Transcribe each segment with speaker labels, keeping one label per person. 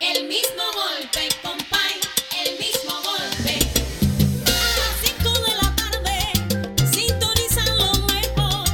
Speaker 1: El mismo golpe, compay, el mismo golpe. A las 5 de la tarde, sintonizan lo nuevo.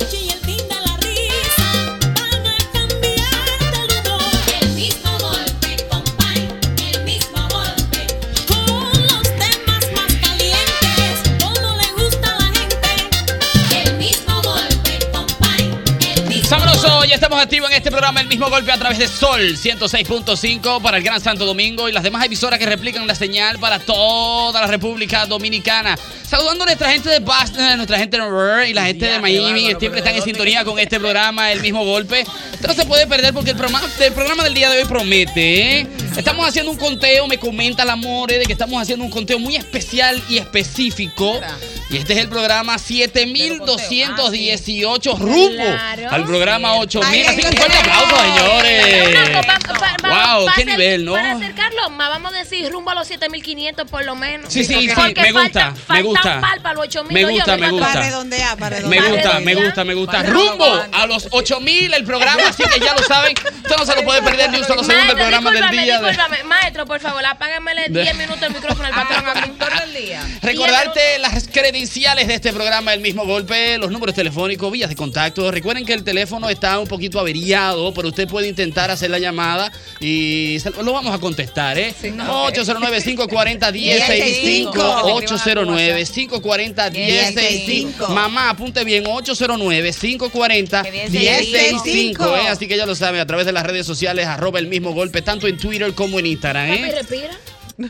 Speaker 1: Hochi y el fin de la risa van a cambiar de humor. El mismo golpe, compay, el mismo golpe. Con los temas más calientes, como le gusta a la gente. El mismo golpe, compay, el mismo
Speaker 2: Sabroso, ya estamos activos en este programa El mismo golpe a través de Sol 106.5 para el Gran Santo Domingo y las demás emisoras que replican la señal para toda la República Dominicana. Saludando a nuestra gente de Boston, nuestra gente de Rrr y la gente de Miami que siempre están en sintonía con este programa El mismo golpe. Usted no se puede perder porque el programa, el programa del día de hoy promete. ¿eh? Estamos haciendo un conteo, me comenta la More de que estamos haciendo un conteo muy especial y específico. Y este es el programa 7218 rumbo
Speaker 3: Claro.
Speaker 2: al programa 8000.
Speaker 3: Ay,
Speaker 2: Así que un
Speaker 3: ay,
Speaker 2: fuerte
Speaker 3: ay.
Speaker 2: aplauso,
Speaker 3: Pero
Speaker 2: señores.
Speaker 3: vamos, pa- pa- pa-
Speaker 2: Wow,
Speaker 3: pa-
Speaker 2: qué
Speaker 3: acer-
Speaker 2: nivel, ¿no?
Speaker 3: Para acercarlo más, vamos a decir rumbo a los 7500 por lo menos.
Speaker 2: Sí, sí, sí,
Speaker 3: Porque
Speaker 2: me
Speaker 3: falta-
Speaker 2: gusta, me
Speaker 3: faltan
Speaker 2: gusta.
Speaker 3: pal para los 8000.
Speaker 2: Me
Speaker 3: oye,
Speaker 2: gusta, me
Speaker 3: ¿verdad?
Speaker 2: gusta.
Speaker 3: Para
Speaker 2: Me gusta, me gusta, me gusta. Rumbo a los 8000 el programa, así que ya lo saben. Usted no se lo puede perder ni un solo segundo el
Speaker 3: Maestro,
Speaker 2: programa del
Speaker 3: discúlpame,
Speaker 2: día. de-
Speaker 3: discúlpame. Maestro, por favor, apágamele
Speaker 2: De-
Speaker 3: 10 minutos el micrófono al patrón. a mí.
Speaker 2: Recordarte las credenciales de este programa El mismo golpe, los números telefónicos, vías de contacto. Recuerden que el teléfono está un poquito averiado, pero usted puede intentar hacer la llamada y se- lo vamos a contestar, ¿eh? 809-540-1065. 809-540-1065. Mamá, apunte bien, 809-540-1065. ¿eh? Así que ya lo saben, a través de las redes sociales, arroba el mismo golpe, tanto en Twitter como en Instagram,
Speaker 3: Papi,
Speaker 2: ¿eh?
Speaker 3: respira.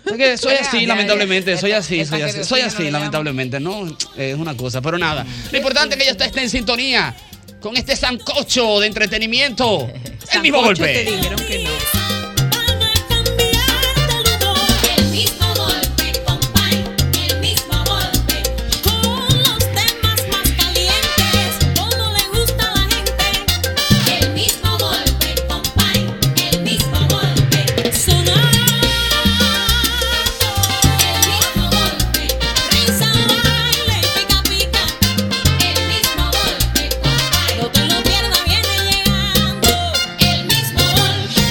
Speaker 2: Porque soy
Speaker 3: Ya,
Speaker 2: así,
Speaker 3: ya, ya.
Speaker 2: lamentablemente, soy así, soy así,
Speaker 3: paquete
Speaker 2: soy así,
Speaker 3: de oxígeno le
Speaker 2: lamentablemente, ¿no? Eh, Es una cosa, pero nada. Lo importante es que ya usted esté en sintonía con este sancocho de entretenimiento. El mismo golpe.
Speaker 1: El mismo golpe, compay, el mismo golpe. Con los temas más calientes, como le gusta a la gente. El mismo golpe, compay, el mismo golpe. Sonar. El mismo golpe. Risa, baile, pica, pica. El mismo golpe, compay. No te lo pierdas, viene llegando. El mismo golpe.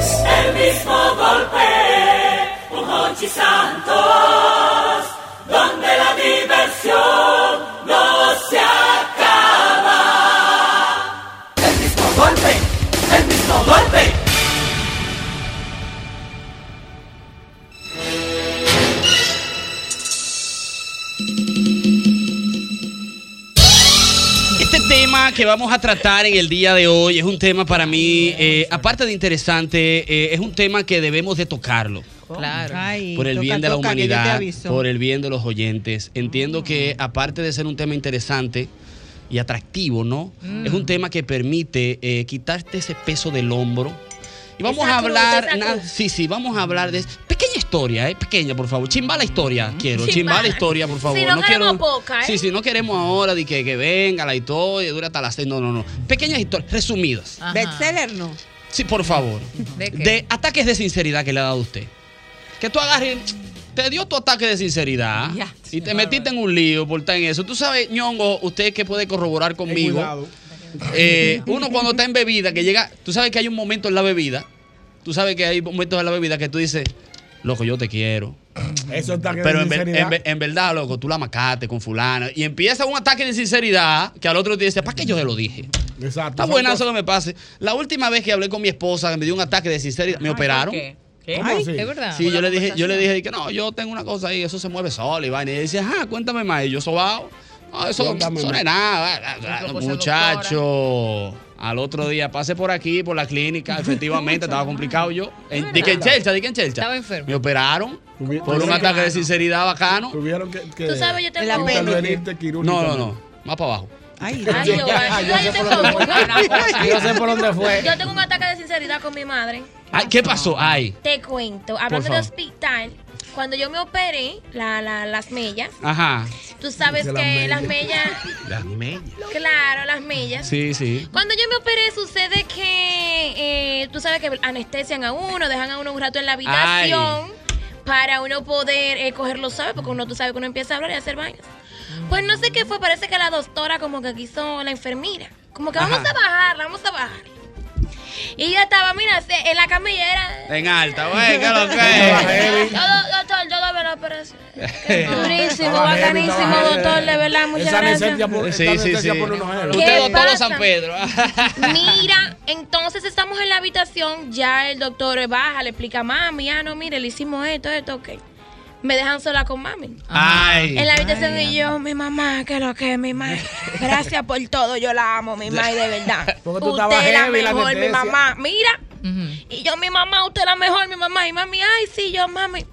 Speaker 1: El mismo golpe, un Hochi Santos, donde la diversión no se acaba. El mismo golpe, el mismo golpe.
Speaker 2: Este tema que vamos a tratar en el día de hoy es un tema para mí, eh, aparte de interesante, eh, es un tema que debemos de tocarlo.
Speaker 4: Claro.
Speaker 2: por el bien de la
Speaker 4: toca, que yo te
Speaker 2: humanidad,
Speaker 4: aviso. Mm.
Speaker 2: por el bien de los oyentes. Entiendo que aparte de ser un tema interesante y atractivo, ¿no?
Speaker 4: Mm.
Speaker 2: Es un tema que permite eh, quitarte ese peso del hombro. Y vamos
Speaker 4: Esa
Speaker 2: a
Speaker 4: cruz,
Speaker 2: hablar,
Speaker 4: esa
Speaker 2: na-
Speaker 4: cruz.
Speaker 2: sí, sí, vamos a hablar de pequeña historia, eh, pequeña, por favor. Chimba la
Speaker 4: Mm.
Speaker 2: historia, quiero, chimba,
Speaker 3: Chimba.
Speaker 2: la historia, por favor.
Speaker 3: Sí, no
Speaker 2: quiero
Speaker 3: queremos poca, ¿eh?
Speaker 2: Sí, sí, no queremos ahora de que, que venga la historia, dura hasta las seis. No, no, no. Pequeñas historias resumidas.
Speaker 4: Bestseller no.
Speaker 2: Sí, por favor.
Speaker 4: ¿De qué?
Speaker 2: De ataques de sinceridad que le ha dado usted. Que tú agarres, te dio tu ataque de sinceridad
Speaker 4: Ya.
Speaker 2: y te metiste en un lío por estar en eso. Tú sabes, ñongo, usted que puede corroborar conmigo. eh, uno cuando está en bebida, que llega, tú sabes que hay un momento en la bebida, tú sabes que hay momentos en la bebida que tú dices, loco, yo te quiero.
Speaker 5: Eso está que
Speaker 2: Pero
Speaker 5: de
Speaker 2: en, ver-
Speaker 5: sinceridad.
Speaker 2: en ver- en verdad, loco, tú la macaste con fulano y empieza un ataque de sinceridad que al otro te dice, ¿para qué yo te lo dije?
Speaker 5: Exacto.
Speaker 2: Está
Speaker 5: Son
Speaker 2: buena,
Speaker 5: cosas-
Speaker 2: eso no me pase. La última vez que hablé con mi esposa, me dio un ataque de sinceridad, me operaron.
Speaker 4: ¿Qué? ¿Qué?
Speaker 5: ¿Cómo así?
Speaker 4: ¿Es verdad?
Speaker 2: Sí, yo le dije, yo le dije de que no, yo tengo una cosa ahí, eso se mueve solo, Iván. Y dice, ajá, cuéntame más. Y yo sobao. No, eso,
Speaker 5: Cuéntame
Speaker 2: eso no
Speaker 5: más.
Speaker 2: es nada. va, va, va,
Speaker 4: Yo, pues,
Speaker 2: Muchacho.
Speaker 3: ¿eh?
Speaker 2: Al otro día pasé por aquí, por la clínica, efectivamente, estaba complicado yo. En,
Speaker 4: ¿Es
Speaker 2: di que en
Speaker 4: verdad?
Speaker 2: Chelcha, di que en Chelcha.
Speaker 4: Estaba enfermo.
Speaker 2: Me operaron
Speaker 5: Tuvi-
Speaker 2: por un
Speaker 5: tuvieron-
Speaker 2: ataque de sinceridad bacano.
Speaker 5: Tuvieron que, que
Speaker 3: Tú sabes, yo tengo
Speaker 6: La
Speaker 3: un-
Speaker 6: pena.
Speaker 5: intervenirte
Speaker 2: No,
Speaker 5: quirúrgicamente.
Speaker 2: no, no. Más para abajo.
Speaker 6: Ay,
Speaker 3: Ay, Dios, ay, yo, yo tengo un-
Speaker 5: Yo sé por dónde fue.
Speaker 3: Yo tengo un ataque de sinceridad con mi madre.
Speaker 2: Ay, ¿Qué pasó? Ay.
Speaker 3: Te cuento, hablando
Speaker 2: favor.
Speaker 3: de hospital, cuando yo me operé, la, la- las mellas,
Speaker 2: Ajá.
Speaker 3: tú sabes
Speaker 5: Que
Speaker 3: que
Speaker 5: las
Speaker 3: las mellas,
Speaker 2: Las mellas.
Speaker 3: claro, las mellas.
Speaker 2: Sí, sí.
Speaker 3: Cuando yo me operé sucede que eh, tú sabes que anestesian a uno, dejan a uno un rato en la habitación para uno poder eh, cogerlo suave, porque uno tú sabes que uno empieza a hablar y a hacer vainas.
Speaker 5: Mm.
Speaker 3: Pues no sé qué fue, parece que la doctora como que quiso la enfermera, como que vamos
Speaker 2: Ajá.
Speaker 3: a bajarla, vamos a bajarla. Y ya estaba, mira, se- en la camilla era
Speaker 2: En alta, güey, ¿qué lo que es?
Speaker 3: todo, doctor, todo me lo operación. Durísimo,
Speaker 5: Estaba heavy,
Speaker 3: bacanísimo,
Speaker 5: estaba heavy.
Speaker 3: doctor, de verdad, muchas
Speaker 5: Esa
Speaker 3: gracias.
Speaker 5: anestesia por-
Speaker 2: Sí,
Speaker 5: esa
Speaker 2: sí, sí.
Speaker 5: anestesia por unos gelos.
Speaker 3: ¿Qué
Speaker 2: Usted doctor de
Speaker 3: pasa?
Speaker 2: San Pedro.
Speaker 3: Mira, entonces estamos en la habitación, ya el doctor baja, le explica, mami, ah, no, mire, le hicimos esto, esto, ok. Me dejan sola con mami.
Speaker 2: Ay.
Speaker 3: En la habitación y yo, mi mamá, que lo que es mi mamá. Gracias por todo, yo la amo, mi mamá, de verdad.
Speaker 5: Porque tú estabas
Speaker 3: Usted es la
Speaker 5: heavy, la
Speaker 3: mejor, mi
Speaker 5: anestesia.
Speaker 3: mamá. Mira,
Speaker 4: Ujú.
Speaker 3: y yo, mi mamá, usted es la mejor, mi mamá. Y mami, ay, sí, yo, mami,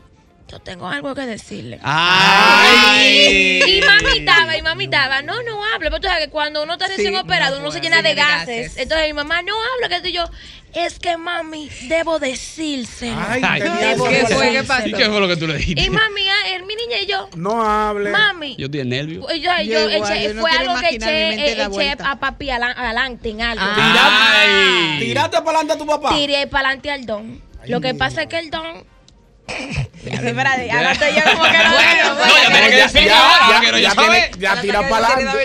Speaker 3: yo tengo algo que decirle.
Speaker 2: Ay.
Speaker 3: Y mami estaba, y mami estaba, no, no hable, pero tú sabes que cuando uno está recién operado,
Speaker 4: no
Speaker 3: uno se
Speaker 4: puede.
Speaker 3: llena de
Speaker 4: Se llena de
Speaker 3: gases.
Speaker 4: gases.
Speaker 3: Entonces mi mamá, no habla, que estoy yo, es que mami, debo decírselo.
Speaker 5: Ay,
Speaker 2: Ay,
Speaker 5: tenía
Speaker 4: ¿Qué
Speaker 5: dolor.
Speaker 4: fue? ¿Qué pasó?
Speaker 2: ¿Y qué fue lo que tú le dijiste?
Speaker 3: Y mami, ah, eh, mi niña y yo,
Speaker 5: No hable.
Speaker 3: mami.
Speaker 2: Yo estoy nervio.
Speaker 3: y yo, yo
Speaker 6: Yo igual,
Speaker 3: eché-
Speaker 6: yo no
Speaker 3: fue
Speaker 6: quiero
Speaker 3: algo que
Speaker 6: imaginar, mi
Speaker 3: eché,
Speaker 6: mente
Speaker 3: eh,
Speaker 6: da
Speaker 3: eché
Speaker 6: vuelta.
Speaker 3: a papi ala- adelante en algo.
Speaker 4: Ah.
Speaker 2: Ay.
Speaker 5: Tírate para adelante a tu papá.
Speaker 3: Tiré para adelante al don. Lo que pasa es que el don. Espérate,
Speaker 2: ahora
Speaker 3: estoy yo como que
Speaker 2: Bueno, bueno, No, ya tenés que decirlo ahora, ahora quiero yo saber.
Speaker 5: tiene- ya tira para adelante.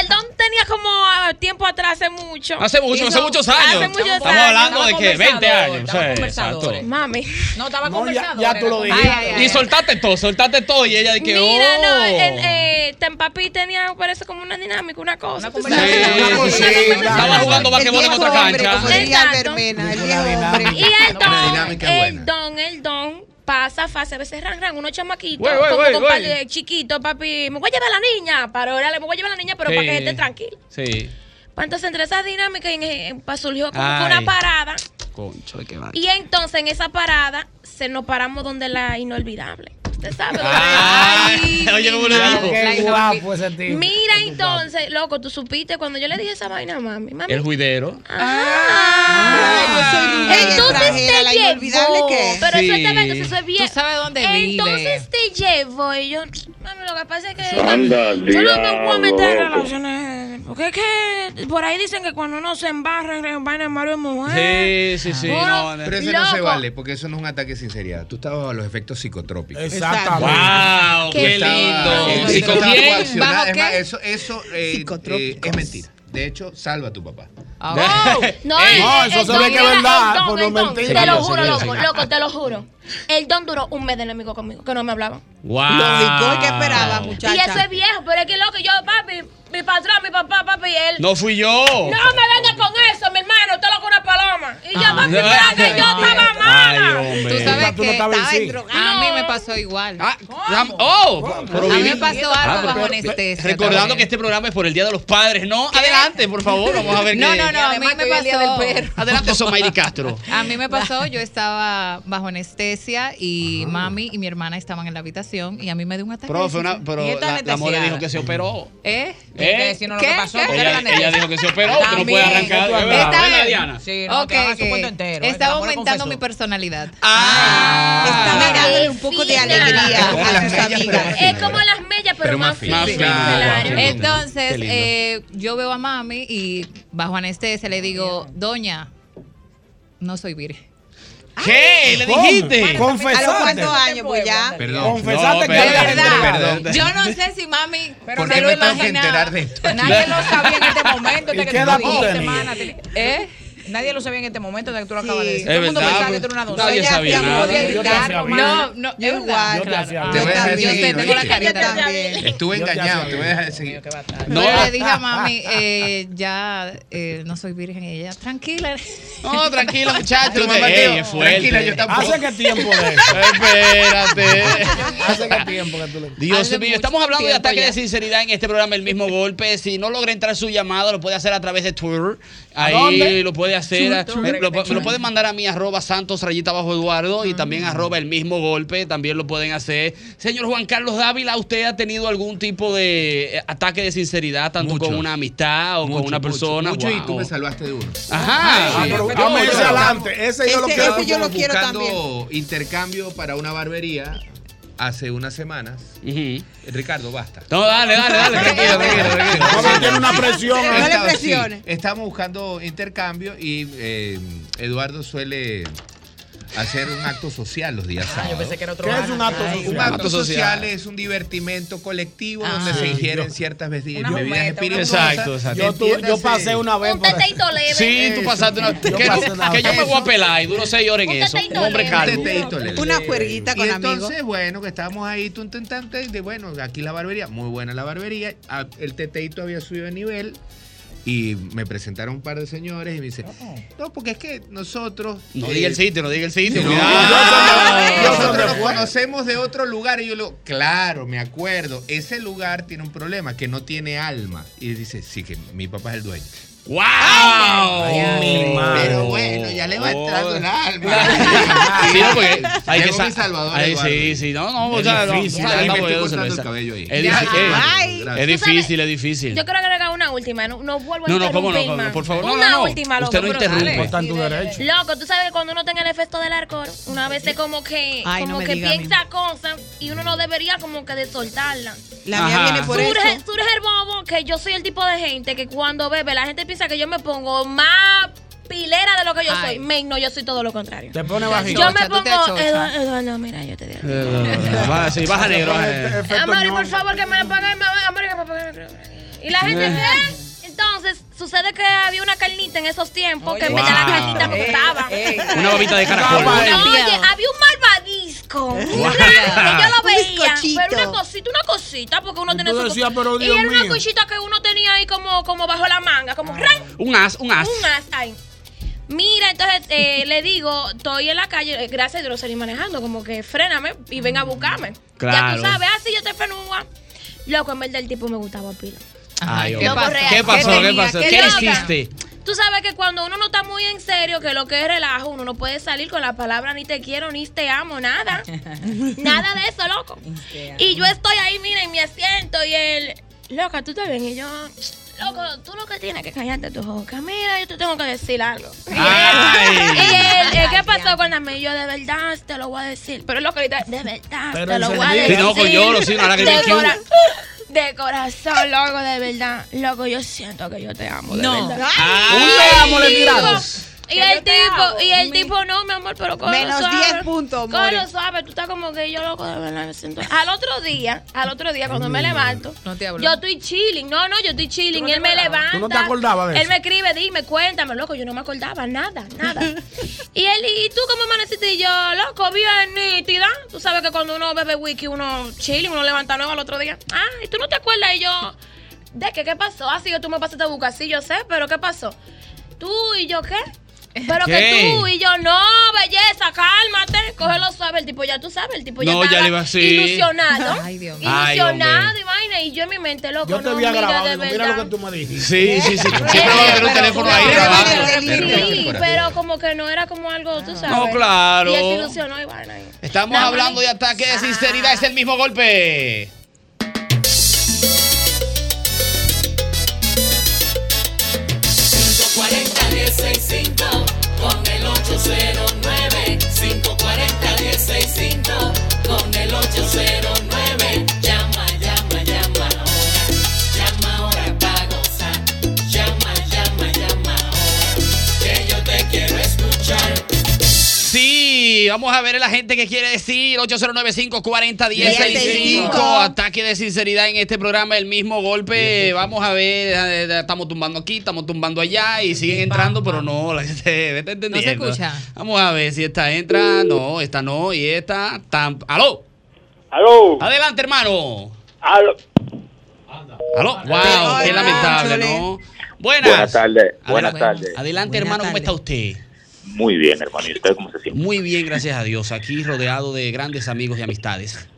Speaker 3: El don tenía como ah, tiempo atrás, hace mucho.
Speaker 2: Hace mucho, hace
Speaker 4: Hizo-
Speaker 2: muchos años.
Speaker 3: hace muchos
Speaker 2: Estamos
Speaker 3: años,
Speaker 2: hablando de
Speaker 4: estaba
Speaker 2: que 20
Speaker 4: conversador,
Speaker 2: años.
Speaker 4: estaba
Speaker 2: Sí,
Speaker 4: conversador.
Speaker 2: exacto.
Speaker 3: Mami.
Speaker 4: No, estaba
Speaker 5: No, ya,
Speaker 4: conversando.
Speaker 5: ya tú lo dijiste.
Speaker 4: Ay, ay, ay.
Speaker 2: Y soltaste todo, soltaste todo. Y ella de que.
Speaker 3: Mira,
Speaker 2: oh.
Speaker 3: no, el, eh, Tan Papi tenía, parece como una dinámica, una cosa.
Speaker 4: Una
Speaker 3: tú
Speaker 2: Sí,
Speaker 3: sabes.
Speaker 4: conversación.
Speaker 2: sí, sí. Estaba jugando basquetbol en otra cancha.
Speaker 6: como diría
Speaker 3: Exacto.
Speaker 6: Albermena, el viejo hombre.
Speaker 3: Y el
Speaker 7: Una
Speaker 3: don,
Speaker 7: dinámica
Speaker 3: el
Speaker 7: buena.
Speaker 3: don, el don, pasa fase, a veces ran, ran, unos chamaquitos,
Speaker 2: Güey, güey,
Speaker 3: como
Speaker 2: güey,
Speaker 3: con par
Speaker 2: güey.
Speaker 3: de chiquitos, papi, me voy a llevar a la niña, para ahora le voy a llevar a la niña, pero para que esté tranquila.
Speaker 2: Sí.
Speaker 3: Pa' Entonces, entre esas dinámicas, y en- en- pa- surgió como que
Speaker 2: Ay.
Speaker 3: una parada,
Speaker 2: Concho, de qué va.
Speaker 3: y entonces en esa parada, se nos paramos donde la inolvidable. Usted sabe,
Speaker 2: Ah,
Speaker 3: donde-
Speaker 2: Ay. Oye, ¿cómo le dijo?
Speaker 4: La
Speaker 5: Qué
Speaker 4: hija
Speaker 5: guapo ese tipo.
Speaker 3: Mira entonces, loco, tú supiste cuando yo le dije esa vaina a mami, mami. Ah.
Speaker 2: El juidero.
Speaker 6: Ay, yo soy una
Speaker 3: Entonces
Speaker 6: extranjera, la
Speaker 3: te
Speaker 6: inolvidable
Speaker 3: llevo.
Speaker 6: que es.
Speaker 3: Pero
Speaker 2: Sí.
Speaker 3: eso está bien, entonces eso es bien.
Speaker 4: Tú sabes dónde
Speaker 3: Entonces
Speaker 4: vive.
Speaker 3: te llevo. Y yo, mami, lo que pasa es que. yo no me voy a meter en relaciones. Porque es que por ahí dicen que cuando uno se embarra en vaina de Mario es mujer.
Speaker 2: Sí, sí, sí.
Speaker 3: Bueno,
Speaker 2: No, no.
Speaker 7: Pero ese no se
Speaker 3: Loco.
Speaker 7: vale, porque eso no es un ataque de sinceridad. Tú estabas bajo los efectos psicotrópicos.
Speaker 5: Exactamente.
Speaker 2: ¡Wow!
Speaker 3: Qué
Speaker 2: ¡Qué lindo!
Speaker 7: Estaba-
Speaker 2: ¿Y con
Speaker 7: estaba
Speaker 2: quién?
Speaker 7: coaccionada.
Speaker 4: ¿Bajo
Speaker 7: Es más,
Speaker 4: qué?
Speaker 7: eso eso eh,
Speaker 6: Psicotrópicos.
Speaker 7: eh, es mentira. De hecho, salva a tu papá.
Speaker 4: Ah, oh.
Speaker 3: No,
Speaker 5: no, eso se ve que es
Speaker 3: era-
Speaker 5: verdad,
Speaker 7: Ah,
Speaker 3: el don,
Speaker 5: por no
Speaker 3: el don.
Speaker 5: mentir.
Speaker 3: Te lo
Speaker 2: Seguido,
Speaker 3: juro,
Speaker 2: seguido,
Speaker 3: loco,
Speaker 2: seguido.
Speaker 3: loco, te lo juro. El don duró un mes de enemigo conmigo, que no me hablaba.
Speaker 2: ¡Wow!
Speaker 6: Los licores que esperaba, muchacha.
Speaker 3: Y eso es viejo, pero es que loco, yo, papi, mi patrón, mi papá, papi, él.
Speaker 2: No fui yo.
Speaker 3: No me vengas con eso, mi hermano. Usted loco una paloma. Y yo,
Speaker 4: Ah.
Speaker 3: papi, mira que yo estaba
Speaker 2: Ay,
Speaker 3: mala.
Speaker 2: hombre.
Speaker 4: Tú sabes
Speaker 5: Tú no
Speaker 4: que
Speaker 5: estabas en
Speaker 4: estaba
Speaker 5: sí.
Speaker 4: en droga. A mí me pasó igual.
Speaker 2: Ah, dam- ¡Oh! pero
Speaker 4: A mí
Speaker 2: viví-
Speaker 4: me pasó
Speaker 2: Ah,
Speaker 4: algo
Speaker 2: pero-
Speaker 4: bajo
Speaker 2: pero-
Speaker 4: anestesia.
Speaker 2: Recordando
Speaker 4: también.
Speaker 2: que este programa es por el Día de los Padres, ¿no? Adelante, por favor, vamos a ver
Speaker 4: No,
Speaker 2: qué-
Speaker 4: no, no, a mí
Speaker 6: además
Speaker 4: me
Speaker 6: que hoy es Día
Speaker 4: pasó.
Speaker 6: del Perro.
Speaker 2: Oh, Adelante, Somairi Castro.
Speaker 4: A mí me pasó, yo estaba bajo anestesia y mami y mi hermana estaban en la habitación y a mí me dio un ataque.
Speaker 2: Profe,
Speaker 4: de
Speaker 2: una,
Speaker 4: ansiedad.
Speaker 2: pero
Speaker 4: Y esta
Speaker 2: la, la more
Speaker 4: anestesiada.
Speaker 2: dijo que se operó.
Speaker 4: ¿Eh?
Speaker 2: ¿Eh?
Speaker 4: Diciendo
Speaker 6: ¿Qué? ¿Qué?
Speaker 4: porque era
Speaker 2: Ella, ella
Speaker 4: la anestesia.
Speaker 2: dijo que se operó, que no puede
Speaker 4: También.
Speaker 2: arrancar.
Speaker 4: Está
Speaker 2: ¿Verdad,
Speaker 4: bien.
Speaker 2: Diana?
Speaker 4: Sí,
Speaker 6: no,
Speaker 4: Ok,
Speaker 6: que haga su
Speaker 4: ok.
Speaker 6: cuento entero, eh,
Speaker 4: Estaba
Speaker 6: la mujer
Speaker 4: aumentando mi
Speaker 6: confesó.
Speaker 4: personalidad.
Speaker 6: Estaba
Speaker 2: ¡Ah!
Speaker 6: dándole un poco de
Speaker 3: Fina.
Speaker 6: alegría
Speaker 7: Es como
Speaker 6: a
Speaker 7: las
Speaker 6: sus amigas.
Speaker 7: medias, pero más
Speaker 3: Es como las mellas, pero,
Speaker 7: Pero
Speaker 3: más
Speaker 7: más
Speaker 3: finas.
Speaker 2: fina. Más fina,
Speaker 3: claro.
Speaker 2: Qué lindo,
Speaker 4: Entonces,
Speaker 2: qué lindo.
Speaker 4: eh, yo veo a mami y bajo anestesia le digo, Doña, no soy virgen.
Speaker 8: Eh,
Speaker 2: ¿Qué? ¿Le
Speaker 5: ¿Cómo?
Speaker 2: dijiste?
Speaker 6: ¿A los
Speaker 5: Confesate.
Speaker 6: cuántos años? Pues ya.
Speaker 7: Perdón.
Speaker 5: Confesate
Speaker 2: No,
Speaker 5: que
Speaker 2: pero-
Speaker 5: eres
Speaker 4: de verdad.
Speaker 5: entregada.
Speaker 4: Yo no sé si mami
Speaker 7: Pero
Speaker 4: se
Speaker 7: no
Speaker 4: lo
Speaker 7: me tengo que
Speaker 4: imaginaba.
Speaker 7: enterar de esto.
Speaker 6: Nadie lo sabía en este momento.
Speaker 5: ¿Y qué edad tú tenías?
Speaker 4: ¿Eh?
Speaker 9: Nadie lo sabía en este momento de que tú lo acabas de decir.
Speaker 2: Es
Speaker 9: Todo el mundo
Speaker 2: verdad,
Speaker 9: pensaba que
Speaker 2: pues,
Speaker 9: tú eras una doncella.
Speaker 2: nadie sabía
Speaker 9: Hacíamos
Speaker 2: nada.
Speaker 9: de
Speaker 2: Yo te
Speaker 9: gritar,
Speaker 2: hacía
Speaker 9: comadre.
Speaker 2: No,
Speaker 4: no,
Speaker 9: es igual.
Speaker 4: Yo te
Speaker 9: claro.
Speaker 4: hacía
Speaker 9: Ah,
Speaker 7: Te voy a
Speaker 9: está
Speaker 7: dejar de
Speaker 9: bien.
Speaker 7: seguir.
Speaker 4: tengo la
Speaker 7: ¿oíste?
Speaker 4: carita también.
Speaker 7: Estuve
Speaker 4: Yo te
Speaker 7: engañado,
Speaker 4: hacía
Speaker 7: te voy a dejar de seguir.
Speaker 4: No. Yo le dije a mami, eh, ya eh, no soy virgen. Y ella, tranquila.
Speaker 2: No, tranquila, muchacho,
Speaker 7: Tú te- ey, es fuerte. Tranquila, yo tampoco.
Speaker 2: ¿Hace qué tiempo de eso? Espérate.
Speaker 5: Hace qué tiempo que tú le
Speaker 2: Dios
Speaker 5: Hace
Speaker 2: mío,
Speaker 5: mucho
Speaker 2: estamos hablando de
Speaker 5: tiempo
Speaker 2: ataque
Speaker 5: ya.
Speaker 2: de sinceridad en este programa, el mismo golpe. Si no logra entrar su llamada, lo puede hacer a través de Twitter.
Speaker 5: ¿A
Speaker 2: Ahí
Speaker 5: dónde?
Speaker 2: lo puede hacer.
Speaker 5: Twitter. Mm.
Speaker 2: Me- Lo, me lo pueden mandar a mí, arroba santos rayita bajo Eduardo y también arroba el mismo golpe. También lo pueden hacer. Señor Juan Carlos Dávila, ¿usted ha tenido algún tipo de eh, ataque de sinceridad, tanto con una amistad o con una persona?
Speaker 7: Mucho, y tú
Speaker 2: Wow.
Speaker 7: me salvaste de uno.
Speaker 2: Ajá. Ah, pero
Speaker 7: Yo-
Speaker 2: vamos
Speaker 7: yo-
Speaker 2: ese adelante.
Speaker 9: Ese yo lo Ese- quiero. ese yo lo quiero
Speaker 7: Buscando intercambio para una barbería hace unas semanas. Ricardo, basta.
Speaker 2: No, dale, dale, dale, tranquilo, tranquilo, tranquilo.
Speaker 7: No, pero
Speaker 5: tiene una presión ahí. No le
Speaker 7: Estamos- sí,
Speaker 5: presiones.
Speaker 7: estamos buscando intercambio y eh, Eduardo suele hacer un acto social los
Speaker 2: Ah,
Speaker 7: días sábados.
Speaker 9: pensé que era otro
Speaker 7: ¿Qué
Speaker 9: acto. Ay,
Speaker 7: Un
Speaker 9: Dios.
Speaker 7: acto social es un divertimento colectivo donde
Speaker 9: Ah.
Speaker 7: se
Speaker 9: Sí,
Speaker 7: ingieren
Speaker 9: yo-
Speaker 7: ciertas bebi-
Speaker 9: Una
Speaker 7: bebidas
Speaker 9: jumeta, una
Speaker 7: espirituosas.
Speaker 2: Exacto, exacto.
Speaker 5: Yo, tu- yo
Speaker 7: Entiéndase-
Speaker 5: pasé una vez.
Speaker 3: Un
Speaker 5: por-
Speaker 3: teteito leve.
Speaker 2: Sí, tú pasaste una. que,
Speaker 5: Yo
Speaker 2: no-
Speaker 5: pasé una
Speaker 2: que yo me
Speaker 5: vez.
Speaker 2: voy a pelar y duro seis horas en
Speaker 7: Un
Speaker 2: eso. Un
Speaker 7: teteito
Speaker 2: hombre
Speaker 7: leve.
Speaker 2: calvo.
Speaker 7: Un teteito leve.
Speaker 6: Una juerguita con
Speaker 7: y
Speaker 6: amigos.
Speaker 7: entonces, bueno, que estábamos ahí, tú intentante, de bueno, aquí la barbería, muy buena la barbería, a- el teteito había subido de nivel y me presentaron un par de señores y me dice, no, porque es que nosotros...
Speaker 2: No
Speaker 7: eh,
Speaker 2: diga el sitio, no diga el sitio. Ah.
Speaker 7: no,
Speaker 2: cuidado.
Speaker 7: Nosotros nos conocemos de otro lugar y yo le digo, claro, me acuerdo, ese lugar tiene un problema, que no tiene alma. Y dice, sí, que mi papá es el dueño.
Speaker 2: ¡Wow!
Speaker 7: mi madre. Oh. Pero bueno, ya le va entrando el alma.
Speaker 2: Ah, Sí, no, porque hay que
Speaker 7: Llegó mi
Speaker 2: sa-
Speaker 7: Salvador
Speaker 2: ahí
Speaker 7: Eduardo.
Speaker 2: sí, sí, no, no,
Speaker 7: Es
Speaker 2: o sea, no,
Speaker 7: difícil,
Speaker 2: o sea,
Speaker 7: ahí me
Speaker 2: estamos
Speaker 7: estoy
Speaker 2: viendo
Speaker 7: cortando el
Speaker 2: esa-
Speaker 7: cabello ahí.
Speaker 2: Es
Speaker 7: Ya,
Speaker 2: difícil, eh,
Speaker 7: ay.
Speaker 2: es difícil, es difícil.
Speaker 3: Yo quiero agregar una última. No, no vuelvo a
Speaker 2: No, no, cómo no,
Speaker 3: interrumpir
Speaker 2: cómo no,
Speaker 3: más.
Speaker 2: por favor, no,
Speaker 3: Una
Speaker 2: no, no.
Speaker 3: última, loco.
Speaker 2: Usted no
Speaker 3: pero
Speaker 2: interrumpe.
Speaker 3: dale.
Speaker 2: Está en tu derecho.
Speaker 3: Loco, tú sabes que cuando uno tenga el efecto del alcohol, una vez es como que,
Speaker 6: Ay,
Speaker 3: como
Speaker 6: no me
Speaker 3: que
Speaker 6: diga a mí.
Speaker 3: piensa cosas y uno no debería como que de soltarla.
Speaker 6: La mía
Speaker 2: Ajá.
Speaker 6: viene por
Speaker 3: surge,
Speaker 6: eso.
Speaker 3: surge el bobo que yo soy el tipo de gente que cuando bebe la gente piensa que yo me pongo más pilera de lo que yo
Speaker 6: Ay.
Speaker 3: soy. Men, no, yo soy todo lo contrario.
Speaker 5: Te pone bajito.
Speaker 3: Yo me
Speaker 6: tú te
Speaker 3: pongo,
Speaker 6: achochas.
Speaker 3: Eduardo, Eduardo, mira, yo te
Speaker 2: Eh,
Speaker 3: digo.
Speaker 2: Baja, sí, baja negro. baja negro.
Speaker 3: Amor, por favor, que me apaguen, me amor, que me apaguen. Y la gente, ¿qué? Entonces, sucede que había una carnita en esos tiempos que en vez de la
Speaker 2: Wow.
Speaker 3: carnita me gustaba.
Speaker 2: Una babita de caracol.
Speaker 3: Oye, había un malvadisco.
Speaker 2: Wow.
Speaker 3: Un grande, yo lo
Speaker 6: Un
Speaker 3: veía.
Speaker 6: bizcochito.
Speaker 3: Pero una cosita, una cosita, porque uno
Speaker 5: Y
Speaker 3: tenía
Speaker 5: tú
Speaker 3: su
Speaker 5: decías,
Speaker 3: cosa.
Speaker 5: pero
Speaker 3: Y
Speaker 5: Dios
Speaker 3: era una
Speaker 5: mío.
Speaker 3: cosita que uno tenía ahí como, como bajo la manga, como ran,
Speaker 2: Un as, un as.
Speaker 3: un as ahí. Mira, entonces eh, le digo, estoy en la calle, eh, gracias a Dios lo salí manejando, como que fréname y ven a buscarme. Ya
Speaker 2: Claro.
Speaker 3: tú sabes, así yo te frenúa. Loco, en verdad el tipo me gustaba pila.
Speaker 2: Ay,
Speaker 3: ¿Qué
Speaker 2: hombre.
Speaker 3: pasó?
Speaker 2: ¿Qué pasó?
Speaker 3: ¿Qué
Speaker 2: ¿Qué
Speaker 3: tenía?
Speaker 2: pasó?
Speaker 3: ¿Qué
Speaker 2: ¿Qué
Speaker 3: loca?
Speaker 2: hiciste?
Speaker 3: Tú sabes que cuando uno no está muy en serio, que lo que es relajo, uno no puede salir con la palabra ni te quiero, ni te amo, nada. nada de eso, loco. Y yo estoy ahí, mira, en mi asiento y él, loca, tú estás bien. Y yo, loco, tú lo que tienes que callarte tu boca. Mira, yo te tengo que decir algo. Y él,
Speaker 2: Ah, Ay.
Speaker 3: y él, eh, ¿qué pasó con la Y yo, de verdad, te lo voy a decir. Pero loco, ahorita, de verdad,
Speaker 2: Pero
Speaker 3: te lo voy a
Speaker 2: encendido.
Speaker 3: decir.
Speaker 2: Sí, loco, lloro, sí, una lágrima
Speaker 3: De
Speaker 2: que hubo.
Speaker 3: cora- de corazón, loco, de verdad. Loco, yo siento que yo te amo, de
Speaker 2: No.
Speaker 3: verdad.
Speaker 6: Ah,
Speaker 2: Ay.
Speaker 3: Y
Speaker 2: Un
Speaker 3: el
Speaker 2: te amo le
Speaker 3: tipo-
Speaker 2: tiramos.
Speaker 3: Y el tipo, y el tipo, no, mi amor, pero con
Speaker 6: Menos
Speaker 3: lo suave,
Speaker 6: 10 puntos,
Speaker 3: Con lo
Speaker 6: amor.
Speaker 3: suave, tú estás como que yo loco, de verdad, me siento. Al otro día, al otro día, cuando me levanto,
Speaker 4: No te hablo.
Speaker 3: yo estoy chilling. No, no, yo estoy chilling.
Speaker 4: ¿Tú no
Speaker 3: y
Speaker 4: te
Speaker 3: él me
Speaker 4: acordabas?
Speaker 3: levanta.
Speaker 5: ¿Tú no te acordabas de
Speaker 3: Él
Speaker 5: eso?
Speaker 3: me escribe, dime, cuéntame, loco, yo no me acordaba, nada, nada. y él, ¿y tú cómo amaneciste? Y yo, loco, bien nítida. Tú sabes que cuando uno bebe whisky, uno chilling, uno levanta nuevo al otro día. Ah, ¿y tú no te acuerdas? Y yo, ¿de qué? ¿Qué pasó? Así que tú me pasaste a buscar, sí, yo sé, pero ¿qué pasó? ¿Tú y yo qué? Pero
Speaker 2: ¿Qué?
Speaker 3: que tú y yo, no, belleza, cálmate, cógelo suave. El tipo ya tú sabes, el tipo ya
Speaker 2: No, ya
Speaker 3: estaba
Speaker 2: le iba así.
Speaker 3: ilusionado.
Speaker 4: Ay, Dios mío.
Speaker 2: Ay,
Speaker 3: Ilusionado
Speaker 2: hombre.
Speaker 3: y vaina. Y yo en mi mente, loco,
Speaker 5: Yo te
Speaker 3: no,
Speaker 5: vi a
Speaker 3: mira,
Speaker 5: grabar.
Speaker 3: de
Speaker 5: digo,
Speaker 3: verdad.
Speaker 5: Mira lo que tú me dijiste.
Speaker 2: Sí, sí, sí. Siempre va a haber un teléfono ahí
Speaker 7: pero-
Speaker 2: grabando.
Speaker 3: Sí, pero como que no era como algo, tú sabes.
Speaker 2: Ah. No, claro.
Speaker 3: Y él se ilusionó y vaina.
Speaker 2: Estamos
Speaker 3: Nada más.
Speaker 2: hablando de ataque de sinceridad, es el mismo golpe.
Speaker 1: con el 809 540 165 con el 809 llama llama llama ahora llama ahora para gozar llama llama llama ahora que yo te quiero escuchar
Speaker 2: Sí, vamos a ver a la gente que quiere decir 809-540-1065.
Speaker 10: 1065.
Speaker 2: Ataque de sinceridad en este programa, el mismo golpe. Vamos a ver, eh, eh, estamos tumbando aquí, estamos tumbando allá y siguen entrando, pero no, la gente este, vete entendiendo.
Speaker 7: escucha.
Speaker 2: Vamos a ver si esta entra, no, esta no y esta tam- ¡Aló!
Speaker 11: ¡Aló!
Speaker 2: Adelante, hermano.
Speaker 11: ¡Aló!
Speaker 2: ¡Aló! ¡Wow! ¡Qué lamentable, ¿no? Buenas.
Speaker 12: Buenas tardes. Buenas tardes.
Speaker 2: Adelante, hermano, ¿cómo está usted?
Speaker 12: Muy bien, hermano. ¿Y usted cómo se siente?
Speaker 2: Muy bien, gracias a Dios. Aquí rodeado de grandes amigos y amistades.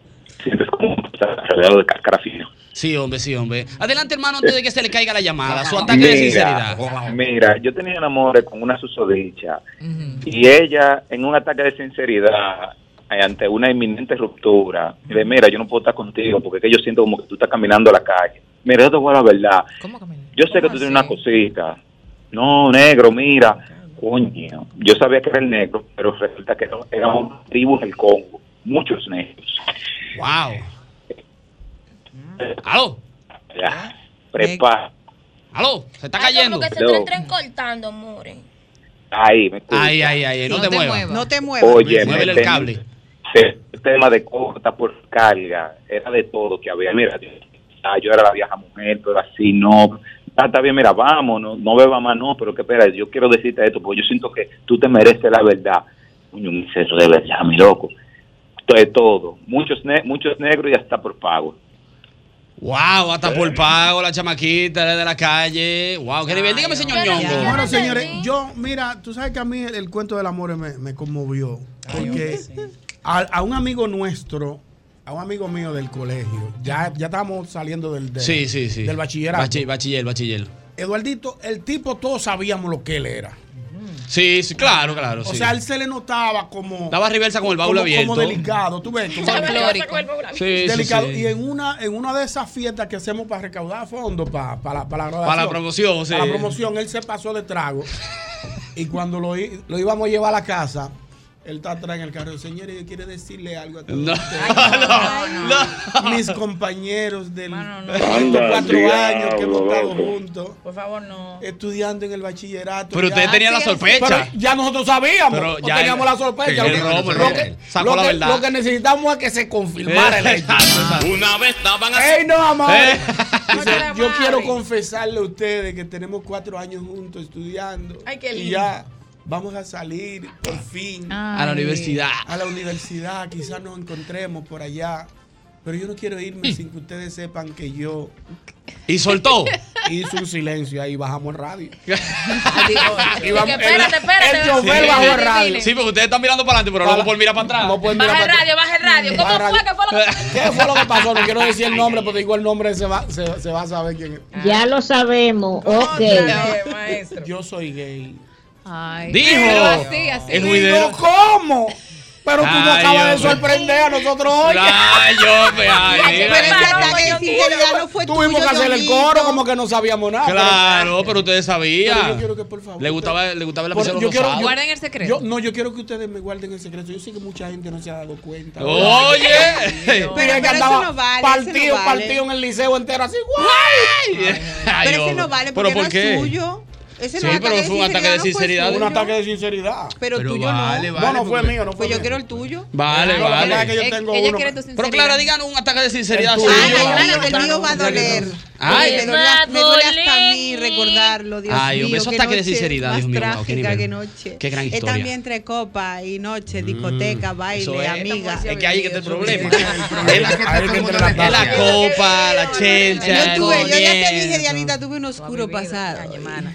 Speaker 12: Rodeado de cáscara fina.
Speaker 2: Sí, hombre, sí, hombre. Adelante, hermano, antes de que se le caiga la llamada. Su ataque de sinceridad.
Speaker 12: Mira, yo tenía un amor con una susodicha y ella, en un ataque de sinceridad, eh, ante una inminente ruptura, de mira, yo no puedo estar contigo porque es que yo siento como que tú estás caminando a la calle. Mira, yo te voy a la verdad. Yo sé que tú tienes una cosita. No, negro, mira. Coño, yo sabía que era el negro, pero resulta que no, era una tribu en el Congo. Muchos negros.
Speaker 2: ¡Wow! ¡Aló!
Speaker 12: Ya,
Speaker 3: ¿Eh?
Speaker 12: prepara.
Speaker 2: ¡Aló! Se está
Speaker 3: Ay,
Speaker 2: cayendo.
Speaker 3: como que se te entren cortando, amores.
Speaker 12: Ahí, me
Speaker 2: Ay, ay, ay, ay, no, te, muevas.
Speaker 3: No te
Speaker 12: Oye,
Speaker 2: Muévele el
Speaker 12: ten-
Speaker 2: cable.
Speaker 12: te- el tema de corta por carga, era de todo que
Speaker 13: Eh,
Speaker 12: había. Mira, ah, yo era la vieja mujer, pero así no. Ah, está bien, mira, vamos, no, no beba más, no, pero que espera, yo quiero decirte esto, porque yo siento que tú te mereces la verdad. Coño, me dice eso de verdad, mi loco. Esto es todo. Muchos, ne- muchos negros y hasta por pago.
Speaker 2: ¡Wow! Hasta por pago, la chamaquita la de la calle. ¡Wow! ¡Qué nivel! Dígame, señor
Speaker 5: Bueno,
Speaker 2: Ñongo.
Speaker 5: señores, yo, mira, tú sabes que a mí el, el cuento del amor me, me conmovió. Porque a, a un amigo nuestro, a un amigo mío del colegio, ya, ya estamos saliendo del, del-
Speaker 2: Sí, sí, sí.
Speaker 5: del bachillerato.
Speaker 2: Bachi- bachiller, bachiller.
Speaker 5: Eduardito, el tipo todos sabíamos lo que él era.
Speaker 2: Sí, sí, claro, claro.
Speaker 5: O
Speaker 2: sí.
Speaker 5: sea, él se le notaba como.
Speaker 2: Daba reversa con el baúl
Speaker 5: como-
Speaker 2: abierto.
Speaker 5: Como delicado, tú ves. Como
Speaker 2: Folclórico. Sí, sí,
Speaker 5: delicado.
Speaker 2: sí.
Speaker 5: Y en una, en una de esas fiestas que hacemos para recaudar fondos, para, para, la- para la graduación,
Speaker 2: Para la promoción, sí.
Speaker 5: Para la promoción, él se pasó de trago. y cuando lo, i- lo íbamos a llevar a la casa, él está atrás en el carro. Señores, yo quiero decirle algo a todos
Speaker 2: No.
Speaker 5: ustedes". Mis compañeros del
Speaker 2: Anda,
Speaker 5: cuatro
Speaker 2: diablo,
Speaker 5: años que hemos estado
Speaker 2: loco.
Speaker 5: juntos. Por favor, no. Estudiando en el bachillerato.
Speaker 2: Pero ustedes tenían la
Speaker 5: Así es.
Speaker 2: sospecha.
Speaker 5: Pero ya nosotros sabíamos.
Speaker 2: Pero
Speaker 5: o
Speaker 2: ya
Speaker 5: teníamos
Speaker 2: el-
Speaker 5: la sospecha.
Speaker 2: Sí,
Speaker 5: Lo que-
Speaker 2: el robo, el
Speaker 5: lo
Speaker 2: robo.
Speaker 5: que-
Speaker 2: Sacó
Speaker 5: lo
Speaker 2: la
Speaker 5: que-
Speaker 2: verdad.
Speaker 5: Lo que necesitamos es que se confirmara el hecho.
Speaker 2: Una vez estaban
Speaker 5: ¡Ey, no, amable!
Speaker 2: Eh.
Speaker 5: Dice, yo quiero confesarle a ustedes que tenemos cuatro años juntos estudiando.
Speaker 6: Ay, qué
Speaker 5: Y
Speaker 6: lindo.
Speaker 5: ya vamos a salir, por fin.
Speaker 2: A la universidad.
Speaker 5: A la universidad, quizás nos encontremos por allá. Pero yo no quiero irme sin que ustedes sepan que yo...
Speaker 2: Mm. Y soltó.
Speaker 5: Hizo un silencio ahí, bajamos el radio.
Speaker 1: Ah,
Speaker 3: Y que espérate, espérate.
Speaker 5: El chofer bajó el radio.
Speaker 2: Sí, porque ustedes están mirando para adelante, pero no pueden mirar para atrás. No
Speaker 5: pueden
Speaker 3: Baja el radio, baja el radio. ¿Cómo
Speaker 5: Baja el
Speaker 3: fue
Speaker 5: radio.
Speaker 3: que fue lo que
Speaker 5: ¿Qué fue lo que pasó? No quiero decir el nombre, porque digo el nombre, se va, se, se va a saber quién es.
Speaker 1: Ya lo sabemos.
Speaker 4: Ah,
Speaker 1: Ok.
Speaker 5: Yo soy gay.
Speaker 1: Dijo. pero así, así. El juidero.
Speaker 5: Digo, ¿Cómo? Pero tú no
Speaker 2: Ay,
Speaker 5: acabas de
Speaker 2: hombre.
Speaker 5: sorprender a nosotros hoy.
Speaker 2: Ay, hombre, ay,
Speaker 5: Pero
Speaker 2: mira.
Speaker 5: es que hasta que
Speaker 6: Yo
Speaker 5: sinceridad no fue Tuvimos
Speaker 6: tuyo,
Speaker 5: que hacer el
Speaker 6: Dionisio.
Speaker 5: coro como que no sabíamos nada.
Speaker 2: Claro, pero ustedes
Speaker 5: pero- pero yo
Speaker 2: sabían.
Speaker 5: quiero que, por favor,
Speaker 2: Le gustaba, le gustaba el lapicero
Speaker 5: yo quiero-
Speaker 2: rosado.
Speaker 5: yo- yo- no, yo quiero que ustedes me guarden el secreto. Yo sé que mucha gente no se ha dado cuenta.
Speaker 2: Oye.
Speaker 5: Pero, que
Speaker 2: Pero- pero eso
Speaker 5: andaba
Speaker 2: no vale, eso no
Speaker 5: partido,
Speaker 2: vale.
Speaker 5: partido en el liceo entero así. ¡Guay!
Speaker 2: Ay,
Speaker 6: Pero ese
Speaker 2: hombre.
Speaker 6: no vale porque
Speaker 2: ¿Pero por
Speaker 6: no
Speaker 2: qué?
Speaker 6: es suyo. Ese
Speaker 2: Sí,
Speaker 6: no es
Speaker 2: pero fue un ataque de
Speaker 6: pues,
Speaker 2: sinceridad.
Speaker 5: Un
Speaker 2: tuyo.
Speaker 5: ataque de sinceridad.
Speaker 6: Pero,
Speaker 2: Pero
Speaker 6: tuyo
Speaker 2: vale,
Speaker 6: no.
Speaker 2: vale,
Speaker 6: no
Speaker 2: porque-
Speaker 6: mío, no fue Pues yo quiero el tuyo.
Speaker 2: Vale,
Speaker 6: Lo que
Speaker 2: vale.
Speaker 6: pasa es que yo tengo
Speaker 7: Ella
Speaker 6: uno.
Speaker 7: quiere tu
Speaker 2: Pero Clara, díganos un ataque de sinceridad.
Speaker 6: Ay,
Speaker 2: suyo.
Speaker 6: el mío, el mío va a doler.
Speaker 2: Ay.
Speaker 6: me, duele, me duele hasta a mí recordarlo, Dios
Speaker 2: Ay,
Speaker 6: mío.
Speaker 2: hombre, eso
Speaker 6: qué
Speaker 2: ataque de
Speaker 6: noche
Speaker 2: sinceridad,
Speaker 6: más
Speaker 2: Dios mío, wow, qué
Speaker 6: Trágica,
Speaker 2: nivel.
Speaker 6: qué noche.
Speaker 2: Qué gran
Speaker 6: Es
Speaker 2: historia. Mm.
Speaker 6: también entre copa y noche, discoteca, baile,
Speaker 2: Eso es.
Speaker 6: amiga.
Speaker 2: Es que ahí que está el problema. Es la, es la copa, la chelcha.
Speaker 6: Yo tuve, yo ya te dije,
Speaker 2: coño.
Speaker 6: Dianita, tuve un oscuro pasado.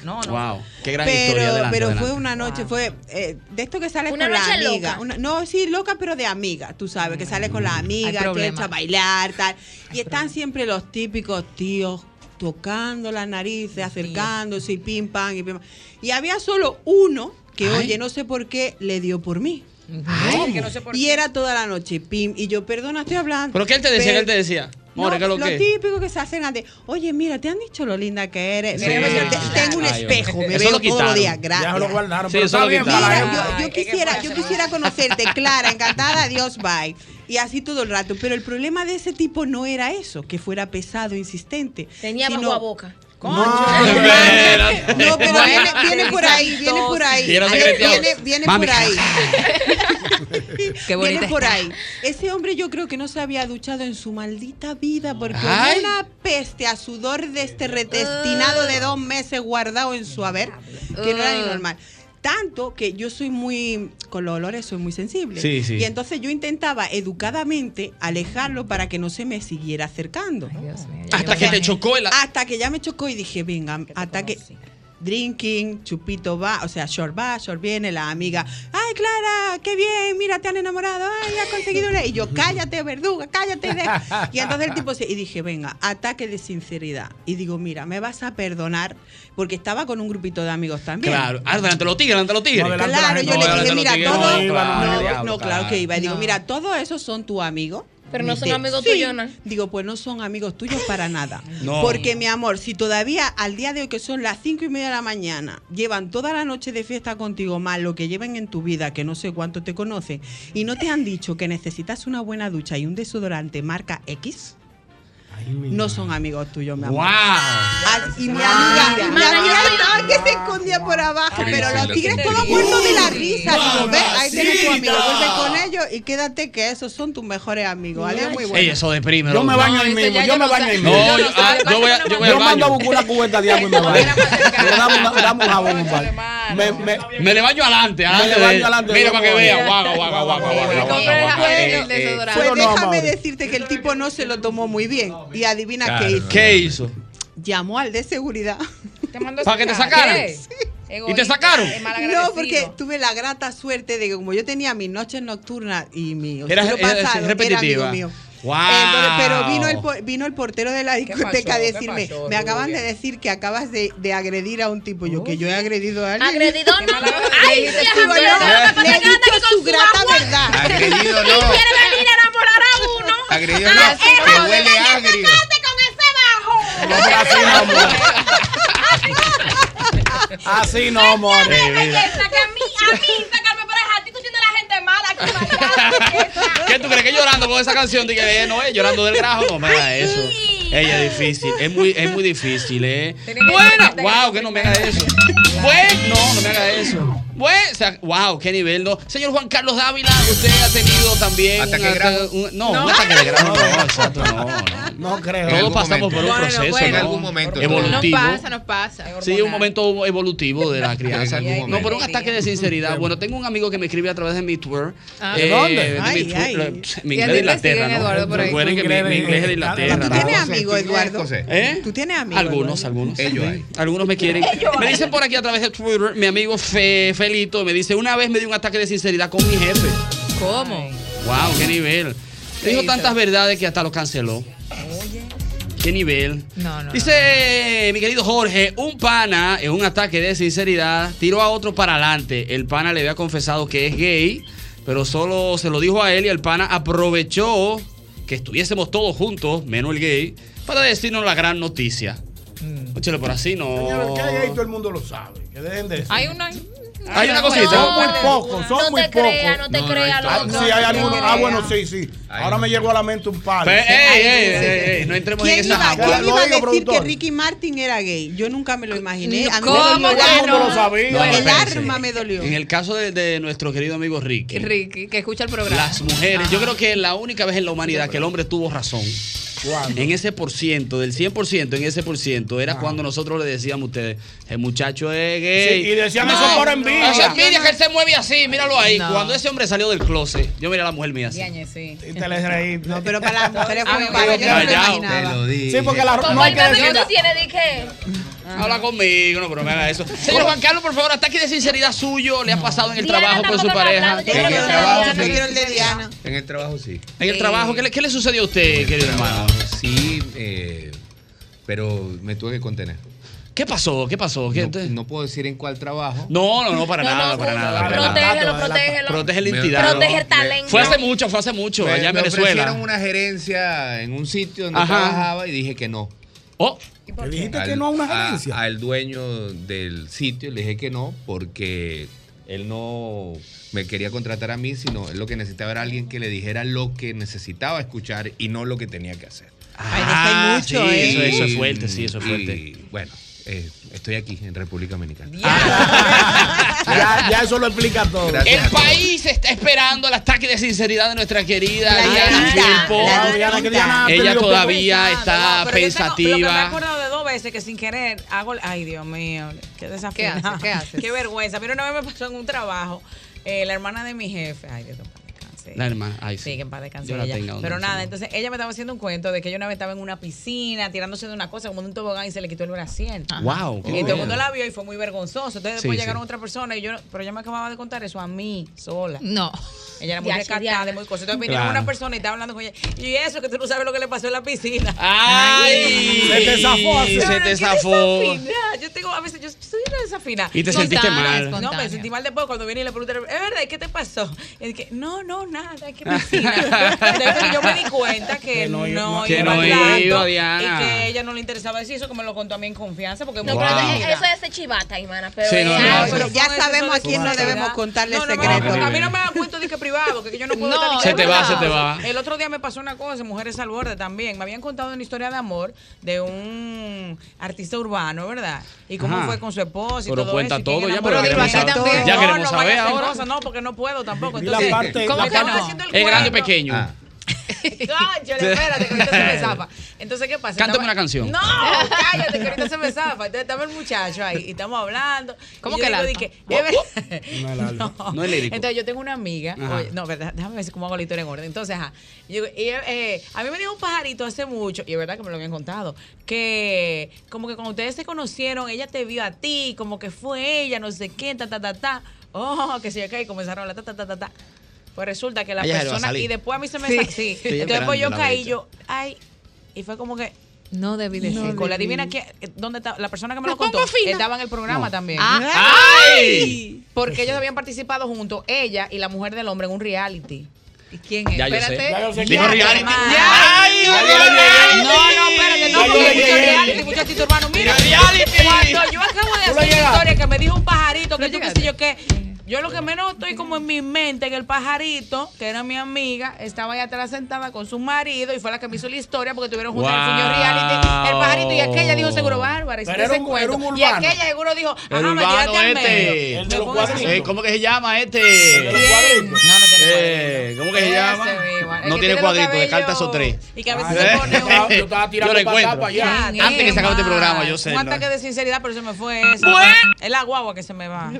Speaker 2: Wow, qué gran
Speaker 6: pero,
Speaker 2: historia. Adelante,
Speaker 6: pero
Speaker 2: adelante.
Speaker 6: fue una noche, fue eh, de esto que sale
Speaker 3: Una
Speaker 6: con la
Speaker 3: noche
Speaker 6: amiga.
Speaker 3: loca.
Speaker 6: Una- no, sí, loca, pero de amiga, tú sabes, que sale con
Speaker 2: Mm.
Speaker 6: la amiga, que
Speaker 3: problema.
Speaker 6: echa a bailar, tal. Y están siempre los típicos tíos tocando las narices, acercándose y pim, pam, y pim, pam. Y había solo uno que,
Speaker 3: Ay.
Speaker 6: oye, no sé por qué le dio por mí.
Speaker 2: Ay, que no sé
Speaker 6: y era toda la noche, pim. Y yo, perdona, estoy hablando.
Speaker 2: Pero que él te decía, que
Speaker 6: pero-
Speaker 2: él te decía.
Speaker 6: no,
Speaker 2: More, ¿qué es lo
Speaker 6: lo
Speaker 2: que?
Speaker 6: típico que se hacen antes. Oye, mira, te han dicho lo linda que eres.
Speaker 2: Sí.
Speaker 6: Mira, yo te- Tengo un
Speaker 2: Ay, hombre.
Speaker 6: espejo, me
Speaker 2: Eso
Speaker 6: veo
Speaker 2: lo
Speaker 6: todos los
Speaker 2: quitaron.
Speaker 6: días. Gracias.
Speaker 5: Ya lo guardaron.
Speaker 2: Sí,
Speaker 5: pero
Speaker 2: eso
Speaker 5: está
Speaker 2: lo
Speaker 5: bien,
Speaker 2: quitaron.
Speaker 5: para la
Speaker 6: Mira,
Speaker 5: gente.
Speaker 6: yo, yo quisiera, yo quisiera conocerte, Clara, encantada, adiós, bye. Y así todo el rato. Pero el problema de ese tipo no era eso, que fuera pesado, insistente.
Speaker 3: Tenía
Speaker 6: sino-
Speaker 3: bajo a boca.
Speaker 6: Concho. No, pero viene, viene por ahí, viene por ahí.
Speaker 2: Y era
Speaker 6: Viene,
Speaker 2: secreteado.
Speaker 6: viene- viene
Speaker 2: Mami.
Speaker 6: por ahí.
Speaker 4: Qué bonita
Speaker 6: Vienes por
Speaker 4: está.
Speaker 6: ahí. Ese hombre yo creo que no se había duchado en su maldita vida porque
Speaker 4: Ay.
Speaker 6: olía una peste a sudor de este retestinado de dos meses guardado en su haber, que no era ni
Speaker 9: Ah.
Speaker 6: normal. Tanto que yo soy muy, con los olores soy muy sensible.
Speaker 9: Sí, sí.
Speaker 6: Y entonces yo intentaba educadamente alejarlo para que no se me siguiera acercando.
Speaker 2: Hasta que te chocó el...
Speaker 6: Hasta que ya me chocó y dije, venga, hasta que drinking, chupito va, o sea, short va, short viene, la amiga, ay Clara, qué bien, mira, te han enamorado, ay, has conseguido una. Y yo, cállate, verduga, cállate. de-". Y entonces el tipo se, y dije, venga, ataque de sinceridad. Y digo, mira, me vas a perdonar, porque estaba con un grupito de amigos también.
Speaker 2: Claro, ah, delante de los tigres, delante de los tigres.
Speaker 6: Claro, yo le dije, mira,
Speaker 2: todo
Speaker 6: todo. No, no, claro que iba. Y digo, mira, todos esos son tu amigo.
Speaker 3: Pero no
Speaker 6: Ni
Speaker 3: son
Speaker 6: te-
Speaker 3: amigos
Speaker 6: Sí.
Speaker 3: tuyos, ¿no?
Speaker 6: Digo, pues no son amigos tuyos para nada.
Speaker 3: No.
Speaker 6: Porque, mi amor, si todavía al día de hoy, que son las cinco y media de la mañana, llevan toda la noche de fiesta contigo, más lo que llevan en tu vida, que no sé cuánto te conocen, y no te han dicho que necesitas una buena ducha y un desodorante marca X, no son amigos tuyos, mi amor. Ah, Y mi amiga, mi
Speaker 9: Mana, yo
Speaker 6: amiga
Speaker 9: soy-
Speaker 6: estaba que se escondía por abajo,
Speaker 9: Ay,
Speaker 6: pero los
Speaker 9: sí, la
Speaker 6: tigres
Speaker 9: tontería.
Speaker 6: todos muertos de la risa. Digo, ve, ahí tienes tu amigo,
Speaker 2: Mamacita.
Speaker 6: vuelve con ellos y quédate que esos son tus mejores amigos. Adiós, muy bueno.
Speaker 2: Ey, eso deprime.
Speaker 5: Yo me
Speaker 2: loco.
Speaker 5: baño ahí
Speaker 6: eso ya
Speaker 5: mismo,
Speaker 6: yo
Speaker 5: yo me
Speaker 6: no
Speaker 5: baño
Speaker 6: sé.
Speaker 5: ahí
Speaker 2: No,
Speaker 5: mismo.
Speaker 2: yo, ah, yo voy, a- yo voy al
Speaker 5: Yo mando a
Speaker 2: baño.
Speaker 5: buscar una cubeta de agua y me baño. Le damos una- le damos un jabón, un baño. Me, me,
Speaker 2: Me le baño adelante, adelante.
Speaker 5: le
Speaker 2: de
Speaker 5: baño
Speaker 2: él.
Speaker 5: adelante,
Speaker 2: Mira
Speaker 5: yo
Speaker 2: para que
Speaker 5: voy.
Speaker 2: vea. Guaga, guaga, guaga, guaga, guaga, guaga. Eh, eh,
Speaker 6: Pues
Speaker 2: ¿fue o no,
Speaker 6: déjame
Speaker 2: Mauri?
Speaker 6: decirte que el tipo no se lo tomó muy bien. Y adivina
Speaker 2: Claro,
Speaker 6: qué hizo.
Speaker 2: ¿Qué hizo?
Speaker 6: Llamó al de seguridad.
Speaker 2: ¿Para que te sacaran? ¿Y te sacaron?
Speaker 6: No, porque tuve la grata suerte de que como yo tenía mis noches nocturnas y mi
Speaker 2: Era,
Speaker 6: oscuro
Speaker 2: era-
Speaker 6: pasado, era
Speaker 2: repetitiva.
Speaker 6: amigo mío.
Speaker 2: Wow.
Speaker 6: Entonces, pero vino el, po- vino el portero de la discoteca a
Speaker 3: pasó? ¿Qué
Speaker 6: decirme,
Speaker 3: pasó,
Speaker 6: me acaban de
Speaker 3: Rubia?
Speaker 6: decir que acabas de, de agredir a un tipo. Yo, que
Speaker 7: Oh,
Speaker 6: yo he agredido a alguien.
Speaker 3: Agredido no. Ay,
Speaker 6: Le
Speaker 3: vieja,
Speaker 6: digo,
Speaker 3: pero
Speaker 6: no,
Speaker 3: ahora
Speaker 6: le he
Speaker 3: te quedas
Speaker 6: dicho
Speaker 3: aquí
Speaker 6: su
Speaker 3: con
Speaker 6: grata
Speaker 3: agua.
Speaker 6: verdad.
Speaker 7: Agredido
Speaker 3: Y
Speaker 7: no.
Speaker 3: quiere venir a enamorar a uno.
Speaker 7: Agredido
Speaker 3: Ah,
Speaker 7: no.
Speaker 3: es
Speaker 7: Que
Speaker 3: Rubia,
Speaker 7: huele
Speaker 3: ya
Speaker 7: agrio.
Speaker 3: sacaste
Speaker 5: ese
Speaker 3: con
Speaker 5: bajo. Así no, amor. Así no, amor.
Speaker 3: Belleza, que a mí, a mí, sacarme por el jardín, tú siendo la gente mala. que
Speaker 2: ¿Qué tú crees que llorando con esa canción? Dije, eh, no, eh, llorando del grajo. No, me haga eso. Ella es difícil. Es muy, es muy difícil, eh. Buena. Wow, que no me haga eso. Bueno, no, no me haga eso. Bueno, o sea, wow, qué nivel, ¿no? Señor Juan Carlos Dávila, usted ha tenido también.
Speaker 7: ¿Ataque
Speaker 2: un
Speaker 7: de grajo?
Speaker 2: un- no, un ataque de grajo. No, exacto, no.
Speaker 5: No creo.
Speaker 2: Todos pasamos por un
Speaker 7: Bueno,
Speaker 2: proceso,
Speaker 7: bueno.
Speaker 2: ¿no?
Speaker 7: En algún momento.
Speaker 2: Evolutivo.
Speaker 4: Nos pasa, nos pasa.
Speaker 2: Sí, un momento evolutivo de la crianza.
Speaker 7: En algún
Speaker 2: No, por un
Speaker 7: momento.
Speaker 2: ataque de sinceridad. Bueno, tengo un amigo que me escribe a través de mi Twitter.
Speaker 4: Ah.
Speaker 2: Eh,
Speaker 4: ¿De dónde?
Speaker 2: mi
Speaker 4: Ay,
Speaker 2: Twitter,
Speaker 4: ay.
Speaker 2: eh, pf, Mi
Speaker 4: Y a
Speaker 2: inglés de
Speaker 4: ti te
Speaker 2: Inglaterra,
Speaker 4: siguen, Eduardo,
Speaker 2: ¿no?
Speaker 4: por ahí.
Speaker 2: Recuerden que mi, mi inglés es de Inglaterra.
Speaker 6: ¿Tú tienes
Speaker 2: ¿no?
Speaker 6: amigos, Eduardo?
Speaker 2: ¿Eh?
Speaker 6: ¿Tú tienes amigos?
Speaker 2: Algunos, algunos.
Speaker 7: Ellos
Speaker 2: Sí.
Speaker 7: hay.
Speaker 2: Algunos me quieren.
Speaker 6: Ellos
Speaker 2: Me
Speaker 6: hay.
Speaker 2: dicen por aquí a través de Twitter, mi amigo Fe- Felito me dice, una vez me dio un ataque de sinceridad con mi jefe.
Speaker 4: ¿Cómo?
Speaker 2: Wow, qué nivel. Dijo
Speaker 4: hizo?
Speaker 2: tantas verdades que hasta lo canceló. Qué nivel.
Speaker 4: No, no.
Speaker 2: Dice mi querido Jorge, un pana en un ataque de sinceridad tiró a otro para adelante. El pana le había confesado que es gay, pero solo se lo dijo a él y el pana aprovechó que estuviésemos todos juntos, menos el gay, para decirnos la gran noticia. Óchale, por así
Speaker 5: Señores,
Speaker 2: no.
Speaker 5: que hay ahí todo el mundo lo sabe. Que dejen de eso.
Speaker 4: Hay una.
Speaker 2: Hay una cosita.
Speaker 5: Son muy pocos, son
Speaker 3: No
Speaker 5: muy
Speaker 3: te
Speaker 5: pocos.
Speaker 3: creas, no te No, no hay creas,
Speaker 5: Ah,
Speaker 3: loco.
Speaker 5: sí,
Speaker 3: No
Speaker 5: hay
Speaker 3: te
Speaker 5: algunos. Ah,
Speaker 3: creas.
Speaker 5: bueno, sí, sí. Ahora me llegó a la mente un par.
Speaker 2: Pero,
Speaker 5: Sí.
Speaker 2: ey, ey, ey, ey, no entremos en
Speaker 6: ¿Quién
Speaker 2: esa
Speaker 6: iba,
Speaker 2: agua.
Speaker 6: quién iba
Speaker 2: Lo
Speaker 6: a
Speaker 2: digo,
Speaker 6: decir que
Speaker 2: productor.
Speaker 6: Ricky Martin era gay? Yo nunca me lo imaginé. A mí me
Speaker 4: ¿Cómo
Speaker 6: dolió el
Speaker 4: que
Speaker 6: alma.
Speaker 4: no?
Speaker 2: No,
Speaker 6: El
Speaker 2: espérense.
Speaker 6: arma me dolió.
Speaker 2: En el caso de, de nuestro querido amigo Ricky,
Speaker 4: Ricky, que escucha el programa.
Speaker 2: las mujeres, yo creo que es la única vez en la humanidad que el hombre tuvo razón. En ese por ciento, del 100%, en ese por ciento,
Speaker 5: Ah.
Speaker 2: era cuando nosotros le decíamos a ustedes, el muchacho es gay.
Speaker 5: Sí, y decían eso por envidia.
Speaker 2: Eso es envidia que él se mueve así, míralo ahí.
Speaker 4: No.
Speaker 2: Cuando ese hombre salió del closet, yo miré a la mujer mía así.
Speaker 4: sí.
Speaker 5: Y te les reí. No,
Speaker 6: pero para las mujeres fue un palo,
Speaker 2: Callao,
Speaker 6: yo no me lo
Speaker 2: te
Speaker 6: imaginaba.
Speaker 2: lo
Speaker 5: Sí, porque la
Speaker 3: Como
Speaker 5: no hay
Speaker 3: el
Speaker 5: que
Speaker 3: meme que
Speaker 5: decir. Ah.
Speaker 3: tú tienes, dije.
Speaker 2: Habla conmigo, no, pero me haga eso. Señor Juan Carlos, por favor, ataque de sinceridad suyo le ha pasado en el
Speaker 3: Diana
Speaker 2: trabajo con su
Speaker 3: tampoco me ha
Speaker 2: pareja.
Speaker 3: hablado, yo quiero
Speaker 2: En
Speaker 3: el
Speaker 2: el
Speaker 3: de
Speaker 2: trabajo,
Speaker 3: Diana,
Speaker 2: sí.
Speaker 3: quiero el de Diana.
Speaker 7: En el trabajo sí.
Speaker 2: En el trabajo, ¿qué le, qué le sucedió a usted, querido hermano?
Speaker 7: Sí, eh, pero me tuve que contener.
Speaker 2: ¿Qué pasó? ¿Qué pasó? ¿Qué
Speaker 7: no, no puedo decir en cuál trabajo.
Speaker 2: No, no, no, para
Speaker 7: No, no,
Speaker 2: nada, para
Speaker 7: no,
Speaker 2: nada. para nada.
Speaker 3: Protégelo, protégelo.
Speaker 2: Protege la entidad.
Speaker 3: Protege el talento.
Speaker 2: Fue hace mucho, fue hace mucho,
Speaker 7: Me-
Speaker 2: allá en
Speaker 7: me
Speaker 2: Venezuela.
Speaker 7: ofrecieron una gerencia en un sitio donde
Speaker 2: Ajá.
Speaker 7: trabajaba y dije que no.
Speaker 2: Oh.
Speaker 5: ¿Le dijiste que no a una gerencia?
Speaker 7: al dueño del sitio le dije que no porque él no me quería contratar a mí, sino él lo que necesitaba era alguien que le dijera lo que necesitaba escuchar y no lo que tenía que hacer.
Speaker 2: Ah,
Speaker 7: sí,
Speaker 2: sí,
Speaker 7: eso, eso es
Speaker 2: Y-
Speaker 7: fuerte, sí, eso es
Speaker 2: y-
Speaker 7: fuerte. bueno, eh, estoy aquí en República Dominicana.
Speaker 5: Ya, ya eso lo explica todo.
Speaker 2: El país está esperando el ataque de sinceridad de nuestra querida Diana Pulpo. Ella todavía está
Speaker 14: Lo que me he
Speaker 2: pensativa.
Speaker 14: acordado de dos veces que sin querer hago. Ay, Dios mío, qué desafío.
Speaker 15: ¿Qué haces? ¿Qué haces?
Speaker 14: vergüenza. Mira, una vez me pasó en un trabajo, eh, la hermana de mi jefe. Ay, Dios mío.
Speaker 2: La hermana, ay, sí.
Speaker 14: que en paz descanse
Speaker 2: Yo la
Speaker 14: ella.
Speaker 2: tenga donde
Speaker 14: Pero
Speaker 2: me
Speaker 14: nada,
Speaker 2: salga.
Speaker 14: entonces ella me estaba haciendo un cuento de que yo una vez estaba en una piscina tirándose de una cosa como de un tobogán y se le quitó el brasier.
Speaker 2: Ajá. Guau, qué
Speaker 14: Y todo
Speaker 2: bien.
Speaker 14: el mundo la vio y fue muy vergonzoso.
Speaker 2: Sí,
Speaker 14: Entonces después llegaron
Speaker 2: sí.
Speaker 14: otras personas y yo, pero ella me acababa de contar eso a mí sola.
Speaker 15: No.
Speaker 14: Ella era muy
Speaker 15: Ya,
Speaker 14: recatada, muy cosa. Entonces vinieron
Speaker 15: Claro.
Speaker 14: una persona y estaba hablando con ella. Y eso que tú no sabes lo que le pasó en la piscina.
Speaker 2: ¡Ay! Se te zafó, así. Se
Speaker 14: Pero
Speaker 2: te
Speaker 14: qué
Speaker 2: zafó.
Speaker 14: desafinada. Yo tengo, a veces yo soy una desafinada.
Speaker 2: Y te sentiste mal.
Speaker 14: No, me sentí mal después cuando viene y le pregunté, ¿es verdad? ¿Y ¿Qué te pasó? Es que, no, no, nada, es que piscina. Entonces yo me di cuenta que,
Speaker 2: Que no iba-
Speaker 14: no, iba
Speaker 2: que no
Speaker 14: al
Speaker 2: iba,
Speaker 14: tanto
Speaker 2: Diana.
Speaker 14: Y que a ella no le interesaba decir eso, que me lo contó a mí en confianza. Porque
Speaker 6: No, pero eso es- eso es de chivata, hermana. Pero
Speaker 2: Sí, no,
Speaker 6: es-
Speaker 2: no,
Speaker 6: Ah,
Speaker 2: no.
Speaker 6: pero
Speaker 1: Ya
Speaker 6: con eso
Speaker 1: sabemos
Speaker 6: son
Speaker 1: a quién no
Speaker 6: desigualdades.
Speaker 1: debemos contarle
Speaker 14: no, no me
Speaker 1: secretos.
Speaker 14: hagan-
Speaker 2: Ah,
Speaker 14: a mí no me hagan cuento de que privado, que yo no puedo
Speaker 2: No,
Speaker 14: estar ni
Speaker 2: se
Speaker 14: que
Speaker 2: te va,
Speaker 14: privado.
Speaker 2: se te va.
Speaker 14: El otro día me pasó una cosa, mujeres al borde también. Me habían contado una historia de amor de un artista urbano, ¿verdad? Y cómo
Speaker 2: Ajá.
Speaker 14: fue con su esposa y
Speaker 2: Pero
Speaker 14: todo
Speaker 2: cuenta
Speaker 14: eso. y quién
Speaker 2: todo ya,
Speaker 14: enamoró
Speaker 2: pero
Speaker 14: de
Speaker 2: queremos
Speaker 14: quién.
Speaker 2: saber. Ya queremos
Speaker 14: No, no vaya a
Speaker 2: saber
Speaker 14: hacer
Speaker 2: ahora.
Speaker 14: cosas, no, porque no puedo tampoco.
Speaker 2: Vi la
Speaker 14: Entonces,
Speaker 2: parte-
Speaker 14: como
Speaker 2: la
Speaker 14: que Eh, estamos
Speaker 2: parte- Ah.
Speaker 14: haciendo el
Speaker 2: Es grande o
Speaker 14: cuento.
Speaker 2: pequeño.
Speaker 14: Cónchale, espérate, que ahorita se me zafa. Entonces, ¿qué pasa?
Speaker 2: Cántame
Speaker 14: Estaba-
Speaker 2: una canción.
Speaker 14: No, cállate, que ahorita se me zafa. Entonces, estaba el muchacho ahí y estamos hablando.
Speaker 15: ¿Cómo
Speaker 14: Y yo
Speaker 15: que Oh, el
Speaker 14: digo,
Speaker 15: alfa?
Speaker 14: dije, es verdad-
Speaker 2: No, es lírico.
Speaker 14: Entonces, yo tengo una amiga.
Speaker 2: Ajá.
Speaker 14: oye, no, verdad, déjame ver si cómo hago la historia en orden. Entonces, ajá. Y yo- y, eh, a mí me dijo un pajarito hace mucho, y es verdad que me lo habían contado, que como que cuando ustedes se conocieron, ella te vio a ti, como que fue ella, no sé qué, ta, ta, ta, ta. Oh, que sé yo, que comenzaron a hablar, ta, ta, ta, ta, ta. Pues resulta que la
Speaker 15: Ella se le va a
Speaker 14: persona.
Speaker 15: salir.
Speaker 14: Y después a mí se me.
Speaker 15: Sí.
Speaker 14: sa- Sí.
Speaker 15: Estoy
Speaker 14: Entonces, pues yo
Speaker 15: esperando la
Speaker 14: caí,
Speaker 15: fecha.
Speaker 14: yo. Ay. Y fue como que.
Speaker 15: No debí
Speaker 14: Sí,
Speaker 15: decir.
Speaker 14: con la adivina que eh, dónde está la persona que me lo contó estaba en el programa
Speaker 15: No.
Speaker 14: también.
Speaker 15: Ah. ¡Ay!
Speaker 2: Pues
Speaker 14: Porque
Speaker 5: Pues
Speaker 14: ellos habían participado juntos, ella y la mujer del hombre en un reality. ¿Y quién es?
Speaker 2: Ya yo sé.
Speaker 14: espérate.
Speaker 2: Ya yo sé Dijo quién es. reality.
Speaker 14: hermano.
Speaker 2: Ya. Ay,
Speaker 14: Ya
Speaker 2: yo
Speaker 14: yo
Speaker 2: llegué.
Speaker 14: sé. No, no, espérate, no,
Speaker 2: Ya yo
Speaker 14: porque hay mucho
Speaker 2: llegué.
Speaker 14: reality, muchachito hermano. Mira,
Speaker 2: Mira, reality.
Speaker 14: cuando yo acabo de
Speaker 2: Tú lo
Speaker 14: hacer una
Speaker 2: llegaste.
Speaker 14: historia que me dijo un pajarito, que tú qué sé yo qué. Yo lo que menos estoy como en mi mente, que el pajarito, que era mi amiga, estaba allá atrás sentada con su marido y fue la que me hizo la historia porque tuvieron juntos el Fuño Reality, el pajarito y aquella dijo seguro bárbara. Y se
Speaker 2: Pero era
Speaker 14: ese
Speaker 2: un- era
Speaker 14: cuento.
Speaker 2: un
Speaker 14: Y
Speaker 2: urbano.
Speaker 14: aquella seguro dijo,
Speaker 2: El
Speaker 14: ajá, me
Speaker 2: urbano
Speaker 14: tiraste al
Speaker 2: este.
Speaker 14: medio.
Speaker 2: El
Speaker 14: Me pongo así.
Speaker 2: Eh, ¿Cómo que se llama este? Eh, ¿Cómo que se llama?
Speaker 14: El
Speaker 2: No
Speaker 14: que
Speaker 2: tiene
Speaker 14: los
Speaker 2: cuadrito,
Speaker 14: cabellos
Speaker 2: descarta esos tres.
Speaker 14: Y que a veces
Speaker 2: Ah,
Speaker 14: se pone un...
Speaker 2: Yo estaba tirando Yo lo para acá, encuentro. para allá.
Speaker 14: Ya,
Speaker 2: Antes que se acabe este
Speaker 14: tema.
Speaker 2: programa, yo sé,
Speaker 14: Un
Speaker 2: ¿no?
Speaker 14: ataque de sinceridad, pero se me fue eso. Es la guagua que se me va.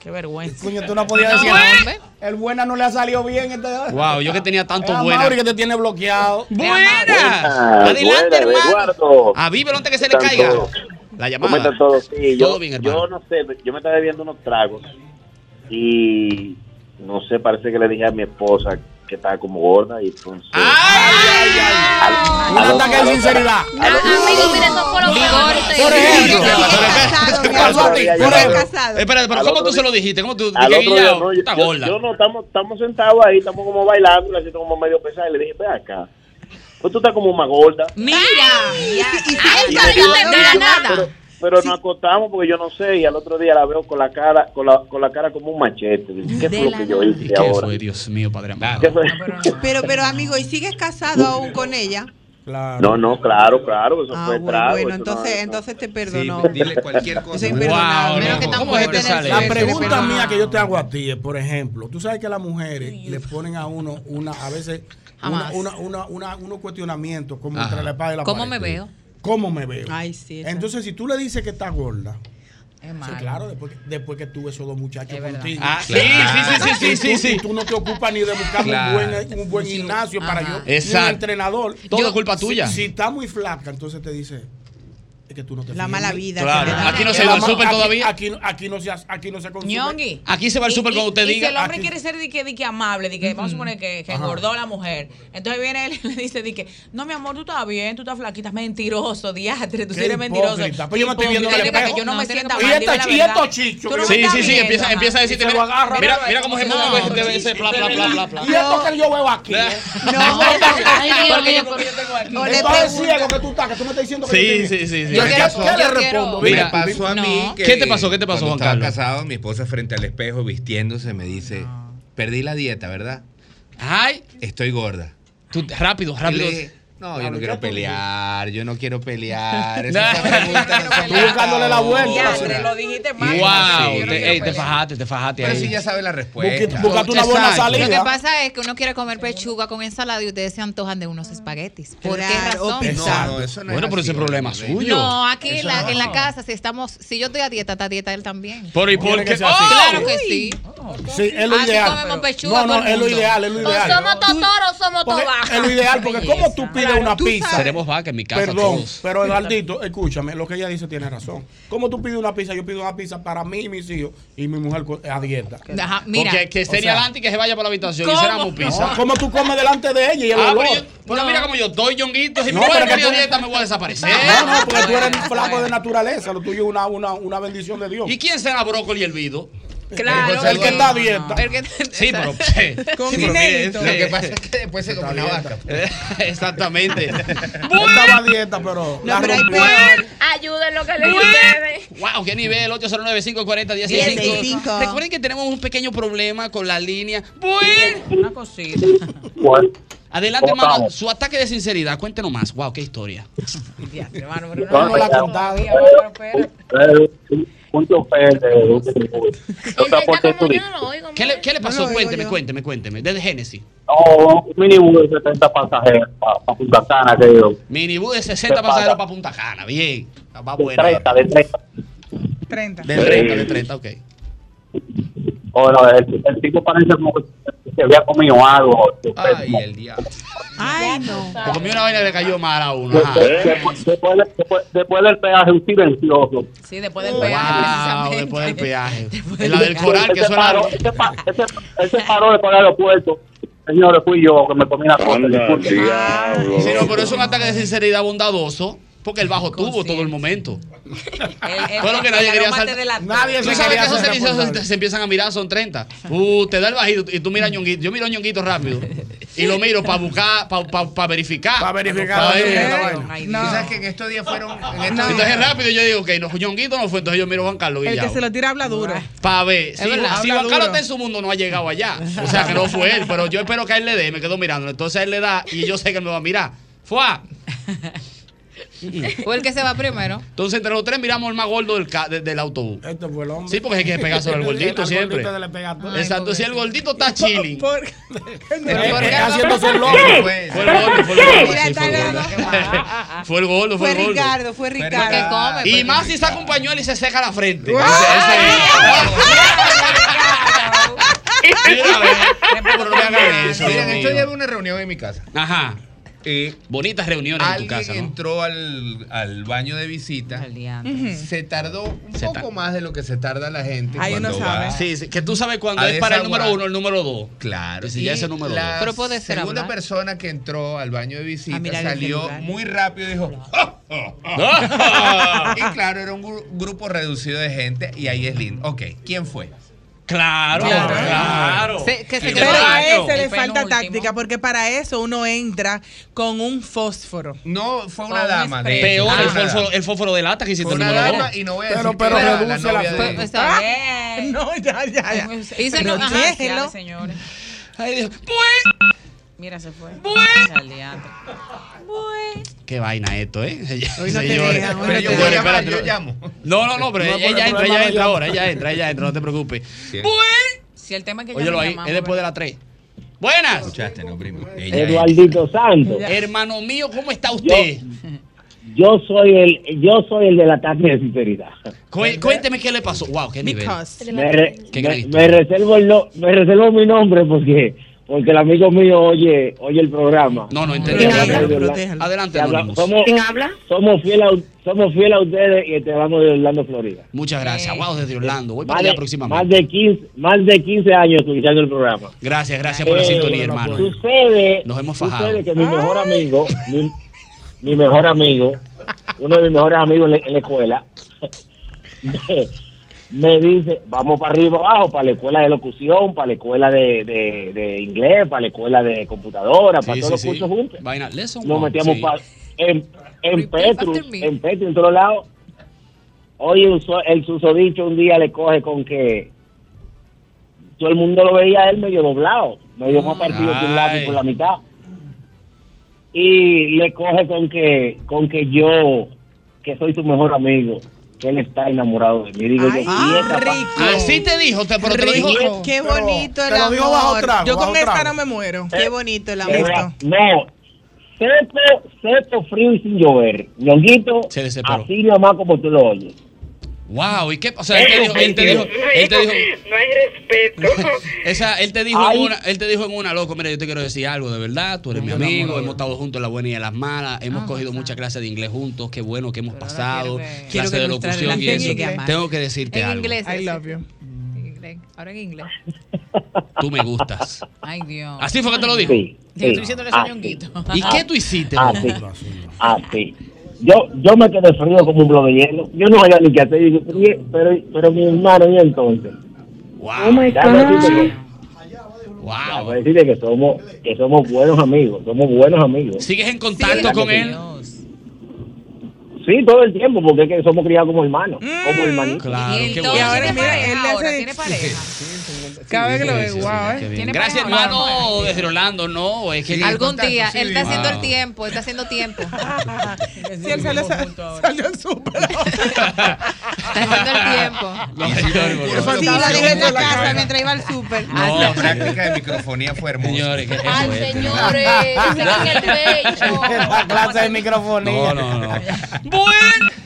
Speaker 14: Qué vergüenza.
Speaker 5: Coño, tú no podías
Speaker 14: No,
Speaker 5: decir.
Speaker 14: hombre.
Speaker 5: El buena no le ha salido bien. Este...
Speaker 2: Wow, yo que tenía tantos
Speaker 5: Ah,
Speaker 2: buenas.
Speaker 5: Mauri, que te tiene bloqueado.
Speaker 2: Buenas. Adelante,
Speaker 9: Buenas,
Speaker 2: hermano.
Speaker 9: Eduardo.
Speaker 2: A Viver, antes que se le
Speaker 9: ¿Cómo Ah, están
Speaker 2: caiga.
Speaker 9: todos?
Speaker 2: La
Speaker 9: ¿Cómo
Speaker 2: llamada.
Speaker 9: están todos? Sí, yo,
Speaker 2: Todo bien, hermano.
Speaker 9: yo no sé, yo me estaba bebiendo unos tragos y no sé, parece que le dije a mi esposa que estaba como gorda y entonces...
Speaker 2: Ah,
Speaker 5: Un ataque de sinceridad.
Speaker 6: Amigo, mira, eso fue lo peor.
Speaker 2: Por ejemplo. ¿Qué pasó a ti?
Speaker 9: Al
Speaker 2: Por
Speaker 9: otro
Speaker 2: ejemplo.
Speaker 9: día-
Speaker 2: Espérate, pero
Speaker 9: al
Speaker 2: ¿cómo
Speaker 9: otro
Speaker 2: tú se lo dijiste? ¿Cómo tú?
Speaker 9: Al
Speaker 2: que
Speaker 9: otro día,
Speaker 2: ella
Speaker 9: no, yo,
Speaker 2: está
Speaker 9: yo-
Speaker 2: gorda.
Speaker 9: yo no, estamos, estamos sentados ahí, estamos como bailando, la siento como medio pesada. Y le dije, ven acá, pues tú estás como una gorda.
Speaker 14: Mira,
Speaker 1: y
Speaker 9: Y
Speaker 1: si
Speaker 9: me dijo,
Speaker 1: ella
Speaker 9: "Pero-
Speaker 1: te nada.
Speaker 9: Pero, pero nos acostamos porque yo no sé, y al otro día la veo con la cara, con la, con la cara como un machete. Dije, ¿Qué
Speaker 1: De
Speaker 9: fue lo
Speaker 1: la
Speaker 9: que yo
Speaker 1: nada.
Speaker 2: ¿Y
Speaker 9: hice
Speaker 2: qué
Speaker 9: ahora?
Speaker 2: fue, Dios mío, padre amado?
Speaker 9: ¿Qué fue?
Speaker 1: Pero, pero amigo, ¿y sigues casado aún con ella?
Speaker 6: Pues
Speaker 2: Ah,
Speaker 9: No, no, claro, claro, eso
Speaker 1: Ah,
Speaker 9: fue
Speaker 1: bueno,
Speaker 9: trago.
Speaker 1: bueno,
Speaker 9: eso no-
Speaker 1: entonces, entonces te perdono.
Speaker 7: dile cualquier cosa.
Speaker 1: Eso es
Speaker 7: Wow,
Speaker 1: imperdonable.
Speaker 7: no,
Speaker 1: Pero que
Speaker 7: ¿cómo
Speaker 1: tampoco
Speaker 7: es que te
Speaker 1: tener
Speaker 7: sale
Speaker 1: sexo,
Speaker 5: La pregunta
Speaker 1: perdonable.
Speaker 5: mía que yo te hago a ti es, por ejemplo, tú sabes que las mujeres le ponen a uno una, a veces, una,
Speaker 1: Jamás.
Speaker 5: una, una, una- unos cuestionamientos como
Speaker 1: Ajá.
Speaker 5: entre la espada y la
Speaker 1: ¿Cómo
Speaker 5: pared.
Speaker 1: me veo?
Speaker 5: ¿Cómo me veo?
Speaker 1: Ay, sí. eso-
Speaker 5: Entonces, si tú le dices que estás gorda,
Speaker 1: es
Speaker 5: sí,
Speaker 1: malo.
Speaker 5: claro, después, que- después que tuve esos dos muchachos contigo.
Speaker 2: Ah, sí, sí, sí, sí,
Speaker 5: Y
Speaker 2: sí,
Speaker 5: tú-
Speaker 2: sí.
Speaker 5: y tú no te ocupas ni de buscar
Speaker 2: Claro.
Speaker 5: un buen, un buen gimnasio para yo, ni
Speaker 2: Exacto.
Speaker 5: un entrenador.
Speaker 2: Todo
Speaker 5: Yo-
Speaker 2: culpa
Speaker 5: si-
Speaker 2: tuya.
Speaker 5: Si, está muy flaca, entonces te dice es que tú no te
Speaker 1: La
Speaker 5: fijas
Speaker 1: mala
Speaker 5: en mí.
Speaker 1: vida
Speaker 2: Claro. que te da. Aquí no se
Speaker 5: La
Speaker 2: va al
Speaker 5: ma-
Speaker 2: súper
Speaker 5: aquí-
Speaker 2: todavía.
Speaker 5: Aquí, no- aquí no se, hace- aquí no se consume.
Speaker 14: Ñongui.
Speaker 2: Aquí se va al
Speaker 14: Y-
Speaker 2: súper
Speaker 14: y-
Speaker 2: cuando usted
Speaker 14: y
Speaker 2: diga.
Speaker 14: Si el hombre
Speaker 2: Aquí-
Speaker 14: quiere ser de que, de que amable, de que vamos a suponer que, que
Speaker 2: Ajá.
Speaker 14: engordó la mujer. Entonces viene él y le dice, de que, no, mi amor, tú estás bien, tú estás flaquita, mentiroso, diastre, tú sí
Speaker 5: Qué
Speaker 14: eres mentiroso.
Speaker 5: hipócrita, pues yo me estoy viendo en el
Speaker 14: Dile para que
Speaker 5: espejo.
Speaker 14: yo no me
Speaker 5: No,
Speaker 14: sienta
Speaker 5: y
Speaker 14: mal.
Speaker 5: esta
Speaker 14: dime la
Speaker 5: chi- y
Speaker 14: verdad.
Speaker 5: estos chichos
Speaker 14: Tú no
Speaker 5: que
Speaker 14: me
Speaker 2: Sí,
Speaker 14: estás
Speaker 2: sí, sí,
Speaker 14: viendo,
Speaker 2: empieza,
Speaker 14: ajá.
Speaker 2: empieza a decirte,
Speaker 14: Y se lo
Speaker 2: mira,
Speaker 14: agarra,
Speaker 2: mira,
Speaker 14: mira,
Speaker 2: mira cómo se
Speaker 14: no,
Speaker 2: mueve
Speaker 14: pero
Speaker 2: debe ser bla, bla, bla, bla, bla.
Speaker 5: Y esto que yo veo aquí. No,
Speaker 2: Porque yo-
Speaker 1: O le
Speaker 5: Entonces,
Speaker 1: pregunto.
Speaker 5: ciego que tú estás, que tú me estás diciendo que
Speaker 2: Sí,
Speaker 5: yo te-
Speaker 2: sí, sí, sí.
Speaker 5: Yo
Speaker 2: ¿Qué
Speaker 5: quiero-
Speaker 2: pasó?
Speaker 5: ¿Qué le
Speaker 2: Yo
Speaker 5: respondo?
Speaker 2: quiero-
Speaker 7: Mira,
Speaker 2: Mira,
Speaker 7: pasó a mí
Speaker 2: no.
Speaker 7: que
Speaker 2: ¿Qué te pasó? ¿Qué te pasó,
Speaker 7: cuando
Speaker 2: Juan Carlos?
Speaker 7: Estaba casado, mi esposa frente al espejo vistiéndose me dice, perdí la dieta, ¿verdad?
Speaker 2: Ay,
Speaker 7: Estoy gorda.
Speaker 2: tú, rápido,
Speaker 7: Y le
Speaker 2: rápido.
Speaker 7: dije, No, yo no quiero pelear, yo no quiero pelear.
Speaker 2: No.
Speaker 7: Esa pregunta no se
Speaker 2: Tú buscándole la vuelta.
Speaker 9: Diantre, lo dijiste mal.
Speaker 2: Wow,
Speaker 7: yo no
Speaker 2: te,
Speaker 7: quiero
Speaker 2: ey, te
Speaker 7: pelear.
Speaker 2: fajaste, te fajaste.
Speaker 7: Pero
Speaker 2: ahí.
Speaker 7: si ya sabe la respuesta.
Speaker 2: Busca- busca tú una buena
Speaker 7: Exacto.
Speaker 2: salida.
Speaker 4: Lo que pasa es que uno quiere comer pechuga con ensalada y ustedes se antojan de unos espaguetis. ¿Por qué
Speaker 2: Claro,
Speaker 4: razón?
Speaker 16: pues,
Speaker 2: pizza.
Speaker 7: No, eso no es
Speaker 2: bueno, pero ese
Speaker 7: así,
Speaker 2: problema es
Speaker 7: Rodrigo.
Speaker 2: suyo.
Speaker 4: No, aquí
Speaker 7: Eso
Speaker 4: la-
Speaker 7: no.
Speaker 4: en la casa, si estamos, si yo estoy a dieta, está a dieta él también.
Speaker 2: Pero ¿y por
Speaker 4: Tiene que
Speaker 2: qué?
Speaker 4: ser así.
Speaker 2: ¡Oh!
Speaker 4: Claro que sí.
Speaker 5: Sí, es lo
Speaker 4: Aquí
Speaker 5: ideal.
Speaker 4: comemos pechuga
Speaker 5: No, no,
Speaker 4: todo el
Speaker 5: es lo
Speaker 4: mundo.
Speaker 5: ideal, es lo
Speaker 4: O
Speaker 5: ideal.
Speaker 4: somos
Speaker 3: totoro o somos
Speaker 5: Porque
Speaker 3: tobaja.
Speaker 5: Eh, es lo ideal, porque como tú pides
Speaker 2: Claro,
Speaker 5: una
Speaker 2: tú
Speaker 5: pizza.
Speaker 2: sabes. Seremos vaca en mi casa
Speaker 5: Perdón,
Speaker 2: todos.
Speaker 5: pero Edardito, escúchame, lo que ella dice tiene razón. Como tú pides una pizza, yo pido una pizza para mí y mis hijos y mi mujer co- a dieta.
Speaker 2: Ajá, mira. Porque que sería adelante y que se vaya para la habitación
Speaker 5: ¿Cómo?
Speaker 2: y será muy pizza.
Speaker 5: No, ¿cómo tú comes delante de ella y el
Speaker 2: Ah,
Speaker 5: olor?
Speaker 2: pero, yo- pero mira como yo doy yonguitos y
Speaker 5: No,
Speaker 2: me voy a
Speaker 5: pero que
Speaker 2: poner a
Speaker 5: tú-
Speaker 2: dieta, me voy a desaparecer.
Speaker 5: No, Ah, no, porque tú eres flaco de naturaleza, lo tuyo es una, una, una bendición de Dios.
Speaker 2: ¿Y quién será brócoli Pues, hervido?
Speaker 5: Claro. El que está a dieta.
Speaker 2: Sí, pero.
Speaker 7: Con
Speaker 2: sí, pero mire,
Speaker 7: inédito.
Speaker 2: sí.
Speaker 7: Lo que pasa es que después se come una vaca.
Speaker 2: Exactamente.
Speaker 5: Yo estaba a dieta, pero. la rompí.
Speaker 3: Ayuden lo que les
Speaker 2: Wow, qué nivel, 809-540-165.
Speaker 3: 1065.
Speaker 2: Recuerden que tenemos un pequeño problema con la línea. Buen.
Speaker 9: Una cosita.
Speaker 2: Adelante,
Speaker 9: ¿Cómo
Speaker 2: mano.
Speaker 9: estamos?
Speaker 2: Su ataque de sinceridad, cuéntenos más. Wow, qué historia.
Speaker 9: Diantre, hermano, pero
Speaker 2: No,
Speaker 9: no
Speaker 2: la
Speaker 9: no,
Speaker 2: contaba.
Speaker 9: todavía, pero, pero,
Speaker 17: Un chofer de un tribunal. O sea, porque tú dices,
Speaker 2: ¿Qué le, qué le pasó?
Speaker 17: No lo oigo
Speaker 2: cuénteme, cuénteme, cuénteme. Desde Génesis.
Speaker 17: no, un minibús de 70 pasajeros para Punta Cana, que yo.
Speaker 2: Minibús de 60
Speaker 17: ¿Qué
Speaker 2: pasajeros
Speaker 17: pasa?
Speaker 2: para Punta Cana. Bien. Va
Speaker 17: De
Speaker 2: buena.
Speaker 17: 30, de 30.
Speaker 9: 30.
Speaker 2: De 30, de 30, ok.
Speaker 17: O no, el, el tipo parece como que se había comido algo.
Speaker 2: Ay, el diablo.
Speaker 6: Ay, no.
Speaker 2: Comió una vaina y le cayó mal a uno. Ajá.
Speaker 17: Después, después- después del- después- después del peaje, un silencioso.
Speaker 9: Sí, después
Speaker 16: Oh,
Speaker 9: del
Speaker 2: Wow,
Speaker 9: peaje,
Speaker 2: Ah, después del peaje.
Speaker 9: En
Speaker 2: la del coral, que
Speaker 17: Ese
Speaker 2: suena.
Speaker 17: paró- ese pa- ese- ese paró de por el aeropuerto. Señores, fui yo que me comí la cosa. disculpe.
Speaker 2: Sí, no, pero es un ataque de sinceridad bondadoso. Porque el bajo tuvo todo el momento.
Speaker 16: Eh,
Speaker 9: precisamente.
Speaker 2: Fue lo que nadie quería hacer.
Speaker 9: Nadie
Speaker 2: Tú sabes que esos servicios se, se empiezan a mirar, son 30. Uh, te da el bajito y tú miras a Ñonguito. Yo miro a Ñonguito rápido. Y lo miro para buscar, para verificar. Para
Speaker 7: verificar
Speaker 2: Pa'
Speaker 7: la
Speaker 2: ver.
Speaker 7: vaina, la
Speaker 2: Ay,
Speaker 7: Tú sabes que en estos días fueron. En estos
Speaker 2: eh, No.
Speaker 7: días-
Speaker 2: Entonces rápido yo digo, ok, no, Ñonguito no fue. Entonces yo miro a Juan Carlos
Speaker 16: El que
Speaker 2: Guillao.
Speaker 16: se lo tira habla duro.
Speaker 2: Para ver, si,
Speaker 16: verdad,
Speaker 2: si
Speaker 16: habla
Speaker 2: Juan Carlos
Speaker 16: duro.
Speaker 2: está en su mundo, no ha llegado allá. O sea que no fue él, pero yo espero que a él le dé, me quedo mirando. Entonces él le da y yo sé que él me va a mirar. ¡Fua!
Speaker 4: O el que se va primero.
Speaker 2: Entonces entre los tres miramos el más gordo del, ca- de- del autobús.
Speaker 5: Este fue el hombre.
Speaker 2: Sí, porque hay que pegárselo al gordito
Speaker 5: Al
Speaker 2: siempre.
Speaker 5: gordito le pega todo.
Speaker 2: Exacto, si el gordito está chilling.
Speaker 5: Haciéndose el loco.
Speaker 2: Fue el gordo, fue el gordo, sí, fue el gordo. Fue el gordo,
Speaker 6: Fue
Speaker 2: fue el gordo.
Speaker 6: Ricardo, fue Ricardo.
Speaker 2: Y más si saca un pañuelo y se seca la frente.
Speaker 6: ¡Guau!
Speaker 2: Ese- ese- Mira, ve, pero no me hagan eso,
Speaker 7: Miren,
Speaker 2: Dios
Speaker 7: esto
Speaker 2: mío.
Speaker 7: lleva una reunión en mi casa.
Speaker 2: Ajá. Bonitas reuniones en tu
Speaker 7: Alguien
Speaker 2: casa, ¿no?
Speaker 7: entró al, al baño de visita.
Speaker 2: Ujú.
Speaker 7: Se tardó un
Speaker 2: Se
Speaker 7: poco
Speaker 2: tar-
Speaker 7: más de lo que se tarda la gente.
Speaker 2: Ahí
Speaker 7: cuando
Speaker 2: uno
Speaker 7: va
Speaker 2: sabe. Sí, sí, que tú sabes cuando es para el número uno, el número dos.
Speaker 7: Claro.
Speaker 2: Y si ya es el número
Speaker 7: la
Speaker 2: dos.
Speaker 4: Pero puede ser
Speaker 7: segunda
Speaker 4: hablar.
Speaker 7: persona que entró al baño de
Speaker 4: A
Speaker 7: visita
Speaker 4: mirar el
Speaker 7: salió
Speaker 4: celular.
Speaker 7: muy rápido y dijo. "Ah, ah, ah".
Speaker 2: Ah.
Speaker 7: y claro, era un gru- grupo reducido de gente y ahí es lindo. Ok, ¿quién fue?
Speaker 2: Claro, claro.
Speaker 16: Se- que se
Speaker 7: El
Speaker 16: pero a
Speaker 7: baño.
Speaker 16: ese le
Speaker 7: El
Speaker 16: falta
Speaker 7: penúltimo.
Speaker 16: táctica porque para eso uno entra con un fósforo.
Speaker 7: No, fue
Speaker 2: una dama, de hecho. Peor, Ah, el fósforo- el fósforo de lata que hiciste
Speaker 7: Fue
Speaker 2: el
Speaker 7: una
Speaker 2: número
Speaker 7: dama
Speaker 2: dos.
Speaker 7: y no voy a
Speaker 2: Pero-
Speaker 7: decir
Speaker 2: pero
Speaker 7: que era la
Speaker 2: reduce la
Speaker 7: novia de
Speaker 2: fe-
Speaker 7: él.
Speaker 16: Ah, No, ya, ya, ya.
Speaker 14: pues,
Speaker 4: Dice,
Speaker 16: Pero
Speaker 4: no, ajá,
Speaker 16: déjelo.
Speaker 4: ya,
Speaker 9: señores.
Speaker 2: Ay, Dios.
Speaker 9: Mira, se fue.
Speaker 2: Qué vaina esto, ¿eh?
Speaker 7: Hoy no te
Speaker 2: Señores,
Speaker 7: dejan, hoy
Speaker 2: pero
Speaker 7: no
Speaker 2: yo
Speaker 7: te
Speaker 2: voy,
Speaker 7: dejan.
Speaker 2: espérate,
Speaker 7: Yo
Speaker 2: no-
Speaker 7: llamo.
Speaker 2: No, no, no, pero
Speaker 7: Me voy a
Speaker 2: ella,
Speaker 7: poner
Speaker 2: entra,
Speaker 7: problema,
Speaker 2: ella
Speaker 7: yo
Speaker 2: entra
Speaker 7: llamo.
Speaker 2: ahora, ella entra, ella entra, no te preocupes.
Speaker 9: Si el tema es que
Speaker 2: Óyelo ahí, es después de las 3. Buenas.
Speaker 7: Escuchaste, no, primo.
Speaker 8: Eduardito Santos.
Speaker 2: Hermano mío, ¿cómo está usted?
Speaker 8: Yo soy el yo soy el del ataque de sinceridad.
Speaker 2: Cué- Cuénteme qué le pasó. Wow, qué nivel.
Speaker 8: Me, re-
Speaker 2: Qué gran
Speaker 8: me, me reservo el no- me reservo mi nombre porque porque el amigo mío oye oye el programa.
Speaker 2: No, no
Speaker 8: entendemos.
Speaker 2: Adelante, Anonymous.
Speaker 8: somos, Somos fieles a, somos fiel a ustedes y te vamos de Orlando, Florida.
Speaker 2: Muchas gracias. Wow, desde Orlando. Voy para
Speaker 8: Más
Speaker 2: allá
Speaker 8: de,
Speaker 2: próximamente.
Speaker 8: más, de 15, más de 15 años escuchando el programa.
Speaker 2: Gracias, gracias por la
Speaker 8: Eh,
Speaker 2: sintonía, hermano.
Speaker 8: Sucede,
Speaker 2: Nos hemos fajado.
Speaker 8: sucede que mi mejor amigo, mi, mi mejor amigo, uno de mis mejores amigos en la, en la escuela, me, me dice, vamos para arriba, abajo, para la escuela de locución, para la escuela de, de, de inglés, para la escuela de computadora, para
Speaker 2: Sí,
Speaker 8: todos
Speaker 2: sí,
Speaker 8: los
Speaker 2: sí.
Speaker 8: cursos juntos.
Speaker 2: Vaina, lesson
Speaker 8: Nos
Speaker 2: one,
Speaker 8: metíamos
Speaker 2: sí.
Speaker 8: pa- en, en
Speaker 2: Repeat
Speaker 8: Petrus,
Speaker 2: after me.
Speaker 8: en Petrus, en todos lados. Hoy el, su- el susodicho un día le coge con que todo el mundo lo veía a él medio doblado, medio más partido que un lápiz por la mitad. y le coge con que con que yo que soy tu mejor amigo que él está enamorado de mí digo yo y esta pa-
Speaker 2: Así te dijo, te, pero te lo dijo.
Speaker 8: Rico.
Speaker 16: Qué
Speaker 8: Pero-
Speaker 16: bonito el
Speaker 8: te lo
Speaker 16: amor.
Speaker 8: digo bajo trago,
Speaker 16: Yo con
Speaker 8: bajo
Speaker 16: esta
Speaker 8: trago.
Speaker 16: no me muero.
Speaker 8: Eh,
Speaker 16: Qué bonito el
Speaker 8: Eh,
Speaker 16: amor.
Speaker 8: no seco seco frío y sin llover ñonguito así nomás como tú lo oyes
Speaker 2: Wow, ¿y qué? O sea, él te dijo, él te dijo, él te dijo,
Speaker 18: No hay respeto.
Speaker 2: esa, él te dijo en
Speaker 18: Ay.
Speaker 2: una, él te dijo en una, loco, mira, yo te quiero decir algo, de verdad, tú eres mi amigo, hemos estado juntos en las buenas y en las malas, hemos cogido muchas clases de inglés juntos, qué bueno que hemos pasado,
Speaker 16: Quiero
Speaker 2: clases
Speaker 16: que
Speaker 2: de
Speaker 16: nuestra
Speaker 2: locución y
Speaker 16: relación
Speaker 2: eso.
Speaker 16: llegue a más.
Speaker 2: Tengo que decirte
Speaker 4: En
Speaker 2: algo,
Speaker 4: inglés.
Speaker 16: I
Speaker 4: ese.
Speaker 16: love you.
Speaker 4: En inglés. Ahora en inglés.
Speaker 2: tú me gustas.
Speaker 4: Ay, Dios.
Speaker 2: Así fue que te lo dijo.
Speaker 8: Sí,
Speaker 4: Yo
Speaker 8: sí.
Speaker 4: estoy diciéndole eso a
Speaker 8: Ah,
Speaker 4: Ñonguito.
Speaker 2: ¿Y qué tú hiciste?
Speaker 8: así
Speaker 2: loco?
Speaker 8: así Ah, yo yo me quedé frío como un bloque de hielo yo no sabía ni qué hacer digo, pero, y- pero pero mi hermano y entonces
Speaker 2: Oh
Speaker 8: my God.
Speaker 2: Wow.
Speaker 8: Para decirle que somos, que somos buenos amigos, somos buenos amigos.
Speaker 2: ¿Sigues en contacto con él?
Speaker 8: Sí, todo el tiempo, porque es que somos criados como hermanos,
Speaker 2: Mm.
Speaker 8: como hermanitos.
Speaker 2: Claro,
Speaker 8: qué
Speaker 16: Y ahora mira, él le hace.
Speaker 4: ¿Tiene pareja?
Speaker 16: Cada vez que lo
Speaker 2: Sí,
Speaker 16: ve,
Speaker 2: sí, sí,
Speaker 16: guau,
Speaker 2: qué
Speaker 16: ¿eh?
Speaker 2: bien.
Speaker 4: ¿Tiene
Speaker 2: Gracias,
Speaker 4: pareja?
Speaker 2: hermano, desde Orlando, ¿no? Es que
Speaker 4: Algún día, él está haciendo el
Speaker 2: Wow.
Speaker 4: tiempo, él está haciendo tiempo.
Speaker 16: Si él salió, salió en su
Speaker 4: Está haciendo el tiempo.
Speaker 16: Sí, la dejé en la casa mientras iba al súper.
Speaker 7: No, la práctica de microfonía fue hermosa.
Speaker 2: Ah, Señores, ¿qué es
Speaker 16: Ay,
Speaker 7: eso?
Speaker 16: señores, se ven el pecho.
Speaker 14: La clase de microfonía.
Speaker 2: No, no, no.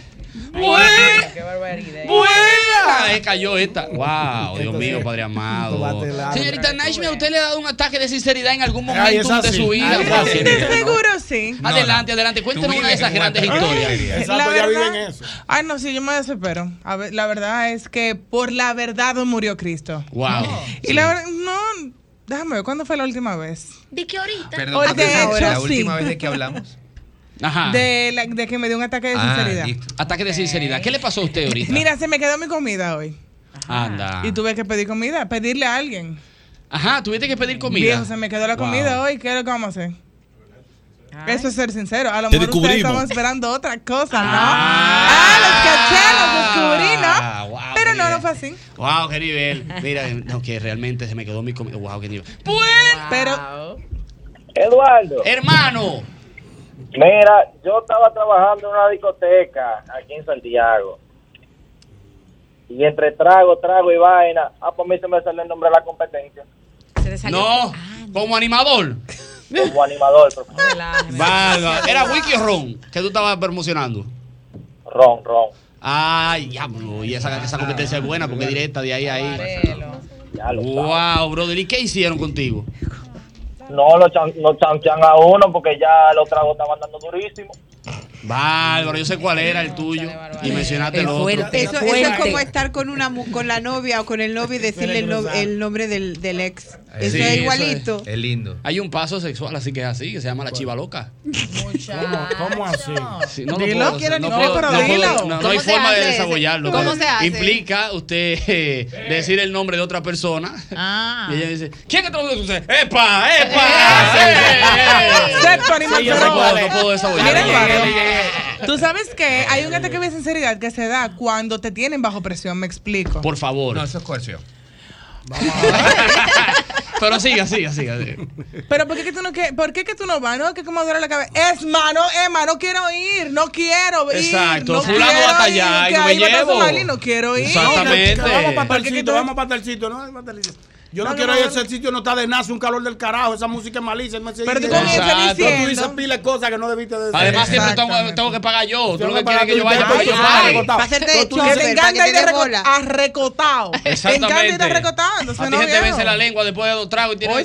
Speaker 2: ¡Buena! ¡Buena! Eh, cayó esta. ¡Wow! Dios mío, Padre amado. Señorita Naishmi, ¿a usted le ha dado un ataque de sinceridad en algún momento
Speaker 16: Ay, esa
Speaker 2: de
Speaker 16: sí.
Speaker 2: su vida?
Speaker 16: Ay, esa sí. Seguro sí.
Speaker 2: Adelante, adelante. Cuéntanos una de esas grandes historias.
Speaker 16: La verdad, ay no, sí, yo me desespero. A ver, la verdad es que por la verdad murió Cristo.
Speaker 2: Wow.
Speaker 16: Y la verdad, no, déjame ver, ¿cuándo fue la última vez?
Speaker 3: ¿De qué ahorita?
Speaker 7: Perdón,
Speaker 16: Oh, de
Speaker 7: ¿cuándo fue
Speaker 16: hecho,
Speaker 7: la última
Speaker 16: sí.
Speaker 7: vez de que hablamos.
Speaker 2: Ajá.
Speaker 16: De, la- de que me dio un ataque de
Speaker 2: Ah,
Speaker 16: sinceridad.
Speaker 2: listo. Ataque de sinceridad. ¿Qué le pasó a usted ahorita?
Speaker 16: Mira, se me quedó mi comida hoy.
Speaker 2: Anda.
Speaker 16: Y tuve que pedir comida, pedirle a alguien.
Speaker 2: Ajá, tuviste que pedir comida.
Speaker 16: Viejo, se me quedó la comida
Speaker 2: Wow.
Speaker 16: hoy, ¿qué es lo que vamos a hacer? Eso es ser sincero. A lo
Speaker 2: Te
Speaker 16: mejor ustedes
Speaker 2: descubrimos.
Speaker 16: estaban esperando otra cosa, ¿no? Ah, los caché, los descubrí, ¿no? Pero no, no fue así.
Speaker 2: Wow, qué nivel. Mira, no, que realmente se me quedó mi comida. Wow, qué nivel.
Speaker 16: Pero.
Speaker 8: Eduardo.
Speaker 2: Hermano.
Speaker 8: Mira, yo estaba trabajando en una discoteca aquí en Santiago. Y entre trago, trago y vaina, ah, por mí se me sale el nombre de la competencia.
Speaker 2: No,
Speaker 6: Ah,
Speaker 2: como animador.
Speaker 8: Como animador,
Speaker 2: Valga. Era Wiki o Ron que tú estabas promocionando.
Speaker 8: Ron, Ron.
Speaker 2: Ay, diablo. Y esa,
Speaker 6: Ah.
Speaker 2: esa competencia es buena porque es directa de ahí a ahí. Wow, brother. ¿Y qué hicieron contigo?
Speaker 8: No lo chan, no chanchean a uno porque ya los tragos estaban dando durísimo.
Speaker 2: Bárbaro, yo sé cuál era el tuyo. Y mencionaste el otro.
Speaker 6: Eso, eso es como estar con una mu- con la novia o con el novio y decirle el, no- el nombre del, del ex. Eso
Speaker 2: Sí,
Speaker 6: es igualito.
Speaker 2: es. lindo. Hay un paso sexual, así que es así, que se llama la chiva loca.
Speaker 5: ¿Cómo así?
Speaker 2: Sí, no
Speaker 5: Dilo,
Speaker 2: lo puedo,
Speaker 5: quiero
Speaker 2: hacer, no
Speaker 5: ni- no,
Speaker 2: puedo,
Speaker 5: pero
Speaker 2: no puedo,
Speaker 5: dilo.
Speaker 2: no- no
Speaker 5: ¿Cómo
Speaker 2: hay
Speaker 5: se
Speaker 2: forma de
Speaker 5: hace ese?
Speaker 2: desabollarlo.
Speaker 5: ¿Cómo
Speaker 2: pero
Speaker 5: se hace?
Speaker 2: Implica usted eh, decir el nombre de otra persona.
Speaker 5: Ah.
Speaker 2: Y ella dice, Ah. ¿quién que trajo usted? ¡Epa! ¡Epa!
Speaker 16: Excepto animal
Speaker 2: Sí, yo no
Speaker 16: feroz.
Speaker 2: puedo, no puedo desabollarlo.
Speaker 16: Mira,
Speaker 2: Llegué,
Speaker 16: Eduardo,
Speaker 2: llegué.
Speaker 16: Tú sabes que hay un ataque de sinceridad que se da cuando te tienen bajo presión, me explico.
Speaker 2: Por favor. No,
Speaker 7: eso es coerción.
Speaker 2: Pero siga, siga, siga.
Speaker 16: Pero ¿por qué que tú no, que, ¿por qué que tú no vas? No, que como duele la cabeza. Es mano, Emma, no quiero ir, no quiero ir.
Speaker 2: Exacto,
Speaker 16: no
Speaker 2: fulano
Speaker 16: quiero
Speaker 2: va hasta
Speaker 16: ir,
Speaker 2: allá y
Speaker 16: que
Speaker 2: no me
Speaker 16: ahí va a estar
Speaker 2: llevo.
Speaker 16: su marido, No quiero ir.
Speaker 2: Exactamente.
Speaker 16: ¿Por
Speaker 5: Vamos para
Speaker 16: qué
Speaker 5: tal
Speaker 16: que
Speaker 5: sitio,
Speaker 16: tú-
Speaker 5: vamos para tal sitio. No, vamos pa' tal sitio. Yo
Speaker 16: ¿eh? No,
Speaker 5: no,
Speaker 16: no,
Speaker 5: quiero
Speaker 16: no,
Speaker 5: ir
Speaker 16: no.
Speaker 5: ese sitio, no está de nace, un calor del carajo, esa música es malísima.
Speaker 16: Pero tú
Speaker 2: comienzas Exacto. diciendo-
Speaker 5: Tú dices pila de cosas que no debiste decir.
Speaker 2: Además, siempre tengo, tengo que pagar yo. Tú
Speaker 5: Tengo
Speaker 2: lo que
Speaker 5: que pagar
Speaker 2: quieres es que yo
Speaker 5: tú,
Speaker 2: vaya
Speaker 5: tengo
Speaker 2: por
Speaker 5: que
Speaker 2: tu
Speaker 5: pagar.
Speaker 2: madre.
Speaker 5: Pa' hacerte de
Speaker 16: Tú dices,
Speaker 5: chofer,
Speaker 16: te
Speaker 5: para que
Speaker 16: encanta
Speaker 5: te
Speaker 16: ir
Speaker 5: dé
Speaker 16: arreco-
Speaker 5: bola.
Speaker 16: arrecotado. Te encanta ir
Speaker 2: Exactamente.
Speaker 16: arrecotado.
Speaker 2: A
Speaker 16: Entonces,
Speaker 2: ti
Speaker 16: no,
Speaker 2: gente
Speaker 16: viejo.
Speaker 2: vence la lengua después de dos tragos y tiene.
Speaker 4: No,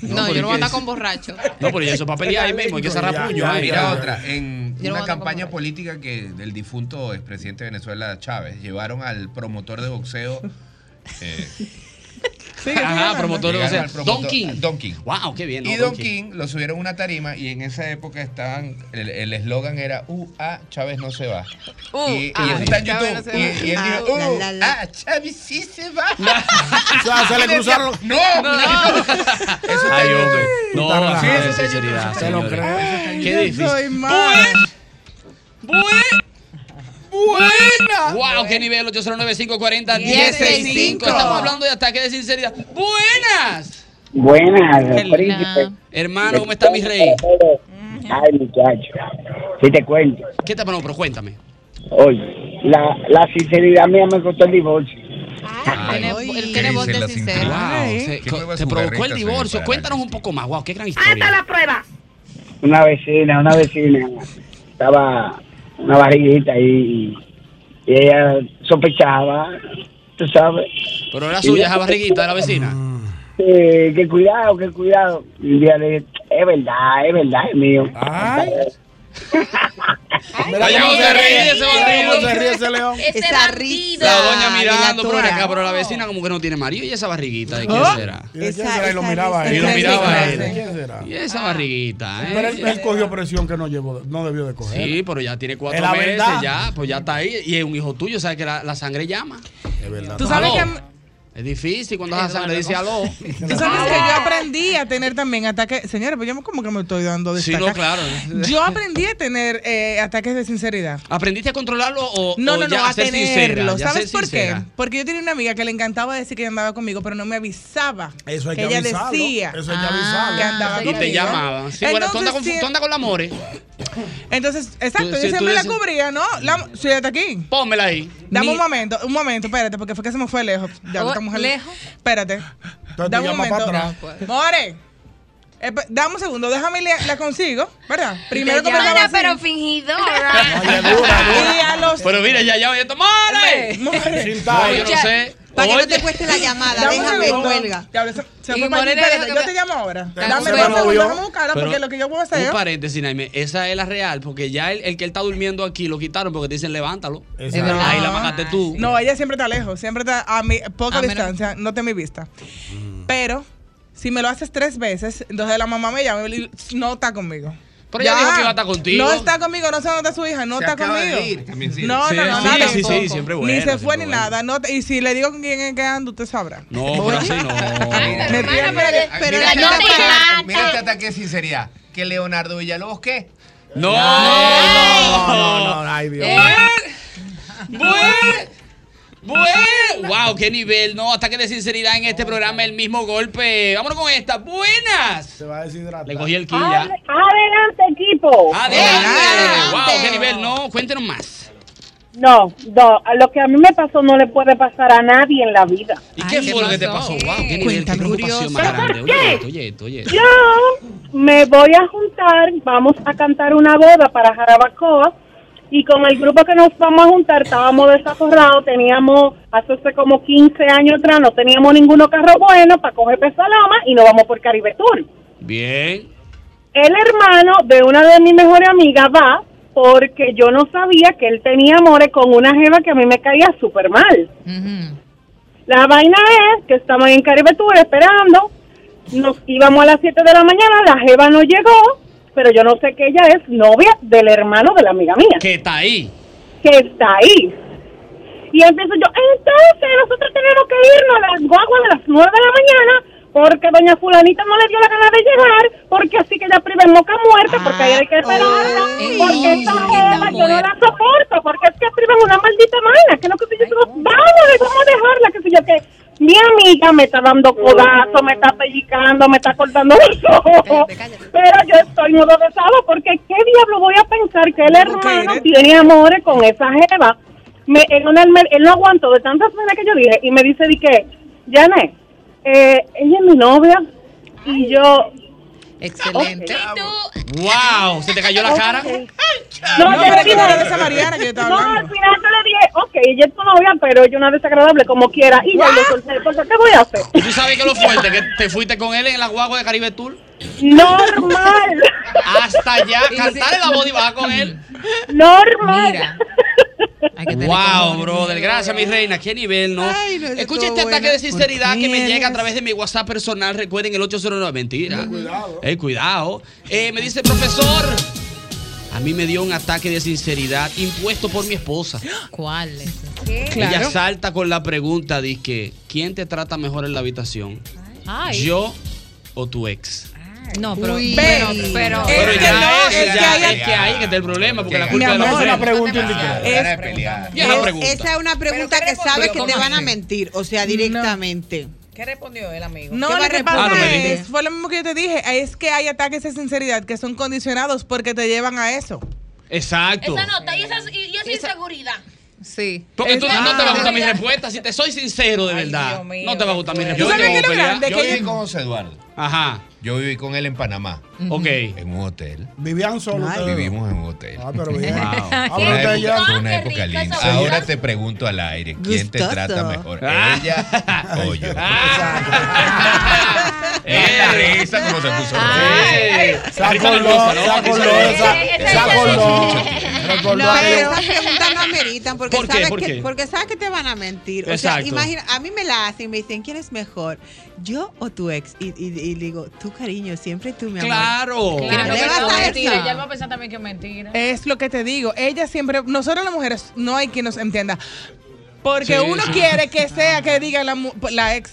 Speaker 2: pero
Speaker 4: yo no voy a
Speaker 2: ¿qué
Speaker 4: andar
Speaker 2: es?
Speaker 4: con borracho.
Speaker 2: No, pero ya eso es para pelear ahí mismo, hay que cerrar puño. ahí.
Speaker 7: Mira otra. En
Speaker 4: Yo no
Speaker 7: una
Speaker 4: voto
Speaker 7: campaña política que del difunto expresidente de Venezuela Chávez llevaron al promotor de boxeo. eh,
Speaker 2: Ajá,
Speaker 7: hablando.
Speaker 2: promotor, o
Speaker 7: Llegaron
Speaker 2: sea,
Speaker 7: al promotor-
Speaker 2: Don King.
Speaker 7: Don King.
Speaker 2: Wow, qué bien. ¿no?
Speaker 7: y Don King lo subieron a una tarima y en esa época estaban, el el eslogan era UA Chávez no se va.
Speaker 16: Uh,
Speaker 7: y, y
Speaker 16: ah,
Speaker 7: eso está en
Speaker 16: Chávez no
Speaker 7: YouTube.
Speaker 16: se
Speaker 7: y,
Speaker 16: va.
Speaker 7: y él
Speaker 16: Ah,
Speaker 7: dijo, "Uh,
Speaker 16: la,
Speaker 7: ah, Chávez sí se va.
Speaker 5: O sea, se le
Speaker 7: Y decía,
Speaker 5: cruzaron los-
Speaker 7: No, no, Eso está
Speaker 2: Ay,
Speaker 7: en
Speaker 2: hombre.
Speaker 7: YouTube.
Speaker 2: No, la
Speaker 7: Sí,
Speaker 2: madre,
Speaker 7: eso está en
Speaker 2: sinceridad.
Speaker 7: YouTube. Se lo
Speaker 2: señores.
Speaker 7: creo.
Speaker 2: Qué
Speaker 7: Yo
Speaker 2: difícil.
Speaker 7: soy
Speaker 2: Buena. Wow, qué nivel 809-540-1065.
Speaker 1: 1065.
Speaker 2: Estamos hablando de ataque de sinceridad. Buenas.
Speaker 8: Buenas,
Speaker 2: Hermano, ¿cómo está mi rey?
Speaker 8: Ay, muchacho. Si te cuento.
Speaker 2: ¿Qué te pasó? Pero cuéntame.
Speaker 8: Oye, la, la sinceridad mía me costó el divorcio.
Speaker 2: Él tiene voz de sincero.
Speaker 5: ¿eh?
Speaker 2: se, se provocó el divorcio. Cuéntanos un poco más. Wow, qué gran historia.
Speaker 1: la prueba!
Speaker 8: Una vecina, una vecina. Estaba una barriguita ahí y, y ella sospechaba, tú sabes.
Speaker 2: Pero era suya esa barriguita de la
Speaker 5: Mm.
Speaker 2: vecina.
Speaker 8: Eh, que cuidado, que cuidado. Y un día le dije, es verdad, es verdad, es mío.
Speaker 2: Oye, ¿cómo se ríe ese bandido?
Speaker 5: ¿Cómo se ríe ese león?
Speaker 1: Esa
Speaker 2: La doña mirando, pero ven acá, pero la vecina como que no tiene marido y esa barriguita, ¿de quién
Speaker 5: ¿Ah?
Speaker 2: será?
Speaker 5: ¿Y de quién será? Y lo miraba él.
Speaker 2: Y lo miraba a él.
Speaker 5: ¿Quién será?
Speaker 2: Y esa barriguita, ¿eh?
Speaker 5: Pero él, él cogió presión que no, llevó, no debió de coger.
Speaker 2: Sí, pero ya tiene cuatro
Speaker 5: Es la
Speaker 2: meses,
Speaker 5: verdad.
Speaker 2: ya, pues ya está ahí. Y es un hijo tuyo, sabes que la, la sangre llama.
Speaker 5: Es verdad.
Speaker 16: Tú sabes
Speaker 2: Aló. Es difícil cuando la sangre dice aló. Ah.
Speaker 16: Tú sabes que yo aprendí a tener también ataques. Señores, pues yo me- como que me estoy dando de
Speaker 2: Sí,
Speaker 16: estaca.
Speaker 2: no, claro.
Speaker 16: Yo aprendí a tener eh, ataques de sinceridad.
Speaker 2: ¿Aprendiste a controlarlo o,
Speaker 16: No,
Speaker 2: o
Speaker 16: no, no,
Speaker 2: ya
Speaker 16: a
Speaker 2: ser sincera?
Speaker 16: tenerlo.
Speaker 2: Ya
Speaker 16: ¿Sabes
Speaker 2: ser
Speaker 16: por qué?
Speaker 2: sincera.
Speaker 16: Porque yo tenía una amiga que le encantaba decir que ella andaba conmigo, pero no me avisaba.
Speaker 5: Eso hay que
Speaker 16: ella
Speaker 5: avisarlo.
Speaker 16: decía.
Speaker 5: Eso hay que avisarlo.
Speaker 16: que andaba
Speaker 2: Y Ah, te
Speaker 16: conmigo.
Speaker 2: llamaba. Sí, bueno, tú andas con,
Speaker 16: Entonces, sí.
Speaker 2: tú andas con la more.
Speaker 16: Entonces, exacto,
Speaker 2: Tú-
Speaker 16: yo
Speaker 2: sí, tú
Speaker 16: siempre la
Speaker 2: dices-
Speaker 16: cubría, ¿no? La, sí, hasta aquí.
Speaker 2: Pónmela ahí.
Speaker 16: Dame
Speaker 2: Ni-
Speaker 16: un momento, un momento, espérate, porque fue que se me fue lejos. Ya,
Speaker 1: Oh,
Speaker 16: esta mujer-
Speaker 1: lejos.
Speaker 16: Espérate. Dame un
Speaker 5: llamas para
Speaker 16: momento.
Speaker 5: atrás.
Speaker 16: More. esp- Dame un segundo, déjame la, la consigo, ¿verdad? Primero que me
Speaker 1: Mona,
Speaker 16: la vas a-
Speaker 1: pero fingidora.
Speaker 16: Y a los-
Speaker 2: Pero mira, ya, ya, ya, ¡More!
Speaker 16: More.
Speaker 2: Sin tal. No, yo no sé.
Speaker 6: Para que no te
Speaker 2: Oye.
Speaker 6: cueste la llamada,
Speaker 16: Dame un
Speaker 6: déjame
Speaker 16: segundo.
Speaker 6: huelga.
Speaker 16: Ya, pero se- se
Speaker 6: Y
Speaker 16: fue para allí,
Speaker 6: Morena,
Speaker 16: espérate,
Speaker 6: déjame-
Speaker 16: yo te llamo ahora.
Speaker 6: Dame
Speaker 16: Dame
Speaker 6: un
Speaker 16: dos
Speaker 6: segundo.
Speaker 16: segundos, déjame buscarla,
Speaker 2: Pero
Speaker 16: porque lo que yo voy a
Speaker 2: Un
Speaker 16: hacer.
Speaker 2: paréntesis, Naime. Esa es la real, porque ya el, el que él está durmiendo aquí lo quitaron porque te dicen levántalo.
Speaker 16: verdad.
Speaker 2: Ahí la bajaste tú.
Speaker 16: No, ella siempre está lejos, siempre está a mi poca
Speaker 2: A menos-
Speaker 16: distancia, no te mi vista.
Speaker 1: Mm.
Speaker 16: Pero si me lo haces tres veces, entonces la mamá me llama y no está conmigo.
Speaker 2: Pero ella dijo que iba a estar contigo.
Speaker 16: No está conmigo, no sé dónde está su hija, no
Speaker 7: Se
Speaker 16: está
Speaker 7: acaba de
Speaker 16: conmigo.
Speaker 7: ir, también sirve.
Speaker 16: no,
Speaker 7: Sí,
Speaker 16: no, no,
Speaker 7: sí,
Speaker 16: nada.
Speaker 7: sí, sí,
Speaker 16: tampoco.
Speaker 7: siempre
Speaker 16: Ni
Speaker 7: bueno,
Speaker 16: se fue
Speaker 7: siempre
Speaker 16: ni
Speaker 7: bueno.
Speaker 16: nada. no te- y si le digo con quién es que ando, usted sabrá.
Speaker 2: No, pero así no.
Speaker 16: Me tiene-
Speaker 7: Pero
Speaker 16: mira,
Speaker 7: mira,
Speaker 16: no
Speaker 7: este
Speaker 16: te
Speaker 7: ataque-
Speaker 5: Ah,
Speaker 16: mata.
Speaker 7: mira este ataque de sinceridad. ¿Que Leonardo Villalobos qué?
Speaker 2: No,
Speaker 7: no,
Speaker 5: no, no, ay Dios.
Speaker 2: Eh,
Speaker 5: Eh,
Speaker 2: ¡Wow! ¡Qué nivel! No, hasta que de sinceridad en este programa el mismo golpe. Vámonos con esta. ¡Buenas! Se
Speaker 5: va a deshidratar.
Speaker 2: Le cogí el kill ya.
Speaker 19: Adelante, equipo.
Speaker 2: ¡Adelante! ¡Wow! ¡Qué nivel! No, cuéntenos más.
Speaker 19: No, no, a lo que a mí me pasó no le puede pasar a nadie en la vida.
Speaker 2: ¿Y qué fue lo que te pasó? ¡Wow! ¡Qué nivel! ¡Qué preocupación más grande! Oye, esto, oye, esto, oye. esto.
Speaker 19: Yo me voy a juntar, vamos a cantar una boda para Jarabacoa y con el grupo que nos vamos a juntar estábamos desaforrados, teníamos hace hace como 15 años atrás, no teníamos ninguno carro bueno para coger pesalama y nos vamos por Caribe Tour.
Speaker 2: Bien.
Speaker 19: El hermano de una de mis mejores amigas va porque yo no sabía que él tenía amores con una jeva que a mí me caía súper mal. La vaina es que estamos en Caribe Tour esperando, nos íbamos a las 7 de la mañana, la jeva no llegó, pero yo no sé que ella es novia del hermano de la amiga mía,
Speaker 2: Que está ahí.
Speaker 19: que está ahí. Y empiezo yo, entonces nosotros tenemos que irnos a las guaguas a las 9 de la mañana porque doña fulanita no le dio la gana de llegar, porque así que ella priva en moca muerta, porque ahí hay que esperarla, porque esta jeva yo no la soporto, porque es que priva es una maldita mala, que no que si yo digo, vamos, vamos a dejarla, que si yo que... Mi amiga me está dando codazo, me está pellicando, me está cortando los ojos. Pero yo estoy modo de sábado porque ¿qué diablo voy a pensar que el hermano tiene amores con esa jeva? me, él, no, él, me- él no aguantó de tantas cosas que yo dije y me dice, di que, Janet, eh, ella es mi novia y yo...
Speaker 4: Excelente.
Speaker 2: ¡Wow! ¿Se te cayó la cara?
Speaker 19: No,
Speaker 16: No,
Speaker 19: yo le
Speaker 16: pero
Speaker 19: dije,
Speaker 16: quita de esa Mariana que yo estaba
Speaker 19: no,
Speaker 16: hablando.
Speaker 19: al final yo le dije, ok, ella es tu novia, pero ella es una desagradable como quiera y ya lo solté, porque ¿qué voy a hacer?
Speaker 2: ¿Y tú sabes que lo fuerte? ¿Que te fuiste con él en la guagua de Caribe Tour?
Speaker 19: Normal.
Speaker 2: Hasta allá, cantarle la voz y bajar con él.
Speaker 19: Normal.
Speaker 2: Wow, brother. Gracias, mi reina. Qué nivel, ¿no?
Speaker 19: no, eso
Speaker 2: Escucha
Speaker 19: estuvo
Speaker 2: este ataque
Speaker 19: bueno.
Speaker 2: de sinceridad que me
Speaker 19: Porque
Speaker 2: llega a
Speaker 19: eres-
Speaker 2: través de mi WhatsApp personal. Recuerden el 809. Mentira. Cuidado. Eh, cuidado. Eh, me dice, profesor. A mí me dio un ataque de sinceridad impuesto por mi esposa.
Speaker 4: ¿Cuál?
Speaker 2: Ella salta con la pregunta, dice, ¿quién te trata mejor en la habitación?
Speaker 4: Ay.
Speaker 2: ¿Yo o tu ex?
Speaker 4: No, pero.
Speaker 16: Uy.
Speaker 4: pero,
Speaker 16: Ve.
Speaker 4: pero,
Speaker 2: Pero
Speaker 16: que
Speaker 2: ya
Speaker 16: no,
Speaker 2: eso,
Speaker 16: es que
Speaker 2: ya,
Speaker 16: hay-
Speaker 2: es que ahí que está el problema, porque la
Speaker 16: Mi
Speaker 2: culpa de la
Speaker 16: amor,
Speaker 2: mujer.
Speaker 16: la pregunta
Speaker 7: indicada. Era de pelear.
Speaker 2: Vieja pregunta.
Speaker 6: Esa es una pregunta que sabes que te van a mentir, o sea, directamente.
Speaker 9: ¿Qué respondió el amigo?
Speaker 16: No,
Speaker 9: ¿Qué va
Speaker 16: lo
Speaker 9: a
Speaker 16: que
Speaker 2: Ah,
Speaker 9: responder?
Speaker 16: pasa es, fue lo mismo que yo te dije, es que hay ataques de sinceridad que son condicionados porque te llevan a eso.
Speaker 2: Exacto.
Speaker 3: Esa nota y, esas, y, y esa inseguridad.
Speaker 4: Sí.
Speaker 2: Porque tú no te va a gustar mi
Speaker 3: Exacto.
Speaker 2: respuesta, si te soy sincero de verdad. No te va a gustar mi
Speaker 7: Yo,
Speaker 2: respuesta.
Speaker 7: viví-
Speaker 2: vamos a pelear.
Speaker 7: yo viví con José Eduardo.
Speaker 2: Ajá.
Speaker 7: Yo viví con él en Panamá.
Speaker 2: Ok.
Speaker 7: En un hotel.
Speaker 5: Vivían solo.
Speaker 7: Ay.
Speaker 5: ustedes.
Speaker 7: Vivimos en un hotel.
Speaker 5: Ah, pero bien.
Speaker 7: Wow.
Speaker 5: Ah,
Speaker 7: Fue
Speaker 5: pero
Speaker 7: una
Speaker 5: ustedes
Speaker 7: época-
Speaker 5: ya-
Speaker 7: fue una
Speaker 5: Ah, qué
Speaker 7: época
Speaker 5: rico
Speaker 7: linda.
Speaker 5: eso.
Speaker 7: Ahora
Speaker 5: Gustoso.
Speaker 7: te pregunto al aire, ¿quién
Speaker 5: Gustoso.
Speaker 7: te trata mejor?
Speaker 2: Ah.
Speaker 7: ¿Ella o yo? Ella risa como se puso.
Speaker 6: No, pero esas preguntas no ameritan porque
Speaker 7: ¿Por qué?
Speaker 6: sabes
Speaker 7: ¿Por
Speaker 6: que
Speaker 7: qué?
Speaker 6: porque sabes que te van a mentir. O sea,
Speaker 7: Exacto.
Speaker 6: imagina, a mí me la hacen y me dicen quién es mejor, yo o tu ex y, y- y digo tú cariño siempre tú mi amor.
Speaker 2: Claro.
Speaker 6: ¿Quién
Speaker 9: Claro,
Speaker 6: le
Speaker 9: que
Speaker 6: vas
Speaker 9: no,
Speaker 6: a decir?
Speaker 9: mentira. Ya él va a pensar también que es mentira.
Speaker 16: Es lo que te digo. Ella siempre, nosotros las mujeres, no hay quien nos entienda. Porque
Speaker 9: Sí,
Speaker 16: uno
Speaker 9: sí.
Speaker 16: quiere que sea que diga la, mu- la ex.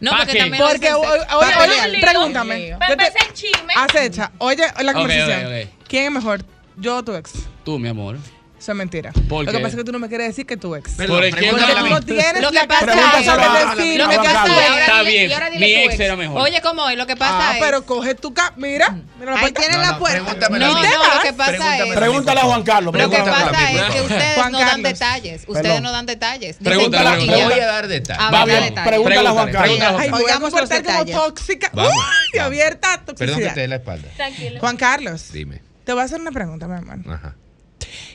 Speaker 9: No, ¿Pa porque qué? también
Speaker 16: Porque,
Speaker 9: lo
Speaker 16: o-
Speaker 9: dicen-
Speaker 16: o-
Speaker 9: ¿Pa
Speaker 16: oye,
Speaker 9: qué?
Speaker 16: oye, pregúntame.
Speaker 9: Lío.
Speaker 16: Yo te- Acecha. Oye, la
Speaker 2: Ok,
Speaker 16: conversación.
Speaker 2: ok, ok.
Speaker 16: ¿Quién es mejor? ¿Yo o tu ex.
Speaker 2: Tú, mi amor.
Speaker 16: Eso es mentira.
Speaker 2: ¿Por
Speaker 16: lo
Speaker 2: qué?
Speaker 16: que pasa es que tú no me quieres decir que tu ex.
Speaker 2: Perdón, Por el que-
Speaker 16: Porque tú no tienes
Speaker 4: Lo que
Speaker 16: la
Speaker 4: pasa es-
Speaker 16: paciencia
Speaker 4: Perdón,
Speaker 16: de decir.
Speaker 4: lo que pasa es-
Speaker 2: Está
Speaker 4: dile-
Speaker 2: bien,
Speaker 4: y ahora dile
Speaker 2: mi
Speaker 4: tu
Speaker 2: ex era mejor.
Speaker 4: Oye, ¿cómo es? Lo que pasa
Speaker 16: Ah,
Speaker 4: es.
Speaker 16: pero coge tu cap. Mira, mira la
Speaker 4: Ahí
Speaker 16: puerta.
Speaker 4: tienes No, la no, puerta. pregúntamelo a
Speaker 16: Y
Speaker 4: mí.
Speaker 16: te
Speaker 4: No, no, lo
Speaker 16: vas.
Speaker 4: que pasa Pregúntamelo es- a mí,
Speaker 5: Pregúntale a Juan Carlos.
Speaker 4: Lo que
Speaker 5: pregúntale a pues. Juan
Speaker 4: pasa
Speaker 5: Carlos.
Speaker 4: es que ustedes
Speaker 5: Juan
Speaker 4: no dan
Speaker 5: Carlos.
Speaker 4: detalles. Ustedes
Speaker 5: Perdón.
Speaker 4: no dan detalles. Dicen
Speaker 7: Pregúntale,
Speaker 4: que
Speaker 7: pregúntale.
Speaker 4: ya-
Speaker 7: Voy a dar detalles.
Speaker 4: Ah,
Speaker 7: Va
Speaker 4: dar
Speaker 7: bien,
Speaker 4: detalles.
Speaker 7: pregúntale a Juan
Speaker 4: Pregúntale.
Speaker 7: Carlos.
Speaker 16: Ay, me
Speaker 4: Ay,
Speaker 16: voy a
Speaker 4: oigamos los
Speaker 16: comportar como
Speaker 4: detalles.
Speaker 16: tóxica.
Speaker 7: Vamos,
Speaker 16: Uy, abierta a
Speaker 7: Perdón que te dé
Speaker 16: toxicidad.
Speaker 7: la espalda.
Speaker 3: Tranquilo.
Speaker 16: Juan Carlos,
Speaker 7: Dime.
Speaker 16: te voy a hacer una pregunta, mi hermano.
Speaker 7: Ajá.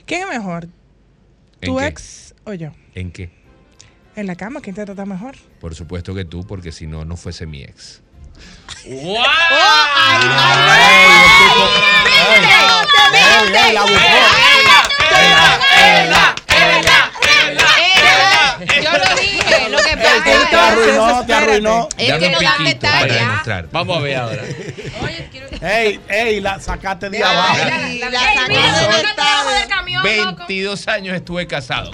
Speaker 16: ¿Quién es mejor?
Speaker 7: ¿En
Speaker 16: ¿Tu
Speaker 7: qué?
Speaker 16: ex o yo?
Speaker 7: ¿En qué?
Speaker 16: En la cama, ¿quién te trata mejor?
Speaker 7: Por supuesto que tú, porque si no, no fuese mi ex.
Speaker 2: ¡Wow!
Speaker 4: Yo lo dije. Lo que
Speaker 5: Te
Speaker 4: pasa
Speaker 5: arruinó, te arruinó.
Speaker 4: es que no dan detalles.
Speaker 2: Vamos a ver ahora.
Speaker 5: Ey, ey, la sacaste de abajo.
Speaker 6: La
Speaker 3: del camión, loco.
Speaker 7: 22 años estuve casado.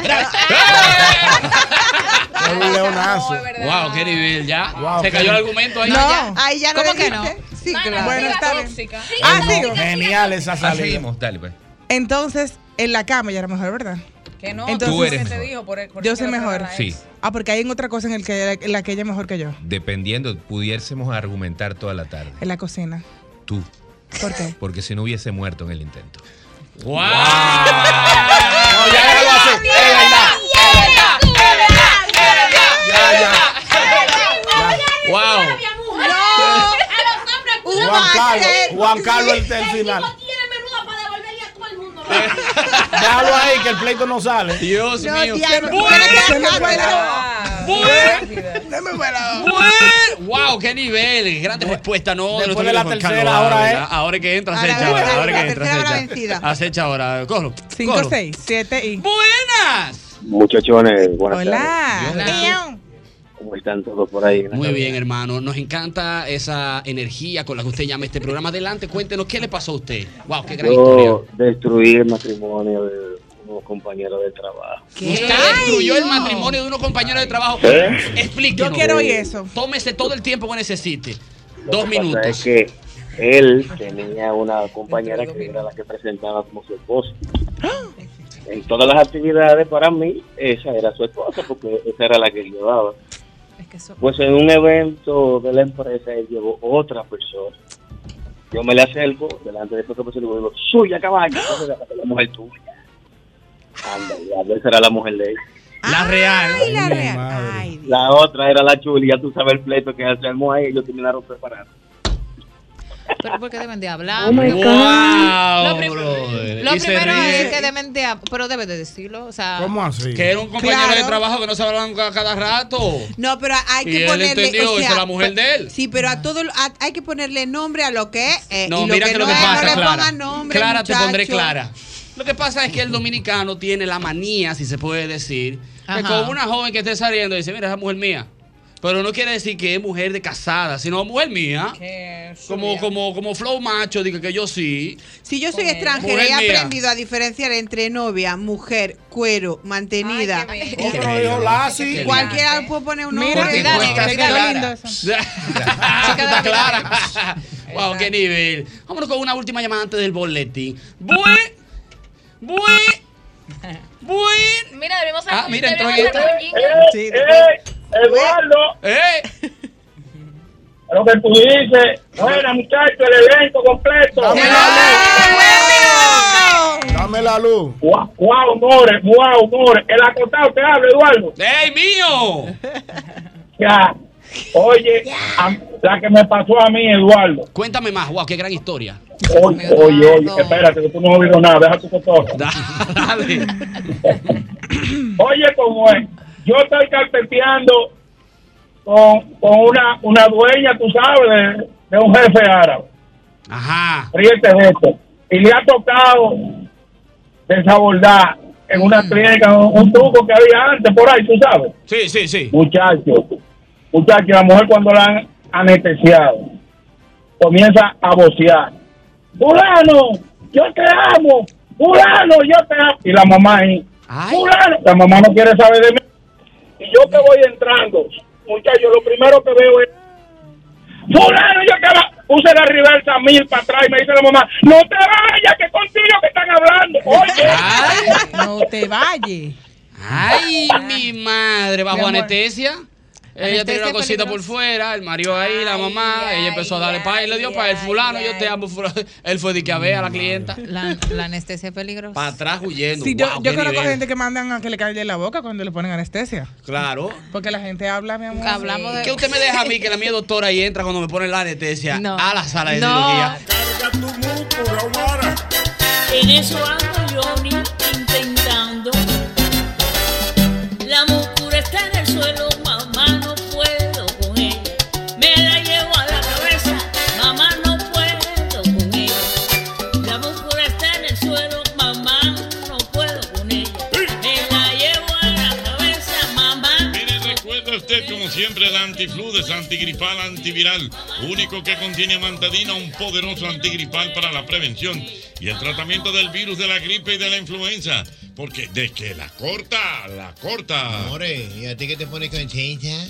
Speaker 5: Un leonazo.
Speaker 2: Wow, qué nivel ya. Se cayó el argumento ahí.
Speaker 6: Ahí ya no
Speaker 16: ¿Cómo que
Speaker 6: dijiste. Sí,
Speaker 16: No, no,
Speaker 6: claro.
Speaker 16: Bueno, está bien.
Speaker 9: tóxica.
Speaker 16: Ah, sigo.
Speaker 5: Genial esa
Speaker 7: Ah,
Speaker 5: salida.
Speaker 7: seguimos, dale, pues.
Speaker 16: Entonces, en la cama ya era mejor, ¿verdad?
Speaker 9: Que no,
Speaker 16: Entonces- Tú eres
Speaker 9: te
Speaker 7: mejor.
Speaker 9: dijo por el- por
Speaker 16: Yo
Speaker 9: el
Speaker 16: soy
Speaker 9: que lo
Speaker 16: mejor.
Speaker 9: trata la
Speaker 7: Sí,
Speaker 16: Ah, porque hay en otra cosa en, el que, en la que ella es mejor que yo.
Speaker 7: dependiendo, pudiésemos argumentar toda la tarde.
Speaker 16: En la cocina.
Speaker 7: Tú.
Speaker 16: ¿Por qué?
Speaker 7: Porque si no hubiese muerto en el intento.
Speaker 2: ¡Wow!
Speaker 7: Ah.
Speaker 5: Wow. Juan Carlos, Juan Carlos el, el final. Déjalo ahí que el pleito no sale.
Speaker 2: Dios
Speaker 5: No,
Speaker 2: mío.
Speaker 5: tía, no,
Speaker 2: ¡Bueno!
Speaker 5: se me fue
Speaker 2: ¡Bueno! ¡Wow! ¡Qué nivel! Grandes respuestas, ¿no?
Speaker 5: Después
Speaker 2: nuestro
Speaker 5: de la
Speaker 2: amigo Juan Carlos,
Speaker 5: tercera,
Speaker 2: ¿verdad?
Speaker 5: ahora, ¿eh?
Speaker 2: Ahora que entra,
Speaker 16: Ahora
Speaker 2: acecha
Speaker 16: viene
Speaker 2: ahora.
Speaker 16: la
Speaker 2: Ahora que
Speaker 16: tercera,
Speaker 2: entra,
Speaker 16: ahora
Speaker 2: acecha.
Speaker 16: vencida.
Speaker 2: Acecha ahora. Cógelo.
Speaker 16: 5,
Speaker 2: cógelo.
Speaker 16: 6, 7 y.
Speaker 2: ¡Buenas!
Speaker 17: Muchachones, buenas
Speaker 16: Hola.
Speaker 17: tardes. ¿Cómo están todos por ahí?
Speaker 2: Muy bien, hermano. Nos encanta esa energía con la que usted llama este programa. Adelante, cuéntenos qué le pasó a usted. ¡Wow! ¡Qué gran historia!
Speaker 17: Yo destruí el matrimonio de unos compañeros de trabajo.
Speaker 2: Usted destruyó el matrimonio de unos compañeros de trabajo.
Speaker 17: ¿Eh?
Speaker 2: Explíquenos.
Speaker 17: Yo quiero oír eso.
Speaker 2: Tómese todo el tiempo que necesite.
Speaker 17: Lo
Speaker 2: Dos
Speaker 17: que pasa
Speaker 2: minutos.
Speaker 17: Es que él tenía una compañera que era la que presentaba como su esposa.
Speaker 2: ¡Ah!
Speaker 17: En todas las actividades, para mí, esa era su esposa, porque esa era la que llevaba. Pues en un evento de la empresa, él llevó otra persona. Yo me le acerco, delante de esa otra persona, y le digo, suya caballo, Entonces, la- la mujer tuya. Anda, y la- esa era la mujer de él.
Speaker 2: La real.
Speaker 6: la real.
Speaker 17: La otra era la chuli, ya tú sabes el pleito que hacemos ahí, ellos terminaron preparados.
Speaker 4: Pero porque deben de hablar.
Speaker 17: Oh my
Speaker 4: Lo-
Speaker 17: God.
Speaker 4: Lo, prim-
Speaker 2: brother.
Speaker 4: lo
Speaker 2: Y se
Speaker 4: primero
Speaker 2: ríe.
Speaker 4: es que deben de. hab- Pero debes de decirlo. O sea.
Speaker 2: Que era un compañero
Speaker 4: Claro.
Speaker 2: de trabajo que no se hablaban ca- cada rato.
Speaker 6: No, pero hay
Speaker 2: Y
Speaker 6: que
Speaker 2: él
Speaker 6: ponerle.
Speaker 2: entendió,
Speaker 6: o sea,
Speaker 2: esa es la mujer
Speaker 6: pe-
Speaker 2: de él.
Speaker 6: Sí, pero a todo lo- a- hay que ponerle nombre a lo que es. eh,
Speaker 2: No,
Speaker 6: y lo
Speaker 2: mira
Speaker 6: que
Speaker 2: que lo
Speaker 6: no
Speaker 2: que
Speaker 6: es,
Speaker 2: pasa,
Speaker 6: no le
Speaker 2: Clara.
Speaker 6: pongan nombre.
Speaker 2: Clara, te pondré
Speaker 6: muchacho.
Speaker 2: clara. Lo que pasa es que el dominicano tiene la manía, si se puede decir, que
Speaker 6: Ajá.
Speaker 2: con una joven que esté saliendo dice, mira, esa mujer mía. Pero no quiere decir que es mujer de casada, sino mujer mía. Como, como, como flow macho, digo que yo sí.
Speaker 6: Si yo
Speaker 3: Mm.
Speaker 6: soy
Speaker 2: Mujer
Speaker 6: extranjera, he
Speaker 2: mía.
Speaker 6: aprendido a diferenciar entre novia, mujer, cuero, mantenida.
Speaker 5: Otro dijo Lassi.
Speaker 6: Cualquiera puede poner un nombre.
Speaker 5: Mira, Porque cuidado, cuesta mira qué clara. lindo
Speaker 2: Está clara. wow, qué nivel. Vámonos con una última llamada antes del boletín. Bue, bue, bue.
Speaker 3: Mira, debemos
Speaker 2: Ah, mira, entró
Speaker 13: ¡Eh!
Speaker 3: debemos
Speaker 2: en
Speaker 3: hacer
Speaker 2: esta.
Speaker 3: un jingle.
Speaker 2: ¡Eduardo! ¡Eh!
Speaker 13: Lo que tú dices. ¿eh? Buena, muchacho, el evento completo.
Speaker 5: Dame la luz.
Speaker 13: ¡Guau, guau, more! ¡Guau, more! El acotado te habla, Eduardo.
Speaker 2: ¡Ey, mío!
Speaker 13: Ya. Oye, a- la que me pasó a mí, Eduardo.
Speaker 2: Cuéntame más, wow, qué gran historia.
Speaker 13: Oye, oye, oye, espérate, que tú no has oído nada. Deja tu cotorra.
Speaker 2: Dale.
Speaker 13: Oye, como es, yo estoy carpeteando con, con una, una dueña, tú sabes, de, de un jefe árabe.
Speaker 2: Ajá.
Speaker 13: Ríete de esto. Y le ha tocado desabordar en una clínica un, un truco que había antes por ahí, tú sabes.
Speaker 2: Mm. Sí, sí, sí.
Speaker 13: Muchachos, muchachos, la mujer cuando la han anestesiado comienza a vocear. Fulano, yo te amo. Fulano, yo te amo. Y la mamá ahí.
Speaker 16: Ah,
Speaker 13: Fulano, la mamá no quiere saber de mí. Y yo que voy entrando, muchachos, lo primero que veo es... Fulano, yo te amo. Puse la reversa mil para atrás y me dice la mamá, no te vayas, que contigo que están hablando. Oye.
Speaker 20: No te vayas.
Speaker 2: Ay, mi madre,
Speaker 20: Mi
Speaker 2: bajo
Speaker 20: amor.
Speaker 2: anestesia. Ella
Speaker 20: Anestesia
Speaker 2: tenía una cosita por fuera, el marido ahí, la mamá, ella empezó a darle pa' y le dio para el fulano, yo te amo, fulano. él fue de que a ver a
Speaker 16: Mm.
Speaker 2: la clienta,
Speaker 4: La, la anestesia es peligrosa.
Speaker 2: para atrás huyendo.
Speaker 16: Sí, yo,
Speaker 2: Guau,
Speaker 16: yo
Speaker 2: qué
Speaker 16: conozco
Speaker 2: nivel.
Speaker 16: gente que mandan a que le calle la boca cuando le ponen anestesia.
Speaker 2: Claro.
Speaker 16: Porque la gente habla, mi amor.
Speaker 4: Hablamos
Speaker 2: ¿Qué usted me deja a mí que la mía doctora y entra cuando me pone la anestesia a la sala de
Speaker 16: No.
Speaker 2: cirugía?
Speaker 1: En eso ando Johnny intentando. La muscura está en el suelo, mamá no puedo con ella. Me la llevo a la cabeza, mamá no puedo con ella. La muscura está en el suelo, mamá no puedo con ella. Me la llevo a la cabeza, mamá.
Speaker 21: Mire, recuerda usted como siempre el antifludes, antigripal, antiviral, único que contiene mantadina, un poderoso antigripal para la prevención y el tratamiento del virus de la gripe y de la influenza. Porque de que la corta, la corta.
Speaker 18: More, ¿y a ti qué te pone contenta?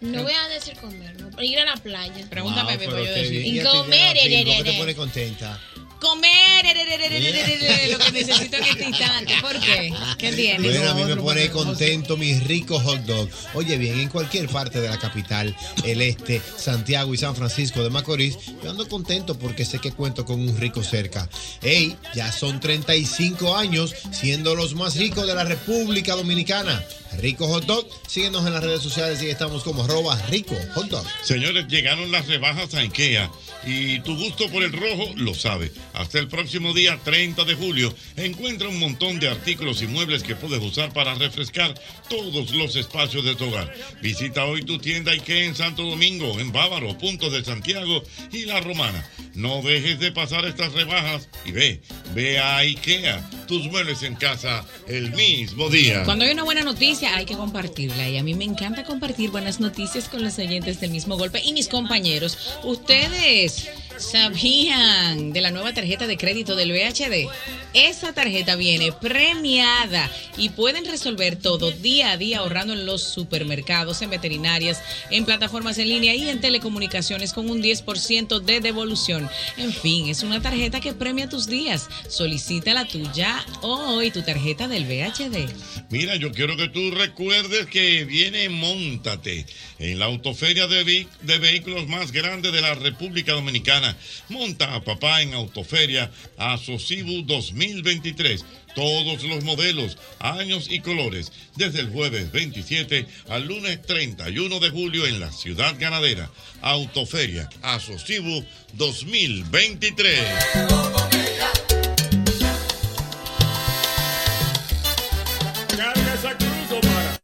Speaker 3: No voy a decir comer, no. ir a la playa.
Speaker 18: Wow, pero qué bien.
Speaker 3: Y
Speaker 18: ¿Y a ti,
Speaker 3: comer,
Speaker 18: Nati,
Speaker 3: ererere.
Speaker 18: ¿Cómo te pone contenta?
Speaker 3: Comer,
Speaker 18: ererere,
Speaker 3: lo que necesito en este instante. ¿Por qué?
Speaker 4: ¿Qué tiene?
Speaker 18: Bueno, a mí me pone contento mis ricos hot dogs. Oye, bien, en cualquier parte de la capital, el este, Santiago y San Francisco de Macorís, yo ando contento porque sé que cuento con un rico cerca. Ey, ya son 35 años siendo los más ricos de la República Dominicana. Rico Hot Dog, síguenos en las redes sociales y estamos como arroba rico hot dog.
Speaker 21: Señores, llegaron las rebajas a IKEA y tu gusto por el rojo lo sabe. Hasta el próximo día 30 de julio encuentra un montón de artículos y muebles que puedes usar para refrescar todos los espacios de tu hogar. Visita hoy tu tienda IKEA en Santo Domingo, en Bávaro, Puntos de Santiago y La Romana. No dejes de pasar estas rebajas y ve, ve a IKEA, tus muebles en casa el mismo día.
Speaker 14: Cuando hay una buena noticia hay que compartirla y a mí me encanta compartir buenas noticias con los oyentes del mismo golpe y mis compañeros. ¿Ustedes sabían de la nueva tarjeta de crédito del VHD? Esa tarjeta viene premiada y pueden resolver todo día a día ahorrando en los supermercados, en veterinarias, en plataformas en línea y en telecomunicaciones con un 10% de devolución. En fin, es una tarjeta que premia tus días. Solicítala tuya hoy, tu tarjeta del VHD.
Speaker 21: Mira, yo quiero que tú recuerdes que viene Móntate en la autoferia de, vi- de vehículos más grande de la República Dominicana. Monta a papá en Autoferia Asocibu 2023. Todos los modelos, años y colores, desde el jueves 27 al lunes 31 de julio en la ciudad ganadera. Autoferia Asocibu 2023.
Speaker 13: Carga esa cruz, Omar.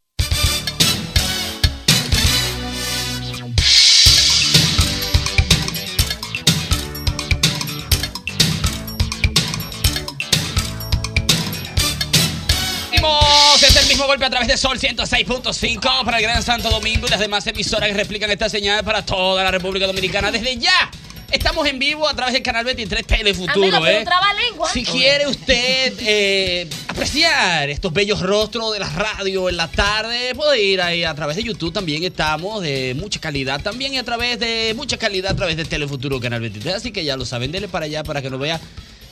Speaker 2: Seguimos, es el mismo golpe a través de Sol 106.5 para el Gran Santo Domingo y las demás emisoras que replican esta señal para toda la República Dominicana. Desde ya estamos en vivo a través del canal 23 Telefuturo.
Speaker 22: Amigo, pero
Speaker 2: ¿eh?
Speaker 22: traba lengua.
Speaker 2: Si quiere usted eh, apreciar estos bellos rostros de la radio en la tarde, puede ir ahí a través de YouTube también estamos de mucha calidad también y a través de mucha calidad a través de Telefuturo Canal 23. Así que ya lo saben, denle para allá para que nos vea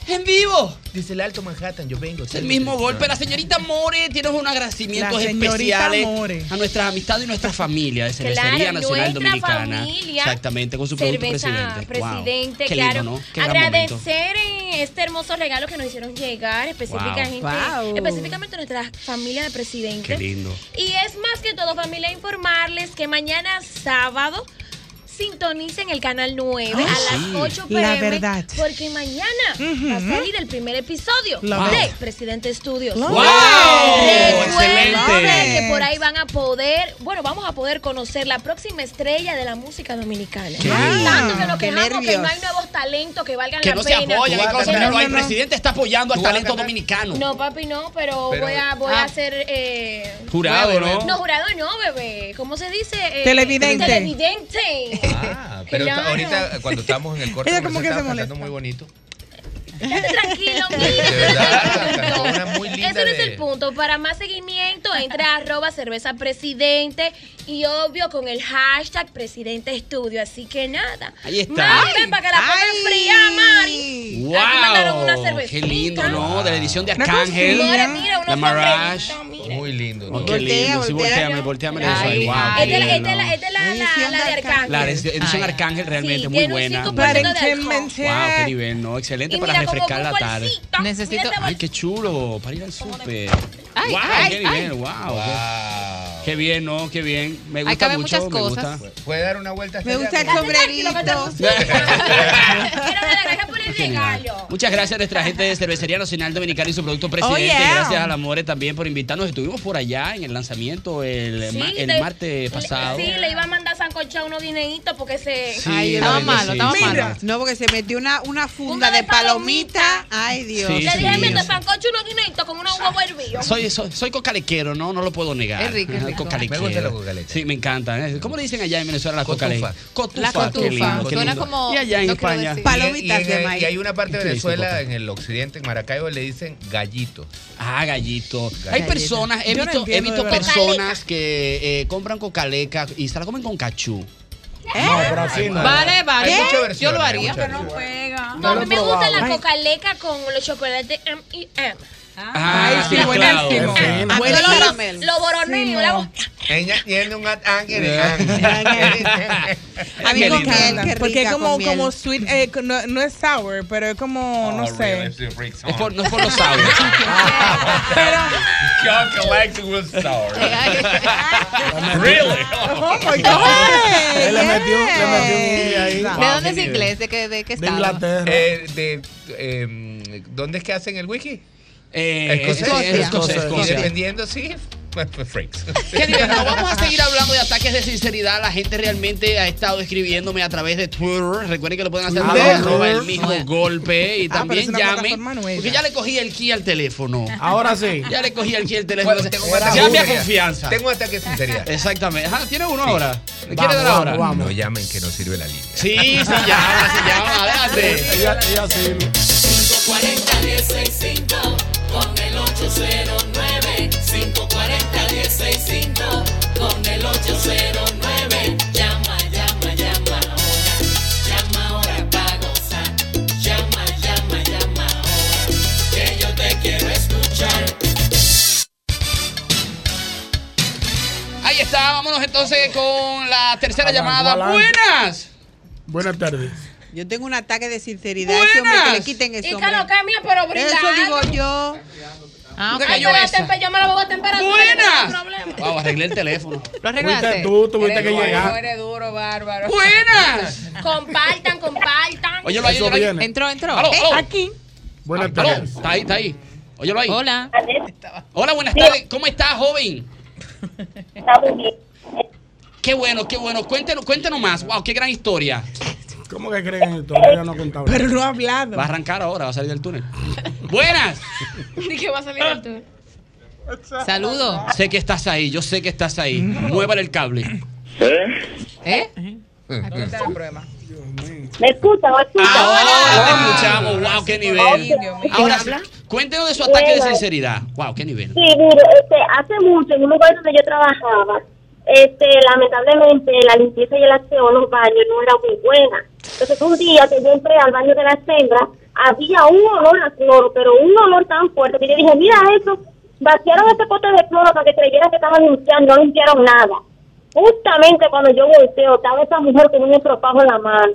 Speaker 2: En vivo.
Speaker 7: Desde el Alto Manhattan, yo vengo.
Speaker 2: Es el mismo golpe. La señorita More tiene unos agradecimientos
Speaker 7: La señorita
Speaker 2: especiales
Speaker 7: More.
Speaker 2: a nuestras amistades y nuestra familia de Cervecería
Speaker 3: Claro,
Speaker 2: Nacional
Speaker 3: nuestra
Speaker 2: Dominicana.
Speaker 3: familia.
Speaker 2: Exactamente, con su producto
Speaker 3: Cerveza
Speaker 2: presidente. Wow.
Speaker 3: presidente,
Speaker 2: Qué lindo,
Speaker 3: claro.
Speaker 2: ¿no? Qué gran momento.
Speaker 3: Agradecer eh, este hermoso regalo que nos hicieron llegar específicamente,
Speaker 2: Wow.
Speaker 3: específicamente nuestra familia de
Speaker 2: Qué
Speaker 3: presidente.
Speaker 2: lindo.
Speaker 3: Y es más que todo, familia, informarles que mañana sábado sintonicen el canal 9 a las
Speaker 6: sí.
Speaker 3: 8 pm.
Speaker 6: La verdad.
Speaker 3: Porque mañana va a salir el primer episodio
Speaker 6: La
Speaker 3: de
Speaker 6: verdad.
Speaker 3: Presidente Estudios.
Speaker 6: Wow.
Speaker 3: Recuerden
Speaker 6: Excelente.
Speaker 3: que por ahí van a poder, bueno, vamos a poder conocer la próxima estrella de la música dominicana.
Speaker 2: Qué
Speaker 3: Tanto
Speaker 2: lindo.
Speaker 3: que nos
Speaker 2: Qué
Speaker 3: quejamos que
Speaker 2: nervios.
Speaker 3: no hay nuevos talentos que valgan
Speaker 2: Que
Speaker 3: la
Speaker 2: no se
Speaker 3: pena.
Speaker 2: apoyan. hay cosas, pero el presidente está apoyando al
Speaker 7: Tú vas a
Speaker 2: talento
Speaker 7: cantar.
Speaker 2: dominicano.
Speaker 3: No, papi, no, pero,
Speaker 2: Pero-
Speaker 3: voy a voy
Speaker 2: Ah.
Speaker 3: a ser eh,
Speaker 2: Jurado,
Speaker 3: bebé.
Speaker 2: ¿no?
Speaker 3: No, jurado no, bebé. ¿Cómo se dice? Eh,
Speaker 7: Televidente.
Speaker 3: Televidente.
Speaker 7: Ah, pero
Speaker 3: Claro.
Speaker 2: eh,
Speaker 7: ahorita cuando estábamos en el corte,
Speaker 3: Ella
Speaker 7: como
Speaker 3: como
Speaker 7: se
Speaker 3: que
Speaker 7: estaba
Speaker 3: se
Speaker 7: cantando muy bonito.
Speaker 3: Quédate tranquilo,
Speaker 7: De verdad, cantó una muy
Speaker 3: mira.
Speaker 7: linda
Speaker 3: Ese no es
Speaker 7: de-
Speaker 3: el punto. Para más seguimiento, entra a arroba cerveza presidente y obvio con el hashtag presidente estudio. Así que nada.
Speaker 2: Ahí está.
Speaker 3: Mari, ven para que la pongan fría, Mari. Aquí mandaron una
Speaker 2: ¡Wow!
Speaker 3: cervecita.
Speaker 2: Qué lindo, ¿no? De la edición de
Speaker 3: Una
Speaker 2: Arcángel.
Speaker 3: cosita. Mira, mira, unos
Speaker 2: la Mirage.
Speaker 7: Muy lindo.
Speaker 2: Oh, qué lindo. Sí, volteame, volteame la edición. Wow, qué
Speaker 3: Esta es la-
Speaker 2: lindo.
Speaker 3: esta es la- esta es la- la- la de Arcángel.
Speaker 2: La edición edición Arcángel realmente
Speaker 3: Sí,
Speaker 2: muy
Speaker 3: tiene un
Speaker 2: buena.
Speaker 3: 5% de
Speaker 2: Wow, qué nivel, ¿no? Excelente
Speaker 3: Y
Speaker 2: para
Speaker 3: mira, como
Speaker 2: refrescar la
Speaker 3: con
Speaker 2: tarde.
Speaker 4: Necesito.
Speaker 2: Ay, qué chulo, para ir al súper.
Speaker 4: Ay,
Speaker 2: wow,
Speaker 4: ay,
Speaker 2: qué
Speaker 4: ay.
Speaker 2: bien, wow. Qué, qué bien, ¿no? Qué bien. Me gusta
Speaker 4: caben
Speaker 2: mucho,
Speaker 4: muchas
Speaker 2: me
Speaker 4: cosas.
Speaker 2: gusta.
Speaker 7: Puede dar una vuelta. este
Speaker 6: Me gusta el sombrerito.
Speaker 2: Genial. Muchas gracias a nuestra gente de Cervecería Nacional Dominicana y su producto presidente.
Speaker 6: yeah.
Speaker 2: Gracias a la More también por invitarnos. Estuvimos por allá en el lanzamiento el,
Speaker 3: Sí,
Speaker 2: ma- el
Speaker 3: le-
Speaker 2: martes pasado.
Speaker 3: Sí, le iba a mandar sancocho a unos dineritos porque se.
Speaker 2: Sí, Ay, la estaba verdad, malo, sí. estaba
Speaker 6: Mira,
Speaker 2: malo.
Speaker 6: No, porque se metió una, una funda de palomita. Ay, Dios.
Speaker 2: Sí,
Speaker 3: le dije,
Speaker 2: sí,
Speaker 3: mete
Speaker 2: sí.
Speaker 3: sancocho y unos dineritos con unos huevos hervidos.
Speaker 2: Soy, soy, soy cocalequero, ¿no? No lo puedo negar.
Speaker 3: Es rico, es
Speaker 2: Ajá,
Speaker 3: rico.
Speaker 2: Cocalequero.
Speaker 7: Me gustan los
Speaker 2: Sí, me encanta. ¿eh? ¿Cómo le dicen allá en Venezuela las cocalejas? Cotufa.
Speaker 4: La cotufa.
Speaker 2: qué lindo, qué
Speaker 4: Suena
Speaker 2: lindo.
Speaker 4: como-
Speaker 2: Y allá en
Speaker 4: no quiero
Speaker 2: España.
Speaker 4: decir.
Speaker 7: Y, en- y hay una parte de Venezuela, en el occidente, en Maracaibo, le dicen gallito.
Speaker 2: Ah, gallito. Hay personas, he
Speaker 7: Yo no
Speaker 2: visto, he
Speaker 7: entiendo,
Speaker 2: visto
Speaker 7: de verdad.
Speaker 2: personas que eh, compran cocaleca y se la comen con cachú.
Speaker 7: pero así no. Vale, vale. Hay muchas versiones,
Speaker 4: Yo lo
Speaker 7: hay
Speaker 4: haría.
Speaker 7: muchas
Speaker 4: no
Speaker 3: juega.
Speaker 2: No
Speaker 3: a
Speaker 2: lo
Speaker 3: mí
Speaker 2: he
Speaker 3: me
Speaker 2: probado.
Speaker 3: gusta la
Speaker 2: Ay.
Speaker 3: cocaleca con los chocolates M&M.
Speaker 2: Ay, sí,
Speaker 7: claro.
Speaker 2: buenísimo.
Speaker 7: Sí,
Speaker 2: Ah,
Speaker 3: Yo
Speaker 7: buenísimo.
Speaker 3: Lo, lo boroneo, la boca.
Speaker 7: Ella tiene un ataque de
Speaker 16: A mí
Speaker 7: Qué
Speaker 16: con
Speaker 7: lindo.
Speaker 16: miel,
Speaker 7: Qué
Speaker 16: porque es
Speaker 7: rica
Speaker 16: como,
Speaker 7: con miel.
Speaker 16: como sweet, eh, no, no es sour, pero es como,
Speaker 2: Oh,
Speaker 16: no
Speaker 7: Oh,
Speaker 16: sé.
Speaker 7: Es
Speaker 2: por, no es por los sabores.
Speaker 7: Chocolate with sour. really?
Speaker 16: Oh my
Speaker 7: God.
Speaker 16: Le
Speaker 7: metió, le metió
Speaker 4: ¿De dónde es inglés? ¿De qué, de qué estado?
Speaker 7: Eh, de, eh, ¿Dónde es que hacen el wiki?
Speaker 2: Escocia. Escocia,
Speaker 7: Y
Speaker 2: Escocia.
Speaker 7: dependiendo, sí. pues, Freaks.
Speaker 2: Qué divertido. Vamos a seguir hablando de ataques de sinceridad. La gente realmente ha estado escribiéndome a través de Twitter. Recuerden que lo pueden hacer
Speaker 5: Twitter.
Speaker 2: a arroba el mismo golpe. Y
Speaker 5: Ah, pero es
Speaker 2: también
Speaker 5: una
Speaker 2: llamen.
Speaker 5: plataforma nueva.
Speaker 2: Porque ya le cogí el key al teléfono.
Speaker 5: Ahora sí.
Speaker 2: Ya le cogí el key al teléfono.
Speaker 7: Bueno, tengo un ataque de
Speaker 2: Llame a
Speaker 7: sinceridad.
Speaker 2: confianza.
Speaker 7: Tengo un ataque de sinceridad.
Speaker 2: Exactamente. Ah, tiene uno ahora. ¿Le
Speaker 7: Vamos,
Speaker 2: quiere dar ahora?
Speaker 7: No llamen que no sirve la línea.
Speaker 2: Sí, sí, llama, sí, llama. Adelante.
Speaker 5: Ella, ella sí.
Speaker 1: 540-1065 con el 809 540-1065 con el 809 Llama, llama, llama ahora Llama ahora para gozar Llama, llama, llama ahora Que yo te quiero escuchar
Speaker 2: Ahí está. Vámonos entonces con la tercera llamada.
Speaker 5: adelante.
Speaker 2: Buenas.
Speaker 5: Buenas tardes.
Speaker 6: Yo tengo un ataque de sinceridad. Ese hombre que le
Speaker 2: Buenas.
Speaker 6: quiten eso.
Speaker 3: Y que lo cambia, pero brindando.
Speaker 6: Eso digo yo.
Speaker 4: Ah,
Speaker 2: ok.
Speaker 3: Ay,
Speaker 2: Cayó
Speaker 3: pero la
Speaker 2: esa.
Speaker 3: tempe- yo me la voy a temperar.
Speaker 2: Buenas. Wow, arreglé el teléfono.
Speaker 4: Lo
Speaker 2: arreglaste.
Speaker 5: Fuiste tú, tuviste que llegar.
Speaker 3: eres duro, bárbaro.
Speaker 2: Buenas.
Speaker 3: Compartan, compartan.
Speaker 2: Óyelo ahí,
Speaker 5: Eso
Speaker 2: óyelo ahí.
Speaker 5: viene.
Speaker 4: Entró, entró.
Speaker 2: Aló, aló.
Speaker 4: Aquí.
Speaker 5: Buenas
Speaker 2: Eh, Aló,
Speaker 5: tardes.
Speaker 2: Está ahí, está ahí. Óyelo ahí.
Speaker 4: Hola.
Speaker 2: Hola, buenas tardes. ¿Cómo estás, joven? Qué bueno, qué bueno. Cuéntenos, cuéntenos más. Wow, qué gran historia.
Speaker 5: ¿Cómo que creen esto? Ella no ha contado.
Speaker 16: Pero no ha hablado.
Speaker 2: Va a arrancar ahora, va a salir del túnel. Buenas.
Speaker 3: Ni que va a salir el túnel.
Speaker 4: Saludo.
Speaker 2: Sé que estás ahí, yo sé que estás ahí. Muévale el cable.
Speaker 4: ¿Eh?
Speaker 18: ¿Me escuchan? ¿Me escuchan?
Speaker 2: Ahora lo Ah, escuchamos. Wow, qué nivel. Ahora sí, cuéntenos de su ataque de
Speaker 18: Buenas.
Speaker 2: sinceridad. Wow, qué nivel.
Speaker 18: Sí, mire, este, hace mucho en un lugar donde yo trabajaba, este, lamentablemente la limpieza y el aseo en los baños no era muy buena. Entonces un día que yo entré al baño de las hembras,
Speaker 19: había un olor a cloro, pero un olor tan fuerte que yo dije, mira eso, vaciaron ese pote de cloro para que creyeran que estaban limpiando, no limpiaron nada. Justamente cuando yo volteo, estaba esa mujer con un estropajo en la mano.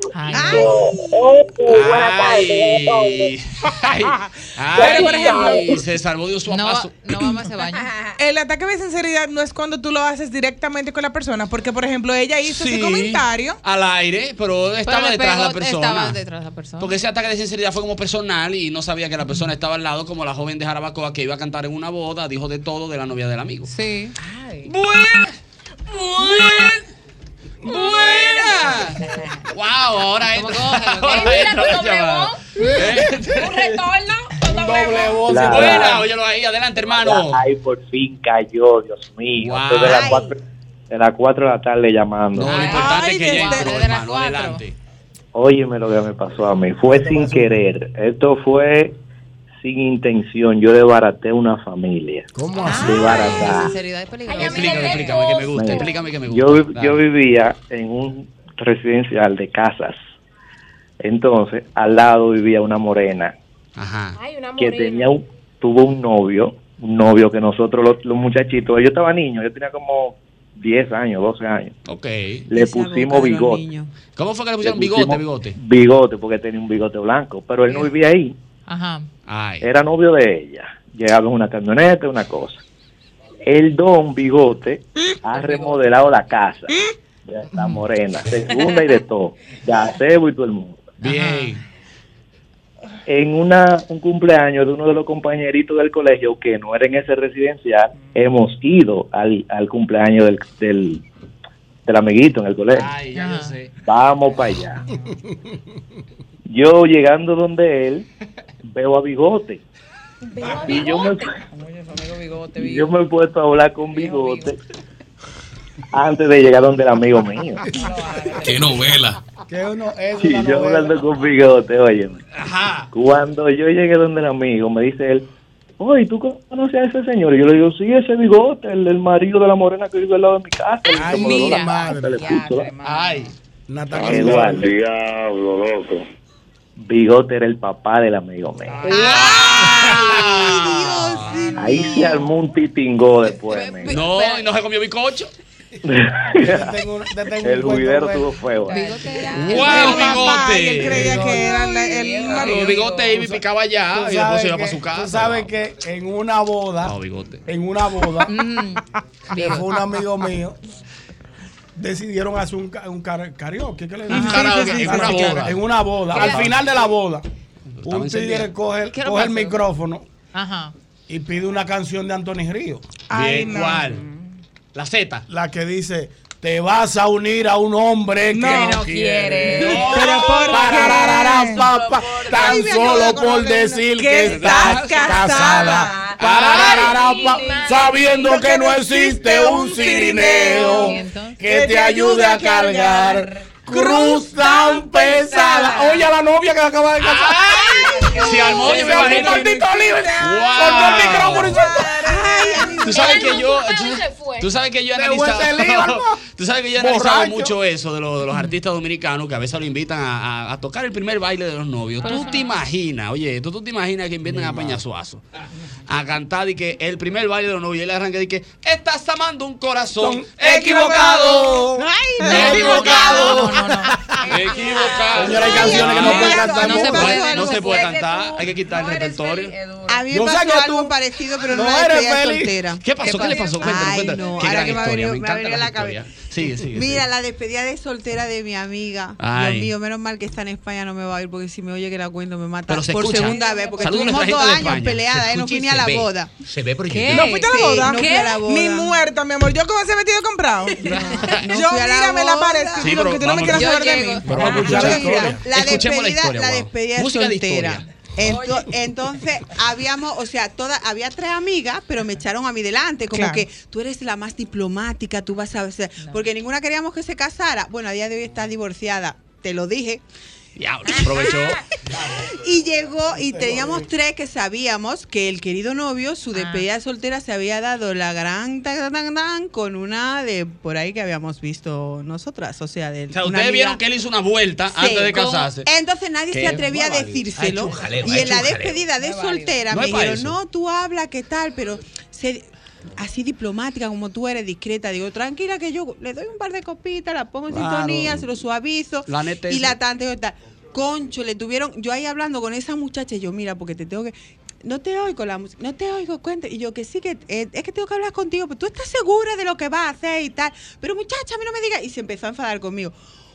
Speaker 19: Yo, "Este, buenas
Speaker 1: Ah.
Speaker 19: tardes, entonces".
Speaker 16: Ah.
Speaker 2: Ay,
Speaker 16: por ejemplo-
Speaker 2: se salvó de un suapazo.
Speaker 4: No vamos
Speaker 2: Eh,
Speaker 4: a ese baño.
Speaker 16: El ataque de sinceridad no es cuando tú lo haces directamente con la persona, porque por ejemplo ella hizo
Speaker 2: Sí,
Speaker 16: ese comentario.
Speaker 2: Al aire, pero estaba
Speaker 16: le
Speaker 2: detrás de la
Speaker 16: pegó-
Speaker 2: persona.
Speaker 16: estaba detrás de la persona.
Speaker 2: Porque ese ataque de sinceridad fue como personal y no sabía que la persona estaba al lado, como la joven de Jarabacoa que iba a cantar en una boda, dijo de todo de la novia del amigo.
Speaker 4: Sí.
Speaker 2: ¡Buena! ¡Wow! Ahora entra. Ahora
Speaker 1: mira,
Speaker 2: entra
Speaker 1: tu
Speaker 2: la
Speaker 1: doble
Speaker 2: llamada.
Speaker 1: voz. Un retorno. Un doble voz.
Speaker 2: Buena,
Speaker 1: Buena, oye.
Speaker 2: óyelo ahí, adelante, hermano.
Speaker 23: Ya, Ahí por fin cayó, Dios mío. Estoy De, las cuatro, de las cuatro de la tarde llamando.
Speaker 2: eh. Importante que ya entró, hermano, adelante.
Speaker 23: Óyeme lo que me pasó a mí. Fue sin querer. Esto fue sin intención. Yo desbaraté una familia.
Speaker 5: Ah,
Speaker 23: ¿Cómo así? Desbaratar.
Speaker 4: Sinceridad es peligrosa.
Speaker 2: Explícame, explícame que me gusta, explícame que me gusta.
Speaker 23: Yo, vi-
Speaker 2: Dale.
Speaker 23: yo vivía en un residencial de casas. Entonces, al lado vivía una morena. Que tenía un, tuvo un novio, un novio que nosotros los, los muchachitos, yo estaba niño, yo tenía como 10 años, 12 años.
Speaker 2: Ok.
Speaker 23: Le pusimos bigote.
Speaker 2: ¿Cómo fue que le pusieron
Speaker 23: pusimos-
Speaker 2: bigote, bigote?
Speaker 23: Bigote, porque tenía un bigote blanco, pero él no vivía ahí,
Speaker 4: Ajá.
Speaker 23: era novio de ella. Llegaba en una camioneta, una cosa. El don bigote ha remodelado la casa. Ya está morena, segunda y de todo. Ya cebo y todo el mundo.
Speaker 2: Bien.
Speaker 23: En una, un cumpleaños de uno de los compañeritos del colegio que no era en ese residencial, hemos ido al, al cumpleaños del, del, del amiguito en el colegio.
Speaker 2: ya yo sé.
Speaker 23: Vamos para allá. Yo llegando donde él, veo a bigote. Y yo me, y yo me he puesto a hablar con bigote antes de llegar donde el amigo mío.
Speaker 24: Qué novela.
Speaker 5: Que uno es
Speaker 23: Y
Speaker 5: una
Speaker 23: yo
Speaker 5: novela.
Speaker 23: hablando con bigote, óyeme. Cuando yo llegué donde el amigo, me dice él, oye, ¿tú conoces a ese señor? Y yo le digo, sí, ese bigote, el, el marido de la morena que vive al lado de mi casa.
Speaker 5: Ay,
Speaker 23: Como de
Speaker 5: mira.
Speaker 23: la mata, le puso, ¿eh?
Speaker 2: Ay.
Speaker 5: Natalia.
Speaker 23: Eduardo.
Speaker 13: Diablo, loco.
Speaker 23: Bigote era el papá del amigo mío. Ahí se armó un titingo después, amigo.
Speaker 2: No, y no se comió bicocho.
Speaker 23: El juidero tuvo fuego.
Speaker 2: ¡Wow,
Speaker 16: Ay, él
Speaker 2: bigote!
Speaker 16: creía que era la- el marido.
Speaker 2: bigote y me picaba ya.
Speaker 5: Tú
Speaker 2: Y después
Speaker 5: sabes
Speaker 2: se iba
Speaker 5: que-
Speaker 2: para su
Speaker 5: Tú
Speaker 2: casa.
Speaker 5: sabes que en una boda,
Speaker 2: No, bigote.
Speaker 5: en una boda, que fue un amigo mío, decidieron hacer un, ca- un car- karaoke. ¿qué le dicen?
Speaker 2: Un karaoke, en una boda.
Speaker 5: En una boda.
Speaker 2: Claro.
Speaker 5: Al final de la boda,
Speaker 2: Estaba
Speaker 5: un tigre
Speaker 2: encendido.
Speaker 5: coge,
Speaker 2: ¿Qué
Speaker 5: coge
Speaker 2: le
Speaker 5: el
Speaker 2: pasó?
Speaker 5: micrófono
Speaker 4: Ajá.
Speaker 5: y pide una canción de Anthony Ríos.
Speaker 2: Bien, ¿cuál? La Z.
Speaker 5: La que dice, te vas a unir a un hombre que no, quiere. Pero por Parararara, pa, pa, Tan solo por decir que estás casada. Parararara, pa, Sabiendo que no existe un cirineo que te ayude a cargar. Cruz tan pesada. Ah, Oye, a la novia que acaba de casar.
Speaker 2: Se armó, yo
Speaker 5: Se
Speaker 2: me
Speaker 5: armó
Speaker 2: imagino.
Speaker 5: tantito libre.
Speaker 2: Wow.
Speaker 5: Cortó el micrófono y se-
Speaker 2: Tú sabes que yo.
Speaker 5: Pero se
Speaker 2: Tú,
Speaker 5: fue.
Speaker 2: tú sabes que yo he
Speaker 5: Se fue
Speaker 2: analizado.
Speaker 5: ese lío, hermano.
Speaker 2: Tú sabes que yo he analizado
Speaker 5: Borracho.
Speaker 2: mucho eso de, los- de los artistas dominicanos que a veces lo invitan a, a- a tocar el primer baile de los novios.
Speaker 25: Pero
Speaker 2: Tú
Speaker 25: eso
Speaker 2: te
Speaker 25: no.
Speaker 2: imaginas, oye, tú, tú te imaginas que invitan a Peñasuazo a cantar y que el primer baile de los novios y le arranca y que estás amando un corazón equivocado. equivocado. Equivocado.
Speaker 5: Señora, hay canciones que no pueden cantar
Speaker 2: No se
Speaker 5: nunca.
Speaker 2: puede, no se puede cantar. Hay que quitar el repertorio.
Speaker 6: A mí me
Speaker 2: Yo sé
Speaker 6: pasó
Speaker 2: que
Speaker 6: algo parecido, pero no,
Speaker 2: No
Speaker 6: era
Speaker 2: eres
Speaker 6: despedida
Speaker 2: feliz.
Speaker 6: soltera.
Speaker 2: ¿Qué pasó? ¿Qué le pasó? Cuéntame,
Speaker 6: Ay,
Speaker 2: cuéntame.
Speaker 6: no,
Speaker 2: Qué
Speaker 6: ahora
Speaker 2: gran
Speaker 6: que me ha
Speaker 2: historia,
Speaker 6: venido-
Speaker 2: me
Speaker 6: me ha
Speaker 2: encanta
Speaker 6: venido
Speaker 2: la
Speaker 6: la cabeza.
Speaker 2: historia. Sigue, sigue,
Speaker 6: Mira,
Speaker 2: sigue.
Speaker 6: la despedida de soltera de mi amiga.
Speaker 2: Ay.
Speaker 6: Dios mío, menos mal que está en España, no me va a ir, porque si me oye que la cuento me mata
Speaker 2: Pero se
Speaker 6: por
Speaker 2: escucha.
Speaker 6: segunda vez, porque
Speaker 2: Saludos a
Speaker 6: estuvimos
Speaker 2: nuestra
Speaker 6: dos
Speaker 2: gente de
Speaker 6: años
Speaker 2: España.
Speaker 6: peleadas,
Speaker 2: Se
Speaker 6: eh, no
Speaker 2: escucha y
Speaker 6: fui ni a
Speaker 2: se
Speaker 6: la
Speaker 2: ve.
Speaker 6: boda.
Speaker 2: Se ve por
Speaker 6: ¿Qué?
Speaker 16: ¿No fuiste a la
Speaker 6: Sí,
Speaker 16: boda?
Speaker 6: no fui a la boda.
Speaker 16: Ni muerta, mi amor. Yo con ese vestido comprado. yo,
Speaker 6: fui a la
Speaker 16: mira, me la
Speaker 6: boda.
Speaker 16: parezco.
Speaker 6: Sí,
Speaker 16: digo
Speaker 6: pero
Speaker 16: que tú no me
Speaker 6: vámonos.
Speaker 16: quieras
Speaker 6: Yo
Speaker 16: saber de
Speaker 6: llego.
Speaker 16: mí.
Speaker 6: Pero vamos a escuchar la historia. La
Speaker 2: Escuchemos la
Speaker 6: despedida,
Speaker 2: historia,
Speaker 6: la
Speaker 2: guau.
Speaker 6: despedida
Speaker 2: Música de
Speaker 6: soltera.
Speaker 2: historia.
Speaker 6: Ento- entonces habíamos, o sea, toda, había tres amigas, pero me echaron a mí delante, como
Speaker 16: Claro.
Speaker 6: que tú eres la más diplomática, tú vas a hacer, porque ninguna queríamos que se casara. Bueno, a día de hoy está divorciada, te lo dije.
Speaker 2: Diablo, aprovechó.
Speaker 6: Y llegó y teníamos tres que sabíamos que el querido novio, su despedida de soltera, se había dado la gran tan, tan, tan, tan, con una de por ahí que habíamos visto nosotras. O sea, de
Speaker 2: O sea,
Speaker 6: una
Speaker 2: ustedes
Speaker 6: amiga.
Speaker 2: vieron que él hizo una vuelta
Speaker 6: Sí.
Speaker 2: antes de
Speaker 6: Como-
Speaker 2: casarse.
Speaker 6: Entonces nadie
Speaker 2: Qué
Speaker 6: se atrevía a
Speaker 2: barbaridad. Ha hecho
Speaker 6: decírselo.
Speaker 2: un jaleo, ha
Speaker 6: y en
Speaker 2: hecho
Speaker 6: la
Speaker 2: un jaleo.
Speaker 6: despedida de soltera
Speaker 2: No
Speaker 6: me
Speaker 2: es pa'
Speaker 6: dijeron,
Speaker 2: eso.
Speaker 6: no, tú habla, ¿qué tal? Pero se- así diplomática como tú eres, discreta. Digo, tranquila que yo le doy un par de copitas, la pongo en
Speaker 26: Claro.
Speaker 6: sintonía, se lo suavizo.
Speaker 26: La neta
Speaker 6: y
Speaker 26: es-
Speaker 6: la tante digo, tal. Concho, le tuvieron, yo ahí hablando con esa muchacha, y yo, mira, porque te tengo que... No te oigo la música, no te oigo, cuenta. Y yo que sí, que eh, es que tengo que hablar contigo, pero tú estás segura de lo que vas a hacer y tal. Pero muchacha, a mí no me digas. Y se empezó a enfadar conmigo.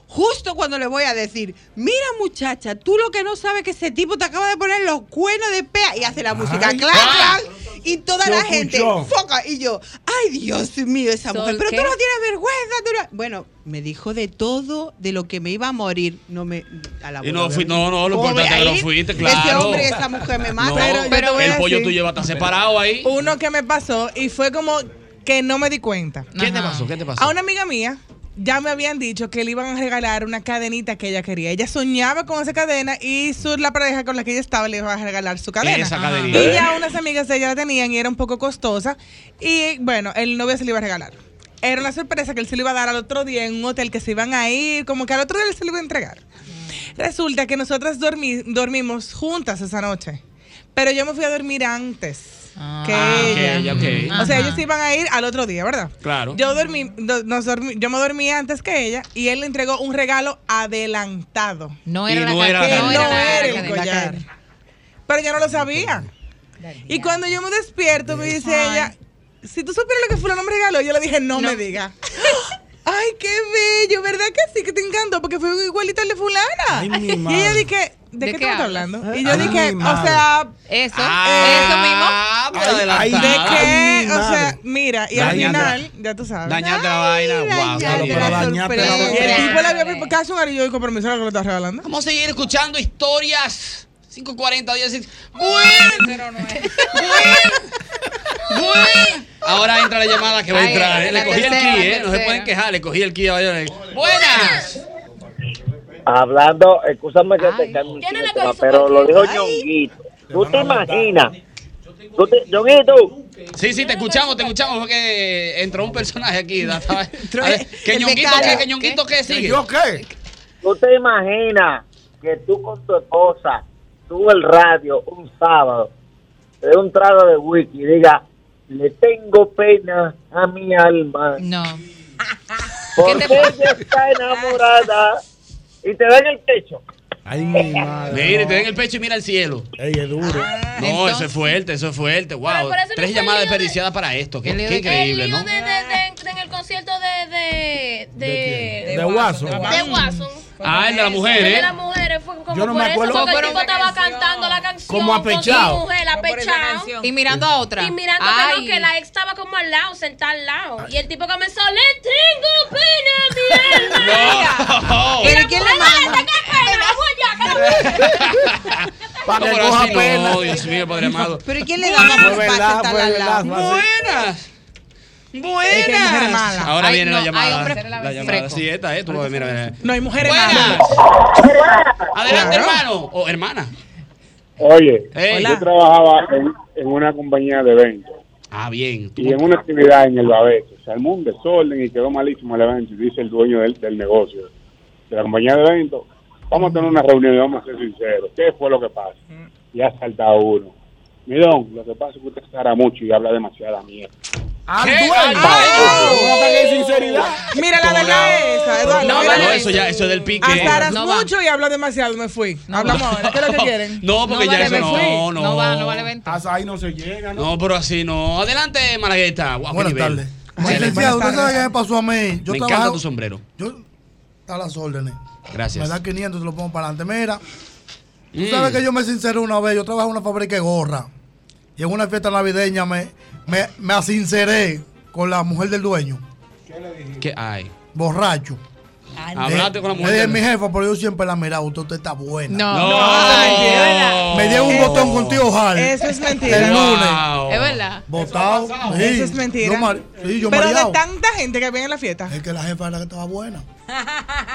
Speaker 6: Justo cuando le voy a decir, mira muchacha, tú lo que no sabes es que ese tipo te acaba de poner los cuernos de pea y hace la música
Speaker 26: Ay.
Speaker 6: clac,
Speaker 26: Ah.
Speaker 6: clac, y toda
Speaker 26: Yo
Speaker 6: la gente
Speaker 26: escuchó.
Speaker 6: foca y yo, ay Dios mío, esa
Speaker 26: Sol,
Speaker 6: mujer, pero
Speaker 26: ¿qué?
Speaker 6: tú no tienes vergüenza, tú no-". Bueno, me dijo de todo de lo que me iba a morir, no me a la
Speaker 2: Y
Speaker 6: boda,
Speaker 2: no, fui,
Speaker 6: obviamente.
Speaker 2: no, no, lo
Speaker 6: Pobre,
Speaker 2: importante es que no
Speaker 6: ahí,
Speaker 2: fuiste,
Speaker 6: ese
Speaker 2: claro.
Speaker 6: hombre y esa mujer me
Speaker 2: No,
Speaker 6: matan. Pero yo te
Speaker 2: pero
Speaker 6: voy a
Speaker 2: el pollo
Speaker 6: decir-
Speaker 2: tuyo va a estar separado ahí.
Speaker 16: Uno que me pasó y fue como que no me di cuenta.
Speaker 2: ¿Qué te pasó? ¿Qué te pasó?
Speaker 16: A una amiga mía ya me habían dicho que le iban a regalar una cadenita que ella quería. Ella soñaba con esa cadena y su, la pareja con la que ella estaba le iba a regalar su cadena.
Speaker 2: Esa
Speaker 16: Ajá.
Speaker 2: cadenita.
Speaker 16: Y ya unas amigas de ella la tenían y era un poco costosa. Y bueno, el novio se le iba a regalar. Era una sorpresa que él se le iba a dar al otro día en un hotel que se iban a ir, como que al otro día él se le iba a entregar. Resulta que nosotras dormi- dormimos juntas esa noche. Pero yo me fui a dormir antes que
Speaker 2: Ah,
Speaker 16: ella.
Speaker 2: ok, ok.
Speaker 16: O sea,
Speaker 2: Ajá.
Speaker 16: ellos se iban a ir al otro día, ¿verdad?
Speaker 2: Claro.
Speaker 16: Yo dormí, do- nos dormí- yo me dormí antes que ella y él le entregó un regalo adelantado.
Speaker 4: No
Speaker 2: era Y la no era la
Speaker 16: Que
Speaker 2: cadena.
Speaker 16: no
Speaker 2: cadena.
Speaker 16: era el
Speaker 2: La cadena.
Speaker 16: collar. Pero yo no lo sabía. Y cuando yo me despierto, me dice ella, si tú supieras lo que fulano me regaló, yo le dije, no, me diga. Ay, qué bello, ¿verdad que sí? Que te encantó porque fue igualito al de fulana. y
Speaker 26: madre.
Speaker 16: ella dije, ¿de,
Speaker 26: ¿De
Speaker 16: qué,
Speaker 26: qué
Speaker 16: tú estás
Speaker 26: hablas?
Speaker 16: hablando? Y yo
Speaker 26: Ay,
Speaker 16: dije,
Speaker 26: mi
Speaker 16: o
Speaker 26: madre.
Speaker 16: sea...
Speaker 4: Eso,
Speaker 16: Ah,
Speaker 2: pues
Speaker 16: ay, ¿De
Speaker 2: adelantada.
Speaker 16: qué?
Speaker 2: Ay, mi
Speaker 16: o sea,
Speaker 2: madre.
Speaker 16: mira, y
Speaker 2: Dañando.
Speaker 16: al final, ya tú sabes.
Speaker 2: Dañaste la vaina. Guau,
Speaker 16: dañaste
Speaker 2: pero
Speaker 16: la
Speaker 2: dañaste la
Speaker 16: sorpresa.
Speaker 2: vaina.
Speaker 16: Y el tipo le había casi un anillo y compromiso a lo que le estás regalando.
Speaker 2: Vamos a seguir escuchando historias. 540, 10. ¡Buen! ¡Buen! ¡Buen! Ahora entra la llamada que va a
Speaker 1: Ay,
Speaker 2: entrar. ¿eh?
Speaker 1: la
Speaker 2: Le cogí el
Speaker 1: tercera, la
Speaker 2: key, ¿eh? No se
Speaker 1: tercera.
Speaker 2: pueden quejar, le cogí el key. Vaya, eh. ¡Buenas!
Speaker 8: Hablando, escúchame que te cambie un tema, pero lo dijo Ñonguito. ¿Tú te imaginas? ¿Tú te, Ñonguito,
Speaker 2: Sí, sí, te escuchamos, te escuchamos. Fue que entró un personaje aquí. da- da- eh. a ver, ¿Que
Speaker 8: el
Speaker 2: ñonguito
Speaker 8: becario.
Speaker 2: qué? ¿Que ñonguito qué sigue?
Speaker 8: qué? ¿Tú te imaginas que tú con tu esposa sube el radio un sábado, te dé un trago de whisky y diga, le tengo pena a mi alma?
Speaker 4: No.
Speaker 8: Porque ella está enamorada y te da en el techo.
Speaker 2: Ay, mi madre. Mira, y te ve en el pecho y mira al cielo. Ey, es duro.
Speaker 6: Ah,
Speaker 2: no, eso es fuerte, eso es fuerte. Wow.
Speaker 3: por eso no
Speaker 2: Tres
Speaker 3: fue
Speaker 2: llamadas
Speaker 3: el lío de-
Speaker 2: desperdiciadas para esto. Qué,
Speaker 3: El lío
Speaker 2: qué
Speaker 3: de-
Speaker 2: increíble,
Speaker 3: el lío
Speaker 2: ¿no?
Speaker 3: de- de- de- en el concierto de. ¿De, de,
Speaker 2: quién? De Guaso.
Speaker 3: De
Speaker 2: De
Speaker 3: Guaso.
Speaker 2: Ah, el de las mujeres.
Speaker 3: El de las mujeres. Fue como
Speaker 2: Yo no
Speaker 3: por
Speaker 2: me acuerdo.
Speaker 3: eso que el
Speaker 2: Como
Speaker 3: tipo
Speaker 2: por
Speaker 3: estaba cantando la canción.
Speaker 2: Como apechao.
Speaker 3: Con su mujer, apechao.
Speaker 4: Y mirando a otra.
Speaker 3: Y mirando que,
Speaker 4: Ay.
Speaker 3: no, que la ex estaba como al lado, sentada al lado. Y el tipo comenzó, le tengo pena a mi alma.
Speaker 2: No.
Speaker 3: Y la mujer, "Dale, saca pena, voy ya, que la voy".
Speaker 2: Para
Speaker 1: que coja pena.
Speaker 2: No, Dios mío, padre amado.
Speaker 6: Pero ¿quién le da más
Speaker 2: Fue
Speaker 6: espacio
Speaker 2: verdad,
Speaker 6: a estar
Speaker 2: fue
Speaker 6: al lado?
Speaker 2: verdad, fue Buenas.
Speaker 16: Es que hay mujeres malas.
Speaker 2: Ahora viene la
Speaker 16: Hay
Speaker 2: llamada.
Speaker 16: hombres
Speaker 2: La llamada.
Speaker 16: frescos.
Speaker 2: Sí, esta, eh. Tú lo ves, mira, mira.
Speaker 16: No hay mujeres
Speaker 2: Buenas.
Speaker 16: malas.
Speaker 2: Adelante, hermano. O hermana.
Speaker 27: Oye,
Speaker 2: Hey.
Speaker 27: yo trabajaba en, en una compañía de eventos
Speaker 2: Ah, bien.
Speaker 27: y en una actividad en el Babeso. Se armó un desorden y quedó malísimo el evento. Y dice el dueño del, del negocio, de la compañía de eventos, vamos a tener una reunión y vamos a ser sinceros. ¿Qué fue lo que pasó?
Speaker 19: Mm.
Speaker 27: Y ha saltado uno. Mirón, lo que pasa es que usted se hará mucho y habla demasiada mierda.
Speaker 2: Ah,
Speaker 16: ¡Ay!
Speaker 27: Un ataque de sinceridad.
Speaker 16: Mira, la verdad es esa, Eduardo.
Speaker 2: No,
Speaker 16: mira,
Speaker 2: no, eso ya, eso es del pique.
Speaker 16: Azaras
Speaker 2: No
Speaker 16: mucho y hablas demasiado, me fui. Hablamos ahora, ¿qué es lo que quieren?
Speaker 2: No, porque
Speaker 16: No
Speaker 2: ya
Speaker 16: vale,
Speaker 2: eso
Speaker 16: me fui.
Speaker 2: no, no.
Speaker 16: No va, no
Speaker 2: vale
Speaker 5: Hasta ahí no se llega, ¿no?
Speaker 2: No, pero así no. Adelante, Malagueta. Guau, Buenas tardes.
Speaker 28: Licenciado, ¿usted sabe qué me pasó a mí? Yo
Speaker 2: Me encanta
Speaker 28: trabajo
Speaker 2: tu sombrero.
Speaker 28: a las órdenes.
Speaker 2: Gracias.
Speaker 28: Me da 500 y lo pongo para adelante. Mira, tú
Speaker 2: Mm.
Speaker 28: sabes que yo me sincero una vez. Yo trabajo en una fábrica de gorra. Y en una fiesta navideña me, me, me asinceré con la mujer del dueño,
Speaker 2: ¿Qué hay?
Speaker 28: borracho.
Speaker 2: no. Hablaste con la mujer
Speaker 28: Le dije,
Speaker 2: del-
Speaker 28: mi jefa, pero yo siempre la miraba. Usted, usted está buena.
Speaker 2: No. No, No. eso es mentira.
Speaker 28: Me llevo un botón contigo, Jal.
Speaker 16: Eso es mentira.
Speaker 28: El lunes.
Speaker 2: Wow.
Speaker 16: Es verdad.
Speaker 4: sola.
Speaker 28: Botado.
Speaker 16: Eso ha pasado. Eso es mentira.
Speaker 28: Yo mar- sí, yo
Speaker 16: Pero
Speaker 28: mareado.
Speaker 16: de tanta gente que viene a la fiesta.
Speaker 28: Es que la jefa era la que estaba buena.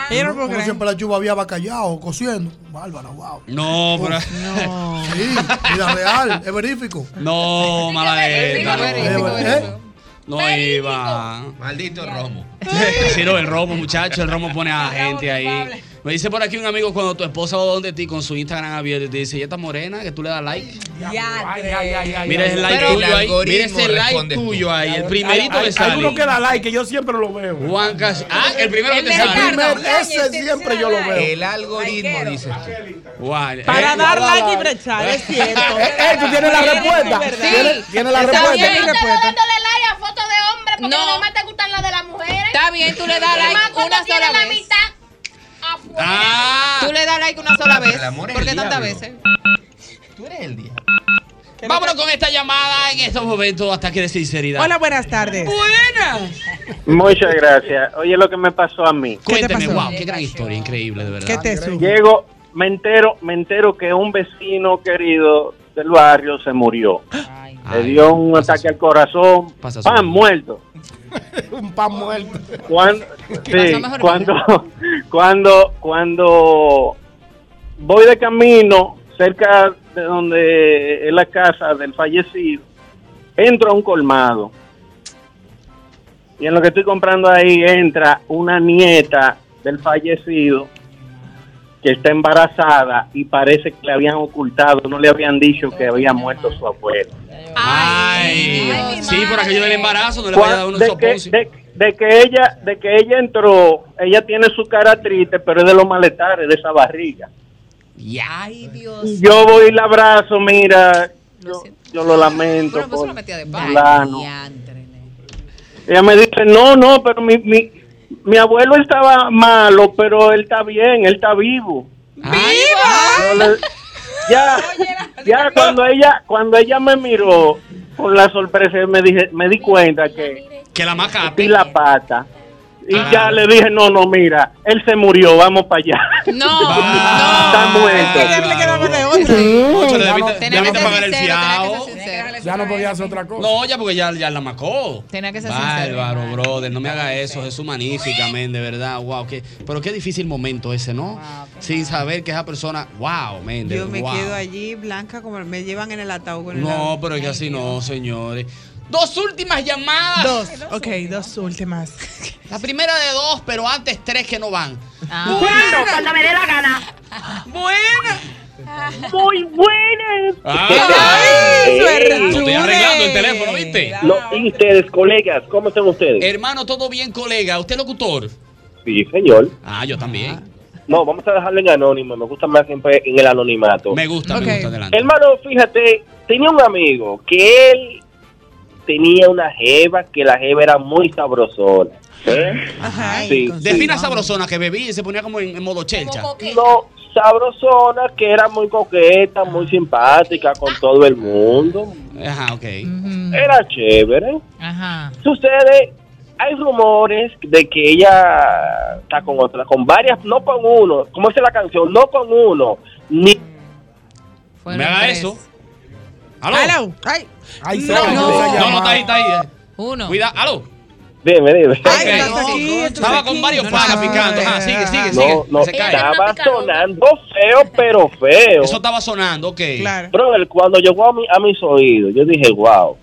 Speaker 16: Ella no
Speaker 28: Uno-
Speaker 16: puede
Speaker 28: uno
Speaker 16: creer.
Speaker 28: siempre la chuva había bacallao, cociendo. Bárbara, wow.
Speaker 2: No, pero.
Speaker 28: No. Sí, vida real, es verífico.
Speaker 2: No,
Speaker 28: Verífico, verífico,
Speaker 2: maladeta.
Speaker 28: verífico.
Speaker 2: No iba. Maldito romo. Sí, no, el romo, muchacho. El romo pone a la gente ahí. Me dice por aquí un amigo cuando tu esposa va donde ti con su Instagram abierto y te dice, ¿y esta morena que tú le das like? Mira ese like tuyo ahí. Mira ese like tuyo ahí. El primerito
Speaker 26: Hay-
Speaker 2: que
Speaker 26: hay
Speaker 2: sale.
Speaker 26: uno que da like, que yo siempre lo veo.
Speaker 2: Juan Cas- Ah, el primero que te
Speaker 26: El
Speaker 2: sale.
Speaker 26: primer- ese siempre yo lo veo.
Speaker 7: este El algoritmo, dice.
Speaker 2: Guay.
Speaker 26: Para
Speaker 2: Eh,
Speaker 26: dar like y
Speaker 16: brechar, es
Speaker 26: cierto. Eh, tú tienes la respuesta. Tienes- tienes la
Speaker 4: Está
Speaker 26: respuesta.
Speaker 4: bien.
Speaker 26: Tienes la
Speaker 4: respuesta.
Speaker 29: dándole like a fotos de hombres porque
Speaker 4: No.
Speaker 29: no. más te gustan las de las mujeres.
Speaker 4: Está bien, tú le das like
Speaker 29: Además, cuando
Speaker 4: una
Speaker 29: tienes
Speaker 4: sola
Speaker 29: la
Speaker 4: vez.
Speaker 29: mitad.
Speaker 2: Ah.
Speaker 4: Tú le das like una sola vez.
Speaker 2: El amor es
Speaker 4: ¿Por
Speaker 2: el
Speaker 4: qué tantas
Speaker 2: diablo.
Speaker 4: veces?
Speaker 7: Tú eres el día.
Speaker 2: Vámonos con esta llamada en estos momentos. Ataque de sinceridad.
Speaker 16: Hola, buenas tardes.
Speaker 2: Buenas.
Speaker 9: Muchas gracias. Oye, lo que me pasó a mí.
Speaker 2: Cuénteme, wow, qué gran historia, increíble, de verdad.
Speaker 9: Llego, me entero, me entero que un vecino querido del barrio se murió. Le dio un ataque al corazón, pan muerto.
Speaker 26: Un pan muerto.
Speaker 9: Cuando, sí,
Speaker 26: Pasó mejor
Speaker 9: cuando, cuando, cuando voy de camino cerca de donde es la casa del fallecido, entro a un colmado. Y en lo que estoy comprando ahí entra una nieta del fallecido que está embarazada y parece que le habían ocultado, no le habían dicho que había muerto su abuelo.
Speaker 2: Ay, sí, por aquello del embarazo, no le vaya a dar
Speaker 9: Cuan-
Speaker 2: unos
Speaker 9: de, que,
Speaker 2: soponcio.
Speaker 9: de, de que ella de que ella entró ella tiene su cara triste pero es de los maletares de esa barriga
Speaker 4: Ay, Dios.
Speaker 9: Y yo voy y la abrazo mira yo, yo lo lamento
Speaker 4: Bueno, pues
Speaker 9: por
Speaker 4: una metida de
Speaker 9: fulano.
Speaker 4: pan.
Speaker 9: ella me dice no no pero mi, mi mi abuelo estaba malo pero él está bien él está vivo Yo le- ya ya cuando ella cuando ella me miró con la sorpresa me dije me di cuenta que
Speaker 2: que la maca
Speaker 9: metí la pata y
Speaker 2: Ah.
Speaker 9: ya le dije no no mira él se murió vamos para allá
Speaker 4: No,
Speaker 2: Ah,
Speaker 9: está muerto
Speaker 2: Ocho, le debiste,
Speaker 4: Tenía
Speaker 2: debiste
Speaker 4: que ser
Speaker 2: pagar el
Speaker 4: sincero,
Speaker 2: fiado.
Speaker 26: Ya no podía hacer otra cosa.
Speaker 2: No, ya porque ya, ya la macó.
Speaker 4: Tenía que ser sincero.
Speaker 2: Bárbaro, brother, no me haga eso, Jesús magnífica, men, de verdad, wow, qué, pero qué difícil momento ese, ¿no? Sin saber que esa persona, wow, men, de-
Speaker 6: Yo me
Speaker 2: wow.
Speaker 6: quedo allí blanca como me llevan en el ataúd con el
Speaker 2: No,
Speaker 6: ataúd.
Speaker 2: pero es que así no, señores. Dos últimas llamadas.
Speaker 16: Dos. Ok, dos últimas.
Speaker 2: La primera de dos, pero antes tres que no van.
Speaker 1: Bueno, cuando me dé la gana.
Speaker 2: Buena.
Speaker 1: Muy buena.
Speaker 2: Ah, Ay,
Speaker 1: su
Speaker 2: Lo estoy arreglando el teléfono, ¿viste?
Speaker 9: ¿Y ustedes, colegas? ¿Cómo están ustedes?
Speaker 2: Hermano, todo bien, colega. ¿Usted es locutor?
Speaker 9: Sí, señor.
Speaker 2: Ah, yo también.
Speaker 9: No, vamos a dejarlo en anónimo. Me gusta más siempre en el anonimato.
Speaker 2: Me gusta, me gusta adelante.
Speaker 9: Hermano, fíjate, tenía un amigo que él tenía una jeva, que la jeva era muy sabrosona. ¿eh?
Speaker 2: Ajá.
Speaker 9: Sí,
Speaker 2: Defina
Speaker 9: sí.
Speaker 2: sabrosona que bebía y se ponía como en, en modo chelcha.
Speaker 9: No, sabrosona, que era muy coqueta, muy simpática con todo el mundo.
Speaker 2: Ajá, ok.
Speaker 9: Era chévere.
Speaker 4: Ajá.
Speaker 9: Sucede, hay rumores de que ella está con otra, con varias, no con uno. ¿Cómo dice la canción? No con uno. Ni
Speaker 2: Me haga eso. ¿Aló?
Speaker 16: Ay.
Speaker 9: Ay,
Speaker 2: No,
Speaker 9: se cayó esa
Speaker 2: no, no,
Speaker 9: llamada.
Speaker 2: está ahí, está ahí.
Speaker 4: Uno.
Speaker 2: Cuidado, aló.
Speaker 9: Dime, dime.
Speaker 2: Ok. Estaba con varios panas picando. Ajá, sigue, sigue,
Speaker 9: no,
Speaker 2: sigue.
Speaker 9: no,
Speaker 2: Se cae.
Speaker 9: estaba sonando feo, pero feo.
Speaker 2: Eso estaba sonando, ok. Claro.
Speaker 9: Brother, cuando llegó a, mi- a mis oídos, yo dije, wow.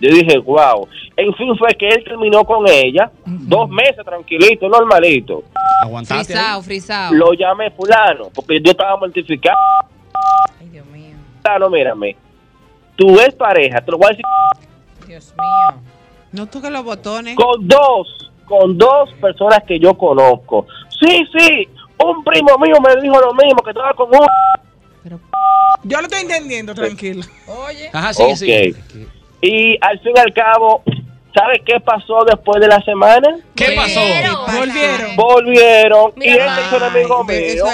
Speaker 9: Yo dije, wow. En fin, fue que él terminó con ella dos meses tranquilito, normalito.
Speaker 2: Aguantaste.
Speaker 4: Frisao, frisao.
Speaker 9: Lo llamé fulano, porque yo estaba mortificado. Ay, Dios mío. Fulano, mírame. Tú eres pareja, te lo voy a decir.
Speaker 6: Dios mío. No toques los botones.
Speaker 9: Con dos, con dos personas que yo conozco. Sí, sí, un primo mío me dijo lo mismo, que estaba con uno.
Speaker 16: Yo lo estoy entendiendo, tranquilo.
Speaker 9: Oye.
Speaker 2: Ajá,
Speaker 9: sí, Y al fin y al cabo, ¿sabes qué pasó después de la semana?
Speaker 2: ¿Qué pasó?
Speaker 9: Volvieron. Volvieron. y
Speaker 6: Mira,
Speaker 9: este hizo amigo mío.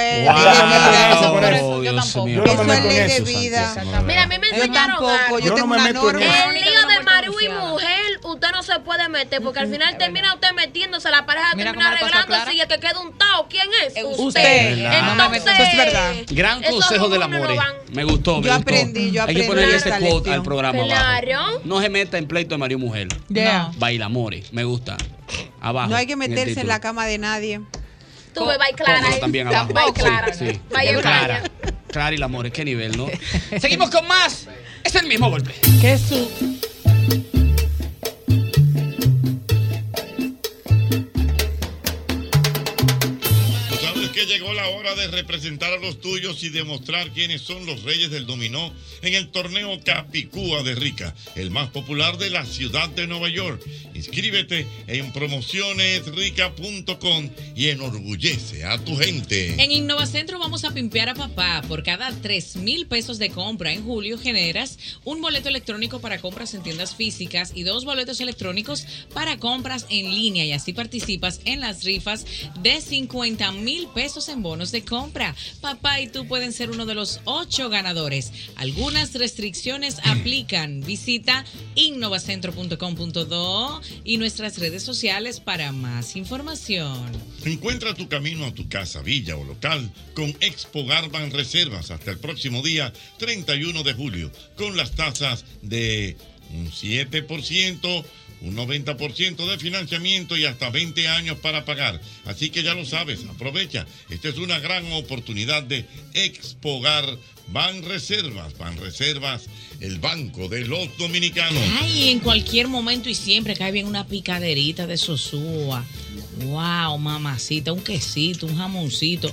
Speaker 3: Mira, a mí me
Speaker 6: Yo
Speaker 3: enseñaron
Speaker 6: tampoco,
Speaker 3: algo.
Speaker 6: yo tengo una
Speaker 3: El lío de
Speaker 29: mujer
Speaker 3: marido y mujer, usted no se se puede meter, porque al final termina usted metiéndose, la pareja
Speaker 4: Mira
Speaker 3: termina
Speaker 4: cómo la cosa
Speaker 3: arreglándose y el que queda untado, ¿quién es?
Speaker 2: usted.
Speaker 3: Entonces,
Speaker 2: Eso es verdad. Gran
Speaker 3: esos
Speaker 2: consejo del
Speaker 3: números
Speaker 2: amor. eh.
Speaker 3: van-
Speaker 2: Me gustó, me
Speaker 3: Yo
Speaker 2: gustó.
Speaker 3: aprendí, yo aprendí
Speaker 2: Hay que ponerle ese
Speaker 3: esta
Speaker 2: quote
Speaker 3: lección.
Speaker 2: al programa
Speaker 3: Claro.
Speaker 2: abajo. No se meta en pleito de marido y mujer.
Speaker 6: Yeah. No.
Speaker 2: Bailamores. Me gusta. Abajo.
Speaker 6: No hay que
Speaker 2: el
Speaker 6: meterse en
Speaker 2: título.
Speaker 6: la cama de nadie.
Speaker 3: Tú me vas clara.
Speaker 2: Póngalo también abajo.
Speaker 3: Vai clara.
Speaker 2: Sí, sí.
Speaker 3: Vai en
Speaker 2: Clara. Clara y el amor. Qué nivel, ¿no? Seguimos con más. Es el mismo golpe.
Speaker 16: ¿Qué su?
Speaker 21: Tú sabes que llegó la hora de representar a los tuyos y demostrar quiénes son los reyes del dominó en el torneo Capicúa de Rica, el más popular de la ciudad de Nueva York. Inscríbete en promocionesrica.com y enorgullece a tu gente.
Speaker 14: En Innovacentro vamos a pimpear a papá. Por cada 3 mil pesos de compra en julio generas un boleto electrónico para compras en tiendas físicas y dos boletos electrónicos para compras en línea y así participas en las rifas de 50 mil pesos en bonos de compra. Papá y tú pueden ser uno de los ocho ganadores. Algunas restricciones aplican. Visita innovacentro.com.do y nuestras redes sociales para más información.
Speaker 21: Encuentra tu camino a tu casa, villa o local con Expo Garban Reservas hasta el próximo día 31 de julio con las tasas de un 7%, un 90% de financiamiento y hasta 20 años para pagar. Así que ya lo sabes, aprovecha. Esta es una gran oportunidad de Expogar Ban Reservas. Ban Reservas, el banco de los dominicanos.
Speaker 14: Ay, en cualquier momento y siempre cae bien una picaderita de sosúa. Wow, mamacita, un quesito, un jamoncito.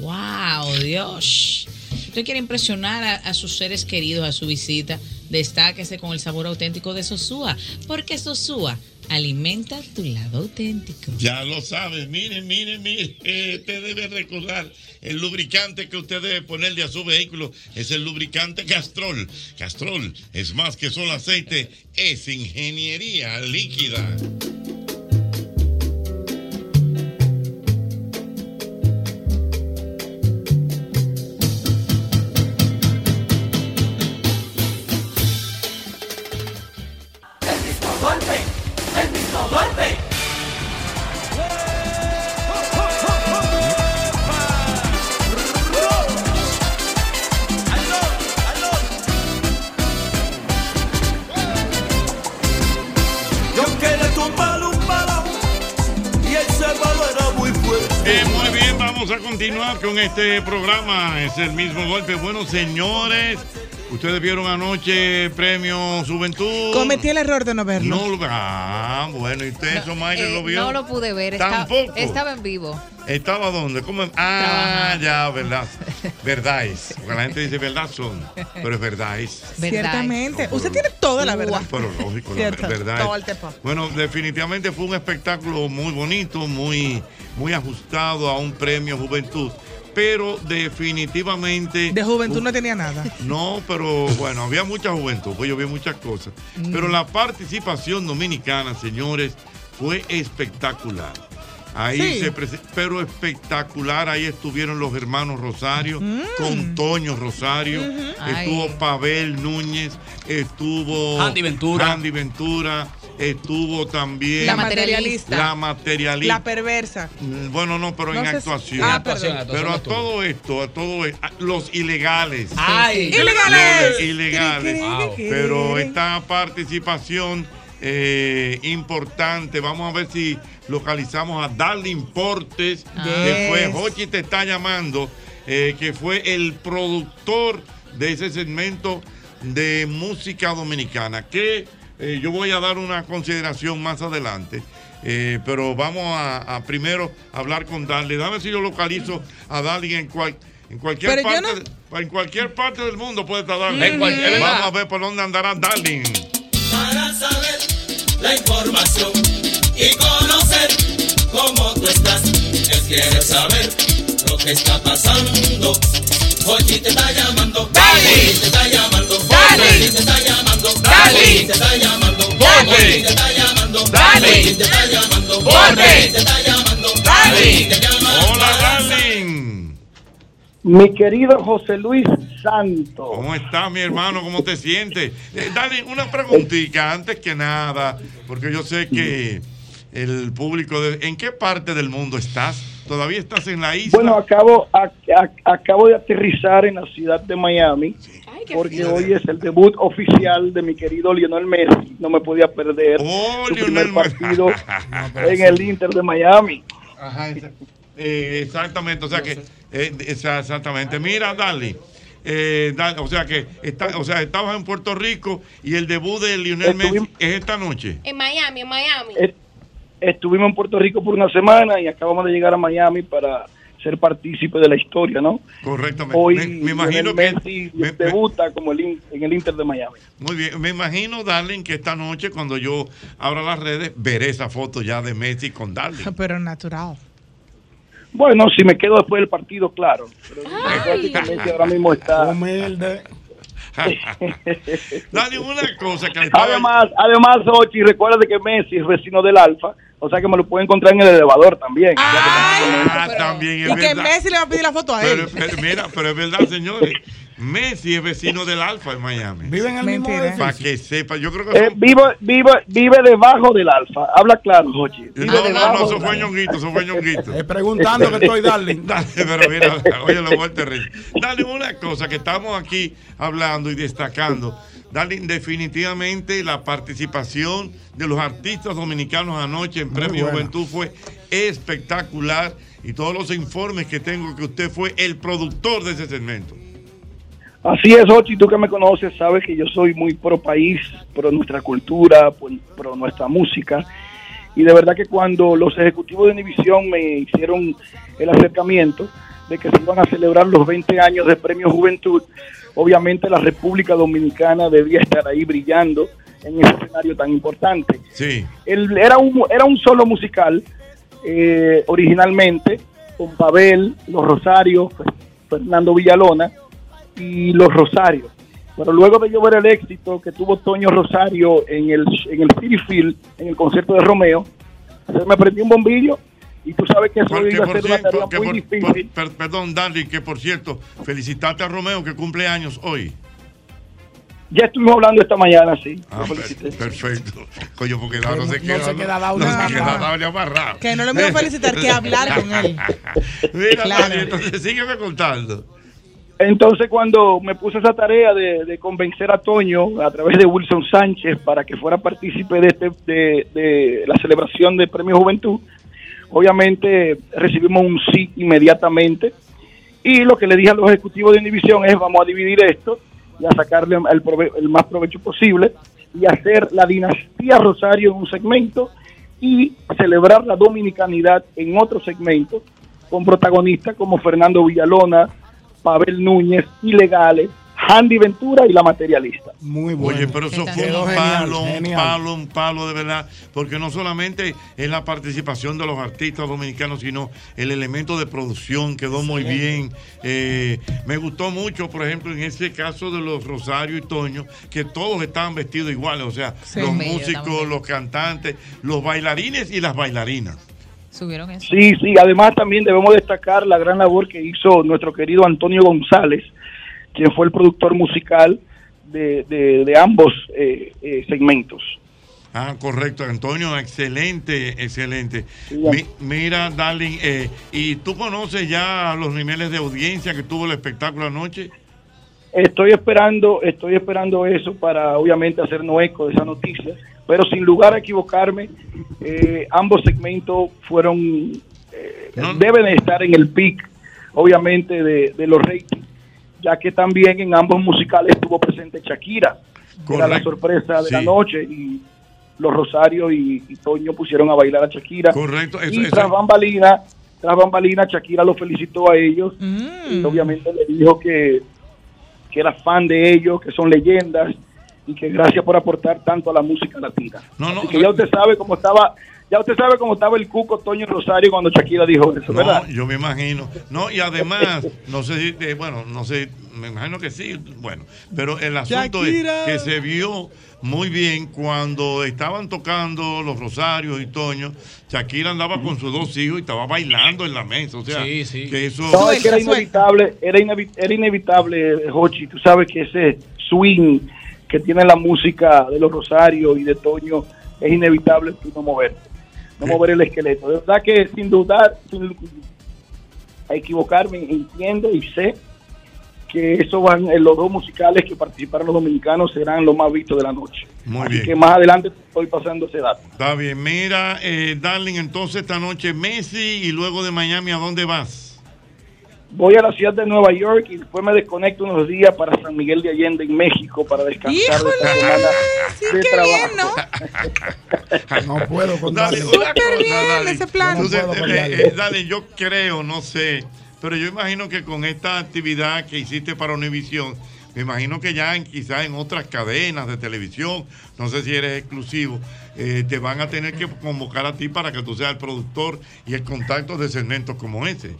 Speaker 14: Wow, Dios. Si usted quiere impresionar a, a sus seres queridos a su visita, destáquese con el sabor auténtico de sosúa, porque sosúa alimenta tu lado auténtico.
Speaker 21: Ya lo sabes, miren, miren, miren. Eh, Te debe recordar el lubricante que usted debe ponerle a su vehículo es el lubricante Castrol. Castrol es más que solo aceite, es ingeniería líquida.
Speaker 1: golpe, el mismo golpe.
Speaker 30: Yo quería tumbarle un balón y ese balón era muy fuerte.
Speaker 21: Eh, muy bien, vamos a continuar con este programa. Es el mismo golpe. Bueno, señores, ustedes vieron anoche Premio Juventud.
Speaker 16: Cometí el error de no verlo.
Speaker 21: No lo Ah, bueno, ¿y usted, Somaire,
Speaker 4: Eh,
Speaker 21: lo vio?
Speaker 4: no lo pude ver. Estaba,
Speaker 21: Tampoco.
Speaker 4: estaba en vivo.
Speaker 21: ¿Estaba dónde? ¿Cómo? Ah, ya, verdad. Verdad es. Porque la gente dice verdad son, pero es verdad es.
Speaker 16: Ciertamente. Usted tiene toda la verdad.
Speaker 21: Pero lógico, la
Speaker 16: Cierto.
Speaker 21: ver- verdad
Speaker 16: Todo
Speaker 21: es.
Speaker 16: el tiempo.
Speaker 21: Bueno, definitivamente fue un espectáculo muy bonito, muy, muy ajustado a un premio Juventud. Pero definitivamente.
Speaker 16: De juventud no tenía nada.
Speaker 21: No, pero bueno, había mucha juventud, pues yo vi muchas cosas.
Speaker 16: Mm.
Speaker 21: Pero la participación dominicana, señores, fue espectacular. Ahí
Speaker 31: Sí.
Speaker 21: se prese- pero espectacular, ahí estuvieron los hermanos Rosario,
Speaker 16: Mm.
Speaker 21: con Toño Rosario,
Speaker 31: Ujú.
Speaker 21: estuvo
Speaker 31: Ay.
Speaker 21: Pavel Núñez, estuvo
Speaker 2: Andy
Speaker 21: Ventura, Andy Ventura estuvo también
Speaker 16: La materialista.
Speaker 21: La materialista.
Speaker 16: La perversa.
Speaker 21: Mm, Bueno, no, pero
Speaker 16: No
Speaker 21: en
Speaker 16: sé si-
Speaker 21: actuación.
Speaker 16: Ah, En actuación, perdón. actuación
Speaker 21: Pero a
Speaker 16: no estuvo.
Speaker 21: todo esto, a todo esto, a- los ilegales.
Speaker 16: ¡Ay! sí. ¡Ilegales!
Speaker 21: Los Ilegales.
Speaker 16: Wow.
Speaker 21: Pero esta participación eh, importante, vamos a ver si localizamos a Darlin Portes,
Speaker 16: Ah.
Speaker 21: que
Speaker 31: Yes.
Speaker 21: fue Jochi te está llamando, eh, que fue el productor de ese segmento de música dominicana, que eh, yo voy a dar una consideración más adelante. eh, pero vamos a, a primero hablar con Darlin. Dame si yo localizo a Darlin en, cual- en cualquier
Speaker 16: Pero yo
Speaker 21: parte.
Speaker 16: no- Mm.
Speaker 21: de- En cualquier parte del mundo puede estar Darlin.
Speaker 31: En cualquier-
Speaker 21: Vamos a ver por dónde andará Darlin.
Speaker 31: Para saber la información y conocer cómo tú estás. Él quiere saber lo que está pasando. Hoy te está llamando. Dale. te está llamando. Dale. te está llamando. Dale. te está llamando. Hochi te está llamando. Dale. te está llamando. Hochi te está llamando. Dale. te llama
Speaker 21: Hola, Darlin.
Speaker 13: Mi querido José Luis Santo.
Speaker 21: ¿Cómo está mi hermano? ¿Cómo te sientes? Eh, dale una preguntita antes que nada, porque yo sé que el público... de- ¿En qué parte del mundo estás? ¿Todavía estás en la isla?
Speaker 13: Bueno, acabo, ac- ac- acabo de aterrizar en la ciudad de Miami porque hoy es el debut oficial de mi querido Lionel Messi. No me podía perder
Speaker 21: Oh,
Speaker 13: su primer partido en el Inter de Miami.
Speaker 21: Ajá, exa- eh, exactamente, o sea que, eh, esa- exactamente. Mira, Dali, eh, da- o sea que, está, o sea, estabas en Puerto Rico y el debut de Lionel Messi es esta noche.
Speaker 29: En Miami, en Miami.
Speaker 13: Eh, Estuvimos en Puerto Rico por una semana y acabamos de llegar a Miami para ser partícipe de la historia, ¿no?
Speaker 21: Correctamente.
Speaker 13: Hoy
Speaker 21: me, me imagino
Speaker 13: Lionel
Speaker 21: que
Speaker 13: Messi debuta como el, in- en el Inter de Miami.
Speaker 21: muy bien, me imagino Darling que esta noche cuando yo abra las redes veré esa foto ya de Messi con Darling.
Speaker 16: Pero natural.
Speaker 13: Bueno, si me quedo después del partido, claro. Pero recuerde que Messi ahora mismo está
Speaker 21: Dale una cosa que
Speaker 13: Además, además, Ochi, recuérdate que Messi es vecino del Alfa, o sea que me lo puedo encontrar en el elevador también.
Speaker 21: Ah, también es
Speaker 16: Y que
Speaker 21: verdad.
Speaker 16: Messi le va a pedir la foto a
Speaker 21: Pero,
Speaker 16: él.
Speaker 21: pero, mira, pero es verdad, señores. Messi es vecino del Alfa en Miami. Viven
Speaker 16: el mismo Mentira.
Speaker 21: Para que sepa, yo creo que
Speaker 13: Eh, vive, vive, vive debajo del Alfa. Habla claro, Ochi.
Speaker 16: Ah,
Speaker 13: Vive
Speaker 21: No, no,
Speaker 13: debajo
Speaker 21: no, eso
Speaker 13: del
Speaker 21: fue
Speaker 13: Alfa.
Speaker 21: ñonguito, eso fue ñonguito.
Speaker 13: preguntando que estoy, darling.
Speaker 21: Dale, pero mira, oye la vuelta de rey. Dale una cosa que estamos aquí hablando y destacando. Dale definitivamente la participación de los artistas dominicanos anoche en Premio
Speaker 18: buena.
Speaker 21: Juventud fue espectacular y todos los informes que tengo que usted fue el productor de ese segmento.
Speaker 13: Así es, Ochi, tú que me conoces sabes que yo soy muy pro país, pro nuestra cultura, pro- pro nuestra música. Y de verdad que cuando los ejecutivos de Univisión me hicieron el acercamiento de que se iban a celebrar los 20 años de Premio Juventud, obviamente la República Dominicana debía estar ahí brillando en ese escenario tan importante.
Speaker 21: Sí.
Speaker 13: El- era, un, era un solo musical eh, originalmente con Pavel, Los Rosarios, pues, Fernando Villalona y Los Rosarios. Pero luego de yo ver el éxito que tuvo Toño Rosario en el, en el City Field, en el concierto de Romeo, se me prendió un bombillo y tú sabes que eso
Speaker 21: Porque
Speaker 13: iba a
Speaker 21: por
Speaker 13: ser una
Speaker 21: cierto-
Speaker 13: tarea
Speaker 21: que
Speaker 13: muy
Speaker 21: por-
Speaker 13: difícil.
Speaker 21: por- per- perdón, Darling, que por cierto, felicitarte a Romeo que cumple años hoy.
Speaker 13: Ya estuvimos hablando esta mañana, sí.
Speaker 21: Ah, per- perfecto. Coño, porque Dao no,
Speaker 13: no-
Speaker 21: se queda.
Speaker 13: no se queda Dao
Speaker 21: no
Speaker 13: ni
Speaker 21: se queda
Speaker 13: amarrado.
Speaker 21: Dao ni amarrado.
Speaker 16: Que no lo voy a felicitar, que hablar con él.
Speaker 21: Mira,
Speaker 13: Claro.
Speaker 21: Tony, entonces sígueme contando.
Speaker 13: Entonces cuando me puse esa tarea de, de convencer a Toño a través de Wilson Sánchez para que fuera partícipe de, este, de, de la celebración del Premio Juventud, obviamente recibimos un sí inmediatamente y lo que le dije a los ejecutivos de Univisión es vamos a dividir esto y a sacarle el, prove- el más provecho posible y hacer la dinastía Rosario en un segmento y celebrar la dominicanidad en otro segmento con protagonistas como Fernando Villalona, Pavel Núñez, Ilegales, Handy Ventura y La Materialista.
Speaker 21: Muy bueno. Oye, pero eso fue
Speaker 13: Quedó
Speaker 21: un
Speaker 13: genial,
Speaker 21: palo, un
Speaker 13: genial.
Speaker 21: palo, un palo de verdad. Porque no solamente es la participación de los artistas dominicanos, sino el elemento de producción quedó muy bien. Eh, me gustó mucho, por ejemplo, en ese caso de los Rosario y Toño, que todos estaban vestidos iguales. O sea,
Speaker 4: Sí.
Speaker 21: los
Speaker 4: Bello,
Speaker 21: músicos,
Speaker 4: también.
Speaker 21: los cantantes, los bailarines y las bailarinas.
Speaker 4: Subieron eso.
Speaker 13: Sí, sí, además también debemos destacar la gran labor que hizo nuestro querido Antonio González, quien fue el productor musical de, de- de ambos eh, eh, segmentos.
Speaker 21: Ah, correcto, Antonio, excelente, excelente. Mi- mira, Darling, eh, ¿y tú conoces ya los niveles de audiencia que tuvo el espectáculo anoche?
Speaker 13: Estoy esperando, estoy esperando eso para obviamente hacernos eco de esa noticia, pero sin lugar a equivocarme, eh, ambos segmentos fueron, eh, deben estar en el pic, obviamente, de, de los ratings, ya que también en ambos musicales estuvo presente Shakira, que era la
Speaker 21: Correcto.
Speaker 13: sorpresa de la
Speaker 21: Sí.
Speaker 13: noche, y los Rosario y, y Toño pusieron a bailar a Shakira.
Speaker 21: Correcto, eso-
Speaker 13: y
Speaker 21: eso-
Speaker 13: tras bambalina, tras bambalina, Shakira lo felicitó a ellos, y obviamente le dijo que que era fan de ellos, que son leyendas y que gracias por aportar tanto a la música latina.
Speaker 21: No, no,
Speaker 13: Así que ya usted sabe cómo estaba Ya usted sabe cómo estaba el cuco Toño Rosario cuando Shakira dijo eso, ¿verdad?
Speaker 21: No, yo me imagino. No, y además, no sé si, eh, bueno, no sé, me imagino que sí, bueno, pero el asunto
Speaker 13: Shakira.
Speaker 21: es que se vio muy bien cuando estaban tocando los Rosarios y Toño, Shakira andaba con sus dos hijos y estaba bailando en la mesa, o sea, que eso...
Speaker 13: No, es que era inevitable, era, inevi- era inevitable, eh, Jochi, tú sabes que ese swing que tiene la música de los Rosarios y de Toño, es inevitable tú no moverte, no mover el esqueleto. De verdad que sin dudar, sin a equivocarme, entiendo y sé que eso van, eh, los dos musicales que participaron los dominicanos serán los más vistos de la noche.
Speaker 21: Muy
Speaker 13: Así
Speaker 21: bien.
Speaker 13: que más adelante estoy pasando ese dato.
Speaker 21: Está bien, mira, eh, Darling, entonces esta noche Messi y luego de Miami, ¿a dónde vas?
Speaker 13: Voy a la ciudad de Nueva York y después me desconecto unos días para San Miguel de Allende en México para descansar de esta semana de trabajo.
Speaker 28: No puedo con
Speaker 21: Dale,
Speaker 28: Darling.
Speaker 21: una cosa, Dale.
Speaker 16: ese plan.
Speaker 21: Entonces,
Speaker 16: No puedo
Speaker 21: eh,
Speaker 16: con Darling.
Speaker 21: eh, Dale, yo creo, no sé, pero yo imagino que con esta actividad que hiciste para Univisión, me imagino que ya en- quizás en otras cadenas de televisión, no sé si eres exclusivo, eh, te van a tener que convocar a ti para que tú seas el productor y el contacto de segmentos como ese.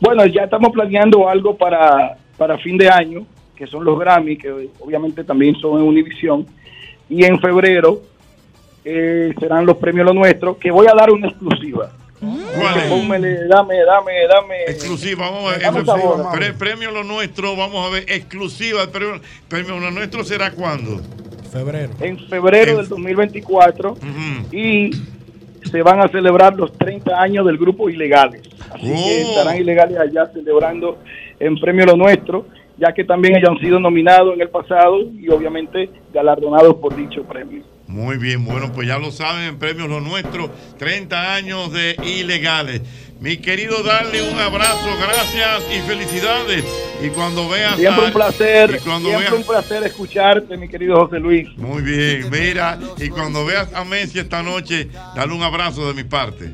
Speaker 13: Bueno, ya estamos planeando algo para, para fin de año, que son los Grammy, que obviamente también son en Univisión. Y en febrero eh, serán los premios Lo Nuestro, que voy a dar una exclusiva. Pónmele, dame, dame, dame.
Speaker 21: Exclusiva, vamos a ver.
Speaker 13: Dame
Speaker 21: exclusiva.
Speaker 13: sabor.
Speaker 21: Pre- premio Lo Nuestro, vamos a ver, exclusiva. El premio, premio Lo Nuestro será cuándo?
Speaker 28: Febrero.
Speaker 13: En febrero del 2024. Y se van a celebrar los 30 años del grupo Ilegales. Así que
Speaker 21: Oh.
Speaker 13: estarán Ilegales allá celebrando en premio Lo Nuestro, ya que también ellos han sido nominados en el pasado y obviamente galardonados por dicho premio.
Speaker 21: Muy bien, bueno, pues ya lo saben, premios Lo Nuestro, 30 años de ilegales. Mi querido, darle un abrazo, gracias y felicidades. Y cuando veas.
Speaker 13: Siempre
Speaker 21: a-
Speaker 13: un placer,
Speaker 21: Ah, y cuando
Speaker 13: siempre
Speaker 21: veas-
Speaker 13: un placer escucharte, mi querido José Luis.
Speaker 21: Muy bien, mira, y cuando veas a Messi esta noche, dale un abrazo de mi parte.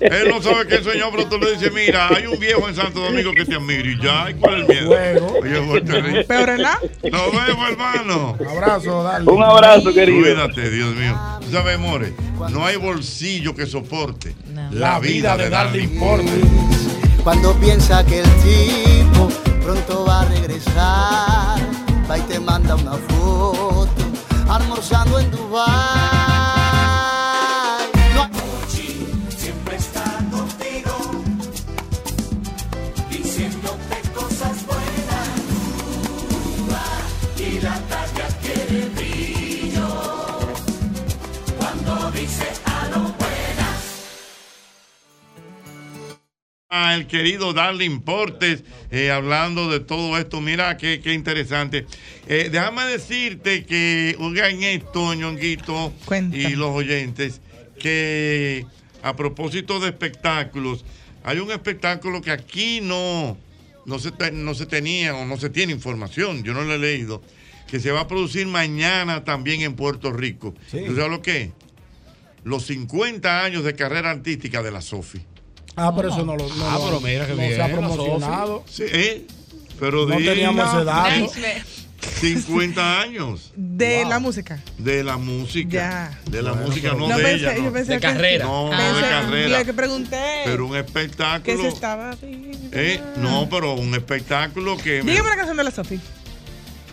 Speaker 21: Él no sabe qué soy yo, pero tú le dices, mira, hay un viejo en Santo Domingo que te admira y ya, ¿y cuál es el miedo? Oye, Voltaire.
Speaker 28: Pero nada.
Speaker 21: Nos vemos, hermano.
Speaker 28: Un abrazo, Darling.
Speaker 21: Cuídate, Dios mío. Tú sabes, More, no hay bolsillo que soporte la vida de Darling
Speaker 17: Cuando piensa que el tipo pronto va a regresar, va y te manda una foto almorzando en Dubai. No
Speaker 30: Siempre está contigo, diciéndote cosas buenas. Tú y la talla tiene brillo cuando dice a lo buenas.
Speaker 21: Ah, el querido Darling Portes, eh, hablando de todo esto, mira qué, qué interesante. Eh, déjame decirte que, oigan esto, ñonguito, y los oyentes, que a propósito de espectáculos, hay un espectáculo que aquí no, no, se, te- no se tenía o no se tiene información, yo no lo he leído, que se va a producir mañana también en Puerto Rico. ¿Tú sabes lo que? es? Los 50 años de carrera artística de la SOFI.
Speaker 28: Ah, pero eso no lo. No,
Speaker 21: Ah,
Speaker 28: lo-
Speaker 21: pero mira que
Speaker 28: no
Speaker 21: bien,
Speaker 28: se ha
Speaker 21: la
Speaker 28: promocionado.
Speaker 21: Sí, ¿eh? Pero
Speaker 28: No teníamos ese dato.
Speaker 21: edad. 50 años
Speaker 16: De la música.
Speaker 21: de la música. De la
Speaker 16: Bueno,
Speaker 21: música, no,
Speaker 16: pero-
Speaker 21: de
Speaker 16: No,
Speaker 21: ella.
Speaker 16: pensé-
Speaker 21: no.
Speaker 16: yo pensé De que- Ah, carrera.
Speaker 21: No, no
Speaker 16: Pensé-
Speaker 21: de
Speaker 16: lo que
Speaker 21: carrera.
Speaker 16: pregunté.
Speaker 21: Pero un
Speaker 16: que
Speaker 21: espectáculo.
Speaker 16: se estaba.
Speaker 21: eh, no, pero un espectáculo que. me-
Speaker 16: Dígame una canción de la Sofi.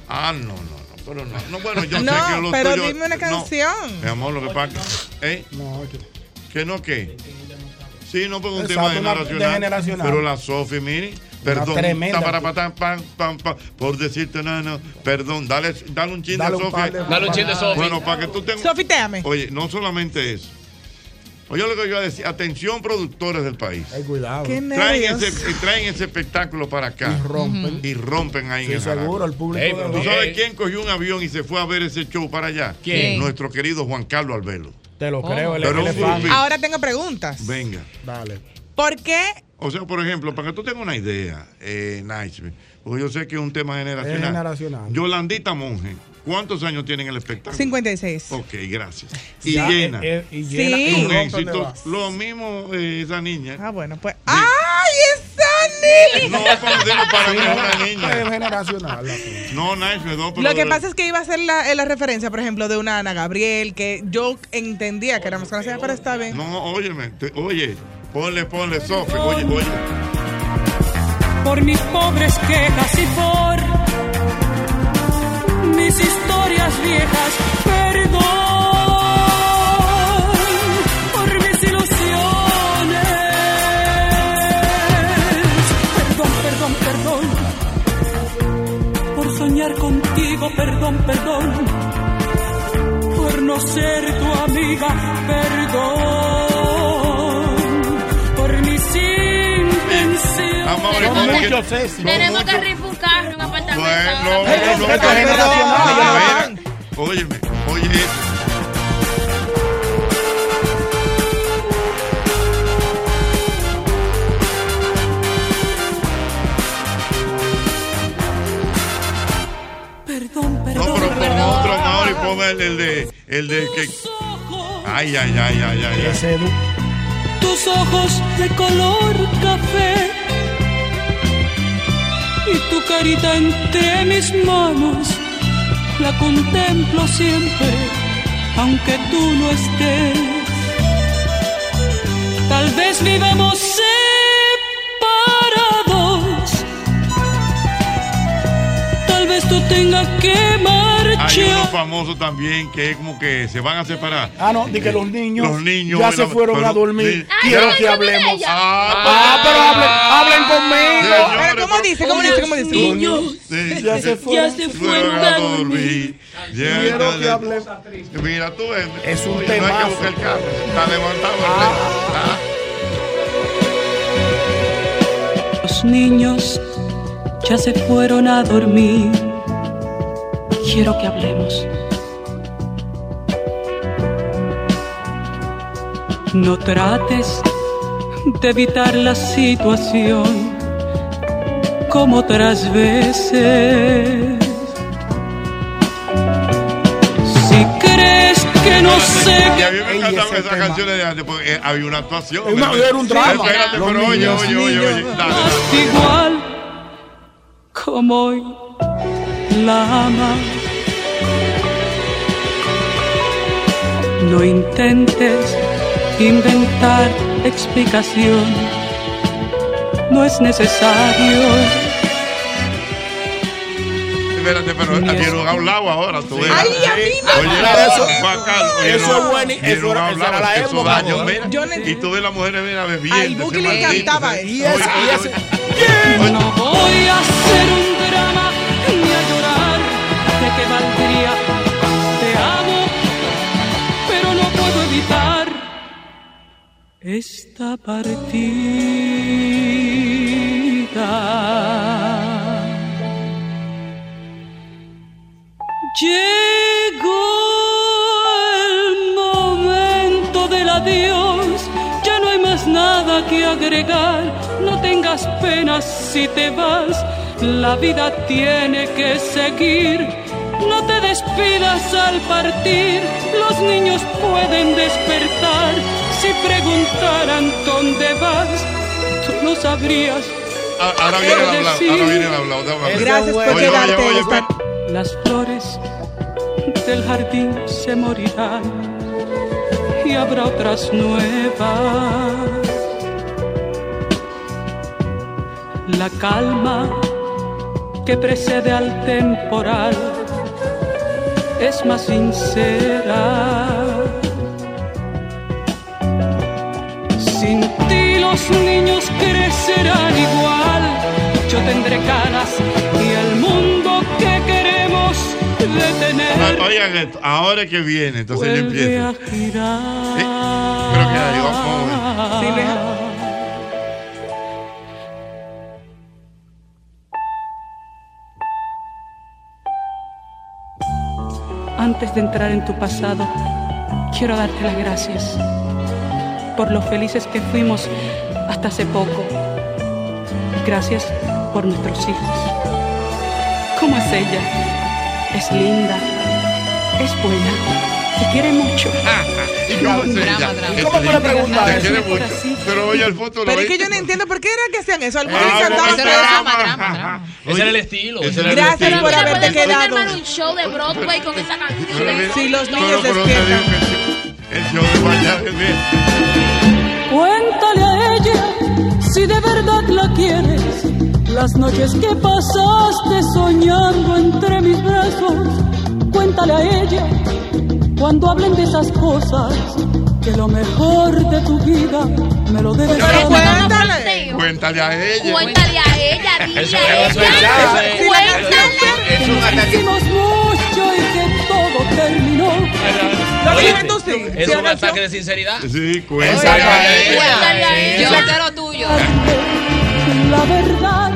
Speaker 21: Ah, no, no, no. Pero no. no bueno, yo
Speaker 16: No,
Speaker 21: sé que lo
Speaker 16: pero
Speaker 21: tuyo-
Speaker 16: dime una
Speaker 21: no.
Speaker 16: canción.
Speaker 21: Mi amor, lo que pasa. ¿Eh? No, ¿Que no qué? Sí, no, porque un
Speaker 28: Exacto,
Speaker 21: tema
Speaker 28: una- de
Speaker 21: generacional.
Speaker 28: generacional.
Speaker 21: Pero la Sofi, mire. Perdón,
Speaker 28: tremenda.
Speaker 21: ta, para, pa, tan, pam, pam, pam, por decirte no, no, perdón, dale, dale un chin
Speaker 28: Dale
Speaker 21: de
Speaker 28: un
Speaker 21: Sofi.
Speaker 28: par de- Dale un chin de Sofi.
Speaker 21: Bueno, para que tú tengas.
Speaker 16: Sofi, te ame.
Speaker 21: Oye, no solamente eso. Oye, lo que yo iba a decir, atención productores del país.
Speaker 28: Ay, cuidado.
Speaker 21: Traen ese, traen ese espectáculo para acá. Y rompen. Y rompen ahí en el
Speaker 28: seguro,
Speaker 21: jaraco.
Speaker 28: el público
Speaker 21: Ey,
Speaker 28: de
Speaker 21: ¿Tú
Speaker 28: los-
Speaker 21: sabes quién cogió un avión y se fue a ver ese show para allá?
Speaker 16: ¿Quién?
Speaker 21: Nuestro querido Juan Carlos Albelo.
Speaker 28: Te lo
Speaker 21: creo, él-
Speaker 28: Pero
Speaker 21: él es
Speaker 28: un
Speaker 21: fan.
Speaker 16: Ahora tengo preguntas.
Speaker 21: Venga. Dale.
Speaker 16: ¿Por qué?
Speaker 21: O sea, por ejemplo, para que tú tengas una idea, eh, Nice, porque yo sé que es un tema generacional.
Speaker 28: Es generacional.
Speaker 21: Yolandita Monge, ¿cuántos años tiene en el espectáculo?
Speaker 16: 56.
Speaker 21: Ok, gracias. Y
Speaker 16: Ya,
Speaker 21: llena.
Speaker 16: eh, eh, y llena. Sí.
Speaker 21: Un
Speaker 16: ¿Dónde
Speaker 21: éxito.
Speaker 16: vas?
Speaker 21: Lo mismo eh, esa niña.
Speaker 16: Ah, bueno, pues. ¡Ay, esa! Manny.
Speaker 21: No, pero digo, para mí es una niña.
Speaker 5: Es generacional.
Speaker 21: No, nice, perdón.
Speaker 16: Lo que pasa es que iba a ser la, eh, la referencia, por ejemplo, de una Ana Gabriel, que yo entendía que éramos conocidas, pero está bien.
Speaker 21: No, óyeme, te- oye, ponle, ponle, Sofi, oye, oye.
Speaker 32: por mis pobres quejas y por mis historias viejas. Perdón por mis ilusiones. Perdón, perdón, perdón por soñar contigo. Perdón, perdón por no ser tu amiga. Perdón por mis intenciones.
Speaker 21: Vamos a ver, Con porque- mucho sexo.
Speaker 3: Tenemos que rifar un carro, un apartamento.
Speaker 21: Bueno,
Speaker 3: ahora.
Speaker 21: no, no, no, no, no, Óyeme, oye esto.
Speaker 32: Perdón, perdón.
Speaker 21: No, pero pon otro, Mauri, pon el, el de. El de que. Ay, ay, ay, ay, ay. ay.
Speaker 32: tus ojos de color café y tu carita entre mis manos la contemplo siempre aunque tú no estés tal vez vivamos separados tal vez tú tengas que
Speaker 21: Hay
Speaker 32: marchar
Speaker 21: uno famoso también que es como que se van a separar. Eh,
Speaker 5: Ah, no, de que los niños,
Speaker 21: Los niños
Speaker 5: ya
Speaker 21: la-
Speaker 5: se fueron
Speaker 21: pero-
Speaker 5: a dormir.
Speaker 16: Ah,
Speaker 21: sí.
Speaker 5: Quiero
Speaker 21: Ay,
Speaker 5: que
Speaker 21: no,
Speaker 5: hablemos.
Speaker 21: Ah,
Speaker 5: pero hablen, hablen conmigo.
Speaker 21: Señores, pues.
Speaker 16: Pero ¿cómo dice? ¿Cómo
Speaker 32: Unos
Speaker 16: dice? ¿Cómo dice?
Speaker 32: niños.
Speaker 21: Sí,
Speaker 32: Ya
Speaker 21: sí,
Speaker 32: se
Speaker 21: sí.
Speaker 32: fueron. Ya se fueron
Speaker 21: a
Speaker 32: a
Speaker 21: dormir. Ya,
Speaker 5: Quiero que
Speaker 21: dale.
Speaker 5: hablemos.
Speaker 21: Mira tú, eh,
Speaker 5: Es un
Speaker 21: oye, No hay que
Speaker 5: temazo.
Speaker 21: buscar el carro. Está levantado el rey. Ah.
Speaker 32: Los niños ya se fueron a dormir. Quiero que hablemos. No trates de evitar la situación como otras veces. Si crees que no sé
Speaker 21: Y a mí me encantaban esas canciones de antes porque eh, había una actuación.
Speaker 32: Una-
Speaker 21: ¿verdad?
Speaker 32: era un drama.
Speaker 21: Espérate,
Speaker 32: Los
Speaker 21: pero oye,
Speaker 32: niños,
Speaker 21: oye, oye, oye.
Speaker 32: niños.
Speaker 21: Dale,
Speaker 32: Más
Speaker 21: dale.
Speaker 32: igual como hoy la ama. No intentes inventar explicación, no es necesario.
Speaker 21: Espérate, pero a ti era un lado ahora, tú eras.
Speaker 16: Ay, a mí no.
Speaker 21: Oye,
Speaker 16: Claro,
Speaker 21: eso,
Speaker 16: eso-
Speaker 21: Juan Carlos, oye,
Speaker 16: eso
Speaker 21: no,
Speaker 16: es bueno,
Speaker 21: tiene
Speaker 16: eso
Speaker 21: un
Speaker 16: era-
Speaker 21: lado
Speaker 16: esa era la
Speaker 21: hablaba,
Speaker 16: época,
Speaker 21: esos
Speaker 16: ¿no?
Speaker 21: años, mira,
Speaker 16: Yo ne-
Speaker 21: Y tú ves las mujeres, mira, bebiendo.
Speaker 16: Al Buki
Speaker 21: ese
Speaker 16: le
Speaker 21: maldito,
Speaker 16: encantaba
Speaker 21: ese-
Speaker 16: eso.
Speaker 21: Oye, oye, oye.
Speaker 32: Que no voy a hacer un drama ni a llorar de que valdría. Te amo, pero no puedo evitar esta partida. Llegó el momento del adiós, ya no hay más nada que agregar, no tengas penas si te vas, la vida tiene que seguir, no te despidas al partir, los niños pueden despertar, si preguntaran dónde vas, tú no sabrías.
Speaker 21: Ah, Ahora viene el hablado, ahora viene el hablado. déjame ver. Oye, oye, oye, espérate.
Speaker 32: Las flores del jardín se morirán y habrá otras nuevas. La calma que precede al temporal es más sincera. Sin ti los niños crecerán igual. Yo tendré caras y el mundo que queremos detener
Speaker 21: Ah, Oigan esto, ahora que viene, entonces yo
Speaker 32: vuelve
Speaker 21: empiezo.
Speaker 32: a girar.
Speaker 21: Pero que la digo, joven.
Speaker 32: Antes de entrar en tu pasado, quiero darte las gracias por lo felices que fuimos hasta hace poco. Gracias por nuestros hijos. ¿Cómo es ella? Es linda, es buena,
Speaker 8: Te quiere mucho.
Speaker 21: Ah, ¿Y cómo es
Speaker 8: Drama,
Speaker 21: ella?
Speaker 8: drama.
Speaker 21: Es
Speaker 8: ¿Cómo tú le preguntas
Speaker 21: Te
Speaker 8: eso?
Speaker 21: quiere mucho. Pero oye, al fondo pues.
Speaker 16: Pero es que yo no entiendo por qué era que hacían eso. Algunos
Speaker 21: Ah,
Speaker 16: cantaban
Speaker 21: porque eso era
Speaker 2: Ese era el estilo. ese era el
Speaker 16: Gracias
Speaker 2: estilo.
Speaker 16: por haberte
Speaker 3: Pueden poner,
Speaker 16: quedado.
Speaker 3: hermano, un show de Broadway con esa canción.
Speaker 16: Sí, los niños
Speaker 21: Pero te digo que el show de Guayabes, mira.
Speaker 32: Cuéntale a ella si de verdad la quieres. Las noches que pasaste soñando entre mis brazos. Cuéntale a ella cuando hablen de esas cosas que lo mejor de tu vida me lo debes
Speaker 21: Pero
Speaker 32: cuéntale.
Speaker 21: Cuéntale a ella.
Speaker 3: Cuéntale a ella, dile
Speaker 21: Eso
Speaker 3: a ella.
Speaker 21: es verdad.
Speaker 3: Cuéntale.
Speaker 32: Que nos quisimos mucho y que todo terminó.
Speaker 2: Oye,
Speaker 32: tienes tú, sí.
Speaker 2: Es
Speaker 32: Sí,
Speaker 2: un ataque de sinceridad.
Speaker 21: Sí,
Speaker 2: cuéntale a
Speaker 4: Yo lo quiero tuyo.
Speaker 32: La verdad,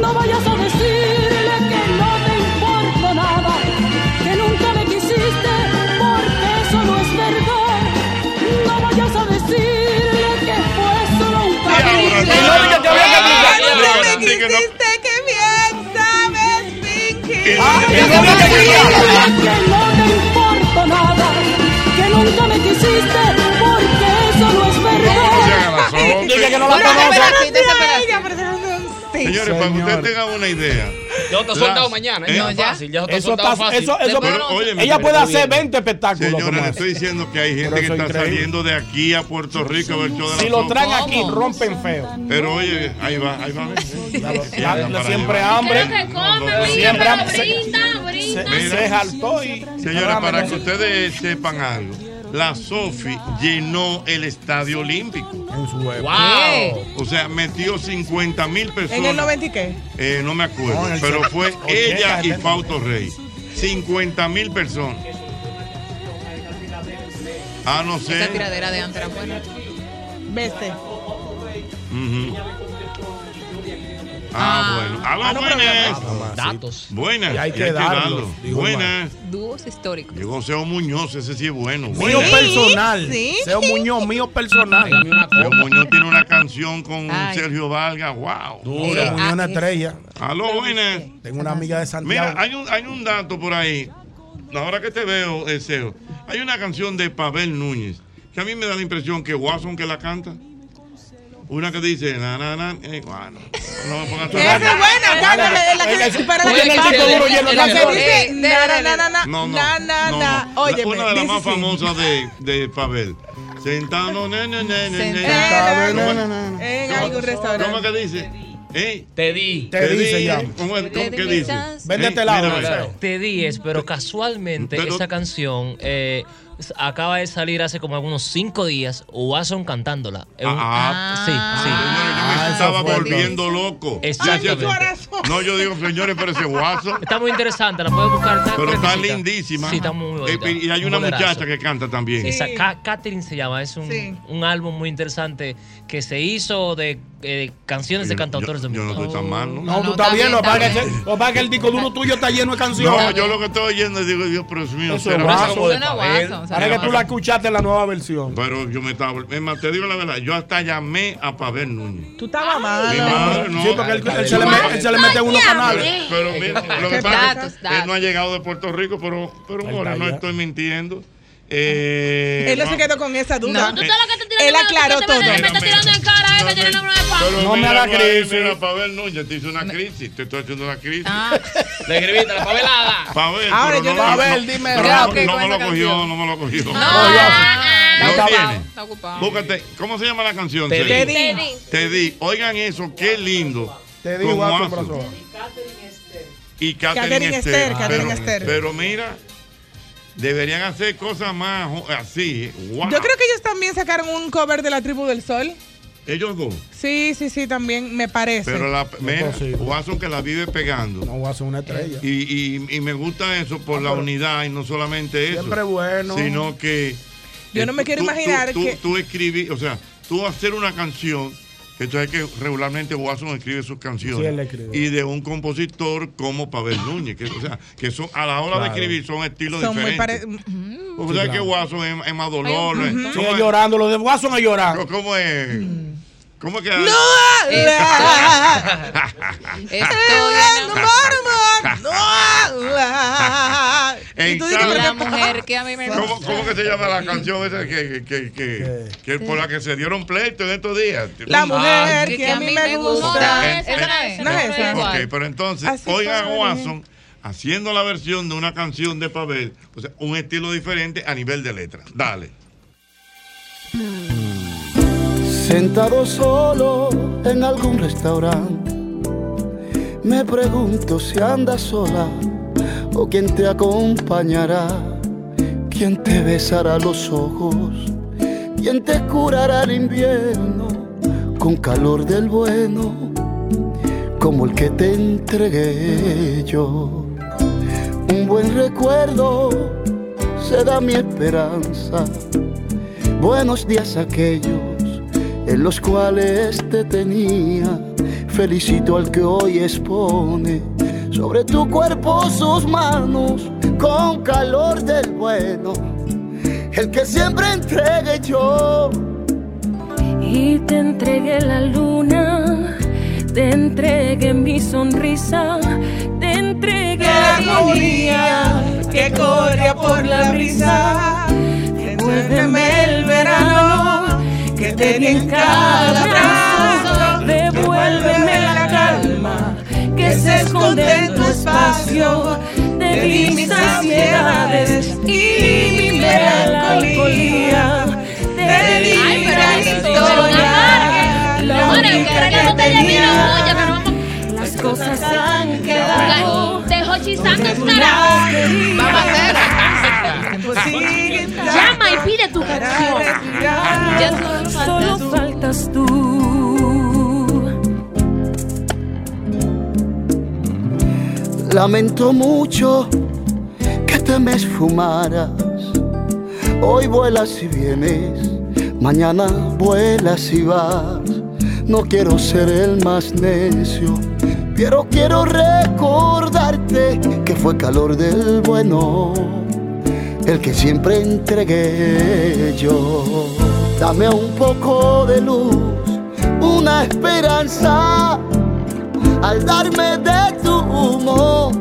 Speaker 32: no vayas a decirle que no te importa nada, que nunca me quisiste, porque eso no es verdad. No vayas a decirle que fue solo un capricho.
Speaker 2: Ah,
Speaker 16: me quisiste, que bien sabes, Pinky.
Speaker 32: Que no te importa nada, que nunca me quisiste, porque eso no es verdad.
Speaker 26: Dice que no
Speaker 32: la conoce.
Speaker 21: Señores, para que ustedes tengan una idea.
Speaker 2: Ya está
Speaker 21: las-
Speaker 2: soldado mañana.
Speaker 21: ¿Eh?
Speaker 2: Ya está fácil. Ya está
Speaker 21: Eso
Speaker 2: soldado
Speaker 21: está-
Speaker 2: fácil.
Speaker 21: eso- eso- Pero, óyeme,
Speaker 2: ella
Speaker 21: pero
Speaker 2: puede hacer
Speaker 21: 20
Speaker 5: espectáculos
Speaker 21: Señores,
Speaker 5: como
Speaker 21: le
Speaker 5: ese.
Speaker 21: estoy diciendo que hay gente
Speaker 5: Pero
Speaker 21: que
Speaker 5: eso
Speaker 21: está
Speaker 5: es increíble.
Speaker 21: saliendo de aquí a Puerto Rico a ver el show de
Speaker 5: Si
Speaker 21: la
Speaker 5: lo
Speaker 21: sopa.
Speaker 5: traen aquí, rompen feo.
Speaker 21: Pero oye, ahí va, ahí va. Sí,
Speaker 5: ya
Speaker 21: anda
Speaker 5: lo
Speaker 21: para
Speaker 5: siempre
Speaker 21: allá.
Speaker 5: hambre.
Speaker 21: No, no, no.
Speaker 5: Siempre hambre.
Speaker 29: Brinda, brinda.
Speaker 5: Se, se jaltó y.
Speaker 21: Señora,
Speaker 5: Dame,
Speaker 21: para
Speaker 5: dame.
Speaker 21: que ustedes sepan algo, la Sofi llenó el Estadio Olímpico. En su
Speaker 16: Wow.
Speaker 21: O sea, metió 50 mil personas.
Speaker 16: En el 90 y qué.
Speaker 21: Eh, no me acuerdo,
Speaker 16: No, en el
Speaker 21: pero
Speaker 16: centro.
Speaker 21: fue
Speaker 16: Ochenta,
Speaker 21: ella y
Speaker 16: setenta.
Speaker 21: Fausto Rey. 50 mil personas. Ah, no
Speaker 4: Esa
Speaker 21: sé.
Speaker 4: tiradera de antes era
Speaker 1: pues.
Speaker 4: buena.
Speaker 16: Veste.
Speaker 21: Ujú. Ah, bueno. Aló,
Speaker 4: Ah, pues, no, pero
Speaker 21: buenas.
Speaker 4: datos. Datos.
Speaker 21: Buenas.
Speaker 4: Y hay
Speaker 21: y
Speaker 4: que
Speaker 5: darlos,
Speaker 21: darlos.
Speaker 5: dijo
Speaker 21: Buenas.
Speaker 4: Dúos históricos.
Speaker 21: Llegó Seo Muñoz, ese sí es bueno.
Speaker 5: Mío
Speaker 21: Buenas.
Speaker 5: personal. Seo Muñoz, mío personal.
Speaker 21: Seo Muñoz tiene una canción con
Speaker 5: Ay.
Speaker 21: Sergio Valga, wow.
Speaker 5: Seo Muñoz
Speaker 16: Ah,
Speaker 5: una estrella.
Speaker 21: Aló, buenas.
Speaker 5: Tengo una amiga de Santiago.
Speaker 21: Mira, hay un, hay un dato por ahí. Ahora que te veo, eh, Seo, hay una canción de Pavel Núñez que a mí me da la impresión que Watson que la canta. Una que dice, na, na, na, eh, bueno, no me pongas
Speaker 16: Esa es buena, cántale, la que dice para la que la que
Speaker 1: Eh,
Speaker 16: dice na na na na na
Speaker 21: No, no,
Speaker 16: na na
Speaker 21: no,
Speaker 16: na.
Speaker 21: no.
Speaker 16: Oye,
Speaker 21: una de las más famosas de, de Pavel. Sentado, ne, ne, ne, ne, ne.
Speaker 16: Sentado,
Speaker 21: ¿Cómo
Speaker 16: na,
Speaker 21: es?
Speaker 16: en
Speaker 21: ¿Cómo-
Speaker 16: algún restaurante.
Speaker 21: ¿Cómo es que dice? ¿Eh?
Speaker 2: Te di.
Speaker 21: Te di, se llama. ¿Cómo es? ¿Cómo
Speaker 18: Te di
Speaker 21: que
Speaker 18: mi
Speaker 21: dice? ¿Eh?
Speaker 18: chance.
Speaker 21: Véndete la
Speaker 18: Mira,
Speaker 21: obra,
Speaker 18: mira,
Speaker 21: Seo.
Speaker 18: Te di es, pero casualmente
Speaker 21: Pero-
Speaker 18: esa canción eh, s- acaba de salir hace como algunos cinco días, Watson cantándola. Es
Speaker 21: Ah,
Speaker 18: un- sí,
Speaker 1: Ah,
Speaker 2: Ah,
Speaker 18: sí.
Speaker 21: me estaba volviendo loco.
Speaker 18: Exactamente.
Speaker 21: Ay, mi corazón. No, yo digo, señores, pero ese guaso.
Speaker 18: Está muy interesante, la puedes buscar.
Speaker 21: Pero está
Speaker 18: fresquecita.
Speaker 21: lindísima. Eh,
Speaker 18: Sí, está muy bonita.
Speaker 21: Y hay una
Speaker 18: Un modelazo.
Speaker 21: muchacha que canta también.
Speaker 18: Esa Ca- Catherine se llama, es un, un álbum muy interesante que se hizo de eh, canciones de cantautores dominicanos.
Speaker 5: No, tú estás bien, lo que pasa es que- lo que pasa es que el disco duro tuyo está lleno de canciones.
Speaker 21: No, yo lo que estoy oyendo es, digo, Dios, pero es mío.
Speaker 5: Eso es guaso. Ahora que tú la escuchaste en la nueva versión.
Speaker 21: Pero yo me estaba. Es más, te digo la verdad, yo hasta llamé a Pavel Núñez.
Speaker 16: Tú estabas mal.
Speaker 21: Mi madre, no.
Speaker 5: Sí, porque él, él se le, me- él se le mete unos canales.
Speaker 21: Pero mira, lo que
Speaker 5: Qué
Speaker 21: pasa es
Speaker 5: datos,
Speaker 21: que
Speaker 5: datos.
Speaker 21: él no ha llegado de Puerto Rico, pero, pero
Speaker 5: Ahí
Speaker 21: bueno,
Speaker 5: está
Speaker 21: no
Speaker 5: ya.
Speaker 21: estoy mintiendo. Eh,
Speaker 16: Él no se
Speaker 21: vamos.
Speaker 16: quedó con esa duda.
Speaker 21: No, tú te
Speaker 16: Él aclaró todo.
Speaker 21: Mira, mira,
Speaker 3: Cara, eh, que tiene nombre de papá.
Speaker 21: pero
Speaker 5: No me
Speaker 21: mira,
Speaker 5: haga
Speaker 21: mira,
Speaker 5: crisis.
Speaker 21: Mira, Pavel Núñez, te hizo una crisis. Te estoy haciendo una crisis.
Speaker 2: Le escribiste la pavelada.
Speaker 21: Pavel,
Speaker 2: Ahora
Speaker 21: pero
Speaker 2: yo
Speaker 21: no,
Speaker 2: le-
Speaker 21: no-
Speaker 2: Pavel, dime
Speaker 21: No,
Speaker 2: rápido
Speaker 21: no, no
Speaker 2: con esa
Speaker 21: me lo cogió,
Speaker 2: canción.
Speaker 21: no me lo cogió.
Speaker 2: No,
Speaker 21: No
Speaker 2: está ocupado,
Speaker 21: tiene.
Speaker 2: está ocupado.
Speaker 21: Búscate, ¿cómo se llama la canción?
Speaker 2: Te
Speaker 21: Celi?
Speaker 2: di. Te di.
Speaker 21: Te di. Oigan eso, qué lindo.
Speaker 5: Te
Speaker 21: Con
Speaker 5: digo, guacho,
Speaker 21: Watson.
Speaker 5: brazo.
Speaker 30: este,
Speaker 21: Y
Speaker 5: Catherine
Speaker 21: Catherine
Speaker 5: Esther,
Speaker 21: Esther.
Speaker 5: Catherine
Speaker 21: pero,
Speaker 5: Esther.
Speaker 21: pero mira, deberían hacer cosas más jo- así. eh. Guau.
Speaker 16: Yo creo que ellos también sacaron un cover de la Tribu del Sol.
Speaker 21: Ellos dos.
Speaker 16: Sí, sí, sí, también me parece.
Speaker 21: Pero la, mira, Watson que la vive pegando. No,
Speaker 5: Watson una estrella.
Speaker 21: Y, y, y me gusta eso por la unidad y no solamente eso.
Speaker 5: Siempre bueno.
Speaker 21: Sino que.
Speaker 16: Yo no me
Speaker 21: eh,
Speaker 16: quiero
Speaker 21: tú-
Speaker 16: imaginar
Speaker 21: tú, tú-
Speaker 16: que-
Speaker 21: Tú escribí, o sea, tú hacer una canción. que Esto es que regularmente Watson escribe sus canciones.
Speaker 5: Sí, él escribe.
Speaker 21: Y de un compositor como Pavel Núñez. Que, o sea, que son, a la hora de
Speaker 5: Claro.
Speaker 21: escribir son estilos
Speaker 16: Son muy
Speaker 21: diferentes.
Speaker 16: parecidos.
Speaker 21: O
Speaker 5: Sí,
Speaker 21: sea que
Speaker 5: claro.
Speaker 21: Watson es, es más dolor. es-
Speaker 5: Sí,
Speaker 21: ¿cómo es?
Speaker 5: llorando, los de Watson a llorar.
Speaker 21: ¿Cómo es? ¿Cómo es que.?
Speaker 16: Estoy
Speaker 21: enamorado. ah,
Speaker 16: enamorada.
Speaker 21: En
Speaker 4: tú dices,
Speaker 21: cada-
Speaker 4: la mujer que a mí me
Speaker 21: ¿Cómo,
Speaker 4: gusta.
Speaker 21: cómo que se llama la canción esa que, que, que, que- que por la que se dieron pleito en estos días? Ah,
Speaker 1: La mujer Ah, que, a mí me gusta.
Speaker 21: Eh, eh,
Speaker 1: No es
Speaker 21: eh,
Speaker 1: esa.
Speaker 21: Ok, pero entonces,
Speaker 1: Así
Speaker 21: oigan a
Speaker 1: podré.
Speaker 21: Watson haciendo la versión de una canción de Pavel, o sea, un estilo diferente a nivel de letra. Dale.
Speaker 17: Sentado solo en algún restaurante, me pregunto si andas sola o quién te acompañará, quién te besará los ojos, quién te curará el invierno con calor del bueno, como el que te entregué yo. Un buen recuerdo será mi esperanza, buenos días aquellos en los cuales te tenía. Felicito al que hoy expone sobre tu cuerpo sus manos con calor del bueno, el que siempre entregue yo.
Speaker 32: y te entregué la luna, te entregué mi sonrisa, te entregué
Speaker 1: La
Speaker 32: la
Speaker 1: armonía que corría por la brisa. Devuélveme el verano que tenía en cada abrazo. Devuélveme la calma que se esconde en tu espacio. De mis ansiedades y mi melancolía. De
Speaker 33: Ay,
Speaker 1: mi
Speaker 33: pero
Speaker 1: gran
Speaker 33: eso, pero
Speaker 1: historia.
Speaker 33: amargue.
Speaker 1: La
Speaker 33: Ahora,
Speaker 1: única
Speaker 33: pero que
Speaker 1: que
Speaker 33: no te llegue la olla, pero
Speaker 1: tenía. Las cosas han quedado.
Speaker 3: Te jochizando
Speaker 1: Donde
Speaker 3: estará.
Speaker 1: tú naciste.
Speaker 3: Vamos a
Speaker 1: Sigue
Speaker 3: Llama y pide tu canción. Ya solo faltas
Speaker 32: Solo faltas tú.
Speaker 17: Lamento mucho que te me esfumaras. Hoy vuelas y vienes, mañana vuelas y vas. No quiero ser el más necio, pero quiero recordarte que fue calor del bueno, el que siempre entregué yo. Dame un poco de luz, una esperanza al darme de tu humo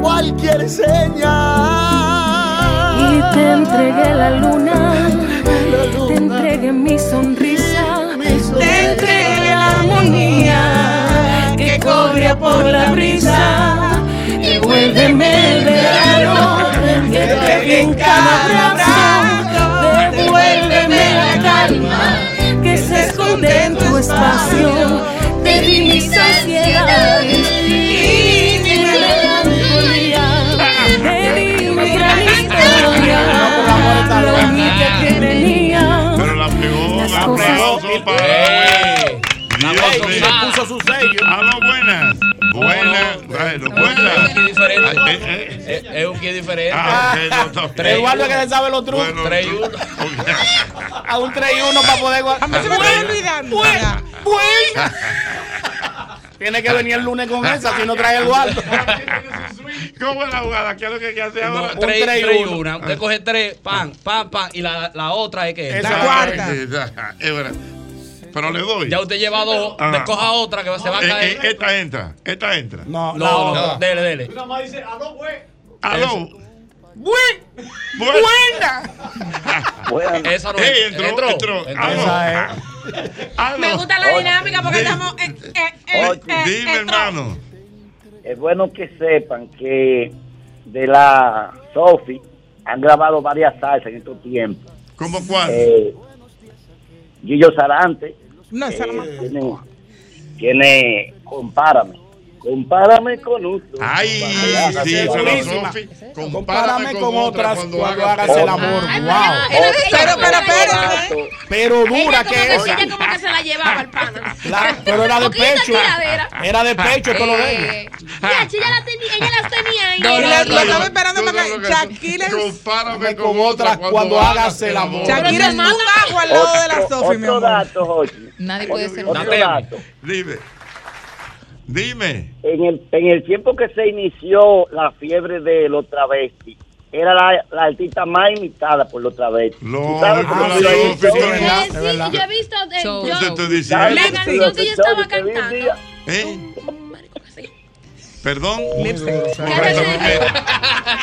Speaker 17: cualquier señal.
Speaker 32: Y te entregué la luna, te entregué mi sonrisa,
Speaker 1: Te entregué la armonía que corría por la brisa. Devuélveme el verano que te vi en cada abrazo. Devuélveme la calma que se esconde en tu espacio. Te di mis ansiedades y mi melancolía. Te di mi gran historia. Lo único que tenía.
Speaker 21: Pero la pegó, la pegó. La puso su sello. Aló, Ah, buenas. Buenas. Bueno, buenas. Ay, eh, eh.
Speaker 2: Es, es un pie diferente.
Speaker 21: Ah, ok, no, no.
Speaker 2: Tres
Speaker 5: Eduardo que se sabe los trucos.
Speaker 2: Bueno, Tres y uno.
Speaker 5: A un 3 y 1 para poder guardar.
Speaker 1: A mí se me está olvidando.
Speaker 5: Tiene que venir el lunes con esa, si no trae el guardo.
Speaker 21: ¿Cómo es la jugada? ¿Qué es lo que hay que hacer
Speaker 2: No,
Speaker 21: ahora?
Speaker 2: tres,
Speaker 21: tres y
Speaker 2: tres y
Speaker 21: uno.
Speaker 2: una. Usted coge tres, pan, pan, pan. Y la, la otra es que.
Speaker 21: Esa es la cuarta. Es verdad. Pero le doy.
Speaker 2: Ya usted lleva dos,
Speaker 21: Ajá.
Speaker 2: usted coja otra que se va a
Speaker 21: Ah. Eh,
Speaker 2: caer.
Speaker 21: eh, esta entra, esta entra.
Speaker 2: No, no, dele, dele.
Speaker 21: Nada más dice, aló, güey. Aló.
Speaker 2: Buena. Esa no
Speaker 21: Ey,
Speaker 2: es. Entró,
Speaker 21: entró, entró.
Speaker 2: Aló.
Speaker 34: Me gusta la dinámica porque
Speaker 8: Oye.
Speaker 34: estamos. eh, eh, eh, eh, eh,
Speaker 21: hermano.
Speaker 8: Es Eh, bueno que sepan que de la Sofi han grabado varias salsas en estos tiempos.
Speaker 21: ¿Cómo cuál?
Speaker 8: Guillo Sarante.
Speaker 1: No, esa no
Speaker 8: eh, tiene, tiene Compárame. Compárame con otro.
Speaker 21: Ay, sí,
Speaker 8: Compárame
Speaker 21: esa
Speaker 8: con
Speaker 21: es la
Speaker 8: otro.
Speaker 21: Sofi.
Speaker 5: Compárame con otras cuando hagas el
Speaker 8: otra.
Speaker 5: amor.
Speaker 8: Ay,
Speaker 5: Wow.
Speaker 8: pero ya, ella
Speaker 5: Pero,
Speaker 8: como
Speaker 5: pero,
Speaker 8: que la
Speaker 5: pero. Pero dura
Speaker 13: Ella como
Speaker 5: que
Speaker 13: que,
Speaker 5: esa.
Speaker 13: ella como que se la llevaba al pana.
Speaker 5: La- pero era de
Speaker 13: Porque ella
Speaker 5: pecho. ¿eh?
Speaker 13: tiradera.
Speaker 5: Era de pecho, esto lo
Speaker 13: Eh,
Speaker 3: Ah,
Speaker 13: mira, chi, ella la tenía, ella las tenía ahí.
Speaker 5: No, no,
Speaker 1: La- la
Speaker 5: no, no.
Speaker 1: estaba esperando para que Shakira.
Speaker 21: Compárame
Speaker 5: con otras cuando hagas el amor.
Speaker 1: Shakira es un bajo al lado de la
Speaker 8: Otro-
Speaker 1: Sofi, mi
Speaker 8: Otro
Speaker 1: amor.
Speaker 8: dato, Jorge.
Speaker 4: Nadie
Speaker 8: puede
Speaker 4: ser
Speaker 8: Otro
Speaker 4: más.
Speaker 8: dato.
Speaker 21: Dime. Dime.
Speaker 8: En el, en el tiempo que se inició la fiebre de los travestis, era la, la artista más imitada por los travestis. ¿Tú sabes cómo
Speaker 21: la
Speaker 8: se lo
Speaker 21: Sofi,
Speaker 8: hizo?
Speaker 21: es verdad,
Speaker 3: Sí, yo he visto. eh,
Speaker 8: Show,
Speaker 3: yo-
Speaker 21: show. Te estoy diciendo.
Speaker 3: la canción que yo estaba cantando.
Speaker 21: ¿Eh? Perdón.
Speaker 8: Lipstick.
Speaker 21: Perdón, eh,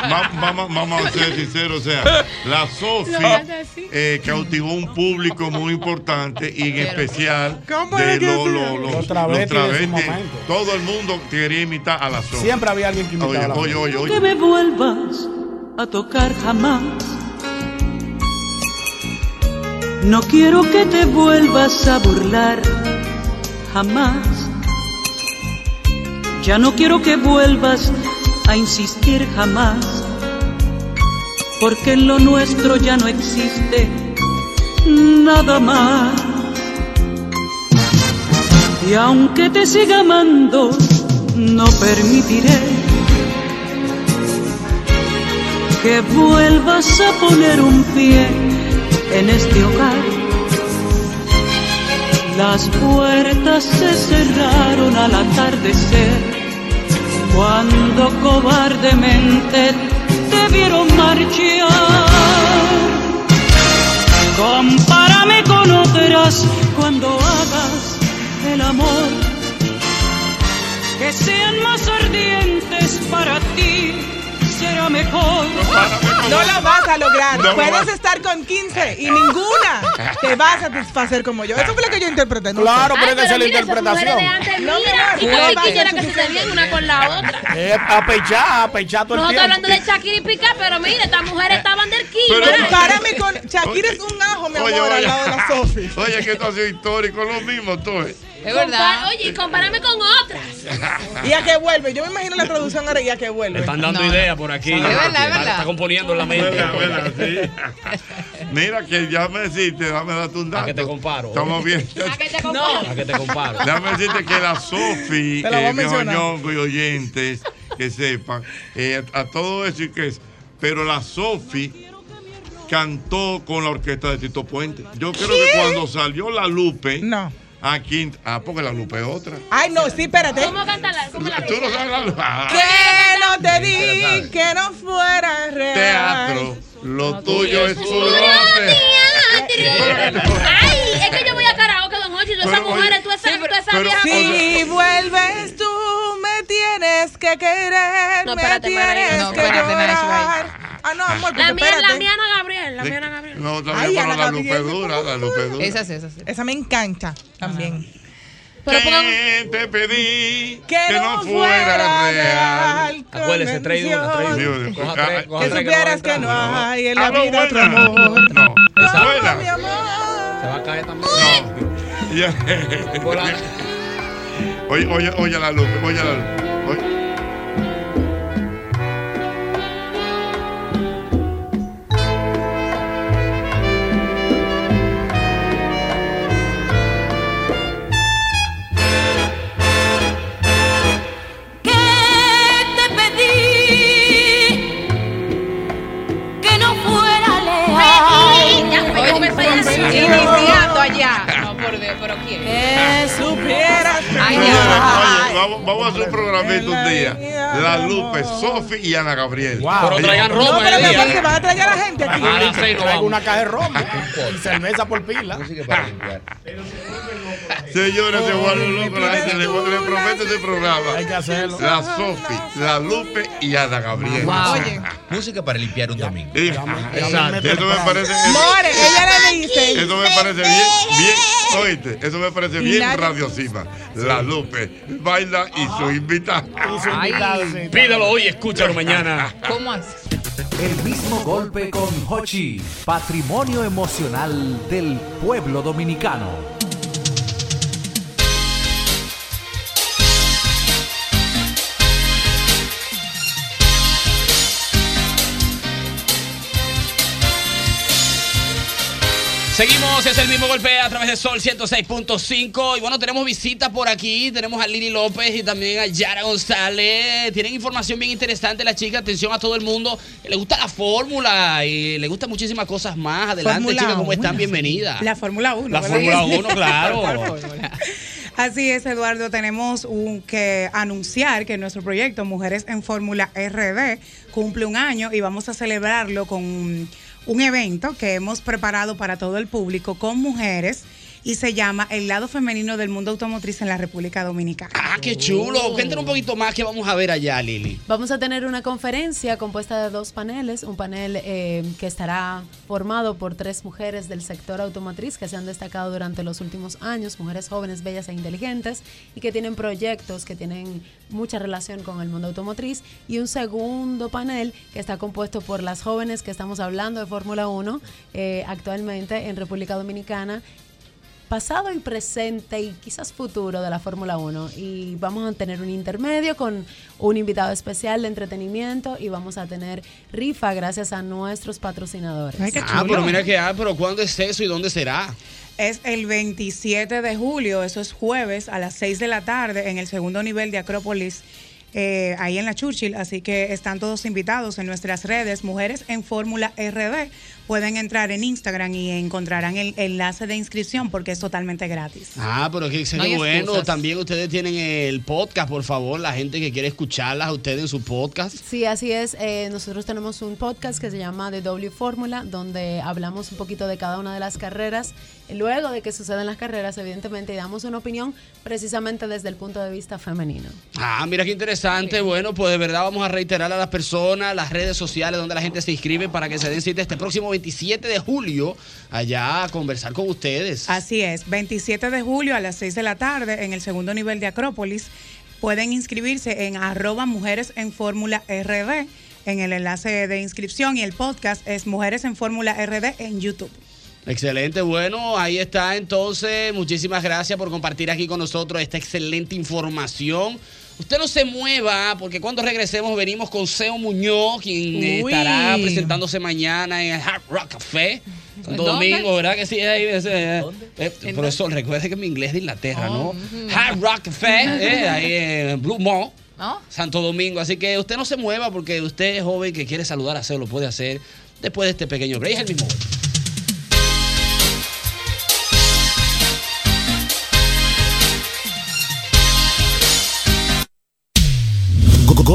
Speaker 21: va- vamos, vamos a ser sinceros, o sea, la
Speaker 16: Lo vas a
Speaker 21: Sofi
Speaker 16: decir.
Speaker 21: eh, cautivó un público muy importante y en especial
Speaker 16: ¿Cómo
Speaker 21: de
Speaker 16: es que
Speaker 21: lo-
Speaker 16: sí?
Speaker 21: lo-
Speaker 16: Los
Speaker 21: los los
Speaker 16: travestis
Speaker 5: de su
Speaker 21: travestis.
Speaker 5: momento.
Speaker 21: Todo el mundo quería imitar a la Sofi.
Speaker 5: Siempre había alguien que imitaba a la
Speaker 21: Oye, oye, oye,
Speaker 32: que
Speaker 21: oye.
Speaker 32: me vuelvas a tocar jamás. No quiero que te vuelvas a burlar jamás. Ya no quiero que vuelvas a insistir jamás. Porque en lo nuestro ya no existe nada más. Y aunque te siga amando, no permitiré que vuelvas a poner un pie en este hogar. Las puertas se cerraron al atardecer, cuando cobardemente te vieron marchar. Compárame con otras cuando hagas el amor, que sean más ardientes para ti, será mejor.
Speaker 16: No lo vas a lograr.
Speaker 32: No lo
Speaker 16: Puedes
Speaker 32: vas-
Speaker 16: estar con 15 y ninguna te vas a satisfacer como yo. Eso fue lo que yo interpreté. no
Speaker 5: Claro,
Speaker 16: sé.
Speaker 5: pero Ay, esa es pero la mira, esas interpretación. mujeres de antes,
Speaker 16: No,
Speaker 3: mira,
Speaker 16: mi
Speaker 3: y
Speaker 16: amor,
Speaker 3: ahí
Speaker 16: no,
Speaker 3: quisiera
Speaker 16: no,
Speaker 3: que se den una con la otra.
Speaker 5: Eh, a pechar, a pechar todo el
Speaker 3: Nosotros
Speaker 5: tiempo.
Speaker 3: hablando de Shakira y Piqué, pero mira, estas mujeres estaban del quillo.
Speaker 21: Pero-
Speaker 16: Compárame con Shakira es un ajo, mi amor, al lado de la sopa.
Speaker 21: Oye, que esto ha sido histórico, lo mismo, tú. ves.
Speaker 3: Compa- Oye, y compárame con otras.
Speaker 16: Y a que vuelve. Yo me imagino la traducción ahora y a que vuelve.
Speaker 8: Están dando
Speaker 16: No,
Speaker 8: ideas por aquí.
Speaker 16: Es verdad, es
Speaker 8: Está-
Speaker 16: verdad.
Speaker 8: Está componiendo en la mente.
Speaker 21: Mira, que ya me deciste, déjame darte un dato. que te comparo. Estamos bien.
Speaker 8: A que te comparo.
Speaker 21: Déjame decirte que la Sofi,
Speaker 8: Te la voy a
Speaker 21: eh, mi
Speaker 8: mencionar.
Speaker 21: Joñongo y oyentes, que sepan, eh, a todo eso y que es. Pero la Sofi cantó con la orquesta de Tito Puente. Yo creo que
Speaker 16: ¿Qué?
Speaker 21: cuando salió la Lupe.
Speaker 16: No.
Speaker 21: Aquí, ah, porque la Lupe es otra.
Speaker 16: Ay, no, sí, espérate.
Speaker 3: ¿Cómo canta la? ¿Cómo la
Speaker 21: Tú no sabes la Lupe. Ah,
Speaker 16: Que no te
Speaker 21: Te la
Speaker 16: di
Speaker 21: sabes.
Speaker 16: que no fuera real.
Speaker 21: Teatro, lo tuyo es sudor.
Speaker 3: Ay, es que yo voy a karaoke, don Hochi, todas esas
Speaker 21: Pero, oye,
Speaker 3: mujeres, todas esas todas esas
Speaker 21: pero,
Speaker 3: viejas.
Speaker 16: Si vuelves tú, me tienes que querer,
Speaker 3: No,
Speaker 16: me
Speaker 3: espérate,
Speaker 16: tienes
Speaker 3: espérate, no,
Speaker 16: que
Speaker 3: espérate, Nash,
Speaker 16: llorar. Ah, no, amor,
Speaker 3: La
Speaker 16: pero
Speaker 3: mía, la
Speaker 16: espérate.
Speaker 3: mía Ana Gabriel, la mía Ana Gabriel.
Speaker 21: No,
Speaker 16: Ay,
Speaker 21: también, pero
Speaker 16: Ana
Speaker 21: la
Speaker 16: Gabriel,
Speaker 21: Lupe dura, la Lupe dura.
Speaker 16: sí, esa sí. Esa me encanta también.
Speaker 21: Pero Que te pedí
Speaker 16: que, no fuera real.
Speaker 8: Acuérdese, trae una, trae una.
Speaker 21: Dios,
Speaker 8: Coja tres,
Speaker 21: ah,
Speaker 8: coja
Speaker 16: Que
Speaker 8: tres
Speaker 16: supieras que no hay en la vida otro amor.
Speaker 21: No,
Speaker 8: esa
Speaker 21: buena.
Speaker 16: Mi amor.
Speaker 8: Se va a caer también.
Speaker 21: Ya. oye, oye, oye la Lupe, oye la Lupe. Oye.
Speaker 1: te pedí que no fuera leal.
Speaker 3: Ya fue,
Speaker 1: Oye,
Speaker 3: me fue
Speaker 1: con
Speaker 3: así.
Speaker 1: permiso.
Speaker 3: Iniciando allá.
Speaker 14: No, por Dios, pero ¿quién?
Speaker 16: Eh,
Speaker 1: Que supieras que
Speaker 21: Señores,
Speaker 1: no
Speaker 21: oye, vamos, vamos a hacer un programito un día. La Lupe, Sofi y Ana Gabriel.
Speaker 5: Pero traigan ropa
Speaker 16: No, pero
Speaker 5: ese
Speaker 16: mi
Speaker 5: día.
Speaker 16: amor, te van a traer a la gente aquí.
Speaker 5: Ajá, dice,
Speaker 16: Traigo
Speaker 5: traigo
Speaker 16: una-
Speaker 5: una caja de romo y cerveza por pila.
Speaker 21: Señores, se vuelve loco la gente. Le, le prometo este programa. Hay que hacerlo. La Sofi, la Lupe y Ana Gabriel.
Speaker 6: Wow.
Speaker 21: Oye.
Speaker 6: Música para limpiar un domingo.
Speaker 21: Y- Exacto. Eso me parece.
Speaker 16: More, ella le dice.
Speaker 21: Eso me parece bien, bien, oíste, eso me parece bien
Speaker 16: Nadie-
Speaker 21: radiosima. La Lupe baila y su invitada.
Speaker 4: Ay. invitado, sí.
Speaker 8: Pídelo hoy, escúchalo mañana.
Speaker 4: ¿Cómo así?
Speaker 7: El mismo golpe con Hochi, patrimonio emocional del pueblo dominicano.
Speaker 2: Seguimos, es el mismo golpe a través de Sol 106.5. Y bueno, tenemos visitas por aquí. Tenemos a Lili López y también a Yara González. Tienen información bien interesante la chica. Atención a todo el mundo. Le gusta la fórmula y le gustan muchísimas cosas más. Adelante,
Speaker 16: Fórmula
Speaker 2: chicas, ¿cómo están?
Speaker 16: uno.
Speaker 2: Bienvenida.
Speaker 9: La Fórmula 1.
Speaker 2: La Fórmula 1, claro.
Speaker 9: Así es, Eduardo, tenemos un- que anunciar que nuestro proyecto Mujeres en Fórmula RD cumple un año y vamos a celebrarlo con un evento que hemos preparado para todo el público con mujeres
Speaker 15: y se llama El lado femenino del mundo automotriz en la República Dominicana.
Speaker 2: Ah, qué chulo. Cuéntanos un poquito más que vamos a ver allá, Lili.
Speaker 30: Vamos a tener una conferencia compuesta de dos paneles, un panel eh, que estará formado por tres mujeres del sector automotriz que se han destacado durante los últimos años, mujeres jóvenes, bellas e inteligentes, y que tienen proyectos que tienen mucha relación con el mundo automotriz, y un segundo panel que está compuesto por las jóvenes que estamos hablando de Fórmula 1 eh, actualmente en República Dominicana pasado y presente y quizás futuro de la Fórmula 1. Y vamos a tener un intermedio con un invitado especial de entretenimiento y vamos a tener rifa gracias a nuestros patrocinadores.
Speaker 2: Ah, pero mira que, ah, pero ¿cuándo es eso y dónde será?
Speaker 15: Es el 27 de julio, eso es jueves a las 6 de la tarde en el segundo nivel de Acrópolis. eh, ahí en la Churchill, así que están todos invitados en nuestras redes, Mujeres en Fórmula RD. Pueden entrar en Instagram y encontrarán el enlace de inscripción porque es totalmente gratis.
Speaker 2: Ah, pero que
Speaker 15: No hay
Speaker 2: bueno.
Speaker 15: excusas.
Speaker 2: También ustedes tienen el podcast, por favor, la gente que quiere escucharlas a ustedes en su podcast.
Speaker 30: Sí, así es. Eh, nosotros tenemos un podcast que se llama The W Fórmula, donde hablamos un poquito de cada una de las carreras. Luego de que suceden las carreras, evidentemente, y damos una opinión precisamente desde el punto de vista femenino.
Speaker 2: Ah, mira qué interesante. Bueno, pues de verdad vamos a reiterar a las personas, las redes sociales donde la gente se inscribe para que se den cita este próximo 27 de julio allá a conversar con ustedes.
Speaker 15: Así es, 27 de julio a las 6 de la tarde en el segundo nivel de Acrópolis. Pueden inscribirse en arroba mujeres en fórmula RD en el enlace de inscripción y el podcast es Mujeres en Fórmula RD en YouTube.
Speaker 2: Excelente, bueno, ahí está entonces. Muchísimas gracias por compartir aquí con nosotros esta excelente información. Usted no se mueva, porque cuando regresemos venimos con Seo Muñoz, quien eh,
Speaker 35: Uy.
Speaker 2: estará presentándose mañana en el Hard Rock Café.
Speaker 35: ¿Dónde?
Speaker 2: Domingo, ¿verdad que sí? Ahí, ese, eh, eh, profesor, recuerde que mi inglés es de Inglaterra,
Speaker 35: Oh,
Speaker 2: ¿no? Hard Rock Café, eh, ahí en Blue Mall.
Speaker 36: ¿No?
Speaker 2: Santo Domingo. Así que usted no se mueva porque usted es joven que quiere saludar a Seo, lo puede hacer después de este pequeño break. Es el mismo.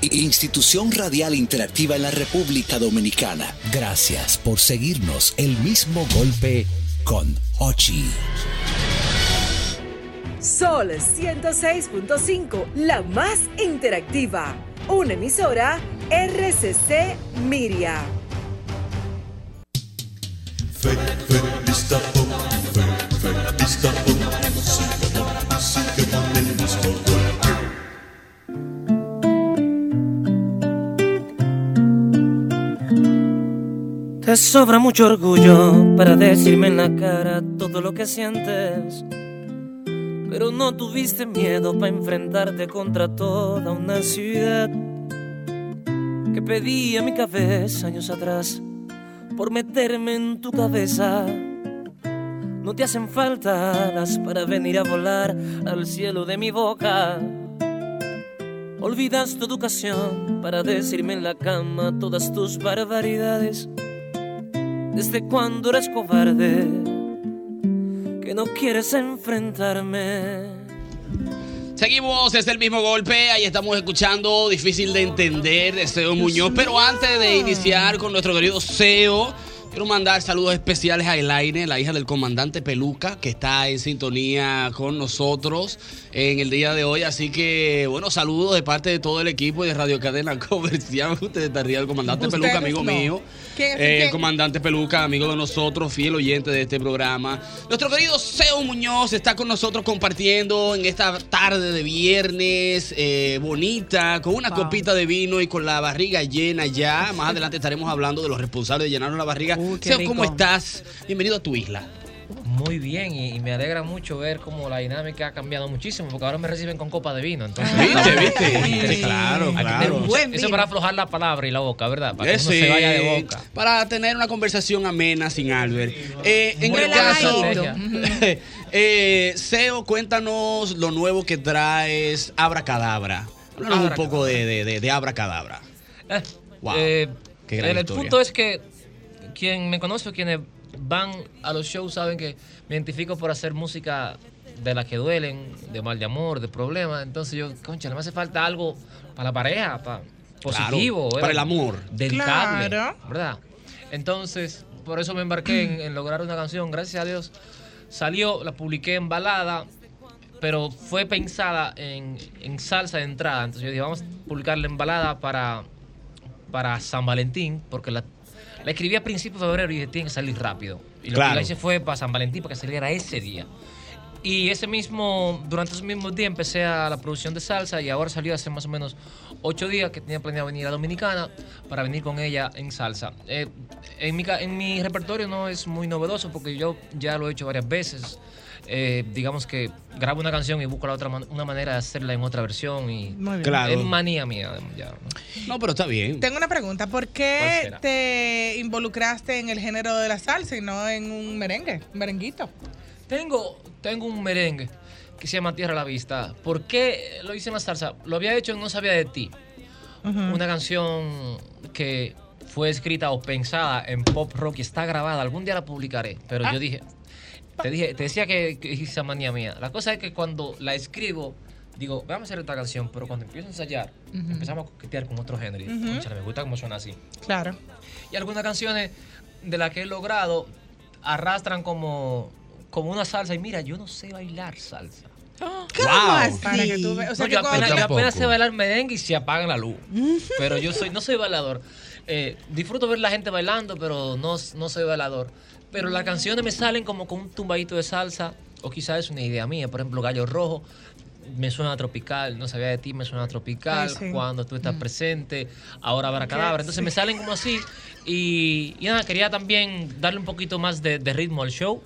Speaker 37: I- Institución Radial Interactiva en la República Dominicana. Gracias por seguirnos El Mismo Golpe con Ochi.
Speaker 14: Sol 106.5, la más interactiva. Una emisora RCC Miria.
Speaker 31: Te sobra mucho orgullo para decirme en la cara todo lo que sientes. Pero no tuviste miedo para enfrentarte contra toda una ciudad que pedía mi cabeza años atrás por meterme en tu cabeza. No te hacen falta alas para venir a volar al cielo de mi boca. Olvidas tu educación para decirme en la cama todas tus barbaridades. Desde cuando eres cobarde, que no quieres enfrentarme.
Speaker 2: Seguimos, es el mismo golpe. Ahí estamos escuchando Difícil de Entender de Seo Muñoz. Pero antes de iniciar con nuestro querido Seo, quiero mandar saludos especiales a Elaine, la hija del comandante Peluca, que está en sintonía con nosotros en el día de hoy. Así que, bueno, saludos de parte de todo el equipo y de Radio Cadena Comercial. Usted está arriba, el comandante
Speaker 35: Ustedes
Speaker 2: Peluca, amigo
Speaker 35: no.
Speaker 2: mío.
Speaker 35: ¿Qué-
Speaker 2: Eh,
Speaker 35: qué-
Speaker 2: el comandante Peluca, amigo de nosotros, fiel oyente de este programa. Nuestro querido Seo Muñoz está con nosotros compartiendo en esta tarde de viernes, eh, bonita, con una copita de vino y con la barriga llena ya. Más adelante estaremos hablando de los responsables de llenarnos la barriga. Seo, ¿cómo
Speaker 20: rico.
Speaker 2: estás? Bienvenido a tu isla.
Speaker 20: Muy bien, y, y me alegra mucho ver cómo la dinámica ha cambiado muchísimo, porque ahora me reciben con copa de vino. Entonces,
Speaker 2: Ah. ¿Viste, viste?
Speaker 20: Sí,
Speaker 2: Sí, claro,
Speaker 20: Hay que
Speaker 2: claro.
Speaker 20: tener mucho-
Speaker 2: Buen
Speaker 20: Eso
Speaker 2: vino.
Speaker 20: para aflojar la palabra y la boca, ¿verdad? Para que
Speaker 2: Eh,
Speaker 20: uno se
Speaker 2: sí,
Speaker 20: vaya de boca.
Speaker 2: Para tener una conversación amena sin Albert. Eh, en
Speaker 20: Muy
Speaker 2: el
Speaker 20: buena
Speaker 2: caso,
Speaker 20: estrategia.
Speaker 2: eh, Seo, cuéntanos lo nuevo que traes, Abra Cadabra. Háblanos un poco de, de, de, de abracadabra.
Speaker 20: Eh,
Speaker 2: Wow.
Speaker 20: eh,
Speaker 2: Qué gran
Speaker 20: el, el
Speaker 2: historia.
Speaker 20: punto es que quien me conoce o quienes van a los shows saben que me identifico por hacer música de las que duelen, de mal de amor, de problemas. Entonces yo, concha, me hace falta algo para la pareja, para positivo.
Speaker 2: Claro,
Speaker 20: ¿verdad?
Speaker 2: para el amor.
Speaker 20: Dedicable,
Speaker 2: Claro.
Speaker 20: ¿verdad? Entonces, por eso me embarqué en, en lograr una canción. Gracias a Dios salió, la publiqué en balada, pero fue pensada en, en salsa de entrada. Entonces yo dije, vamos a publicarla en balada para, para San Valentín, porque la, la escribí a principios de febrero y dije, tiene que salir rápido. Y lo
Speaker 2: Claro.
Speaker 20: que la hice fue para San Valentín, para que saliera ese día. Y ese mismo, durante ese mismo día empecé a la producción de salsa y ahora salió hace más o menos ocho días que tenía planeado venir a Dominicana para venir con ella en salsa. Eh, en, mi, ca- en mi repertorio no es muy novedoso porque yo ya lo he hecho varias veces. Eh, digamos que grabo una canción y busco la otra man- una manera de hacerla en otra versión y
Speaker 16: Muy bien.
Speaker 2: Claro.
Speaker 20: es manía mía. ya, ¿no?
Speaker 2: No, pero está bien.
Speaker 16: Tengo una pregunta. ¿Por
Speaker 20: ¿Cuál
Speaker 16: qué
Speaker 20: será?
Speaker 16: te involucraste en el género de la salsa y no en un merengue, un merenguito?
Speaker 20: Tengo, tengo un merengue que se llama Tierra a la Vista. ¿Por qué lo hice en la salsa? Lo había hecho en No Sabía de Ti. Una canción que fue escrita o pensada en pop rock y está grabada. Algún día la publicaré. Pero
Speaker 16: Ah.
Speaker 20: yo dije, te dije, te decía que, que es esa manía mía. La cosa es que cuando la escribo, digo, vamos a hacer esta canción, pero cuando empiezo a ensayar,
Speaker 16: Ujú.
Speaker 20: empezamos a coquetear con otro género. Y digo,
Speaker 16: Ujú.
Speaker 20: "Cónchale, me gusta cómo suena así.
Speaker 16: Claro.
Speaker 20: Y algunas canciones de las que he logrado arrastran como, como una salsa. Y mira, yo no sé bailar salsa.
Speaker 16: ¿Cómo Wow. así? Para que tú ve- o sea,
Speaker 20: No,
Speaker 16: que
Speaker 20: yo,
Speaker 16: cuando
Speaker 20: apenas,
Speaker 16: tú-
Speaker 20: yo apenas sé
Speaker 16: Tampoco.
Speaker 20: bailar merengue y se apaga la luz. Pero yo soy, no soy bailador. Eh, disfruto ver la gente bailando, pero no, no soy bailador. Pero las canciones me salen como con un tumbadito de salsa, o quizás es una idea mía. Por ejemplo, Gallo Rojo me suena tropical, no sabía de ti, me suena tropical. Ay, sí. Cuando tú
Speaker 16: Mm.
Speaker 20: estás presente, ahora Abracadabra. Ok, Entonces sí. me salen como así. Y, y nada, quería también darle un poquito más de, de ritmo al show.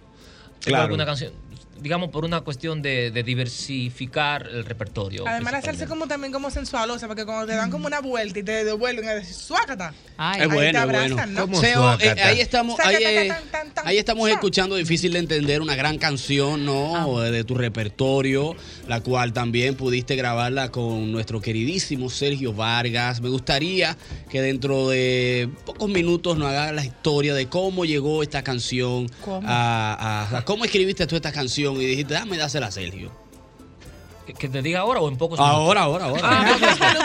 Speaker 2: Claro.
Speaker 20: Claro. Una canción, digamos, por una cuestión de, de diversificar el repertorio.
Speaker 16: Además, la salsa es como también como sensual, o sea, porque cuando te dan como
Speaker 20: Mm.
Speaker 16: una vuelta y te devuelven y decís, suácata.
Speaker 2: es
Speaker 16: Ahí te
Speaker 2: bueno, es
Speaker 16: abrazan,
Speaker 2: bueno.
Speaker 16: ¿no?
Speaker 2: Seo, eh, ahí estamos, ahí, eh, ahí estamos escuchando difícil de entender una gran canción, ¿no?
Speaker 20: Ah.
Speaker 2: Eh, De tu repertorio, la cual también pudiste grabarla con nuestro queridísimo Sergio Vargas. Me gustaría que dentro de pocos minutos nos hagas la historia de cómo llegó esta canción,
Speaker 20: ¿Cómo?
Speaker 2: A, a- a- cómo escribiste tú esta canción y dijiste, dame dásela a Sergio.
Speaker 20: ¿Que, que te diga ahora o en pocos minutos?
Speaker 2: Ahora, ahora, ahora.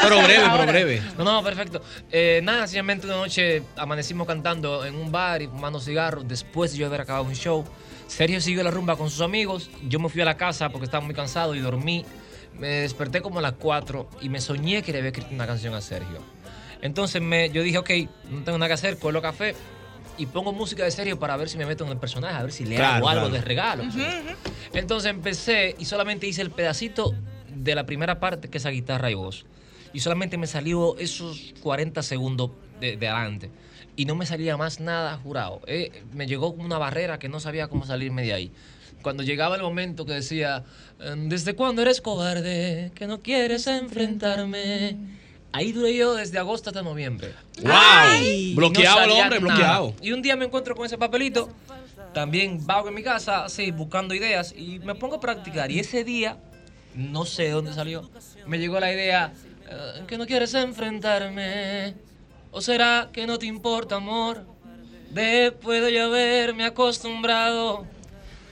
Speaker 2: pero breve, pero breve.
Speaker 20: No, Ah, no, perfecto. Eh, nada, sencillamente una noche amanecimos cantando en un bar y fumando cigarros después de yo haber acabado un show. Sergio siguió la rumba con sus amigos. Yo me fui a la casa porque estaba muy cansado y dormí. Me desperté como a las 4 y me soñé que le había escrito una canción a Sergio. Entonces me, yo dije, ok, no tengo nada que hacer, colo café y pongo música de Sergio para ver si me meto en el personaje, a ver si le
Speaker 2: Claro,
Speaker 20: hago algo
Speaker 2: claro.
Speaker 20: de regalo. Entonces empecé y solamente hice el pedacito de la primera parte, que es la guitarra y voz. Y solamente me salió esos 40 segundos de, de adelante. Y no me salía más nada jurado. Eh, me llegó como una barrera que no sabía cómo salirme de ahí. Cuando llegaba el momento que decía, "Mm, ¿desde cuándo eres cobarde? Que no quieres enfrentarme. Ahí duré yo desde agosto hasta noviembre.
Speaker 2: ¡Wow! Bloqueado
Speaker 20: No
Speaker 2: el
Speaker 20: salía nada.
Speaker 2: hombre, bloqueado.
Speaker 20: Y un día me encuentro con ese papelito, también vago en mi casa, así, buscando ideas, y me pongo a practicar. Y ese día, no sé de dónde salió, me llegó la idea, eh, que no quieres enfrentarme, o será que no te importa, amor, después de yo haberme acostumbrado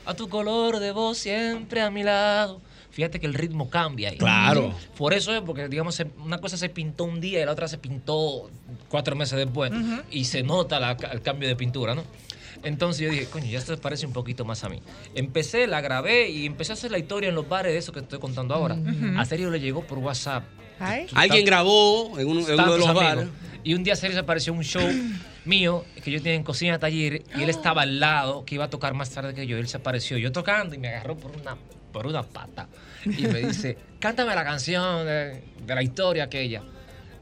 Speaker 20: a tu color de voz siempre a mi lado. Fíjate que el ritmo cambia ahí.
Speaker 2: Claro.
Speaker 20: Por eso es porque, digamos, se- una cosa se pintó un día y la otra se pintó cuatro meses después.
Speaker 16: Ujú.
Speaker 20: Y se nota la ca- el cambio de pintura, ¿no? Entonces yo dije, coño, ya esto parece un poquito más a mí. Empecé, la grabé y empecé a hacer la historia en los bares de eso que estoy contando ahora.
Speaker 16: Ujú.
Speaker 20: A Sergio le llegó por WhatsApp.
Speaker 2: Alguien grabó en, un- en uno de
Speaker 20: Tantos
Speaker 2: los
Speaker 20: amigos.
Speaker 2: bares.
Speaker 20: Y un día Sergio se apareció en un show mío que yo tenía en cocina taller y él estaba al lado, que iba a tocar más tarde que yo. Él se apareció, yo tocando y me agarró por una, por una pata y me dice, cántame la canción de, de la historia aquella.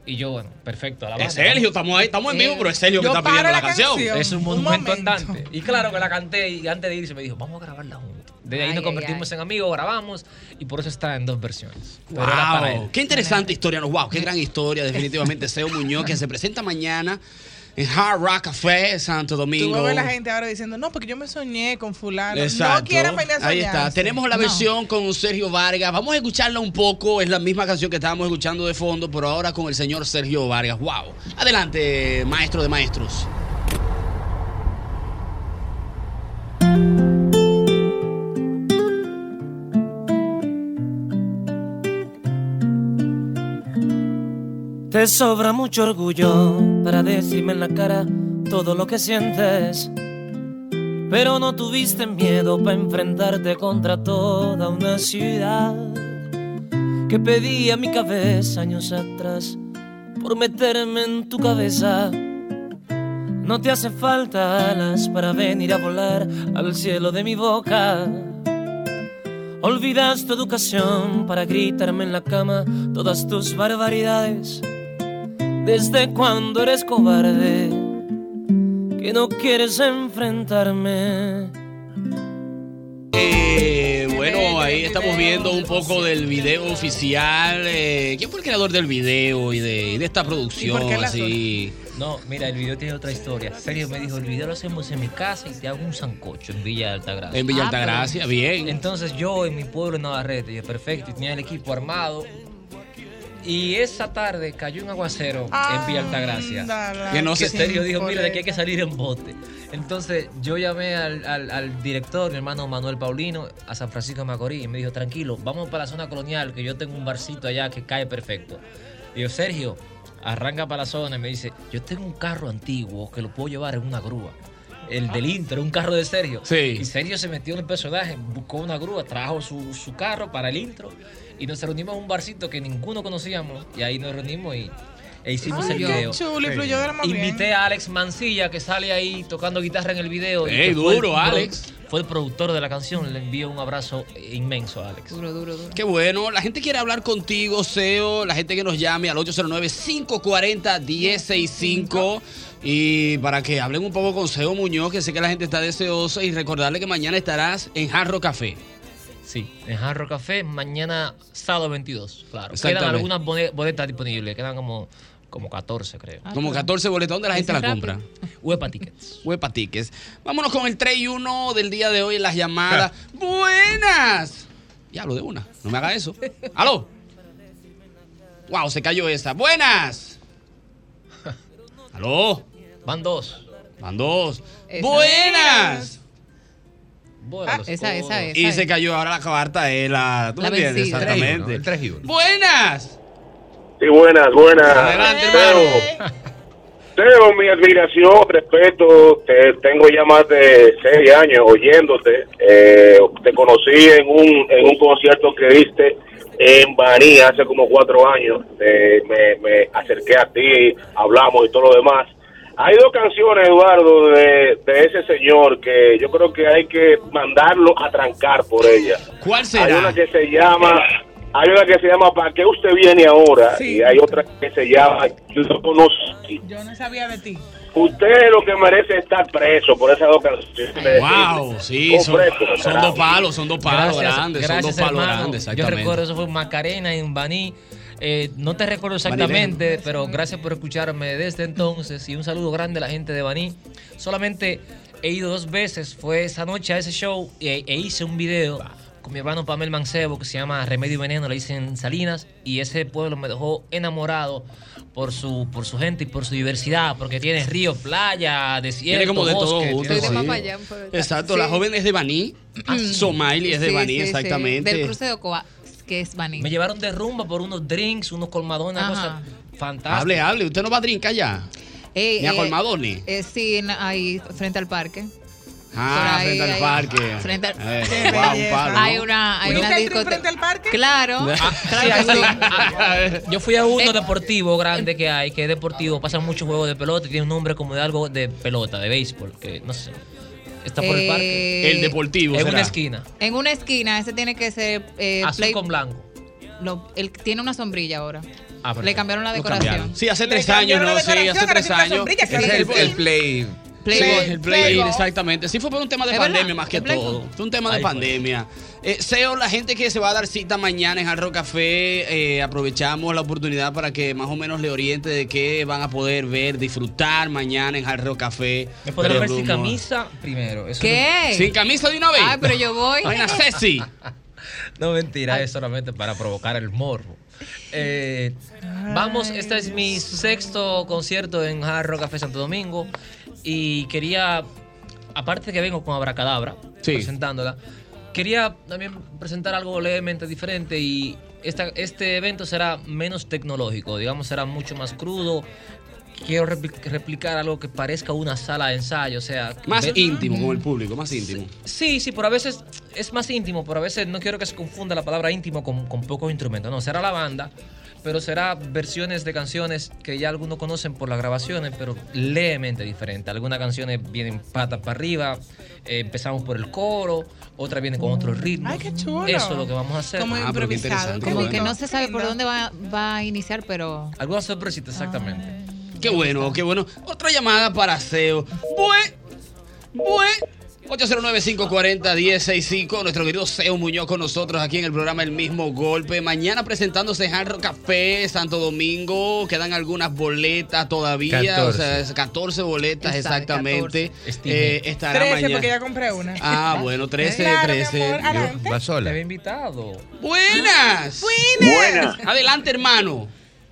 Speaker 20: Y yo, bueno, perfecto. a la
Speaker 2: Es
Speaker 20: banda,
Speaker 2: Sergio,
Speaker 20: ¿no?
Speaker 2: estamos ahí, estamos en vivo,
Speaker 20: Eh,
Speaker 2: pero es Sergio que está pidiendo la canción.
Speaker 20: Es un monumento andante. Y claro que la canté y antes de irse me dijo, vamos a grabarla juntos. De ahí
Speaker 2: Ay,
Speaker 20: nos
Speaker 2: ay,
Speaker 20: convertimos en amigos, grabamos y por eso está en dos versiones. Pero era para él.
Speaker 2: Wow, qué interesante historia, no, wow, qué gran historia, definitivamente. Seo Muñoz, que se presenta mañana en Hard Rock Café, Santo
Speaker 16: Tú
Speaker 2: Domingo.
Speaker 16: vas a ver la gente ahora diciendo, no, porque yo me soñé con fulano.
Speaker 2: Exacto.
Speaker 16: No quieran venir a soñar.
Speaker 2: Ahí está. Tenemos la
Speaker 16: No.
Speaker 2: versión con Sergio Vargas. Vamos a escucharla un poco. Es la misma canción que estábamos escuchando de fondo, pero ahora con el señor Sergio Vargas. Wow. Adelante, maestro de maestros.
Speaker 31: Te sobra mucho orgullo para decirme en la cara todo lo que sientes. Pero no tuviste miedo para enfrentarte contra toda una ciudad que pedía mi cabeza años atrás por meterme en tu cabeza. No te hace falta alas para venir a volar al cielo de mi boca. Olvidas tu educación para gritarme en la cama todas tus barbaridades. Desde cuando eres cobarde, que no quieres enfrentarme.
Speaker 2: Eh, bueno, ahí estamos viendo un poco del video oficial. Eh, ¿Quién fue el creador del video y de, y de esta producción?
Speaker 20: por qué la
Speaker 2: así?
Speaker 20: No, mira, el video tiene otra historia. Sergio me dijo, el video lo hacemos en mi casa y te hago un sancocho en Villa Altagracia. Ah,
Speaker 2: En Villa Altagracia, bien.
Speaker 20: Entonces yo en mi pueblo en Navarrete, yo perfecto, y tenía el equipo armado. Y esa tarde cayó un aguacero en Villa Altagracia.
Speaker 16: Ándala.
Speaker 2: Que no se-
Speaker 20: Sergio dijo, mira, de aquí hay que salir en bote. Entonces yo llamé al, al- al director, mi hermano Manuel Paulino, a San Francisco de Macorís, y me dijo, tranquilo, vamos para la zona colonial, que yo tengo un barcito allá que cae perfecto. Digo, Sergio, arranca para la zona y me dice, yo tengo un carro antiguo que lo puedo llevar en una grúa. El del Inter, un carro de Sergio. Y Sergio se metió en el personaje, buscó una grúa, trajo su, su carro para el intro y nos reunimos en un barcito que ninguno conocíamos y ahí nos reunimos y e hicimos
Speaker 16: Ay,
Speaker 20: el
Speaker 16: qué
Speaker 20: video.
Speaker 16: chulo, y fluyó de la más bien.
Speaker 20: Invité a Alex Mancilla que sale ahí tocando guitarra en el video. y
Speaker 2: Ey,
Speaker 20: que fue el
Speaker 2: duro,
Speaker 20: pro-
Speaker 2: Alex.
Speaker 20: Fue el productor de la canción, le envío un abrazo inmenso a Alex.
Speaker 4: Duro, duro, duro.
Speaker 2: Qué bueno, la gente quiere hablar contigo, SEO, la gente que nos llame al 809-540-1065 y para que hablen un poco con SEO Muñoz, que sé que la gente está deseosa y recordarle que mañana estarás en Jarro Café.
Speaker 20: Sí, en Jarro Café, mañana sábado 22, claro. Quedan
Speaker 2: Exactamente.
Speaker 20: algunas bone- boletas disponibles, quedan como, como 14, creo.
Speaker 16: Ah,
Speaker 4: Ah,
Speaker 2: Como 14 boletas, ¿dónde la gente la compra?
Speaker 20: Huepa Tickets.
Speaker 2: Huepa Tickets. Vámonos con el 3 y 1 del día de hoy en las llamadas. ¡Buenas! Ya hablo de una, no me haga eso. ¡Aló! ¡Wow! Se cayó esa. ¡Buenas! ¡Aló!
Speaker 20: Van dos.
Speaker 2: Van dos.
Speaker 20: Esa.
Speaker 2: ¡Buenas!
Speaker 20: Bóralos,
Speaker 4: Ah, esa, esa, esa.
Speaker 2: y
Speaker 4: es.
Speaker 2: se cayó ahora la cuarta, eh, la... ¿Tú
Speaker 4: La
Speaker 2: me entiendes?
Speaker 4: vencida.
Speaker 2: Exactamente.
Speaker 6: El
Speaker 2: ¡Buenas!
Speaker 27: Sí, buenas, buenas.
Speaker 2: Adelante,
Speaker 27: Teo. Teo, mi admiración, respeto. Te tengo ya más de seis años oyéndote. Eh, te conocí en un, en un concierto que diste en Baní hace como cuatro años. Eh, me, me acerqué a ti, hablamos y todo lo demás. Hay dos canciones, Eduardo, de, de ese señor que yo creo que hay que mandarlo a trancar por ella.
Speaker 2: ¿Cuál
Speaker 27: Hay
Speaker 2: será?
Speaker 27: una que se llama, hay una que se llama ¿Para qué usted viene ahora? Y hay otra que se llama Yo no conocí.
Speaker 16: Yo no sabía de ti.
Speaker 27: Usted lo que merece es estar preso por esas dos canciones.
Speaker 2: ¡Wow! Sí,
Speaker 27: Con
Speaker 2: son,
Speaker 27: fresco,
Speaker 2: son
Speaker 27: carajo.
Speaker 2: dos palos, son dos palos
Speaker 20: Gracias,
Speaker 2: grandes, son
Speaker 20: gracias,
Speaker 2: dos palos
Speaker 20: hermano.
Speaker 2: grandes,
Speaker 20: Yo
Speaker 2: exactamente.
Speaker 20: recuerdo, eso fue en Macarena, en Baní. Eh, no te recuerdo
Speaker 2: Baní Lejos.
Speaker 20: exactamente, pero gracias por escucharme desde entonces y un saludo grande a la gente de Baní. Solamente he ido dos veces, fue esa noche a ese show e, e hice un video con mi hermano Pamel Mancebo que se llama Remedio y Veneno, le dicen Salinas, y ese pueblo me dejó enamorado por su por su gente y por su diversidad, porque tiene río, playa, desierto,
Speaker 2: Tiene como de todo
Speaker 20: bosque,
Speaker 2: junto,
Speaker 20: tiene
Speaker 2: sí. Exacto, la
Speaker 20: Sí.
Speaker 2: joven es de Baní.
Speaker 4: Ah,
Speaker 2: Somaili es de
Speaker 20: Sí,
Speaker 2: Baní,
Speaker 20: sí, sí.
Speaker 2: exactamente.
Speaker 20: Del
Speaker 4: Cruce de Ocoa, que es Baní.
Speaker 20: Me llevaron de rumba por unos drinks, unos colmadones,
Speaker 4: Ajá.
Speaker 20: cosas fantásticas.
Speaker 2: Hable, hable, usted no va a brincar ya.
Speaker 4: Eh,
Speaker 2: Ni a
Speaker 4: eh,
Speaker 2: Colmadoni.
Speaker 4: eh, sí, en- ahí frente al parque.
Speaker 2: Ah,
Speaker 4: Por ahí,
Speaker 2: frente al
Speaker 4: ahí.
Speaker 2: parque.
Speaker 4: Frente al-
Speaker 2: Eh,
Speaker 4: Qué
Speaker 2: guau, un
Speaker 4: belleza.
Speaker 2: palo, ¿no?
Speaker 4: Hay una, hay
Speaker 20: ¿Nunca
Speaker 4: una
Speaker 20: entré
Speaker 4: discoteca. al parque? Claro.
Speaker 20: Ah,
Speaker 4: claro que sí.
Speaker 20: Yo fui a
Speaker 4: Eh.
Speaker 20: uno deportivo grande que hay, que es deportivo, pasan muchos juegos de pelota y tiene un nombre como de algo de pelota, de béisbol, que no sé. Está por el parque.
Speaker 4: Eh, El
Speaker 2: deportivo.
Speaker 20: En
Speaker 2: será.
Speaker 20: una esquina.
Speaker 4: En una esquina, ese tiene que ser. eh,
Speaker 20: Azul
Speaker 4: play-
Speaker 20: con blanco.
Speaker 4: lo- él tiene una sombrilla ahora.
Speaker 20: Ah, perfecto.
Speaker 4: Le cambiaron la
Speaker 20: Lo
Speaker 4: decoración.
Speaker 2: cambiaron. Sí, hace
Speaker 4: Le
Speaker 2: tres
Speaker 4: cambiaron
Speaker 2: años,
Speaker 4: la
Speaker 2: ¿no? Sí,
Speaker 4: decoración,
Speaker 2: hace
Speaker 4: ahora
Speaker 2: tres
Speaker 4: tiene una
Speaker 2: años.
Speaker 4: sombrilla,
Speaker 2: Ese
Speaker 4: claro
Speaker 2: es
Speaker 4: que
Speaker 2: el,
Speaker 4: sí.
Speaker 2: el play. Playboy, el Playboy, exactamente. Sí fue por un tema de
Speaker 20: ¿Es
Speaker 2: pandemia
Speaker 20: verdad?
Speaker 2: más que
Speaker 20: ¿El Playboy?
Speaker 2: todo. Fue un tema de
Speaker 20: Ahí fue.
Speaker 2: pandemia. Eh, Seo, la gente que se va a dar cita mañana en Hard Rock Café, eh, aprovechamos la oportunidad para que más o menos le oriente de qué van a poder ver, disfrutar mañana en Hard Rock Café.
Speaker 20: Me podrán
Speaker 2: de
Speaker 20: ver sin
Speaker 2: Blue Moon.
Speaker 20: camisa primero. Eso
Speaker 4: ¿Qué?
Speaker 2: ¿Sin camisa de una vez?
Speaker 4: Ay, pero yo voy.
Speaker 2: Ay, una Ceci.
Speaker 20: No, mentira, es solamente para provocar el morbo. Eh, vamos, este es mi sexto concierto en Hard Rock Café Santo Domingo. Y quería, aparte de que vengo con Abracadabra, presentándola, quería también presentar algo levemente diferente. Y esta- este evento será menos tecnológico, digamos, será mucho más crudo. Quiero repli- replicar algo que parezca una sala de ensayo, o sea...
Speaker 2: Más
Speaker 20: ve-
Speaker 2: íntimo con el público, más íntimo.
Speaker 20: Sí, sí, pero a veces es más íntimo, pero a veces no quiero que se confunda la palabra íntimo con, con pocos instrumentos. No, será la banda, pero será versiones de canciones que ya algunos conocen por las grabaciones, pero levemente diferente. Algunas canciones vienen patas para arriba, eh, empezamos por el coro, otras vienen con otro ritmo. Ay, qué chulo. Eso es lo que vamos a hacer.
Speaker 16: Como Ah, pero qué improvisado, interesante,
Speaker 4: Como que no se sabe por dónde va, va a iniciar, pero.
Speaker 20: Algunas sorpresitas, exactamente.
Speaker 2: Qué bueno, qué bueno. Otra llamada para SEO. Bue, bue. 809-540-1065. Nuestro querido SEO Muñoz con nosotros aquí en el programa El mismo golpe. Mañana presentándose en Hard Rock Café, Santo Domingo. Quedan algunas boletas todavía. O sea,
Speaker 20: 14.
Speaker 2: es 14 boletas
Speaker 16: Exacto,
Speaker 2: exactamente.
Speaker 16: 14.
Speaker 2: Estimé. Eh, estará
Speaker 16: 13,
Speaker 2: mañana.
Speaker 16: porque ya compré una.
Speaker 2: Ah, bueno, 13,
Speaker 16: Claro, mi
Speaker 2: 13.
Speaker 16: amor, adelante.
Speaker 2: va
Speaker 20: Te
Speaker 2: sola.
Speaker 20: había invitado.
Speaker 2: Buenas.
Speaker 20: Buenas.
Speaker 2: Adelante, hermano.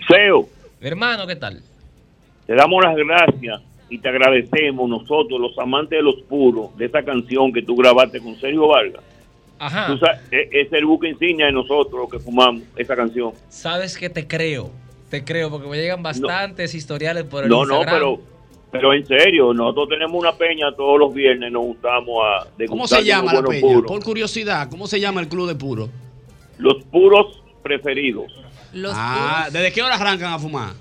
Speaker 26: Seo,
Speaker 20: Hermano, ¿qué tal?
Speaker 26: te damos las gracias y te agradecemos nosotros, los amantes de los puros, de esa canción que tú grabaste con Sergio Vargas.
Speaker 20: Ajá.
Speaker 26: Tú sa- e- es el buque insignia de nosotros los que fumamos esa canción.
Speaker 20: Sabes que te creo, te creo, porque me llegan bastantes historiales por el
Speaker 26: No, no,
Speaker 20: Instagram.
Speaker 26: pero pero en serio, nosotros tenemos una peña todos los viernes, nos juntamos a degustar
Speaker 2: ¿Cómo se
Speaker 26: unos
Speaker 2: llama la
Speaker 26: buenos
Speaker 2: peña? Por curiosidad, ¿cómo se llama el club de puro?
Speaker 26: Los puros preferidos.
Speaker 4: Los
Speaker 2: ah, ¿desde qué hora arrancan a fumar?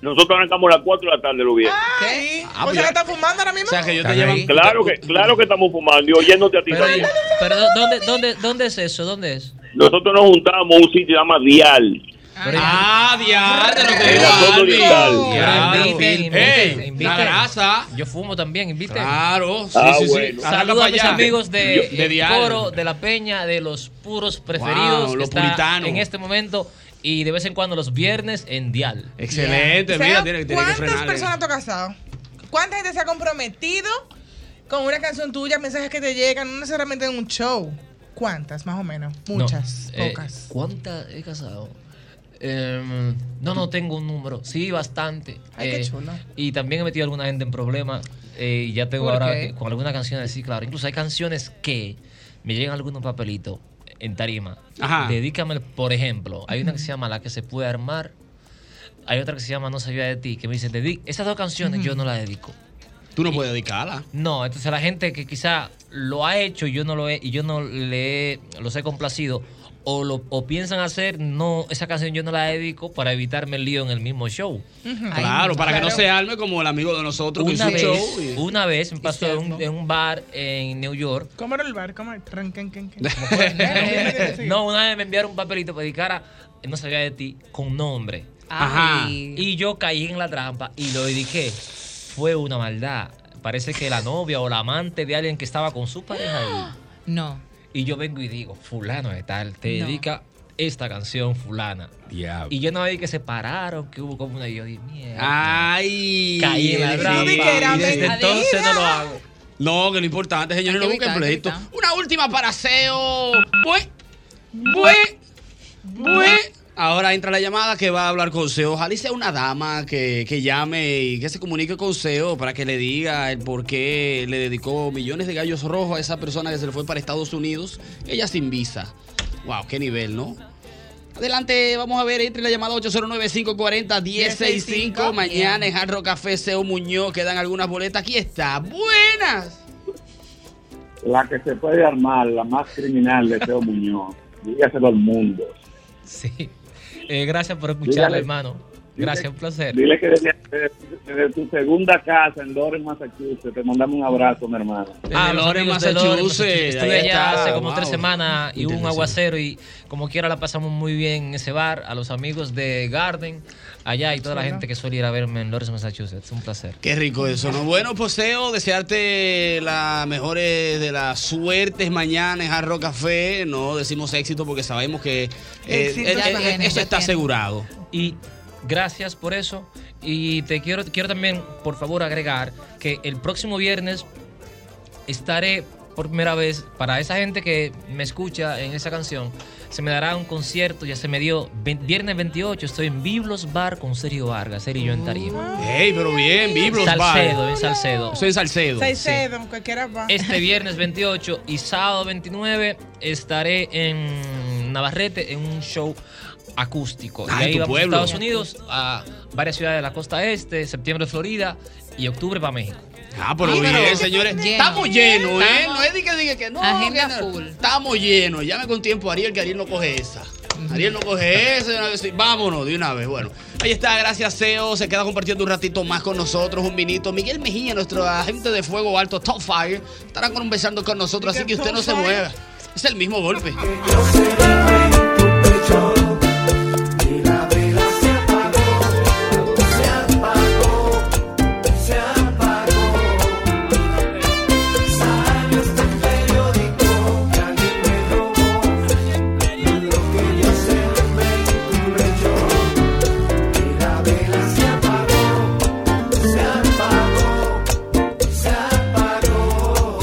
Speaker 26: Nosotros arrancamos a las 4 de la tarde los viernes.
Speaker 16: Ay,
Speaker 2: Ah,
Speaker 16: o
Speaker 2: pues
Speaker 16: sea,
Speaker 2: ya-
Speaker 16: que está fumando ahora mismo.
Speaker 2: O sea, que yo te
Speaker 26: Están
Speaker 2: llevan.
Speaker 26: ahí. Claro que, claro que estamos fumando y oyéndote a ti
Speaker 20: Pero,
Speaker 26: también.
Speaker 20: pero ¿dó- ¿dónde, dónde, ¿dónde es eso? ¿Dónde es?
Speaker 26: Nosotros nos juntamos a un sitio que se llama Dial.
Speaker 2: Ah, diablo, lo
Speaker 26: En la zona oriental.
Speaker 2: Diablo,
Speaker 20: Inviten,
Speaker 2: Phil.
Speaker 20: inviten,
Speaker 2: Ey,
Speaker 20: inviten.
Speaker 2: la grasa.
Speaker 20: Yo fumo también, inviten.
Speaker 2: Claro, sí,
Speaker 26: Ah,
Speaker 2: sí, sí. Arranca
Speaker 20: Saludos
Speaker 2: para
Speaker 20: a mis
Speaker 2: allá.
Speaker 20: amigos de,
Speaker 2: Yo- de
Speaker 20: el
Speaker 2: Dial.
Speaker 20: Coro, de la Peña, de los puros preferidos.
Speaker 2: Wow,
Speaker 20: que
Speaker 2: los
Speaker 20: está
Speaker 2: puritanos.
Speaker 20: En este momento y de vez en cuando los viernes en Dial.
Speaker 2: Excelente,
Speaker 16: O sea,
Speaker 2: mira, tiene, tiene que
Speaker 16: ¿Cuántas
Speaker 2: frenar.
Speaker 16: personas tú has casado? ¿Cuánta gente se ha comprometido con una canción tuya, mensajes que te llegan, no necesariamente en un show? ¿Cuántas, más o menos?
Speaker 20: No,
Speaker 16: Muchas,
Speaker 20: eh,
Speaker 16: pocas.
Speaker 20: ¿Cuántas he casado? Em, no, no tengo un número. Sí, bastante. Eh,
Speaker 16: Ay, qué chulo.
Speaker 20: Y también he metido a alguna gente en problemas. eh, y ya tengo
Speaker 16: ¿Por
Speaker 20: ahora
Speaker 16: qué?
Speaker 20: que- con algunas canciones, sí, claro. Incluso hay canciones que me llegan algunos papelitos en tarima.
Speaker 2: Ajá.
Speaker 20: Dedícame, por ejemplo, hay una que se llama La que se puede armar. Hay otra que se llama No sabía de ti, que me dice, "Dedí- esas dos canciones yo no las dedico.
Speaker 2: Tú no puedes dedicarla.
Speaker 20: No, entonces la gente que quizá lo ha hecho y yo no lo he, y yo no le he- los he complacido o lo o piensan hacer, no, esa canción yo no la dedico para evitarme el lío en el mismo show.
Speaker 2: Claro, para que no se arme como el amigo de nosotros que hizo
Speaker 20: Una
Speaker 2: un
Speaker 20: vez,
Speaker 2: show. y-
Speaker 20: una vez me pasó en un, en un bar en New York.
Speaker 16: ¿Cómo era el bar? ¿Cómo era? Tran, can, can, can.
Speaker 20: no, una vez me enviaron un papelito para dedicar a No sabía de ti con nombre.
Speaker 4: Ajá. Ay.
Speaker 20: Y yo caí en la trampa y lo dediqué. Fue una maldad. Parece que la novia o la amante de alguien que estaba con su pareja ahí.
Speaker 4: No.
Speaker 20: Y yo vengo y digo, fulano de tal, te
Speaker 4: No.
Speaker 20: dedica esta canción fulana. Y yo no vi que se pararon, que hubo como una... Y yo dije, mierda.
Speaker 2: Ay,
Speaker 20: Caí en la
Speaker 2: el
Speaker 20: trampa.
Speaker 2: tipo.
Speaker 20: Y desde entonces no lo hago.
Speaker 2: No, que lo importante, señores, no busquen pleito. Una última para SEO.
Speaker 16: pues,
Speaker 2: Bue, bue, bue. Ahora entra la llamada que va a hablar con SEO. Ojalá y sea una dama que, que llame y que se comunique con SEO para que le diga el por qué le dedicó millones de gallos rojos a esa persona que se le fue para Estados Unidos. Ella sin visa. Wow, qué nivel, ¿no? Adelante, vamos a ver, entre la llamada 809-540-1065. Mañana en Hard Rock Café, Seo Muñoz, quedan algunas boletas. Aquí está. Buenas.
Speaker 17: La que se puede armar, la más criminal de Teo Muñoz. Dígaselo al mundo.
Speaker 20: Eh, gracias por escucharlo,
Speaker 17: Dígale.
Speaker 20: hermano.
Speaker 2: Gracias, un placer.
Speaker 17: Dile que desde, desde- desde tu segunda casa en Lawrence, Massachusetts, te mandamos un abrazo, mi hermano.
Speaker 20: Eh,
Speaker 2: Ah,
Speaker 20: Lore,
Speaker 2: Lawrence, Massachusetts.
Speaker 20: pues, Estuve
Speaker 2: Ahí
Speaker 20: allá
Speaker 2: está,
Speaker 20: hace como
Speaker 2: wow.
Speaker 20: tres semanas y hubo un
Speaker 2: Interesante.
Speaker 20: aguacero y como quiera la pasamos muy bien en ese bar, a los amigos de Garden, allá y toda la
Speaker 2: Chulo.
Speaker 20: gente que suele ir a verme en Lawrence, Massachusetts. Un placer.
Speaker 2: Qué rico eso, ¿no? Bueno, poseo, desearte las mejores de las suertes mañana en Jarro Café. No decimos éxito porque sabemos que eh,
Speaker 20: Éxito
Speaker 2: eh,
Speaker 20: ya
Speaker 2: eh,
Speaker 20: viene,
Speaker 2: eso
Speaker 20: ya
Speaker 2: está
Speaker 20: viene.
Speaker 2: asegurado.
Speaker 20: Y gracias por eso. Y te quiero, quiero también, por favor, agregar que el próximo viernes estaré por primera vez, para esa gente que me escucha en esa canción, se me dará un concierto, ya se me dio, ve- viernes 28, estoy en Biblos Bar con Sergio Vargas, Sergio y
Speaker 16: Mm.
Speaker 20: yo en Tarima.
Speaker 16: Ah.
Speaker 2: Ey, pero bien, Biblos Bar.
Speaker 20: Salcedo, en Salcedo.
Speaker 2: Soy en Salcedo.
Speaker 16: Seis
Speaker 20: Sí.
Speaker 16: cedo, cualquiera va.
Speaker 20: Este viernes 28 y sábado 29 estaré en Navarrete en un show acústico.
Speaker 2: Ah,
Speaker 20: y
Speaker 2: en
Speaker 20: ahí
Speaker 2: tu
Speaker 20: vamos
Speaker 2: pueblo.
Speaker 20: a Estados Unidos, a varias ciudades de la costa este, septiembre Florida y octubre para México.
Speaker 2: Ah, pero bien, señores. Estamos llenos, ¿eh? No es de que diga que no.
Speaker 20: Agenda
Speaker 2: que no. Estamos llenos. Llame con tiempo a Ariel, que Ariel no coge esa. Ariel no coge esa. de una vez, sí, Vámonos de una vez. Bueno, ahí está. Gracias, Seo. Se queda compartiendo un ratito más con nosotros, un vinito. Miguel Mejía, nuestro agente de fuego alto, Top Fire, estará conversando con nosotros. Así que usted no se mueva. Es el mismo golpe.
Speaker 1: Se apagó. Salió este periódico que alguien me robó. Lo que yo sembré tuve yo. Y la vela se apagó. Se apagó. Se apagó.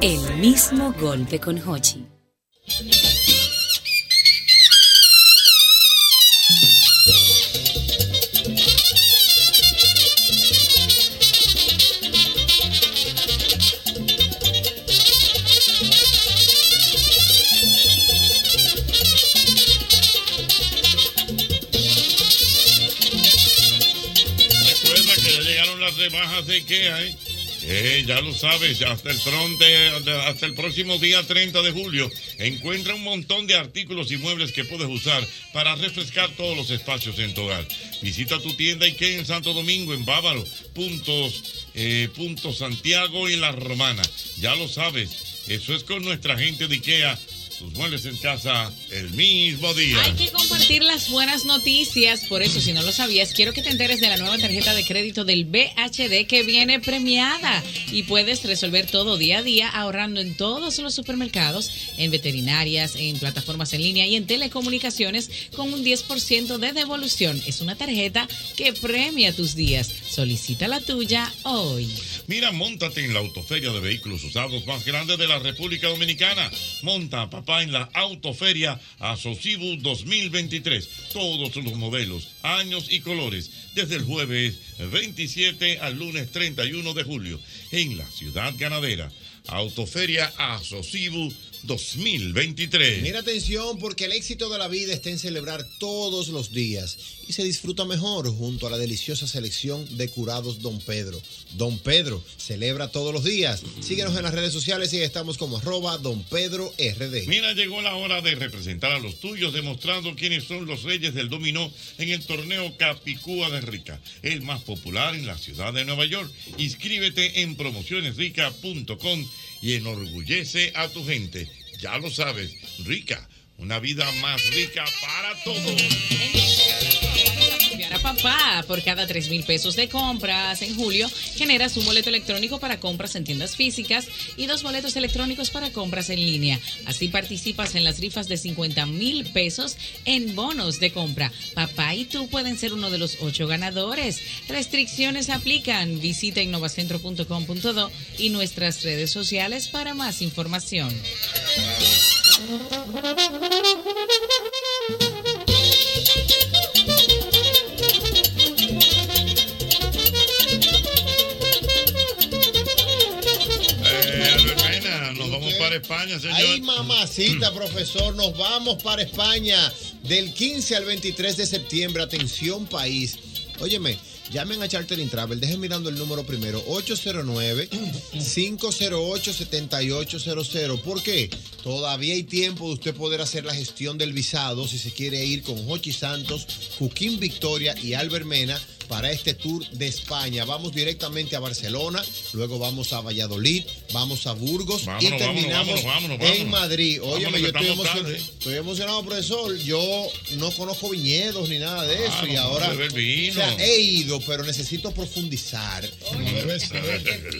Speaker 28: El mismo golpe con Hochi.
Speaker 21: Recuerda que ya llegaron las rebajas de IKEA, ¿eh? Eh, ya lo sabes, hasta el, pronto, hasta el próximo día 30 de julio encuentra un montón de artículos y muebles que puedes usar para refrescar todos los espacios en tu hogar. Visita tu tienda IKEA en Santo Domingo, en Bávaro, puntos, eh, punto Santiago y La Romana. Ya lo sabes, eso es con nuestra gente de IKEA. Tus muebles en casa el mismo día.
Speaker 14: Hay que compartir las buenas noticias, por eso si no lo sabías, quiero que te enteres de la nueva tarjeta de crédito del BHD que viene premiada y puedes resolver todo día a día ahorrando en todos los supermercados, en veterinarias, en plataformas en línea y en telecomunicaciones con un 10% de devolución. Es una tarjeta que premia tus días. Solicita la tuya hoy.
Speaker 21: Mira, montate en la autoferia de vehículos usados más grande de la República Dominicana. Monta a papá en la autoferia Asocibu 2023. Todos los modelos, años y colores. Desde el jueves 27 al lunes 31 de julio. En la ciudad ganadera. Autoferia Asocibu 2023.
Speaker 18: Mira atención porque el éxito de la vida está en celebrar todos los días y se disfruta mejor junto a la deliciosa selección de curados Don Pedro. Don Pedro celebra todos los días. Síguenos en las redes sociales y estamos como arroba Don Pedro RD.
Speaker 21: Mira, llegó la hora de representar a los tuyos, demostrando quiénes son los reyes del dominó en el torneo Capicúa de Rica, el más popular en la ciudad de Nueva York. Inscríbete en promocionesrica.com y enorgullece a tu gente. Ya lo sabes, Rica, una vida más rica para todos.
Speaker 14: Enviar a papá por cada 3 mil pesos de compras en julio generas un boleto electrónico para compras en tiendas físicas y dos boletos electrónicos para compras en línea. Así participas en las rifas de 50 mil pesos en bonos de compra. Papá y tú pueden ser uno de los ocho ganadores. Restricciones aplican. Visita innovacentro.com.do y nuestras redes sociales para más información.
Speaker 21: Eh, Reina, nos vamos para España, señor.
Speaker 18: Ay, mamacita, profesor, nos vamos para España del 15 al 23 de septiembre. Atención, país. Óyeme, Llamen a Chartering Travel, dejen mirando el número primero, 809-508-7800. ¿Por qué? Todavía hay tiempo de usted poder hacer la gestión del visado si se quiere ir con Jochi Santos, Joaquín Victoria y Albert Mena para este tour de España. Vamos directamente a Barcelona, luego vamos a Valladolid, vamos a Burgos y
Speaker 21: Vámonos, vámonos,
Speaker 18: terminamos
Speaker 21: vámonos, vámonos, vámonos.
Speaker 18: en Madrid.
Speaker 21: Vámonos,
Speaker 18: Oye, yo
Speaker 21: que
Speaker 18: estoy
Speaker 21: estamos
Speaker 18: emocionado,
Speaker 21: tarde.
Speaker 18: estoy emocionado, profesor. Yo no conozco viñedos ni nada de eso
Speaker 21: Claro,
Speaker 18: y
Speaker 21: Ah, vamos a
Speaker 18: ahora
Speaker 21: beber vino.
Speaker 18: o sea, he ido, pero necesito profundizar.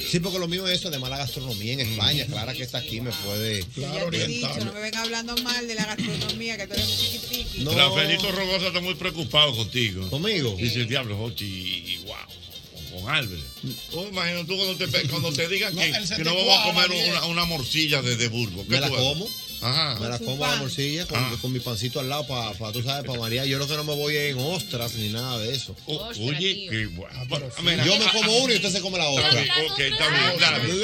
Speaker 18: Sí, porque lo mío es eso, además la gastronomía en España. Clara que está aquí me puede
Speaker 32: Ya te he dicho, no
Speaker 18: orientar.
Speaker 32: me ven hablando mal de la gastronomía, que tú eres un chiquitiqui.
Speaker 21: No. Rafaelito Rogosa está muy preocupado contigo.
Speaker 18: ¿Conmigo?
Speaker 21: Dice el diablo, Jochi, y, wow. Con Álvarez. Oh, imagino tú cuando te, pe- cuando te digan
Speaker 18: Mm. No,
Speaker 21: que,
Speaker 18: él se
Speaker 21: Eh, que
Speaker 18: te
Speaker 21: no vamos a
Speaker 18: cuadra
Speaker 21: comer
Speaker 18: bien.
Speaker 21: una, una morcilla de, de Burgos. ¿Qué
Speaker 18: Me la
Speaker 21: tú haces?
Speaker 18: como.
Speaker 21: Ajá. Ah.
Speaker 18: Me la como la morcilla con, con mi pancito al lado para, tú sabes, para María. Yo lo que no me voy es en ostras ni nada de eso.
Speaker 21: Oh, Oye, qué bueno.
Speaker 18: Ah, mira. Yo me como una y usted se come la otra. Ah,
Speaker 21: Está bien, Ok, está bien. Dale,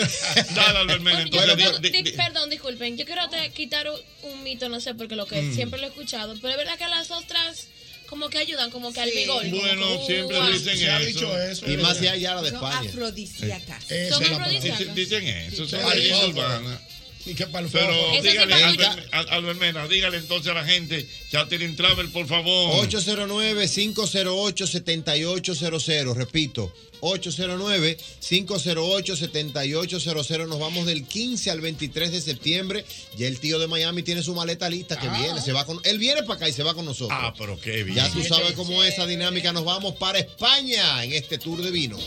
Speaker 21: dale Albert Mena, entonces,
Speaker 3: Yo
Speaker 18: pues,
Speaker 3: tengo-
Speaker 21: di- di-
Speaker 3: di- perdón, disculpen, yo quiero te- quitar un, un mito, no sé, porque lo que
Speaker 21: Mm.
Speaker 3: siempre lo he escuchado, pero es verdad que las ostras como que ayudan, como que uh, al
Speaker 32: Sí.
Speaker 3: vigor. como
Speaker 21: Bueno,
Speaker 3: que-
Speaker 21: siempre
Speaker 3: Uah.
Speaker 21: dicen
Speaker 32: Se ha
Speaker 21: eso.
Speaker 32: dicho eso,
Speaker 18: Y más si hay ya la de
Speaker 32: Son
Speaker 18: España.
Speaker 32: afrodisíacas.
Speaker 21: Eh,
Speaker 3: Son
Speaker 21: se la-
Speaker 3: afrodisíacas.
Speaker 21: dicen- Dicen eso, son
Speaker 32: Para el
Speaker 21: leyendas
Speaker 32: fofo.
Speaker 21: urbanas.
Speaker 32: Y que para el
Speaker 21: Pero
Speaker 32: fofo. Eso se
Speaker 21: dígale,
Speaker 32: paga.
Speaker 21: Albert- Al- Albert Mena, dígale entonces a la gente, Chaterin Travel, por favor.
Speaker 18: 809-508-7800. Repito, 809-508-7800. Nos vamos del 15 al 23 de septiembre. Ya el tío de Miami tiene su maleta lista que viene. Se va con, él viene para acá y se va con nosotros.
Speaker 21: Ah, pero qué bien.
Speaker 18: Ya tú sabes cómo es esa dinámica. Nos vamos para España en este tour de vinos.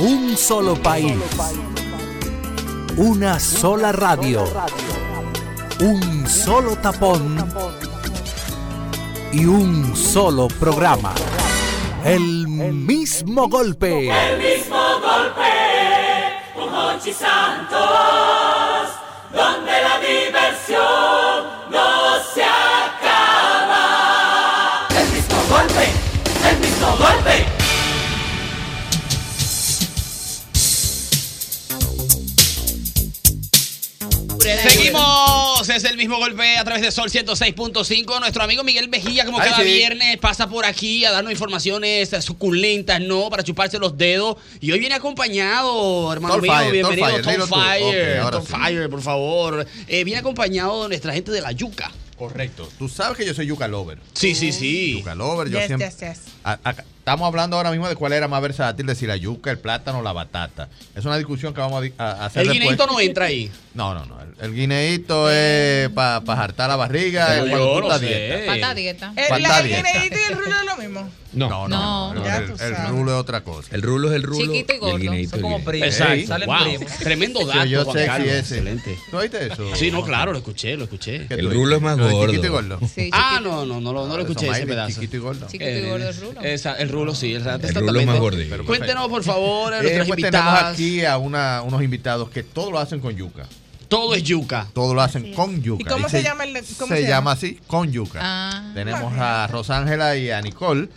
Speaker 7: Un solo país. Una sola radio. Un solo tapón. Y un solo programa. El mismo golpe.
Speaker 1: El mismo golpe con Hochi Santos, donde la diversión no se acaba. El mismo golpe, el mismo golpe.
Speaker 2: Seguimos, es el mismo golpe a través de Sol 106.5. Nuestro amigo Miguel Mejía, como
Speaker 38: Ay,
Speaker 2: cada
Speaker 38: sí.
Speaker 2: viernes, pasa por aquí a darnos informaciones suculentas, ¿no? Para chuparse los dedos. Y hoy viene acompañado, hermano
Speaker 38: Tom
Speaker 2: mío,
Speaker 38: Fire, Tom
Speaker 2: bienvenido
Speaker 38: Fire,
Speaker 2: Tom
Speaker 38: dilo tú.
Speaker 2: Fire,
Speaker 38: Ok, ahora
Speaker 2: Tom
Speaker 38: sí.
Speaker 2: Fire, por favor. Eh, viene acompañado de nuestra gente de la yuca.
Speaker 38: Correcto. Tú sabes que yo soy Yuka Lover.
Speaker 2: Sí, sí, sí.
Speaker 38: Yuca Lover, yo siempre. a- a- estamos hablando ahora mismo de cuál era más versátil, de si la yuca, el plátano o la batata. Es una discusión que vamos a di- a, a hacer
Speaker 2: El
Speaker 38: después.
Speaker 2: guineíto no entra ahí.
Speaker 38: No, no, no. El, el guineíto es para jartar la barriga.
Speaker 2: Pero
Speaker 38: el
Speaker 2: yo
Speaker 38: cuando tú
Speaker 2: no
Speaker 38: estás
Speaker 2: sé.
Speaker 38: dieta.
Speaker 4: Falta dieta.
Speaker 38: Eh, Falta
Speaker 16: la- el
Speaker 38: dieta.
Speaker 16: guineíto y el rulo es lo mismo.
Speaker 38: No, no, no. no, Eh,
Speaker 16: Ya
Speaker 38: el,
Speaker 16: tú
Speaker 38: el
Speaker 16: sabes.
Speaker 38: rulo es otra cosa.
Speaker 29: El rulo es el
Speaker 38: rulo.
Speaker 4: Chiquito y gordo. Son como primos.
Speaker 38: Ey.
Speaker 2: Wow. Tremendo dato.
Speaker 38: Yo
Speaker 2: Juan
Speaker 38: sé que
Speaker 2: Carlos.
Speaker 38: ese.
Speaker 2: Excelente.
Speaker 38: ¿Tú oíste eso?
Speaker 2: Sí, no, claro, lo escuché, lo escuché.
Speaker 38: El rulo es más
Speaker 2: Lo de
Speaker 38: gordo.
Speaker 2: chiquito y gordo.
Speaker 38: Sí,
Speaker 2: ah,
Speaker 38: chiquito.
Speaker 2: no, no, no, lo- no
Speaker 38: Ah,
Speaker 2: lo escuché
Speaker 38: eso,
Speaker 2: ese
Speaker 38: Miley,
Speaker 2: pedazo. Eh,
Speaker 38: Chiquito y gordo.
Speaker 4: Chiquito y gordo es rulo.
Speaker 2: Esa- el rulo sí, el,
Speaker 38: El rulo es
Speaker 2: totalmente.
Speaker 38: más gordito.
Speaker 2: Cuéntenos, por favor, a nuestras
Speaker 38: Después Eh, pues tenemos
Speaker 2: invitadas.
Speaker 38: aquí a una, unos invitados que todo lo hacen con yuca.
Speaker 2: Todo es yuca.
Speaker 38: Todo lo hacen con yuca.
Speaker 16: ¿Y cómo se llama el de- cómo se
Speaker 38: se, llama
Speaker 16: llama?
Speaker 38: así, con yuca.
Speaker 16: Ah.
Speaker 38: tenemos a Rosángela y a Nicole,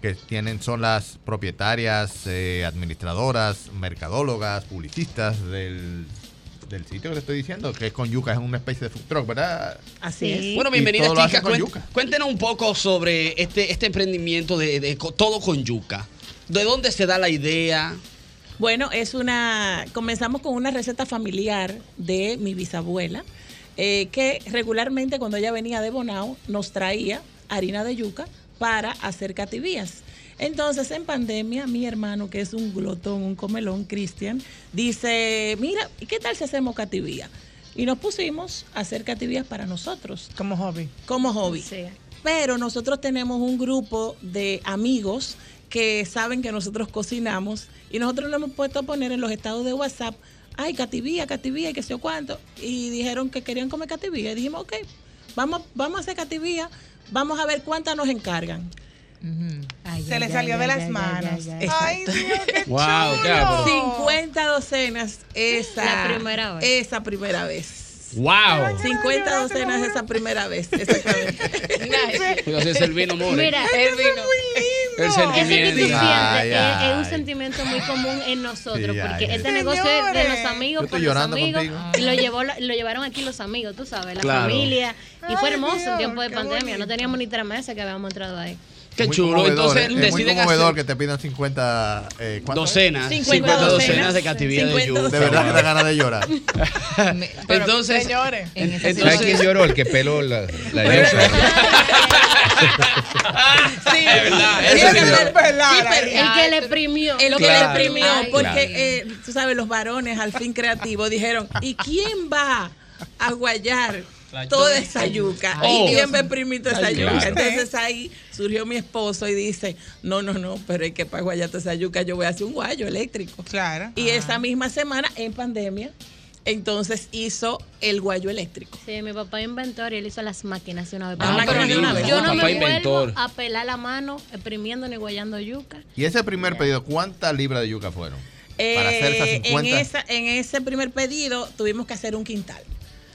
Speaker 38: que tienen, son las propietarias, eh, administradoras, mercadólogas, publicistas del, del sitio que te estoy diciendo, que es con yuca, es una especie de food truck, ¿verdad?
Speaker 16: Así
Speaker 38: es.
Speaker 2: Bueno,
Speaker 38: Y
Speaker 2: bienvenidas,
Speaker 38: todo lo
Speaker 2: chicas.
Speaker 38: hacen con
Speaker 2: Cuen-
Speaker 38: yuca.
Speaker 2: cuéntenos un poco sobre este, este emprendimiento de, de co- todo con yuca. ¿De dónde se da la idea?
Speaker 39: Bueno, es una. Comenzamos con una receta familiar de mi bisabuela, eh, que regularmente cuando ella venía de Bonao nos traía harina de yuca para hacer cativías. Entonces, en pandemia, mi hermano, que es un glotón, un comelón, Cristian, dice: Mira, ¿y qué tal si hacemos cativía? Y nos pusimos a hacer cativías para nosotros.
Speaker 16: Como hobby.
Speaker 39: Como hobby. Pero nosotros tenemos un grupo de amigos que saben que nosotros cocinamos y nosotros nos hemos puesto a poner en los estados de WhatsApp, ay, cativía, cativía y qué sé yo cuánto. Y dijeron que querían comer cativía. Y dijimos, ok, vamos, vamos a hacer cativía, vamos a ver cuántas nos encargan.
Speaker 16: Se le salió de las manos. Ay,
Speaker 2: Wow, qué bárbaro.
Speaker 39: 50 docenas esa La primera vez. Esa primera vez.
Speaker 2: Wow.
Speaker 39: 50 docenas esa primera vez.
Speaker 2: Cuidado, ese es el vino, more.
Speaker 39: Mira,
Speaker 16: Mira,
Speaker 39: el
Speaker 16: es muy
Speaker 39: vino.
Speaker 16: lindo.
Speaker 2: El sentimiento.
Speaker 29: Eso que tú sientes
Speaker 38: Ay,
Speaker 29: es,
Speaker 38: ay.
Speaker 29: es un sentimiento muy común en nosotros,
Speaker 38: Sí, ay,
Speaker 29: porque
Speaker 38: ay.
Speaker 29: este negocio es de los
Speaker 38: Yo
Speaker 29: amigos,
Speaker 38: estoy
Speaker 29: con los
Speaker 38: llorando
Speaker 29: amigos,
Speaker 38: contigo.
Speaker 29: y lo, llevó, la- lo llevaron aquí los amigos, tú sabes, la
Speaker 38: Claro.
Speaker 29: familia, y fue
Speaker 40: Ay,
Speaker 29: hermoso
Speaker 40: Dios,
Speaker 29: en tiempo de
Speaker 40: qué
Speaker 29: pandemia,
Speaker 40: bonito.
Speaker 29: no teníamos ni tres meses que habíamos entrado ahí.
Speaker 2: Qué
Speaker 38: Muy
Speaker 2: chulo.
Speaker 38: conmovedor,
Speaker 2: Entonces
Speaker 38: ¿eh? es
Speaker 2: deciden
Speaker 38: muy conmovedor
Speaker 2: hacer
Speaker 38: que te pidan 50 eh, ¿cuánto?
Speaker 2: docenas, 50, docenas de cativilla de yuca.
Speaker 38: De verdad que da ganas de llorar.
Speaker 2: Entonces,
Speaker 16: señores,
Speaker 7: ¿Sabes quién lloró? El que peló la, la
Speaker 16: Sí,
Speaker 7: eso
Speaker 16: tiene que
Speaker 7: sí.
Speaker 16: ser pelada.
Speaker 39: Sí, pero-
Speaker 29: El que le exprimió.
Speaker 39: El que
Speaker 7: Claro.
Speaker 39: le exprimió,
Speaker 7: Ay.
Speaker 39: porque
Speaker 7: Claro.
Speaker 39: eh, tú sabes, los varones al fin creativos dijeron, ¿y quién va a guayar
Speaker 7: La
Speaker 39: toda
Speaker 7: yuca.
Speaker 39: esa yuca?
Speaker 7: Oh.
Speaker 39: ¿Y quién va a exprimir toda esa
Speaker 7: Ay,
Speaker 39: yuca?
Speaker 7: claro.
Speaker 39: Entonces ahí surgió mi esposo y dice, no, no, no, pero es que para guayar toda esa yuca yo voy a hacer un guayo eléctrico.
Speaker 16: Claro.
Speaker 39: Y
Speaker 29: Ah.
Speaker 39: esa misma semana, en pandemia, entonces hizo el guayo eléctrico.
Speaker 29: Sí, mi papá es inventor y él hizo las máquinas de una vez.
Speaker 39: Ah, pero
Speaker 29: yo
Speaker 39: lindo.
Speaker 29: no me
Speaker 38: Papá
Speaker 29: vuelvo
Speaker 38: inventor.
Speaker 29: a pelar la mano exprimiendo ni guayando yuca.
Speaker 38: Y ese primer pedido, ¿cuántas libras de yuca fueron? Para hacer esas
Speaker 39: Eh, en,
Speaker 38: 50.
Speaker 39: esa, en ese primer pedido tuvimos que hacer un quintal.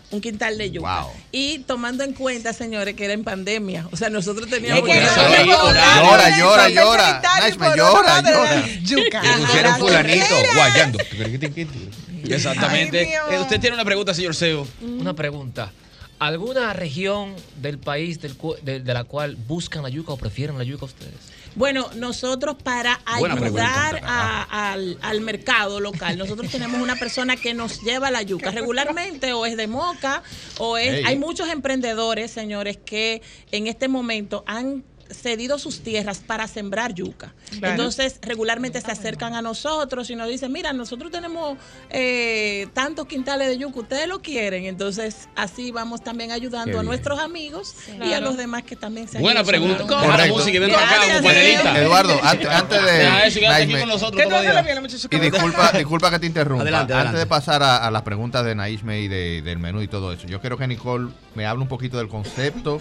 Speaker 39: Un quintal de yuca.
Speaker 38: Wow.
Speaker 39: Y tomando en cuenta, señores, que era en pandemia. O sea, nosotros
Speaker 38: Es
Speaker 39: teníamos
Speaker 38: que
Speaker 39: que-
Speaker 38: llora, llora, llora, llora. Nash, me llora, llora.
Speaker 16: Yuca.
Speaker 7: Le pusieron fulanito guayando.
Speaker 20: Exactamente.
Speaker 7: Ay, Dios.
Speaker 20: Eh, usted tiene una pregunta, señor Seo. Una pregunta. ¿Alguna región del país del cu- de, de la cual buscan la yuca o prefieren la yuca ustedes?
Speaker 39: Bueno, nosotros para
Speaker 20: Buena
Speaker 39: ayudar
Speaker 20: pregunta.
Speaker 39: a- al, al mercado local, nosotros tenemos una persona que nos lleva la yuca. Regularmente o es de moca o es...
Speaker 4: Ey.
Speaker 39: Hay muchos emprendedores, señores, que en este momento han cedido sus tierras para sembrar yuca.
Speaker 4: Claro.
Speaker 39: Entonces, regularmente se acercan a nosotros y nos dicen, mira, nosotros tenemos eh, tantos quintales de yuca, ustedes lo quieren. Entonces, así vamos también ayudando
Speaker 20: Qué
Speaker 39: a
Speaker 20: bien.
Speaker 39: nuestros amigos y a
Speaker 20: Claro.
Speaker 39: los demás que también se han
Speaker 2: Buena
Speaker 39: ido
Speaker 2: pregunta.
Speaker 39: sumando.
Speaker 2: Para la música y venga acá como panelista.
Speaker 38: Eduardo, antes, antes de.
Speaker 2: Deja eso, quédate aquí
Speaker 38: Naime.
Speaker 2: con nosotros ¿Qué todo te hace la día. miel, muchacho?
Speaker 38: Y disculpa, disculpa que te interrumpa.
Speaker 2: Adelante, adelante.
Speaker 38: Antes de pasar a, a las preguntas de Naisme y de- del menú y todo eso, yo quiero que Nicole me hable un poquito del concepto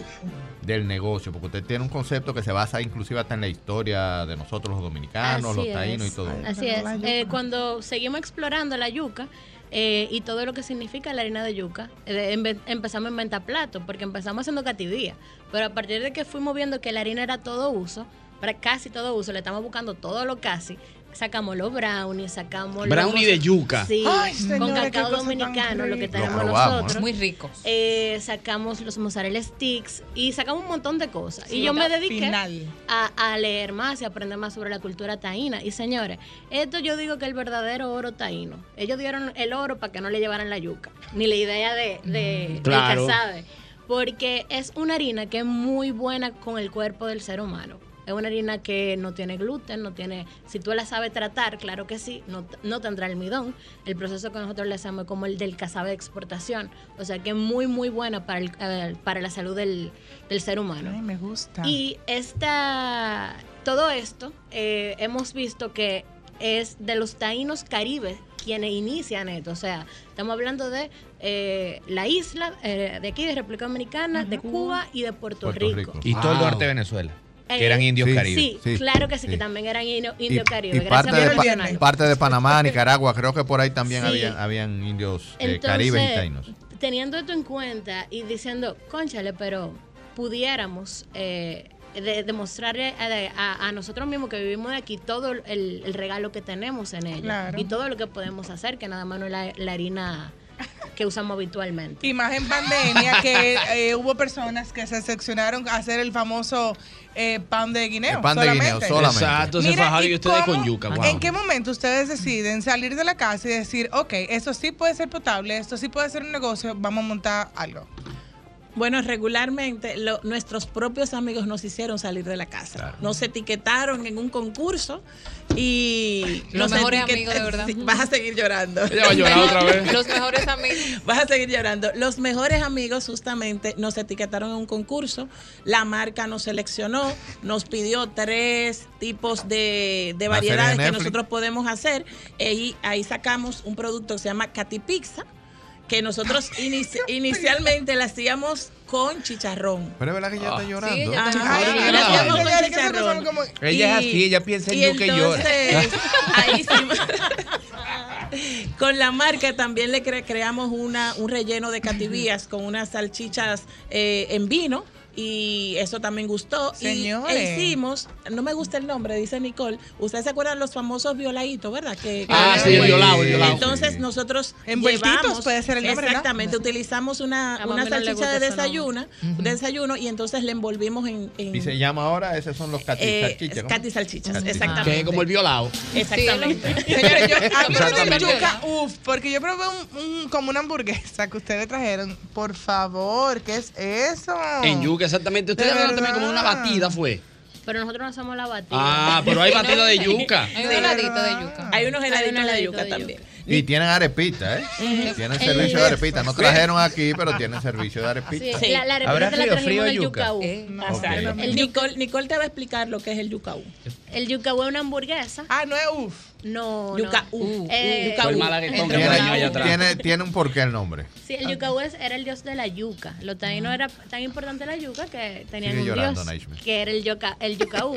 Speaker 38: del negocio, porque usted tiene un concepto que se basa inclusive hasta en la historia de nosotros los dominicanos,
Speaker 29: Así
Speaker 38: los taínos
Speaker 29: es.
Speaker 38: y todo eso.
Speaker 29: Así es. Eh, cuando seguimos explorando la yuca eh, y todo lo que significa la harina de yuca, eh, embe- empezamos a inventar platos, porque empezamos haciendo catidía. Pero a partir de que fuimos viendo que la harina era todo uso, para casi todo uso, le estamos buscando todo lo casi. Sacamos los brownies, sacamos
Speaker 2: Brownie
Speaker 29: los-
Speaker 2: de yuca.
Speaker 29: Sí,
Speaker 2: Ay,
Speaker 29: con
Speaker 2: señora, qué
Speaker 29: cacao
Speaker 2: cosa tan
Speaker 29: dominicano, lo que
Speaker 2: rica.
Speaker 29: tenemos
Speaker 2: Lo probamos,
Speaker 29: nosotros.
Speaker 2: ¿eh?
Speaker 4: Muy rico.
Speaker 29: Eh, sacamos los mozzarella sticks y sacamos un montón de cosas.
Speaker 39: Sí,
Speaker 29: y yo
Speaker 39: la
Speaker 29: me dediqué
Speaker 39: final.
Speaker 29: a, a leer más y aprender más sobre la cultura taína. Y señores, esto yo digo que es el verdadero oro taíno. Ellos dieron el oro para que no le llevaran la yuca, ni la idea de, de, del
Speaker 40: Claro.
Speaker 29: casabe. Porque es una harina que es muy buena con el cuerpo del ser humano. Es una harina que no tiene gluten, no tiene... Si tú la sabes tratar, claro que sí, no, t- no tendrá almidón. El proceso que nosotros le hacemos es como el del casabe de exportación. O sea que es muy, muy buena para, el- eh, para la salud del, del ser humano.
Speaker 16: Ay, me gusta.
Speaker 29: Y esta, todo esto eh, hemos visto que es de los taínos caribes quienes inician esto. O sea, estamos hablando de eh, la isla eh, de aquí, de República Dominicana, de Cuba y de Puerto,
Speaker 7: Puerto
Speaker 29: Rico.
Speaker 7: Rico. Y todo el
Speaker 38: Wow.
Speaker 7: norte de Venezuela.
Speaker 29: Eh,
Speaker 7: Que eran indios
Speaker 38: sí,
Speaker 7: caribes.
Speaker 29: Sí, claro que sí, que también eran ino-
Speaker 38: Y,
Speaker 29: indios caribes.
Speaker 38: y parte,
Speaker 29: gracias
Speaker 38: de,
Speaker 29: por
Speaker 38: pa-
Speaker 29: mencionarlo.
Speaker 38: parte de Panamá, Nicaragua, creo que por ahí también
Speaker 29: Sí.
Speaker 38: había- habían indios eh,
Speaker 29: Entonces,
Speaker 38: caribes y taínos.
Speaker 29: Teniendo esto en cuenta y diciendo, conchale, pero pudiéramos eh, de- demostrarle a, a- a nosotros mismos que vivimos de aquí todo el, el regalo que tenemos en ella
Speaker 16: Claro.
Speaker 29: y todo lo que podemos hacer, que nada más no es la, la harina que usamos habitualmente.
Speaker 16: Y más en pandemia que eh, hubo personas que se seccionaron a hacer el famoso eh, pan de guineo.
Speaker 2: El pan de
Speaker 16: solamente.
Speaker 2: guineo solamente. Exacto, se fajaron y ustedes con yuca, guau.
Speaker 16: ¿En qué momento ustedes deciden salir de la casa y decir, ok, esto sí puede ser potable, esto sí puede ser un negocio, vamos a montar algo?
Speaker 39: Bueno, regularmente lo- nuestros propios amigos nos hicieron salir de la casa. Nos etiquetaron en un concurso y...
Speaker 4: Los
Speaker 39: nos
Speaker 4: mejores
Speaker 39: etiquet-
Speaker 4: amigos, de verdad.
Speaker 39: Sí, vas a seguir llorando.
Speaker 4: Ella va a llorar otra vez. Los mejores amigos.
Speaker 39: Vas a seguir llorando. Los mejores amigos justamente nos etiquetaron en un concurso. La marca nos seleccionó, nos pidió tres tipos de, de
Speaker 38: Una serie de
Speaker 39: variedades que
Speaker 38: Netflix.
Speaker 39: nosotros podemos hacer. E- Y ahí sacamos un producto que se llama Katy Pizza que nosotros inici- inicialmente la hacíamos con chicharrón.
Speaker 38: Pero es verdad que ya
Speaker 2: Ah.
Speaker 38: está llorando.
Speaker 39: Sí, Ah. ella está
Speaker 38: Ay,
Speaker 39: llorando.
Speaker 38: ay,
Speaker 39: La
Speaker 38: ay.
Speaker 39: hacíamos
Speaker 38: Señores,
Speaker 39: con
Speaker 38: que nosotros
Speaker 39: chicharrón.
Speaker 38: somos como-
Speaker 39: Y-
Speaker 7: Ella es así, ella piensa en
Speaker 39: y
Speaker 7: yuca y llora.
Speaker 39: entonces, Ahí sí. Con la marca también le cre- creamos una, un relleno de cativías con unas salchichas eh, en vino. Y eso también gustó. Y-
Speaker 16: Señores.
Speaker 39: e hicimos, no me gusta el nombre, dice Nicole. Ustedes se acuerdan los famosos violaditos, ¿verdad? Que,
Speaker 16: Ah,
Speaker 39: que-
Speaker 16: sí, el violado, el violado.
Speaker 39: Entonces nosotros
Speaker 16: Envueltitos
Speaker 39: llevamos-
Speaker 16: puede ser el nombre, ¿verdad?
Speaker 39: Exactamente, utilizamos una,
Speaker 16: A
Speaker 39: una
Speaker 16: mami no le
Speaker 39: salchicha de
Speaker 16: gusta ese
Speaker 39: desayuno, desayuno y entonces le envolvimos en, en-
Speaker 38: Y se llama ahora, esos son los cati
Speaker 39: Eh,
Speaker 38: salchichas, ¿cómo? Ah,
Speaker 39: cati salchichas,
Speaker 38: Cati-
Speaker 39: exactamente. Que es como el
Speaker 2: violado.
Speaker 39: Exactamente.
Speaker 16: Señores, yo, a mí lo del
Speaker 39: Exactamente.
Speaker 16: yuca, uff, porque yo probé un, un- como una hamburguesa que ustedes trajeron. Por favor, ¿qué es eso?
Speaker 2: En yuca, exactamente. Ustedes
Speaker 16: De
Speaker 2: hablaron también
Speaker 16: verdad.
Speaker 2: como una batida, fue.
Speaker 29: Pero nosotros no hacemos la batida.
Speaker 2: Ah, pero hay batida de yuca.
Speaker 39: Hay un heladito de yuca. Hay unos heladitos de yuca también.
Speaker 38: Y tienen arepita, ¿eh?
Speaker 39: Ujú. Eh,
Speaker 38: Tienen
Speaker 39: Eso.
Speaker 38: servicio de arepita. No trajeron aquí, pero tienen servicio de arepita.
Speaker 39: Sí, la- la arepita
Speaker 38: ¿Habrá
Speaker 39: te la
Speaker 38: frío,
Speaker 39: trajimos
Speaker 38: frío
Speaker 39: del
Speaker 38: yuca?
Speaker 39: yucaú.
Speaker 16: Eh,
Speaker 38: Exactamente.
Speaker 39: El Nicole, Nicole te va a explicar lo que es el yucaú.
Speaker 29: El yucaú es una hamburguesa.
Speaker 16: Ah, no es uff.
Speaker 29: No,
Speaker 39: Yuca
Speaker 29: no.
Speaker 39: u,
Speaker 29: Eh,
Speaker 39: yuca u.
Speaker 29: el
Speaker 38: Tiene,
Speaker 29: yucaú.
Speaker 38: tiene, tiene un porqué el nombre.
Speaker 29: Sí, el yucaú es- era el dios de la yuca. Los taínos era tan importante la yuca que tenían
Speaker 38: Sigue
Speaker 29: un
Speaker 38: llorando,
Speaker 29: dios
Speaker 38: Naishmi.
Speaker 29: que era el, yuca, el yucaú.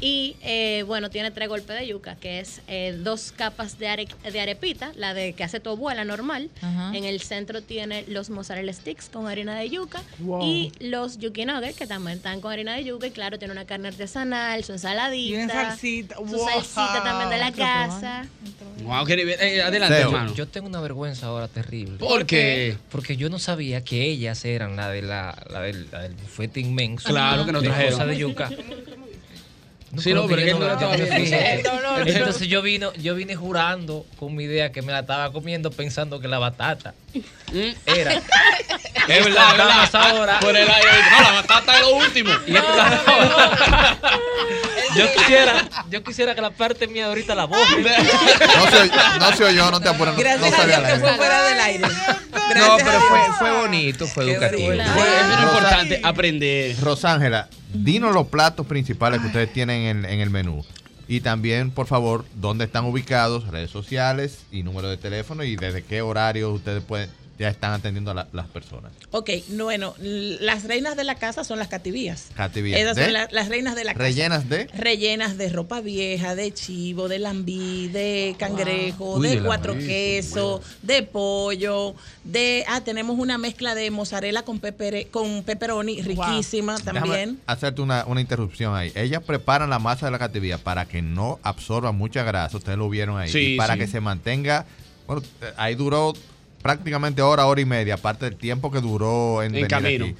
Speaker 29: y eh, bueno, tiene tres golpes de yuca, que es eh, dos capas de, are- de arepita, la de que hace tu abuela normal.
Speaker 3: Ajá.
Speaker 29: En el centro tiene los mozzarella sticks con harina de yuca
Speaker 3: Wow.
Speaker 29: y los yuki nuggets que también están con harina de yuca y claro, tiene una carne artesanal, su ensaladita,
Speaker 16: Tiene salsita.
Speaker 29: su
Speaker 16: Wow.
Speaker 29: salsita también de la
Speaker 16: Quiero probar.
Speaker 29: casa.
Speaker 2: Wow, qué nivel. Eh, adelante,
Speaker 20: Teo,
Speaker 2: hermano.
Speaker 20: Yo tengo una vergüenza ahora terrible.
Speaker 2: ¿Por qué?
Speaker 20: Porque yo no sabía que ellas eran la de la, la del, la del bufete inmenso.
Speaker 2: Claro que no
Speaker 20: de
Speaker 2: trajeron.
Speaker 20: cosa de yuca.
Speaker 2: Sí, no, pero
Speaker 20: yo
Speaker 2: es que no estaba
Speaker 20: yo
Speaker 2: bien.
Speaker 20: fijé.
Speaker 2: No, no, no.
Speaker 20: Entonces yo vino, yo vine jurando con mi idea que me la estaba comiendo pensando que la batata era.
Speaker 2: Es verdad, es verdad.
Speaker 20: Ahora.
Speaker 2: Por el aire. No, la batata es lo último.
Speaker 20: Y esto está- yo quisiera, yo quisiera que la parte mía ahorita la borre.
Speaker 38: No se, no se oyó, no te apures. no- No,
Speaker 20: Gracias a
Speaker 38: sabía
Speaker 20: Dios que
Speaker 38: la
Speaker 20: fue fuera del
Speaker 39: aire.
Speaker 38: No, pero fue, fue bonito, fue educativo.
Speaker 2: Eso es lo importante, aprender.
Speaker 38: Rosángela, dinos los platos principales que ustedes tienen en, en el menú. Y también, por favor, dónde están ubicados, redes sociales y número de teléfono y desde qué horario ustedes pueden, ya están atendiendo a la- las personas.
Speaker 39: Ok, no, bueno, l- las reinas de la casa son las cativías.
Speaker 38: Cativías
Speaker 39: Esas
Speaker 38: de-
Speaker 39: son la- las reinas de la casa.
Speaker 38: Rellenas de...
Speaker 39: Rellenas de ropa vieja, de chivo, de lambí, de cangrejo,
Speaker 38: Ah. Uy,
Speaker 39: de
Speaker 38: de
Speaker 39: cuatro
Speaker 38: lambí,
Speaker 39: quesos, de pollo, de ah tenemos una mezcla de mozzarella con pepere, con pepperoni riquísima
Speaker 38: Déjame
Speaker 39: también.
Speaker 38: hacerte una, una interrupción ahí. Ellas preparan la masa de la catividad para que no absorba mucha grasa. Ustedes lo vieron ahí.
Speaker 2: Sí,
Speaker 38: y para
Speaker 2: sí.
Speaker 38: que se mantenga. Bueno, eh, ahí duró prácticamente hora, hora y media, aparte del tiempo que duró en,
Speaker 2: En
Speaker 38: venir
Speaker 2: camino.
Speaker 38: aquí.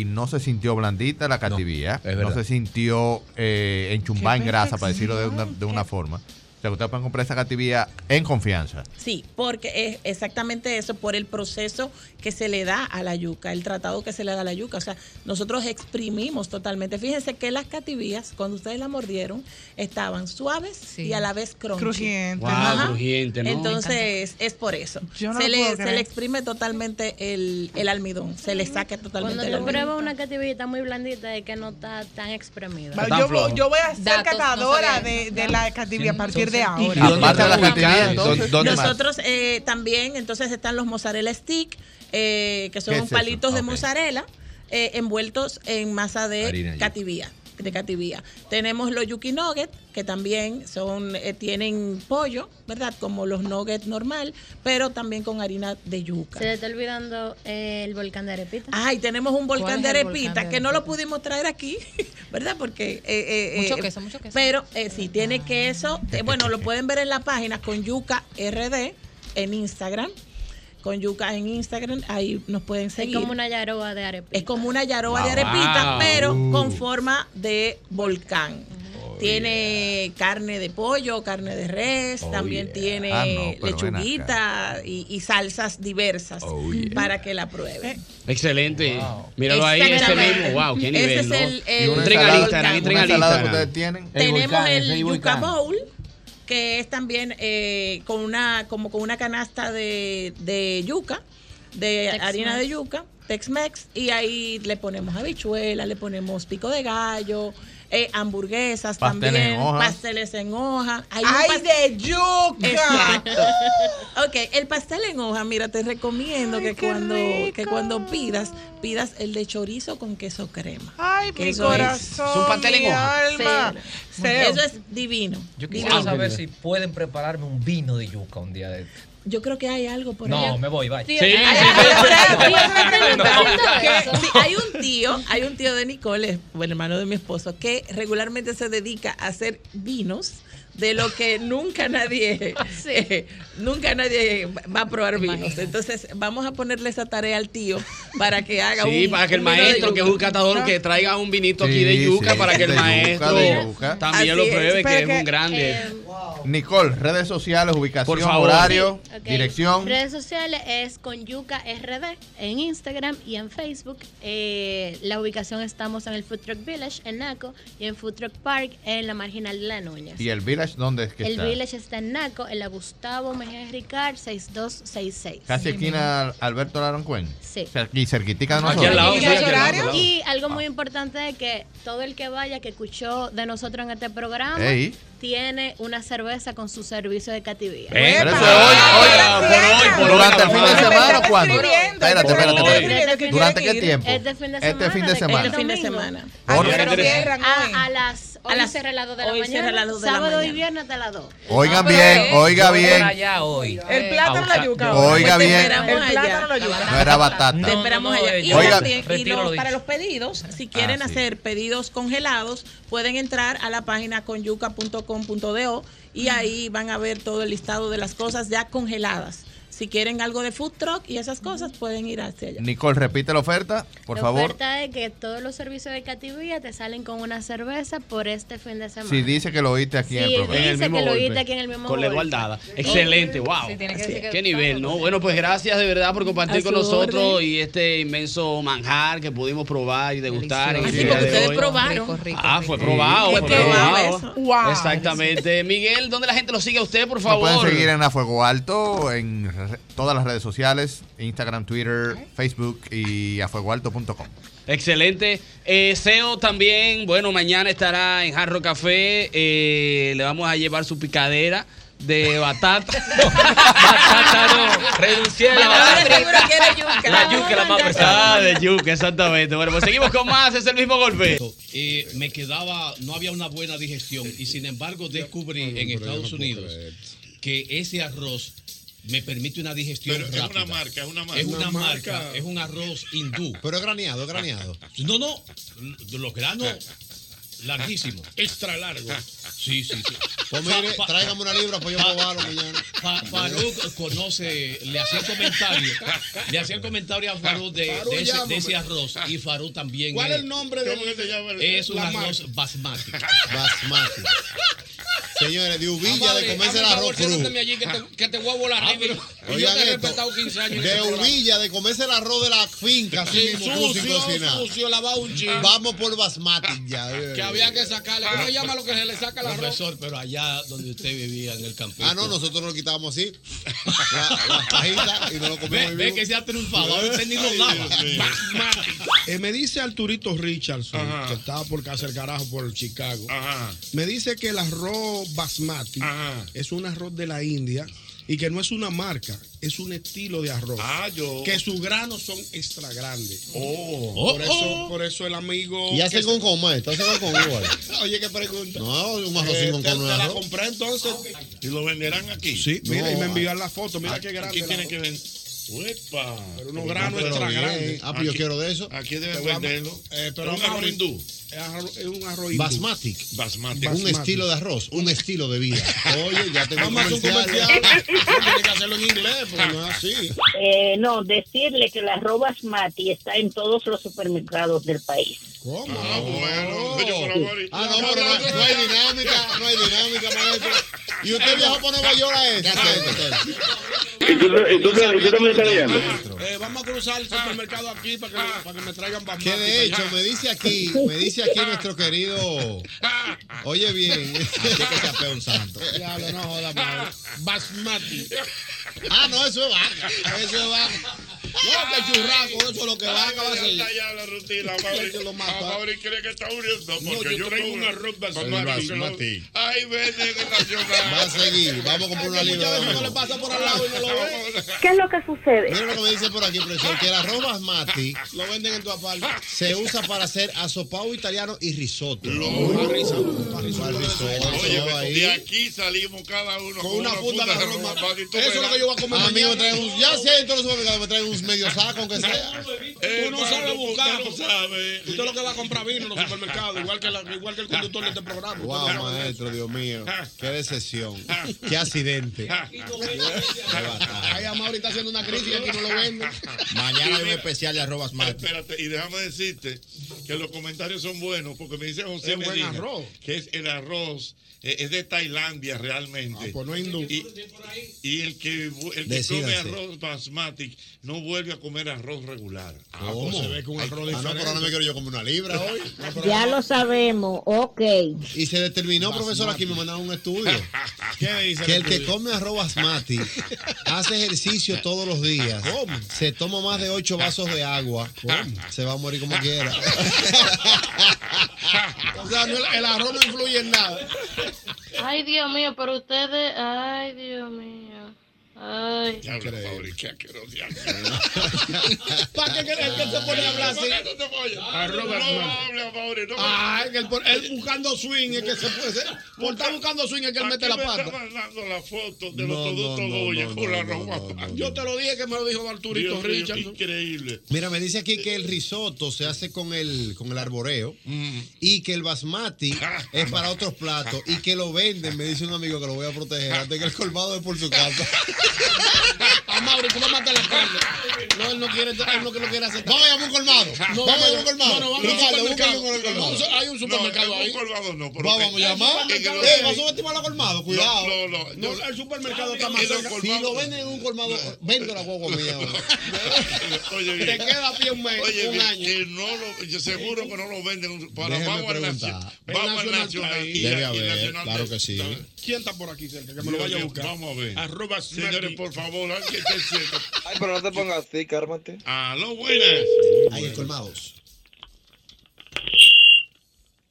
Speaker 38: Y no se sintió blandita la cativía. No, se sintió eh, enchumbada en grasa, para decirlo de una, de una forma. O sea, que ustedes pueden comprar esa cativía en confianza.
Speaker 39: Sí, porque es exactamente eso, por el proceso que se le da a la yuca, el tratado que se le da a la yuca. O sea, nosotros exprimimos totalmente. Fíjense que las cativías, cuando ustedes las mordieron, estaban suaves y a la vez crunchy.
Speaker 16: Crujientes.
Speaker 2: Wow,
Speaker 39: Ajá.
Speaker 2: crujiente, ¿no?
Speaker 39: Entonces, es por eso.
Speaker 16: Yo no
Speaker 39: se,
Speaker 16: lo
Speaker 39: le,
Speaker 16: puedo
Speaker 39: se
Speaker 16: creer.
Speaker 39: le exprime totalmente el, el almidón, se le saca totalmente
Speaker 29: Cuando
Speaker 39: el
Speaker 29: tú
Speaker 39: almidón.
Speaker 29: pruebas una cativita muy blandita es que no está tan exprimida.
Speaker 16: Va, Yo, voy- yo voy a ser catadora de, de la cativia a partir de ahora.
Speaker 38: Aparte de la cativía, ¿dó- ¿dónde más?
Speaker 39: Nosotros eh, también, entonces están los mozzarella stick, eh, que son
Speaker 38: ¿Qué es eso?
Speaker 39: palitos de
Speaker 38: Ok.
Speaker 39: mozzarella eh, envueltos en masa
Speaker 38: Harina de
Speaker 39: de
Speaker 38: yuca.
Speaker 39: cativía. De cativía. Tenemos los yuki nugget, que también son eh, tienen pollo, ¿verdad? Como los nuggets normal, pero también con harina de yuca.
Speaker 29: Se te está olvidando eh, el volcán de Arepita.
Speaker 39: Ay, tenemos un
Speaker 29: ¿Cuál
Speaker 39: volcán
Speaker 29: es
Speaker 39: de
Speaker 29: el
Speaker 39: arepita
Speaker 29: volcán de
Speaker 39: que no lo pudimos traer aquí, ¿verdad? Porque. eh, eh,
Speaker 3: Mucho
Speaker 39: eh,
Speaker 3: queso, mucho queso.
Speaker 39: Pero eh, sí, tiene queso. eh, bueno, lo pueden ver en la página con Yuca RD en Instagram. Con Yuca en Instagram, ahí nos pueden seguir.
Speaker 29: como una yaroa de arepita.
Speaker 39: Es como una yaroa de
Speaker 29: Wow.
Speaker 39: arepita,
Speaker 29: Wow.
Speaker 39: pero
Speaker 29: Uh.
Speaker 39: con forma de volcán. tiene carne de pollo, carne de res, también tiene
Speaker 2: Ah, no, pero ven acá.
Speaker 39: lechuguita y, y salsas diversas para que la prueben.
Speaker 2: Excelente. Míralo ahí, ese
Speaker 39: Exactamente.
Speaker 2: mismo. Wow, qué
Speaker 39: Ese
Speaker 2: nivel.
Speaker 39: es
Speaker 2: ¿no?
Speaker 39: el- el-
Speaker 2: Entren al
Speaker 39: Una
Speaker 2: Instagram,
Speaker 39: ensalada-
Speaker 2: entren al
Speaker 39: una ensalada
Speaker 2: Instagram.
Speaker 39: que ustedes
Speaker 38: tienen?
Speaker 39: Tenemos el yuca bowl que es también eh, con una como con una canasta de, de yuca, de
Speaker 29: Tex-Mex.
Speaker 39: harina de yuca, Tex-Mex y ahí le ponemos habichuela, le ponemos pico de gallo, eh, hamburguesas
Speaker 38: Pasteles
Speaker 39: también,
Speaker 38: en hojas.
Speaker 39: pasteles en hoja. Hay
Speaker 16: ¡Ay,
Speaker 39: de yuca! ok, el pastel en hoja, mira, te recomiendo que cuando, que cuando pidas, pidas el de chorizo con queso crema.
Speaker 16: Ay,
Speaker 39: Que
Speaker 16: mi
Speaker 39: eso es-
Speaker 16: corazón.
Speaker 39: Es un pastel en
Speaker 16: mi
Speaker 39: hoja.
Speaker 16: alma.
Speaker 39: Sí.
Speaker 16: Seo.
Speaker 39: Eso es divino.
Speaker 20: Yo quisiera
Speaker 39: divino.
Speaker 20: saber si pueden prepararme un vino de yuca un día de estos.
Speaker 39: Yo creo que hay algo por
Speaker 20: No,
Speaker 39: allá.
Speaker 20: me voy, bye.
Speaker 39: Sí,
Speaker 20: Sí,
Speaker 39: hay-
Speaker 20: sí, sí.
Speaker 39: hay- hay- hay-
Speaker 20: No.
Speaker 39: hay- sí, hay un tío, hay un tío de Nicole, el hermano de mi esposo, que regularmente se dedica a hacer vinos de lo que nunca nadie eh, nunca nadie va a probar vinos. Entonces, vamos a ponerle esa tarea al tío para que haga un
Speaker 2: Sí, para que el
Speaker 39: un vino de
Speaker 2: maestro, que es un
Speaker 39: yuca.
Speaker 2: catador,
Speaker 39: Ah.
Speaker 2: que traiga un vinito aquí
Speaker 38: Sí,
Speaker 2: de yuca
Speaker 38: sí,
Speaker 2: para que el
Speaker 38: de yuca,
Speaker 2: maestro
Speaker 38: de yuca.
Speaker 2: también
Speaker 38: Así
Speaker 2: lo pruebe,
Speaker 38: es,
Speaker 2: que es
Speaker 38: pero
Speaker 2: un
Speaker 38: que-
Speaker 2: grande.
Speaker 29: Eh,
Speaker 38: Nicole, redes sociales, ubicación,
Speaker 2: Por favor.
Speaker 38: horario,
Speaker 29: Sí, ok.
Speaker 38: dirección.
Speaker 29: Redes sociales es con Yuca RD en Instagram y en Facebook. Eh, la ubicación estamos en el Food Truck Village en Naco y en Food Truck Park en la marginal de La Núñez.
Speaker 38: ¿Y el Village dónde es que
Speaker 29: el
Speaker 38: está?
Speaker 29: Village está en Naco, en la Gustavo Mejía Ricard 6266.
Speaker 38: Casi esquina al- Alberto Larancuén.
Speaker 29: Sí.
Speaker 38: Aquí cerquitica de
Speaker 2: Aquí
Speaker 38: nosotros. Ah.
Speaker 2: al lado, sí, aquí al lado, aquí al lado.
Speaker 29: Y algo muy importante es que todo el que vaya, que escuchó de nosotros en este programa,
Speaker 38: Ey.
Speaker 29: tiene una cerveza con su servicio de cativía.
Speaker 38: Eh, pero eso es hoy, hoy, por hoy, por hoy. ¿Durante el fin de semana o cuándo? Espérate, espérate, espérate. ¿Durante qué tiempo?
Speaker 29: Este fin de semana.
Speaker 38: Este fin de
Speaker 29: de-
Speaker 38: semana.
Speaker 29: este fin de
Speaker 39: semana. Ah,
Speaker 38: Por
Speaker 29: Pero
Speaker 38: favor.
Speaker 29: cierran a, a las
Speaker 39: A
Speaker 29: a
Speaker 39: las-
Speaker 29: las cierra a las 2 de la
Speaker 39: hoy cierra a
Speaker 29: mañana.
Speaker 39: las dos de la
Speaker 29: sábado y
Speaker 39: mañana.
Speaker 29: viernes hasta las 2.
Speaker 38: Oigan
Speaker 20: No,
Speaker 38: bien,
Speaker 20: pero-
Speaker 38: oiga
Speaker 20: Yo voy
Speaker 38: bien.
Speaker 20: para allá hoy.
Speaker 2: Eh,
Speaker 39: El plátano
Speaker 20: la yuca.
Speaker 38: Oiga
Speaker 39: Pues te
Speaker 38: bien.
Speaker 39: esperamos
Speaker 16: El plátano
Speaker 39: allá.
Speaker 16: lo ayuda.
Speaker 38: No era batata.
Speaker 39: Te esperamos allá. Y,
Speaker 38: Oiga,
Speaker 39: también- y
Speaker 38: retiro
Speaker 39: los-
Speaker 38: lo dicho.
Speaker 39: para los pedidos, si quieren
Speaker 38: sí.
Speaker 39: hacer pedidos congelados, pueden entrar a la página conyuca.com.do y ahí van a ver todo el listado de las cosas ya congeladas. Si quieren algo de food truck y esas cosas, pueden ir hacia allá.
Speaker 38: Nicole, repite la oferta, por
Speaker 29: la
Speaker 38: favor.
Speaker 29: oferta es que todos los servicios de cativía te salen con una cerveza por este fin de semana.
Speaker 38: Si dice que lo oíste aquí en el
Speaker 29: Sí,
Speaker 38: programa.
Speaker 29: dice En el mismo que lo golpe. oíste aquí en el mismo
Speaker 2: Con la
Speaker 29: golpe.
Speaker 2: igualdada.
Speaker 29: Sí.
Speaker 2: Excelente, wow.
Speaker 29: Sí, tiene que decir que
Speaker 2: Qué nivel, ¿no? Bueno, pues gracias de verdad por compartir
Speaker 39: A
Speaker 2: con
Speaker 39: su
Speaker 2: nosotros
Speaker 39: orden.
Speaker 2: y este inmenso manjar que pudimos probar y degustar. en
Speaker 39: Así
Speaker 2: el
Speaker 39: porque
Speaker 2: día de
Speaker 39: ustedes
Speaker 2: hoy.
Speaker 39: probaron.
Speaker 2: Ah, fue probado.
Speaker 39: Fue
Speaker 2: fue
Speaker 39: probado
Speaker 2: probado.
Speaker 39: eso. Wow.
Speaker 2: Exactamente. Miguel, ¿dónde la gente lo sigue a usted, por
Speaker 38: Nos
Speaker 2: favor?
Speaker 38: pueden seguir en A Fuego Alto, en re- todas las redes sociales, Instagram, Twitter, Facebook y afuegoalto.com.
Speaker 2: Excelente. Eh, Seo también, bueno, mañana estará en Jarro Café. Eh, le vamos a llevar su picadera de batata. batata no, reducida de la batata. La yuca, la más pesada. Ah, de yuca, exactamente. Bueno, pues seguimos con más, es el mismo golpe.
Speaker 35: Eh, me quedaba, no había una buena digestión y sin embargo descubrí en Estados Unidos que ese arroz me permite una digestión
Speaker 21: Pero es
Speaker 35: rápida.
Speaker 21: una marca, es una marca.
Speaker 35: Es una
Speaker 21: Una
Speaker 35: marca,
Speaker 21: marca.
Speaker 35: es un arroz hindú. Pero graneado, graneado. No, no,
Speaker 18: Pues
Speaker 35: los granos
Speaker 18: Ah.
Speaker 35: larguísimos, extra largos. Sí, sí, sí.
Speaker 18: Pues mire, tráigame una libra, pues yo probarlo, Millán.
Speaker 35: Fa- Faruk conoce, le hacía el comentario, le hacía el comentario a Faruk de,
Speaker 18: Faruk,
Speaker 35: de ese, de ese
Speaker 18: llámame.
Speaker 35: arroz y Faruk también.
Speaker 18: pues. ¿Cuál
Speaker 35: es-
Speaker 18: es el nombre de- ¿Cómo que se llama el-
Speaker 21: Eh,
Speaker 35: Es un
Speaker 18: la
Speaker 35: arroz basmati.
Speaker 18: Basmati. Señores, de uvilla de comerse el arroz Ah.
Speaker 35: Siéntame
Speaker 18: cru.
Speaker 35: allí que te, que te voy a volar arriba. y yo
Speaker 18: Oigan
Speaker 35: te he
Speaker 18: esto,
Speaker 35: respetado 15 años. en
Speaker 18: De
Speaker 35: este programa.
Speaker 18: uvilla de comerse el arroz de la finca, así
Speaker 35: Sí,
Speaker 18: mismo, cru, sin
Speaker 35: sucio,
Speaker 18: cocinar.
Speaker 35: sucio, lavado un chin.
Speaker 18: Vamos por basmati ya. eh.
Speaker 35: Que había que sacarle. ¿Cómo se llama lo que se le saca al arroz?
Speaker 18: Profesor,
Speaker 35: pero allá donde usted vivía, en el campito.
Speaker 18: Ah, no, nosotros lo quitábamos así. La- Las pajitas y no lo comemos
Speaker 35: Ve,
Speaker 18: ahí
Speaker 35: ve
Speaker 18: mismo.
Speaker 35: que se ha triunfado. Ahora usted ni lo
Speaker 18: Ay,
Speaker 35: lava.
Speaker 18: Dios mío.
Speaker 5: Eh, me dice Arturito Richardson, que estaba por casa del carajo por Chicago. Me dice que el arroz basmati es un arroz de la
Speaker 21: Ah.
Speaker 5: India y que no es una marca, es un estilo de arroz.
Speaker 21: Ah,
Speaker 5: Que sus granos son extra grandes.
Speaker 18: Oh,
Speaker 5: por,
Speaker 18: oh.
Speaker 5: eso, por eso el amigo.
Speaker 18: Y hace
Speaker 5: que-
Speaker 18: con coma esto, hace con coma igual.
Speaker 5: Oye, qué pregunta.
Speaker 18: No, un arroz
Speaker 5: Eh,
Speaker 18: sin con
Speaker 5: te-
Speaker 18: coma no
Speaker 5: te
Speaker 18: es
Speaker 5: la
Speaker 18: arroz. ah.
Speaker 5: compré entonces.
Speaker 21: Ah, Y lo venderán aquí.
Speaker 5: Sí, mira, y me enviaron la foto, mira qué grande
Speaker 21: Aquí
Speaker 5: el
Speaker 21: tiene
Speaker 5: arroz.
Speaker 21: que vender. Uepa. Pero
Speaker 5: unos granos extra grandes.
Speaker 18: Ah, pero yo quiero de eso.
Speaker 21: Aquí
Speaker 5: Te
Speaker 21: deben
Speaker 5: voy a-
Speaker 21: venderlo.
Speaker 5: Eh, pero
Speaker 21: pero un
Speaker 5: vamos a
Speaker 21: arroz
Speaker 5: abrir-
Speaker 21: hindú.
Speaker 5: Es arroz- es un arroz hindú.
Speaker 18: Basmati.
Speaker 21: Basmati.
Speaker 18: Un estilo de arroz, un estilo de vida. Oye, ya tengo
Speaker 5: Vamos a hacer un
Speaker 18: comercial.
Speaker 5: Tiene que hacerlo en inglés, porque no es así.
Speaker 1: Eh, no, decirle que la arroz basmati está en todos los supermercados del país.
Speaker 5: ¿Cómo?
Speaker 18: Ah, bueno. Ah,
Speaker 5: La
Speaker 18: no, pero no,
Speaker 5: otra-
Speaker 18: no hay dinámica, no hay dinámica, maestro. Y usted viajó para Nueva York a eso.
Speaker 9: ¿Y tú, y tú, y tú también estás leyendo?
Speaker 5: Eh, vamos a cruzar el supermercado aquí para que, para que me traigan basmati.
Speaker 18: Que de hecho me dice aquí, me dice aquí nuestro querido. Oye bien, que chapea un santo.
Speaker 5: Diablo, no joda, madre. Basmati.
Speaker 18: Ah, no, eso es vaca. Eso es vaca. que churrasco, eso es lo que va a acabar
Speaker 21: Ya está
Speaker 18: así.
Speaker 21: ya la rutina, Mauri.
Speaker 18: Eso lo mata.
Speaker 21: Ah, Mauri cree que está muriendo
Speaker 18: No,
Speaker 21: porque
Speaker 18: yo
Speaker 21: yo
Speaker 18: traigo
Speaker 21: como-
Speaker 18: una ropa
Speaker 21: con
Speaker 18: basmati.
Speaker 21: marisco.
Speaker 18: Basmati.
Speaker 21: Ay, vete que nacional.
Speaker 18: Va a seguir. Vamos a comprar una libra.
Speaker 21: Muchas
Speaker 18: de
Speaker 21: veces no le
Speaker 18: arroz.
Speaker 21: pasa por al lado y no lo ve.
Speaker 1: ¿Qué es lo que sucede?
Speaker 18: Mira lo que me dice por aquí, profesor, que el arroz basmati
Speaker 1: Lo venden en tu aparte.
Speaker 18: se usa para hacer asopado italiano y risotto. Para risotto, ahí.
Speaker 21: Oye, de aquí salimos cada uno con una funda de arroz basmati. Tú
Speaker 18: Eso es lo
Speaker 21: verás.
Speaker 18: que yo voy a comer.
Speaker 21: A mí me
Speaker 18: traen
Speaker 21: traen un-
Speaker 18: ya sé, entonces me traen un medio saco, aunque sea.
Speaker 21: Eh,
Speaker 5: Tú no sabes buscar.
Speaker 21: Tú no sabes.
Speaker 5: Usted lo que va a comprar vino en los supermercados, igual que, la- igual que el conductor de este programa. Usted
Speaker 18: Wow,
Speaker 5: no sabe.
Speaker 18: maestro, Dios mío. Qué decepción. Qué accidente. Ah,
Speaker 5: Ahí Amaury está haciendo una crisis y aquí no lo venden.
Speaker 18: Mañana hay un
Speaker 21: Mira,
Speaker 18: especial de arrobas más.
Speaker 21: Espérate, y déjame decirte que los comentarios son buenos, porque me dice José
Speaker 18: Es buen
Speaker 21: Medina
Speaker 18: arroz.
Speaker 21: que es el arroz eh, es de Tailandia
Speaker 18: Ah,
Speaker 21: realmente.
Speaker 18: pues
Speaker 21: Y, y el que, vu- el que come
Speaker 18: Decídase.
Speaker 21: arroz basmati no vuelve a comer arroz regular.
Speaker 18: Ah, pues se ve que un arroz Ah, no, pero ahora me quiero yo como una libra hoy.
Speaker 1: Ya lo sabemos, ok.
Speaker 18: Y se determinó, profesor, aquí me mandaron un estudio.
Speaker 5: ¿Qué dice
Speaker 18: Que el que
Speaker 5: estudio?
Speaker 18: come arroz mati hace ejercicio todos los días, se toma más de ocho vasos de agua, se va a morir como quiera.
Speaker 5: O sea, no, el, el arroz no influye en nada.
Speaker 3: Ay, Dios mío, pero ustedes. Ay, Dios mío. Ay.
Speaker 21: Ya habla, Mauri, qué asqueroso.
Speaker 5: ¿Para qué crees que él se pone a hablar así?
Speaker 18: Ah,
Speaker 5: Arroz
Speaker 21: No
Speaker 5: basmati.
Speaker 21: habla, Mauri, no me-
Speaker 5: Ay, que él, por- él buscando swing, es que se puede ser. Por estar buscando swing, es que él mete la
Speaker 21: Aquí me
Speaker 5: pata.
Speaker 21: está mandando la foto de
Speaker 18: No,
Speaker 21: los
Speaker 18: no,
Speaker 21: productos
Speaker 18: no,
Speaker 21: Goya
Speaker 18: no,
Speaker 21: con
Speaker 18: no,
Speaker 21: la arroz
Speaker 18: no, no,
Speaker 21: basmati.
Speaker 5: Yo te lo dije que me lo dijo Arturito
Speaker 21: Dios mío,
Speaker 5: Richard.
Speaker 21: Increíble.
Speaker 18: Mira, me dice aquí que el risotto se hace con el, con el arboreo
Speaker 21: Mm.
Speaker 18: y que el basmati es para otros platos y que lo venden, me dice un amigo que lo voy a proteger antes que el colmado es por su casa.
Speaker 5: A Mauri, tú le matas la carne. No, él no quiere, él no, que no quiere aceptar.
Speaker 18: Vamos a llamar un colmado.
Speaker 5: No,
Speaker 18: Vamos a llamar un colmado.
Speaker 5: No, no, vamos a un
Speaker 18: Ricardo,
Speaker 5: supermercado.
Speaker 18: búscame un colmado.
Speaker 5: Vamos a- Hay un supermercado
Speaker 21: no, en
Speaker 5: ahí.
Speaker 21: un colmado no, pero
Speaker 18: Vamos a
Speaker 21: en- en
Speaker 18: llamar.
Speaker 21: el-
Speaker 18: Eh, vamos a subestimar la colmado, cuidado.
Speaker 21: No, no, no.
Speaker 5: No, el supermercado está más
Speaker 21: En los
Speaker 5: cerca.
Speaker 21: colmados-
Speaker 18: Si lo venden en un colmado, vendo la guagua mía.
Speaker 21: Oye,
Speaker 5: Te
Speaker 21: bien.
Speaker 5: queda a pie un mes,
Speaker 21: Oye,
Speaker 5: un
Speaker 21: bien,
Speaker 5: año.
Speaker 21: que no lo, yo seguro que no lo venden. Para,
Speaker 18: Déjeme
Speaker 21: vamos al
Speaker 18: preguntar.
Speaker 21: Nacional.
Speaker 18: El
Speaker 21: Vamos al
Speaker 18: Nacional está
Speaker 21: Nacional.
Speaker 18: ahí.
Speaker 21: y- y
Speaker 18: Debe
Speaker 21: el
Speaker 18: haber,
Speaker 21: Nacional
Speaker 18: claro
Speaker 21: está-
Speaker 18: que sí.
Speaker 21: está-
Speaker 5: ¿Quién está por aquí cerca? Que me lo vaya a buscar.
Speaker 21: Vamos a ver.
Speaker 5: Arroba
Speaker 21: Señores, por favor, alguien te sienta.
Speaker 9: Ay, pero no te pongas así, cármate.
Speaker 21: Aló, buenas.
Speaker 18: Ahí es colmados.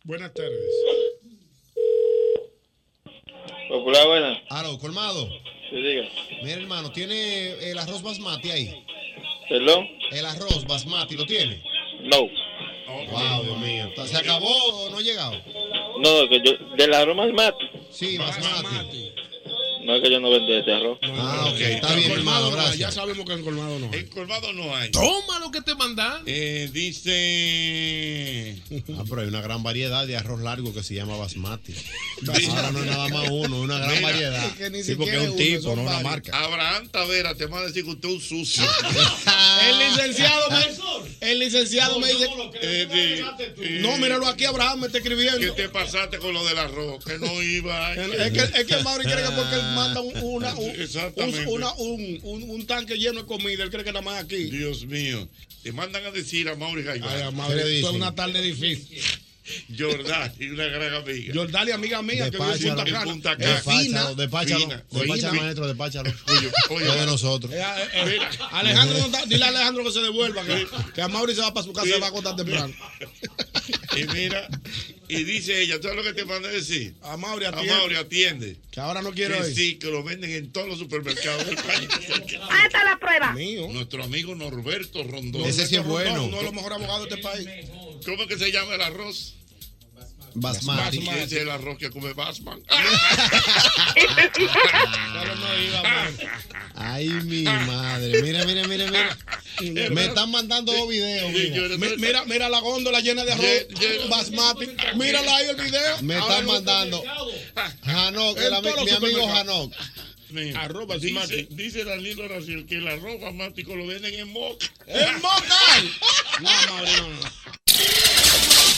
Speaker 5: Buenas tardes.
Speaker 9: Popular, buena.
Speaker 18: Aro, colmado.
Speaker 9: Sí, diga.
Speaker 18: Mira, hermano, tiene el arroz basmati ahí.
Speaker 9: ¿Perdón?
Speaker 18: El arroz basmati, ¿lo tiene?
Speaker 9: No.
Speaker 18: Wow, Dios mío. ¿Se acabó o no ha llegado?
Speaker 9: No, que yo. Del arroz más mate.
Speaker 18: Sí, basmati.
Speaker 9: No es que yo no vendo este arroz.
Speaker 18: Ah, ok. Está
Speaker 21: El
Speaker 18: bien,
Speaker 21: colmado
Speaker 18: hermano,
Speaker 21: no,
Speaker 18: gracias.
Speaker 21: ya
Speaker 5: sabemos que en colmado no hay.
Speaker 21: En colmado no hay.
Speaker 5: Toma lo que te mandan.
Speaker 21: Eh, dice.
Speaker 18: Ah, pero hay una gran variedad de arroz largo que se llama basmati. Ahora no es nada más uno, es una gran
Speaker 21: Mira,
Speaker 18: variedad. Sí, porque es un tipo, no una marca.
Speaker 21: Abraham Tavera te va a decir que usted es un sucio.
Speaker 5: El licenciado me, el licenciado me dice. eh, No, míralo aquí, Abraham, me está escribiendo.
Speaker 21: ¿Qué te pasaste con lo del arroz? Que no iba.
Speaker 5: Es que, es que Mauri cree que porque él manda un, una- un,
Speaker 21: Exactamente.
Speaker 5: un- una- un- un- un tanque lleno de comida, él cree que nada más aquí.
Speaker 21: Dios mío. Te mandan a decir a Mauri Gallo.
Speaker 5: Ay, a Mauri, esto es una tarde difícil.
Speaker 21: Jordán, y una gran amiga.
Speaker 5: Jordali, amiga mía, que vive en Punta
Speaker 21: en
Speaker 5: Cana.
Speaker 21: Punta Cana.
Speaker 5: Es fina.
Speaker 18: Despáchalo, despáchalo.
Speaker 21: Fina.
Speaker 18: Despáchalo,
Speaker 21: Fina.
Speaker 18: maestro, despáchalo.
Speaker 21: oye, Eh,
Speaker 18: Es de
Speaker 21: oye.
Speaker 18: nosotros.
Speaker 5: Eh, Alejandro, no está- dile a Alejandro que se devuelva, que, que a Mauri se va para su casa y se va a acostar temprano.
Speaker 21: Y mira, y dice ella, ¿tú sabes lo que te mandé a decir?
Speaker 5: A Mauri
Speaker 21: atiende.
Speaker 5: atiende.
Speaker 21: A Mauri atiende.
Speaker 5: Que ahora no quiero
Speaker 21: Que
Speaker 5: ir.
Speaker 21: sí, que lo venden en todos los supermercados del país.
Speaker 5: Ahí Ah, está la prueba.
Speaker 21: Nuestro amigo Norberto Rondón.
Speaker 18: Ese sí es
Speaker 5: Rondón,
Speaker 18: bueno.
Speaker 5: Uno de los mejores abogados de este país.
Speaker 21: ¿Cómo es que se llama el arroz?
Speaker 18: Basmati.
Speaker 21: Ese es el arroz que come Basman.
Speaker 18: Ay, mi madre. Mira, mira, mira, mira. Me están mandando dos videos. Mira.
Speaker 5: Mi- Mira, mira la góndola llena de arroz basmati. Mírala ahí el video.
Speaker 18: Me
Speaker 5: Ahora
Speaker 18: están
Speaker 5: no-
Speaker 18: mandando. Hanok, el
Speaker 5: En
Speaker 18: ami-
Speaker 5: todos los
Speaker 18: mi amigo
Speaker 5: supermercados.
Speaker 18: Hanok.
Speaker 5: Arroba
Speaker 21: Dice,
Speaker 5: Basmati.
Speaker 21: dice Danilo Raciel que el arroz basmático lo venden en Moca.
Speaker 5: ¡En Moca! No, Mauri, no, no.